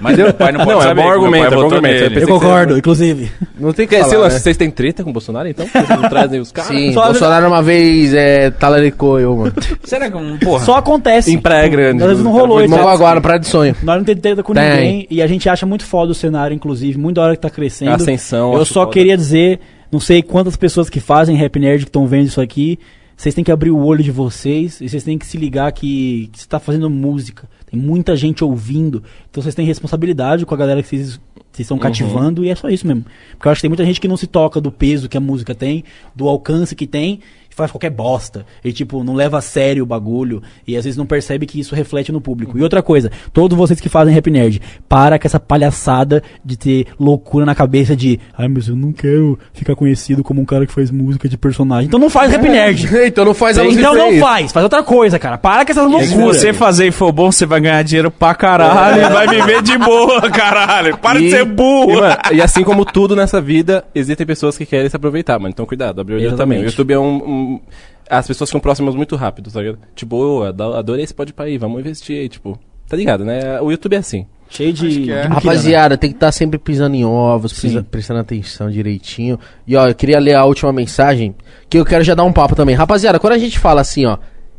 Speaker 1: Mas meu pai não pode
Speaker 3: Não, é
Speaker 1: saber.
Speaker 3: bom
Speaker 1: que meu pai
Speaker 3: argumento, é bom
Speaker 1: votou
Speaker 3: argumento.
Speaker 1: nele.
Speaker 4: Eu concordo, inclusive.
Speaker 2: Não tem
Speaker 3: Que,
Speaker 2: que
Speaker 3: esse
Speaker 2: falar,
Speaker 3: lance,
Speaker 2: né?
Speaker 3: vocês têm treta com o Bolsonaro, então? Vocês não trazem os caras?
Speaker 2: Sim,
Speaker 4: Só-
Speaker 2: Bolsonaro uma vez é, talaricou eu, mano.
Speaker 1: Será que. um- Porra.
Speaker 4: Só acontece.
Speaker 3: Em Praia Grande.
Speaker 4: Às vezes não rolou.
Speaker 2: Irmão
Speaker 4: etc.
Speaker 2: agora, praia de sonho.
Speaker 4: Nós não temos treta com
Speaker 2: Tem.
Speaker 4: ninguém e a gente acha muito foda o cenário, inclusive, muito da hora que tá crescendo.
Speaker 3: A ascensão,
Speaker 4: Eu
Speaker 3: acho
Speaker 4: só
Speaker 3: foda.
Speaker 4: queria dizer, não sei quantas pessoas que fazem Rap Nerd que estão vendo isso aqui, vocês têm que abrir o olho de vocês e vocês têm que se ligar que, que você tá fazendo música. Tem muita gente ouvindo, então vocês têm responsabilidade com a galera que vocês vocês
Speaker 3: Uhum.
Speaker 4: estão cativando e é só isso mesmo. Porque eu acho que tem muita gente que não se toca do peso que a música tem, do alcance que tem. que faz qualquer bosta. E, tipo, não leva a sério o bagulho. E às vezes não percebe que isso reflete no público. E outra coisa, todos vocês que fazem Rap Nerd, para com essa palhaçada de ter loucura na cabeça de. Ai, mas eu não quero ficar conhecido como um cara que faz música de personagem. Então não faz Rap Nerd!
Speaker 2: então não faz a luz de
Speaker 4: Então não
Speaker 2: freio.
Speaker 4: faz, faz outra coisa, cara. Para com essas
Speaker 1: Se
Speaker 4: loucuras.
Speaker 1: você fazer e for bom, você vai ganhar dinheiro pra caralho. e Vai viver de boa, caralho. Para de
Speaker 8: é
Speaker 1: ser
Speaker 3: E,
Speaker 1: burro.
Speaker 3: mano, e assim como tudo nessa vida, existem pessoas que querem se aproveitar, mano. Então cuidado, abre o olho
Speaker 4: Exatamente.
Speaker 3: também. O YouTube é um, um- As pessoas ficam próximas muito rápido, tá ligado? Tipo, eu ado- adorei esse pode pra aí, vamos investir aí, tipo. Tá ligado, né? O YouTube é assim.
Speaker 4: Cheio de.
Speaker 8: é.
Speaker 4: de mentira, né?
Speaker 2: Rapaziada, tem que estar sempre pisando em ovos, precisa- prestando atenção direitinho. E ó, eu queria ler a última mensagem, que eu quero já dar um papo também. Rapaziada, quando a gente fala assim, ó,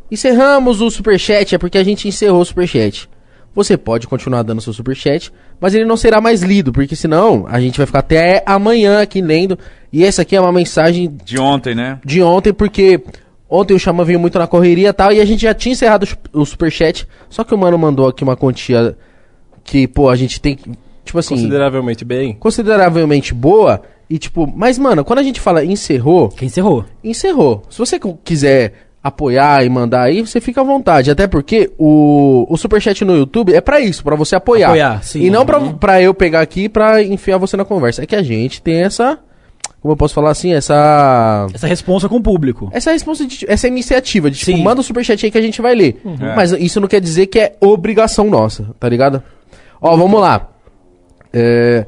Speaker 2: encerramos o superchat, é porque a gente encerrou o superchat. Você pode continuar dando seu superchat, mas ele não será mais lido, porque senão a gente vai ficar até amanhã aqui lendo. E essa aqui é uma mensagem
Speaker 1: De ontem, né?
Speaker 2: de ontem, porque ontem o Xamã veio muito na correria e tal, e a gente já tinha encerrado o chu- o superchat, só que o mano mandou aqui uma quantia que, pô, a gente tem que, tipo assim,
Speaker 3: Consideravelmente bem.
Speaker 2: consideravelmente boa, e tipo, mas mano, quando a gente fala encerrou,
Speaker 4: Quem encerrou?
Speaker 2: encerrou. Se você co- quiser apoiar e mandar aí, você fica à vontade, até porque o, o superchat no YouTube é pra isso, pra você apoiar.
Speaker 4: Apoiar, sim. Uhum.
Speaker 2: E não pra, pra eu pegar aqui e pra enfiar você na conversa, é que a gente tem essa, como eu posso falar assim, essa...
Speaker 4: Essa responsa com o público.
Speaker 3: Tipo.
Speaker 2: Essa é resposta, de, essa iniciativa de, tipo,
Speaker 4: Sim.
Speaker 2: manda o superchat aí que a gente vai ler.
Speaker 3: Uhum.
Speaker 1: É.
Speaker 2: Mas isso não quer dizer que é obrigação nossa, tá ligado? Ó, vamos lá. É,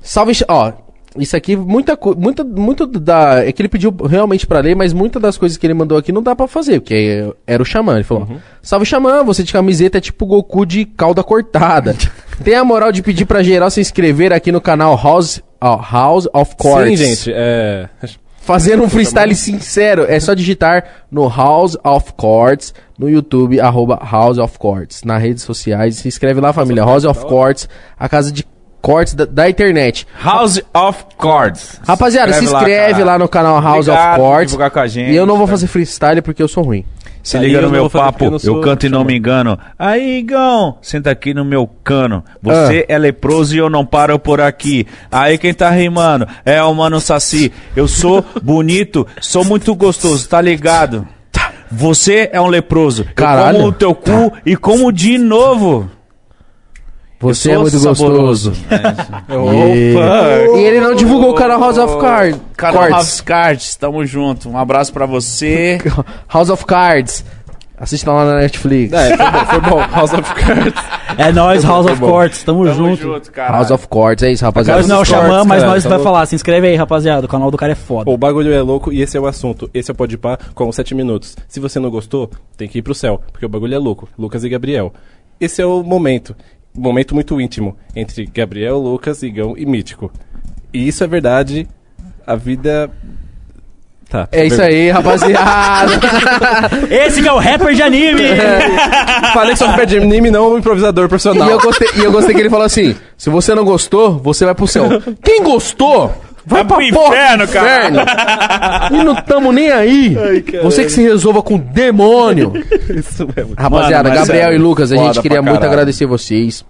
Speaker 2: salve, Ch- ó. Isso aqui, muita co- muita, muito da. É que ele pediu realmente pra ler, mas muitas das coisas que ele mandou aqui não dá pra fazer, porque é- era o Xamã. Ele
Speaker 3: Uhum.
Speaker 2: falou: Salve Xamã, você de camiseta é tipo Goku de calda cortada. Tem a moral de pedir pra geral se inscrever aqui no canal House, ó, House of Chords.
Speaker 3: Sim, gente, é.
Speaker 2: Fazendo um freestyle sincero, é só digitar no House of Chords, no YouTube, arroba House of Chords, nas redes sociais. Se inscreve lá, família. House of Chords, a casa de cortes da, da internet.
Speaker 1: House of Cards.
Speaker 2: Rapaziada, se inscreve
Speaker 1: caralho.
Speaker 2: lá, no canal House
Speaker 1: Obrigado
Speaker 2: of
Speaker 1: por
Speaker 2: Chords.
Speaker 1: divulgar com a gente,
Speaker 2: e eu não vou
Speaker 1: tá?
Speaker 2: fazer freestyle porque eu sou ruim.
Speaker 1: Se
Speaker 3: Aí
Speaker 1: liga
Speaker 3: eu
Speaker 1: no
Speaker 3: não
Speaker 1: meu
Speaker 3: vou fazer
Speaker 1: papo,
Speaker 3: porque eu não sou-
Speaker 1: eu canto e não
Speaker 3: chama.
Speaker 1: me engano. Aí, Igão, senta aqui no meu cano. Você
Speaker 2: Ah.
Speaker 1: é leproso e eu não paro por aqui. Aí quem tá rimando é o Mano Saci. Eu sou bonito, sou muito gostoso, tá ligado?
Speaker 3: Tá.
Speaker 1: Você é um leproso.
Speaker 2: Caralho. Tá.
Speaker 1: Eu como o teu cu e como de novo.
Speaker 2: Você é
Speaker 1: Eu
Speaker 2: muito
Speaker 1: sou
Speaker 2: gostoso. E- E ele não divulgou o canal House of Cards. Cards.
Speaker 1: Cards. Cards, tamo junto. Um abraço pra você.
Speaker 2: House of Cards. Assista lá na Netflix.
Speaker 3: É, foi bom, foi bom. House of Cards.
Speaker 4: É nós, House of Courts, tamo,
Speaker 1: Tamo
Speaker 4: junto.
Speaker 1: junto, cara.
Speaker 2: House of Cards, é isso, rapaziada.
Speaker 4: Nós não é o
Speaker 3: Cortes,
Speaker 4: Xamã, mas
Speaker 3: cara,
Speaker 4: nós
Speaker 3: tá
Speaker 4: vai
Speaker 3: louco.
Speaker 4: falar. Se inscreve aí, rapaziada. O canal do cara é foda.
Speaker 3: Pô, o bagulho é louco e esse é o assunto. Esse é o Pode Pá com 7 minutos. Se você não gostou, tem que ir pro céu, porque o bagulho é louco. Lucas e Gabriel. Esse é o momento. Momento muito íntimo entre Gabriel, Lucas, Igão e Mítico. E isso é verdade. A vida. Tá.
Speaker 2: É isso aí, rapaziada.
Speaker 4: Esse que é o rapper de anime!
Speaker 3: É. Falei que sou rapper de anime, não um improvisador profissional.
Speaker 2: E eu, gostei, e eu gostei que ele falou assim: se você não gostou, você vai pro céu. Quem gostou, vai pra
Speaker 1: pro inferno, cara.
Speaker 2: inferno. E não tamo nem aí. você que se resolva com o demônio.
Speaker 3: Isso mesmo.
Speaker 1: Mano,
Speaker 2: Rapaziada,
Speaker 1: mas
Speaker 2: Gabriel
Speaker 1: sério,
Speaker 2: e Lucas, a
Speaker 1: foda
Speaker 2: gente queria
Speaker 1: pra
Speaker 2: muito
Speaker 1: caralho.
Speaker 2: agradecer vocês.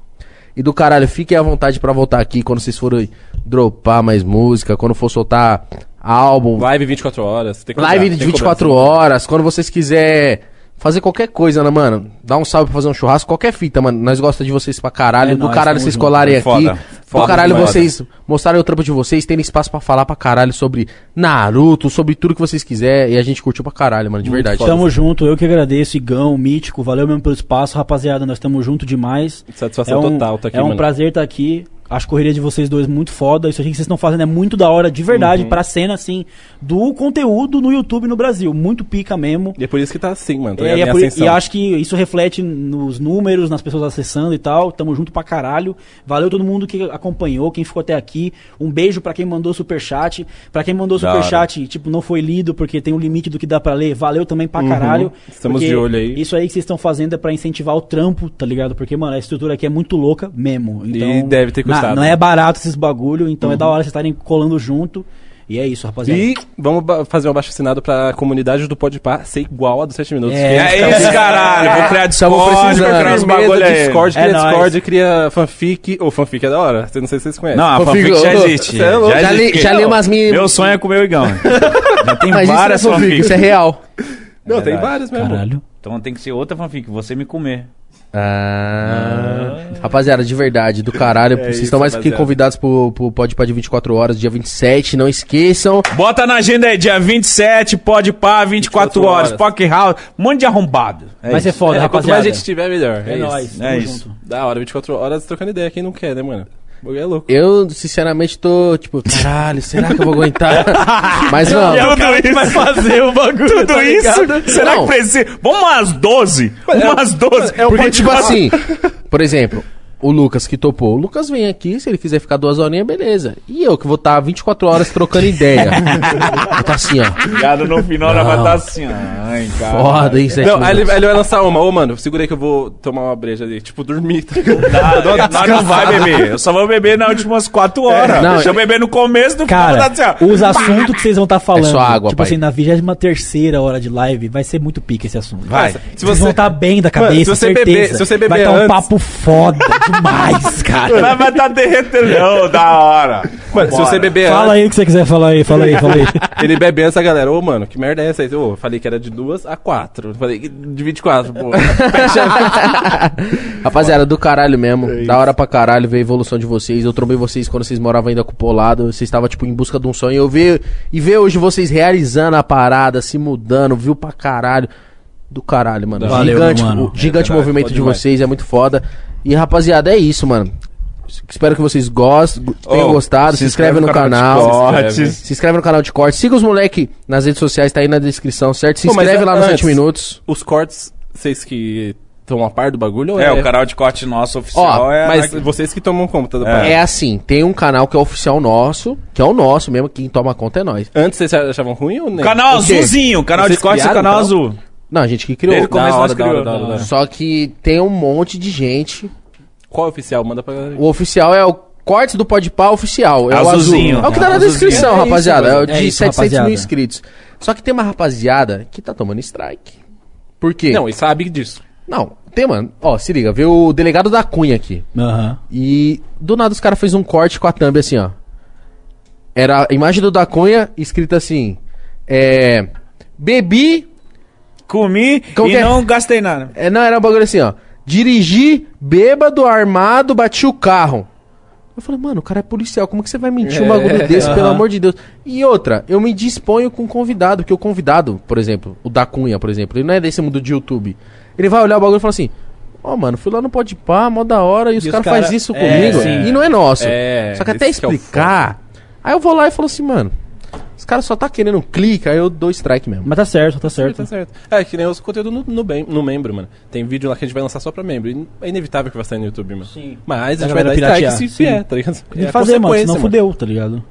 Speaker 2: E do caralho, fiquem à vontade pra voltar aqui quando vocês forem dropar mais música, quando for soltar álbum,
Speaker 3: Live 24 horas. Tem que cobrar,
Speaker 2: Live de
Speaker 3: tem que
Speaker 2: 24
Speaker 3: cobrar.
Speaker 2: horas, quando vocês quiser fazer qualquer coisa, né, mano? Dá um salve pra fazer um churrasco, qualquer fita, mano. Nós gostamos de vocês pra caralho.
Speaker 4: É
Speaker 2: do
Speaker 4: nóis,
Speaker 2: caralho
Speaker 4: tamo
Speaker 2: vocês
Speaker 4: junto.
Speaker 2: colarem aqui.
Speaker 1: Foda,
Speaker 2: do
Speaker 1: foda,
Speaker 2: caralho
Speaker 1: foda.
Speaker 2: vocês mostrarem o trampo de vocês, terem espaço pra falar pra caralho sobre Naruto, sobre tudo que vocês quiserem. E a gente curtiu pra caralho, mano, de verdade.
Speaker 4: Tamo junto, eu que agradeço, Igão, Mítico, valeu mesmo pelo espaço, rapaziada. Nós estamos junto demais.
Speaker 3: Satisfação
Speaker 4: é um,
Speaker 3: total tá aqui,
Speaker 4: É um
Speaker 3: mano.
Speaker 4: prazer estar aqui. Acho a correria de vocês dois muito foda. Isso aqui que vocês estão fazendo é muito da hora, de verdade,
Speaker 3: Uhum.
Speaker 4: pra cena, assim, do conteúdo no YouTube no Brasil. Muito pica mesmo.
Speaker 3: E é por isso que tá assim, mano. Tá
Speaker 4: É,
Speaker 3: ligado?
Speaker 4: e, é
Speaker 3: Minha
Speaker 4: por-
Speaker 3: ascensão.
Speaker 4: e acho que isso reflete nos números, nas pessoas acessando e tal. Tamo junto pra caralho. Valeu todo mundo que acompanhou, quem ficou até aqui. Um beijo pra quem mandou superchat. Pra quem mandou
Speaker 1: Da hora.
Speaker 4: superchat, tipo, não foi lido porque tem um limite do que dá pra ler. Valeu também pra caralho.
Speaker 3: Uhum. Estamos
Speaker 4: porque
Speaker 3: de olho aí.
Speaker 4: Isso aí que vocês estão fazendo é pra incentivar o trampo, tá ligado? Porque, mano, a estrutura aqui é muito louca mesmo. Então,
Speaker 3: deve ter
Speaker 4: na-
Speaker 3: custado. Uhum.
Speaker 4: Não é barato esses bagulho, então é da hora vocês estarem colando junto. E é isso, rapaziada.
Speaker 3: E vamos ba- fazer um abaixo assinado pra comunidade do Podpah ser igual a dos 7 minutos.
Speaker 4: É.
Speaker 3: que eles
Speaker 1: É isso, caralho. Vou criar
Speaker 2: Tamo
Speaker 1: Discord, vou
Speaker 2: precisando.
Speaker 1: criar uns
Speaker 3: Cria mesa,
Speaker 1: bagulho aí.
Speaker 3: Discord, cria
Speaker 4: É nóis.
Speaker 3: Discord, cria fanfic. Ou fanfic é da hora. Não sei se vocês conhecem.
Speaker 1: Não, a
Speaker 2: Fanfic,
Speaker 1: fanfic já
Speaker 2: ô,
Speaker 1: existe.
Speaker 2: cê é louco. Já li-
Speaker 1: existe.
Speaker 2: já li umas minhas-
Speaker 1: Meu sonho é comer o Igão. Já tem
Speaker 2: Mas isso não é
Speaker 1: várias
Speaker 2: fanfic,
Speaker 1: fanfics.
Speaker 2: isso é real.
Speaker 3: Não, tem
Speaker 1: verdade.
Speaker 3: vários mesmo. É,
Speaker 4: Caralho.
Speaker 1: Então tem que ser outra fanfic, você me comer.
Speaker 2: Ah, Rapaziada, de verdade, do caralho. vocês
Speaker 3: isso,
Speaker 2: estão mais que
Speaker 3: rapaziada.
Speaker 2: convidados pro, pro Pode Pá de 24 horas, dia 27. Não esqueçam.
Speaker 1: Bota na agenda aí, dia 27, pode pá, 24 horas,
Speaker 3: horas.
Speaker 1: Pock House, um monte de arrombado. É
Speaker 4: Mas é
Speaker 1: isso.
Speaker 4: foda,
Speaker 3: É, quanto mais
Speaker 4: rapaziada.
Speaker 3: gente tiver, melhor. É,
Speaker 4: É
Speaker 3: isso.
Speaker 4: nóis.
Speaker 1: É
Speaker 4: tamo
Speaker 1: isso.
Speaker 4: junto.
Speaker 3: Da hora, 24 horas trocando ideia. Quem não quer, né, mano? O bagulho é louco.
Speaker 2: Eu, sinceramente, tô tipo, caralho, será que eu vou aguentar? Mas vamos.
Speaker 1: É Tudo isso.
Speaker 4: fazer o bagulho.
Speaker 1: Tudo isso? Será
Speaker 2: Não.
Speaker 1: que precisa? Vamos umas 12.
Speaker 2: é
Speaker 1: Umas 12.
Speaker 8: É
Speaker 2: Porque, tipo assim, por exemplo, o Lucas que topou. O Lucas vem aqui, se ele quiser ficar duas horinhas, beleza. E eu que vou estar 24 horas trocando ideia. vou tá assim, ó.
Speaker 1: Obrigado, no final ela vai estar assim. ó. Ai, cara.
Speaker 2: Foda, hein, Sete
Speaker 3: Não, aí ele,
Speaker 2: Minutos.
Speaker 3: aí ele vai lançar uma. Ô, mano, segura aí que eu vou tomar uma breja ali. Tipo, dormir. Tá?
Speaker 1: Não, não, não, não vai beber. Eu só vou beber nas últimas 4 horas.
Speaker 2: É, não,
Speaker 1: Deixa eu beber no começo do
Speaker 4: Cara,
Speaker 1: final, tá assim, ó.
Speaker 4: os assuntos que vocês vão estar falando,
Speaker 2: É só água,
Speaker 4: tipo
Speaker 2: pai.
Speaker 4: assim, na 23 terceira hora de live, vai ser muito pica esse assunto.
Speaker 1: Vai.
Speaker 3: Se
Speaker 4: Vocês vão
Speaker 3: você...
Speaker 4: estar bem da
Speaker 3: Mano,
Speaker 4: cabeça,
Speaker 3: se você
Speaker 4: certeza.
Speaker 3: beber- se você beber
Speaker 4: vai estar um
Speaker 3: antes-
Speaker 4: papo foda demais, cara.
Speaker 1: Ela vai estar Tá derretendo. Não, da hora.
Speaker 3: Mano, se você beber
Speaker 4: Fala
Speaker 3: antes,
Speaker 4: aí o que você quiser falar aí, fala aí, fala aí.
Speaker 3: ele bebe antes, a galera, ô, mano, que merda é essa aí? Ô, falei que era de duas a quatro. Falei que de 24, pô.
Speaker 2: Rapaziada, do caralho mesmo. da hora pra caralho ver a evolução de vocês. Eu trombei vocês quando vocês moravam ainda cupolado. Vocês estavam, tipo, em busca de um sonho. Eu vi e ver hoje vocês realizando a parada, se mudando, viu pra caralho. Do caralho, mano.
Speaker 4: Valeu,
Speaker 2: gigante
Speaker 4: mano.
Speaker 2: o- gigante
Speaker 3: É, caralho,
Speaker 2: movimento
Speaker 3: foda
Speaker 2: de
Speaker 3: demais.
Speaker 2: vocês, é muito foda. E, rapaziada, é isso, mano. Espero que vocês gostem, tenham
Speaker 1: Oh,
Speaker 2: gostado. Se, inscreve no canal.
Speaker 1: Discord.
Speaker 3: inscreve.
Speaker 2: Se inscreve no canal de corte. Siga os moleque nas redes sociais, tá aí na descrição, certo? Se
Speaker 3: Pô, mas
Speaker 2: inscreve
Speaker 3: a-
Speaker 2: lá nos
Speaker 3: antes-
Speaker 2: 7 minutos.
Speaker 3: Os cortes, vocês que estão a par do bagulho? ou
Speaker 1: É, o canal de corte nosso oficial
Speaker 2: Ó,
Speaker 1: é.
Speaker 3: Mas vocês que tomam conta da parada.
Speaker 2: É. assim, tem um canal que é oficial nosso, que é o nosso mesmo, quem toma conta é nós.
Speaker 3: Antes vocês achavam ruim ou nem?
Speaker 1: Canal
Speaker 2: O quê?
Speaker 1: azulzinho, canal
Speaker 3: Vocês
Speaker 1: de corte é
Speaker 3: criaram,
Speaker 1: canal
Speaker 3: então?
Speaker 1: azul.
Speaker 2: Não, a gente que criou.
Speaker 1: Desde o
Speaker 3: Da
Speaker 1: começo
Speaker 3: hora,
Speaker 1: nós
Speaker 3: da hora, da
Speaker 1: criou.
Speaker 3: hora, da hora.
Speaker 2: Só que tem um monte de gente.
Speaker 3: Qual é oficial? Manda pra galera.
Speaker 2: O oficial é o corte do Podpah oficial, é
Speaker 1: Azulzinho.
Speaker 2: o azul. É o que tá na
Speaker 3: Azulzinho.
Speaker 2: descrição,
Speaker 3: É isso,
Speaker 2: rapaziada. É o de
Speaker 4: rapaziada. É isso,
Speaker 2: 700 mil
Speaker 4: rapaziada.
Speaker 2: inscritos. Só que tem uma rapaziada que tá tomando strike. Por quê?
Speaker 3: Não, e sabe disso.
Speaker 2: Não, tem, mano. Ó, se liga, vê o delegado da Cunha aqui.
Speaker 4: Aham.
Speaker 2: E do nada os caras fez um corte com a thumb assim, ó. Era a imagem do da Cunha escrita assim: É. Bebi.
Speaker 1: Comi
Speaker 2: Como que
Speaker 1: e
Speaker 2: é?
Speaker 1: não gastei nada.
Speaker 2: É, não, era um bagulho assim, ó. Dirigi, bêbado, armado, bati o carro. Eu falei, mano, o cara é policial, como que você vai mentir um bagulho desse, pelo amor de Deus? E outra, eu me disponho com o convidado, porque o convidado, por exemplo, o da Cunha, por exemplo, ele não é desse mundo de YouTube. Ele vai olhar o bagulho e fala assim: Ó, mano, fui lá no Pode Pá, mó da hora, e os
Speaker 4: os
Speaker 2: caras
Speaker 4: cara-
Speaker 2: fazem isso
Speaker 4: é,
Speaker 2: comigo.
Speaker 4: sim.
Speaker 2: E não é nosso.
Speaker 3: É,
Speaker 2: Só que até
Speaker 3: esse que é o
Speaker 2: explicar. aí eu vou lá e falo assim, mano, os caras só tá querendo um clique, aí eu dou strike mesmo.
Speaker 4: Mas tá certo, tá certo.
Speaker 3: Tá certo. É, que nem os conteúdos no, no, bem- no membro, mano. Tem vídeo lá que a gente vai lançar só pra membro. E É inevitável que vai sair no YouTube, mano.
Speaker 4: Sim.
Speaker 3: Mas a
Speaker 4: Da
Speaker 3: gente vai
Speaker 4: galera
Speaker 3: dar strike
Speaker 4: piratear,
Speaker 3: se
Speaker 4: sim.
Speaker 3: vier, tá ligado?
Speaker 4: Tem
Speaker 3: É
Speaker 4: que
Speaker 3: a
Speaker 4: fazer, mano,
Speaker 3: consequência,
Speaker 4: senão fudeu, tá ligado?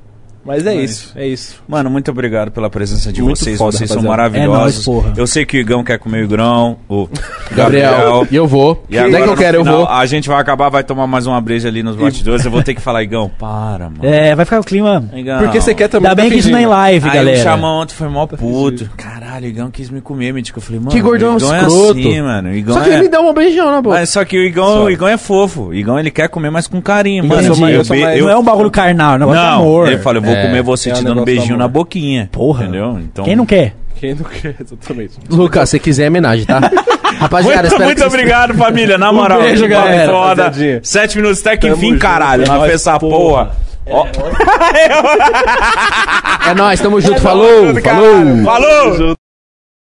Speaker 3: Mas é isso, é isso.
Speaker 1: Mano, muito obrigado pela presença de
Speaker 3: Muito
Speaker 1: vocês.
Speaker 3: foda,
Speaker 1: vocês são
Speaker 3: rapaziada.
Speaker 1: maravilhosos.
Speaker 4: É nóis, porra.
Speaker 1: eu sei que o Igão quer comer o Igrão, o
Speaker 2: Gabriel,
Speaker 1: Gabriel.
Speaker 2: e eu vou.
Speaker 1: E
Speaker 2: Onde é que eu
Speaker 1: no
Speaker 2: quero? Eu
Speaker 1: final,
Speaker 2: vou.
Speaker 1: A gente vai acabar, vai tomar mais uma breja ali nos bastidores. Eu vou ter que falar, Igão, para, mano.
Speaker 4: É, vai ficar o clima.
Speaker 1: Igão.
Speaker 3: Porque você quer também.
Speaker 4: Ainda bem que isso não é em live,
Speaker 1: Aí
Speaker 4: galera.
Speaker 1: o Xamã ontem foi mó puto. Caralho, o Igão quis me comer, me Eu falei, mano,
Speaker 2: Que gordão
Speaker 1: o Igão
Speaker 2: escroto.
Speaker 1: é assim, mano. O Igão
Speaker 2: Só que
Speaker 1: é...
Speaker 2: ele me dá um beijão na boca.
Speaker 1: Mas só que o Igão, o Igão é fofo. O Igão ele quer comer, mas com carinho. Mano,
Speaker 4: Entendi.
Speaker 1: eu,
Speaker 3: Eu sou
Speaker 1: be-
Speaker 3: mais-
Speaker 1: eu-
Speaker 4: Não é um bagulho carnal, não é um bagulho de
Speaker 1: Não,
Speaker 4: amor.
Speaker 1: ele fala, eu vou
Speaker 2: É,
Speaker 1: comer você
Speaker 3: é um
Speaker 1: te dando um
Speaker 3: negócio
Speaker 1: beijinho
Speaker 3: do
Speaker 1: na
Speaker 3: amor.
Speaker 1: boquinha.
Speaker 4: Porra.
Speaker 1: Entendeu? Então,
Speaker 4: Quem não quer?
Speaker 3: Quem não quer, exatamente.
Speaker 2: Lucas, se quiser, é homenagem, tá? Rapaziada,
Speaker 1: Muito,
Speaker 2: espero
Speaker 1: muito
Speaker 2: que vocês-
Speaker 1: obrigado, família. Na moral,
Speaker 4: beijo,
Speaker 1: que papo
Speaker 4: galera.
Speaker 1: foda.
Speaker 3: Rapaziadinha.
Speaker 1: Sete minutos até que
Speaker 3: Tamo
Speaker 1: enfim,
Speaker 3: junto.
Speaker 1: caralho.
Speaker 3: É
Speaker 1: Nós
Speaker 3: nóis,
Speaker 1: fez essa porra. Ó.
Speaker 2: É nóis, tamo junto, falou, falou.
Speaker 1: Falou!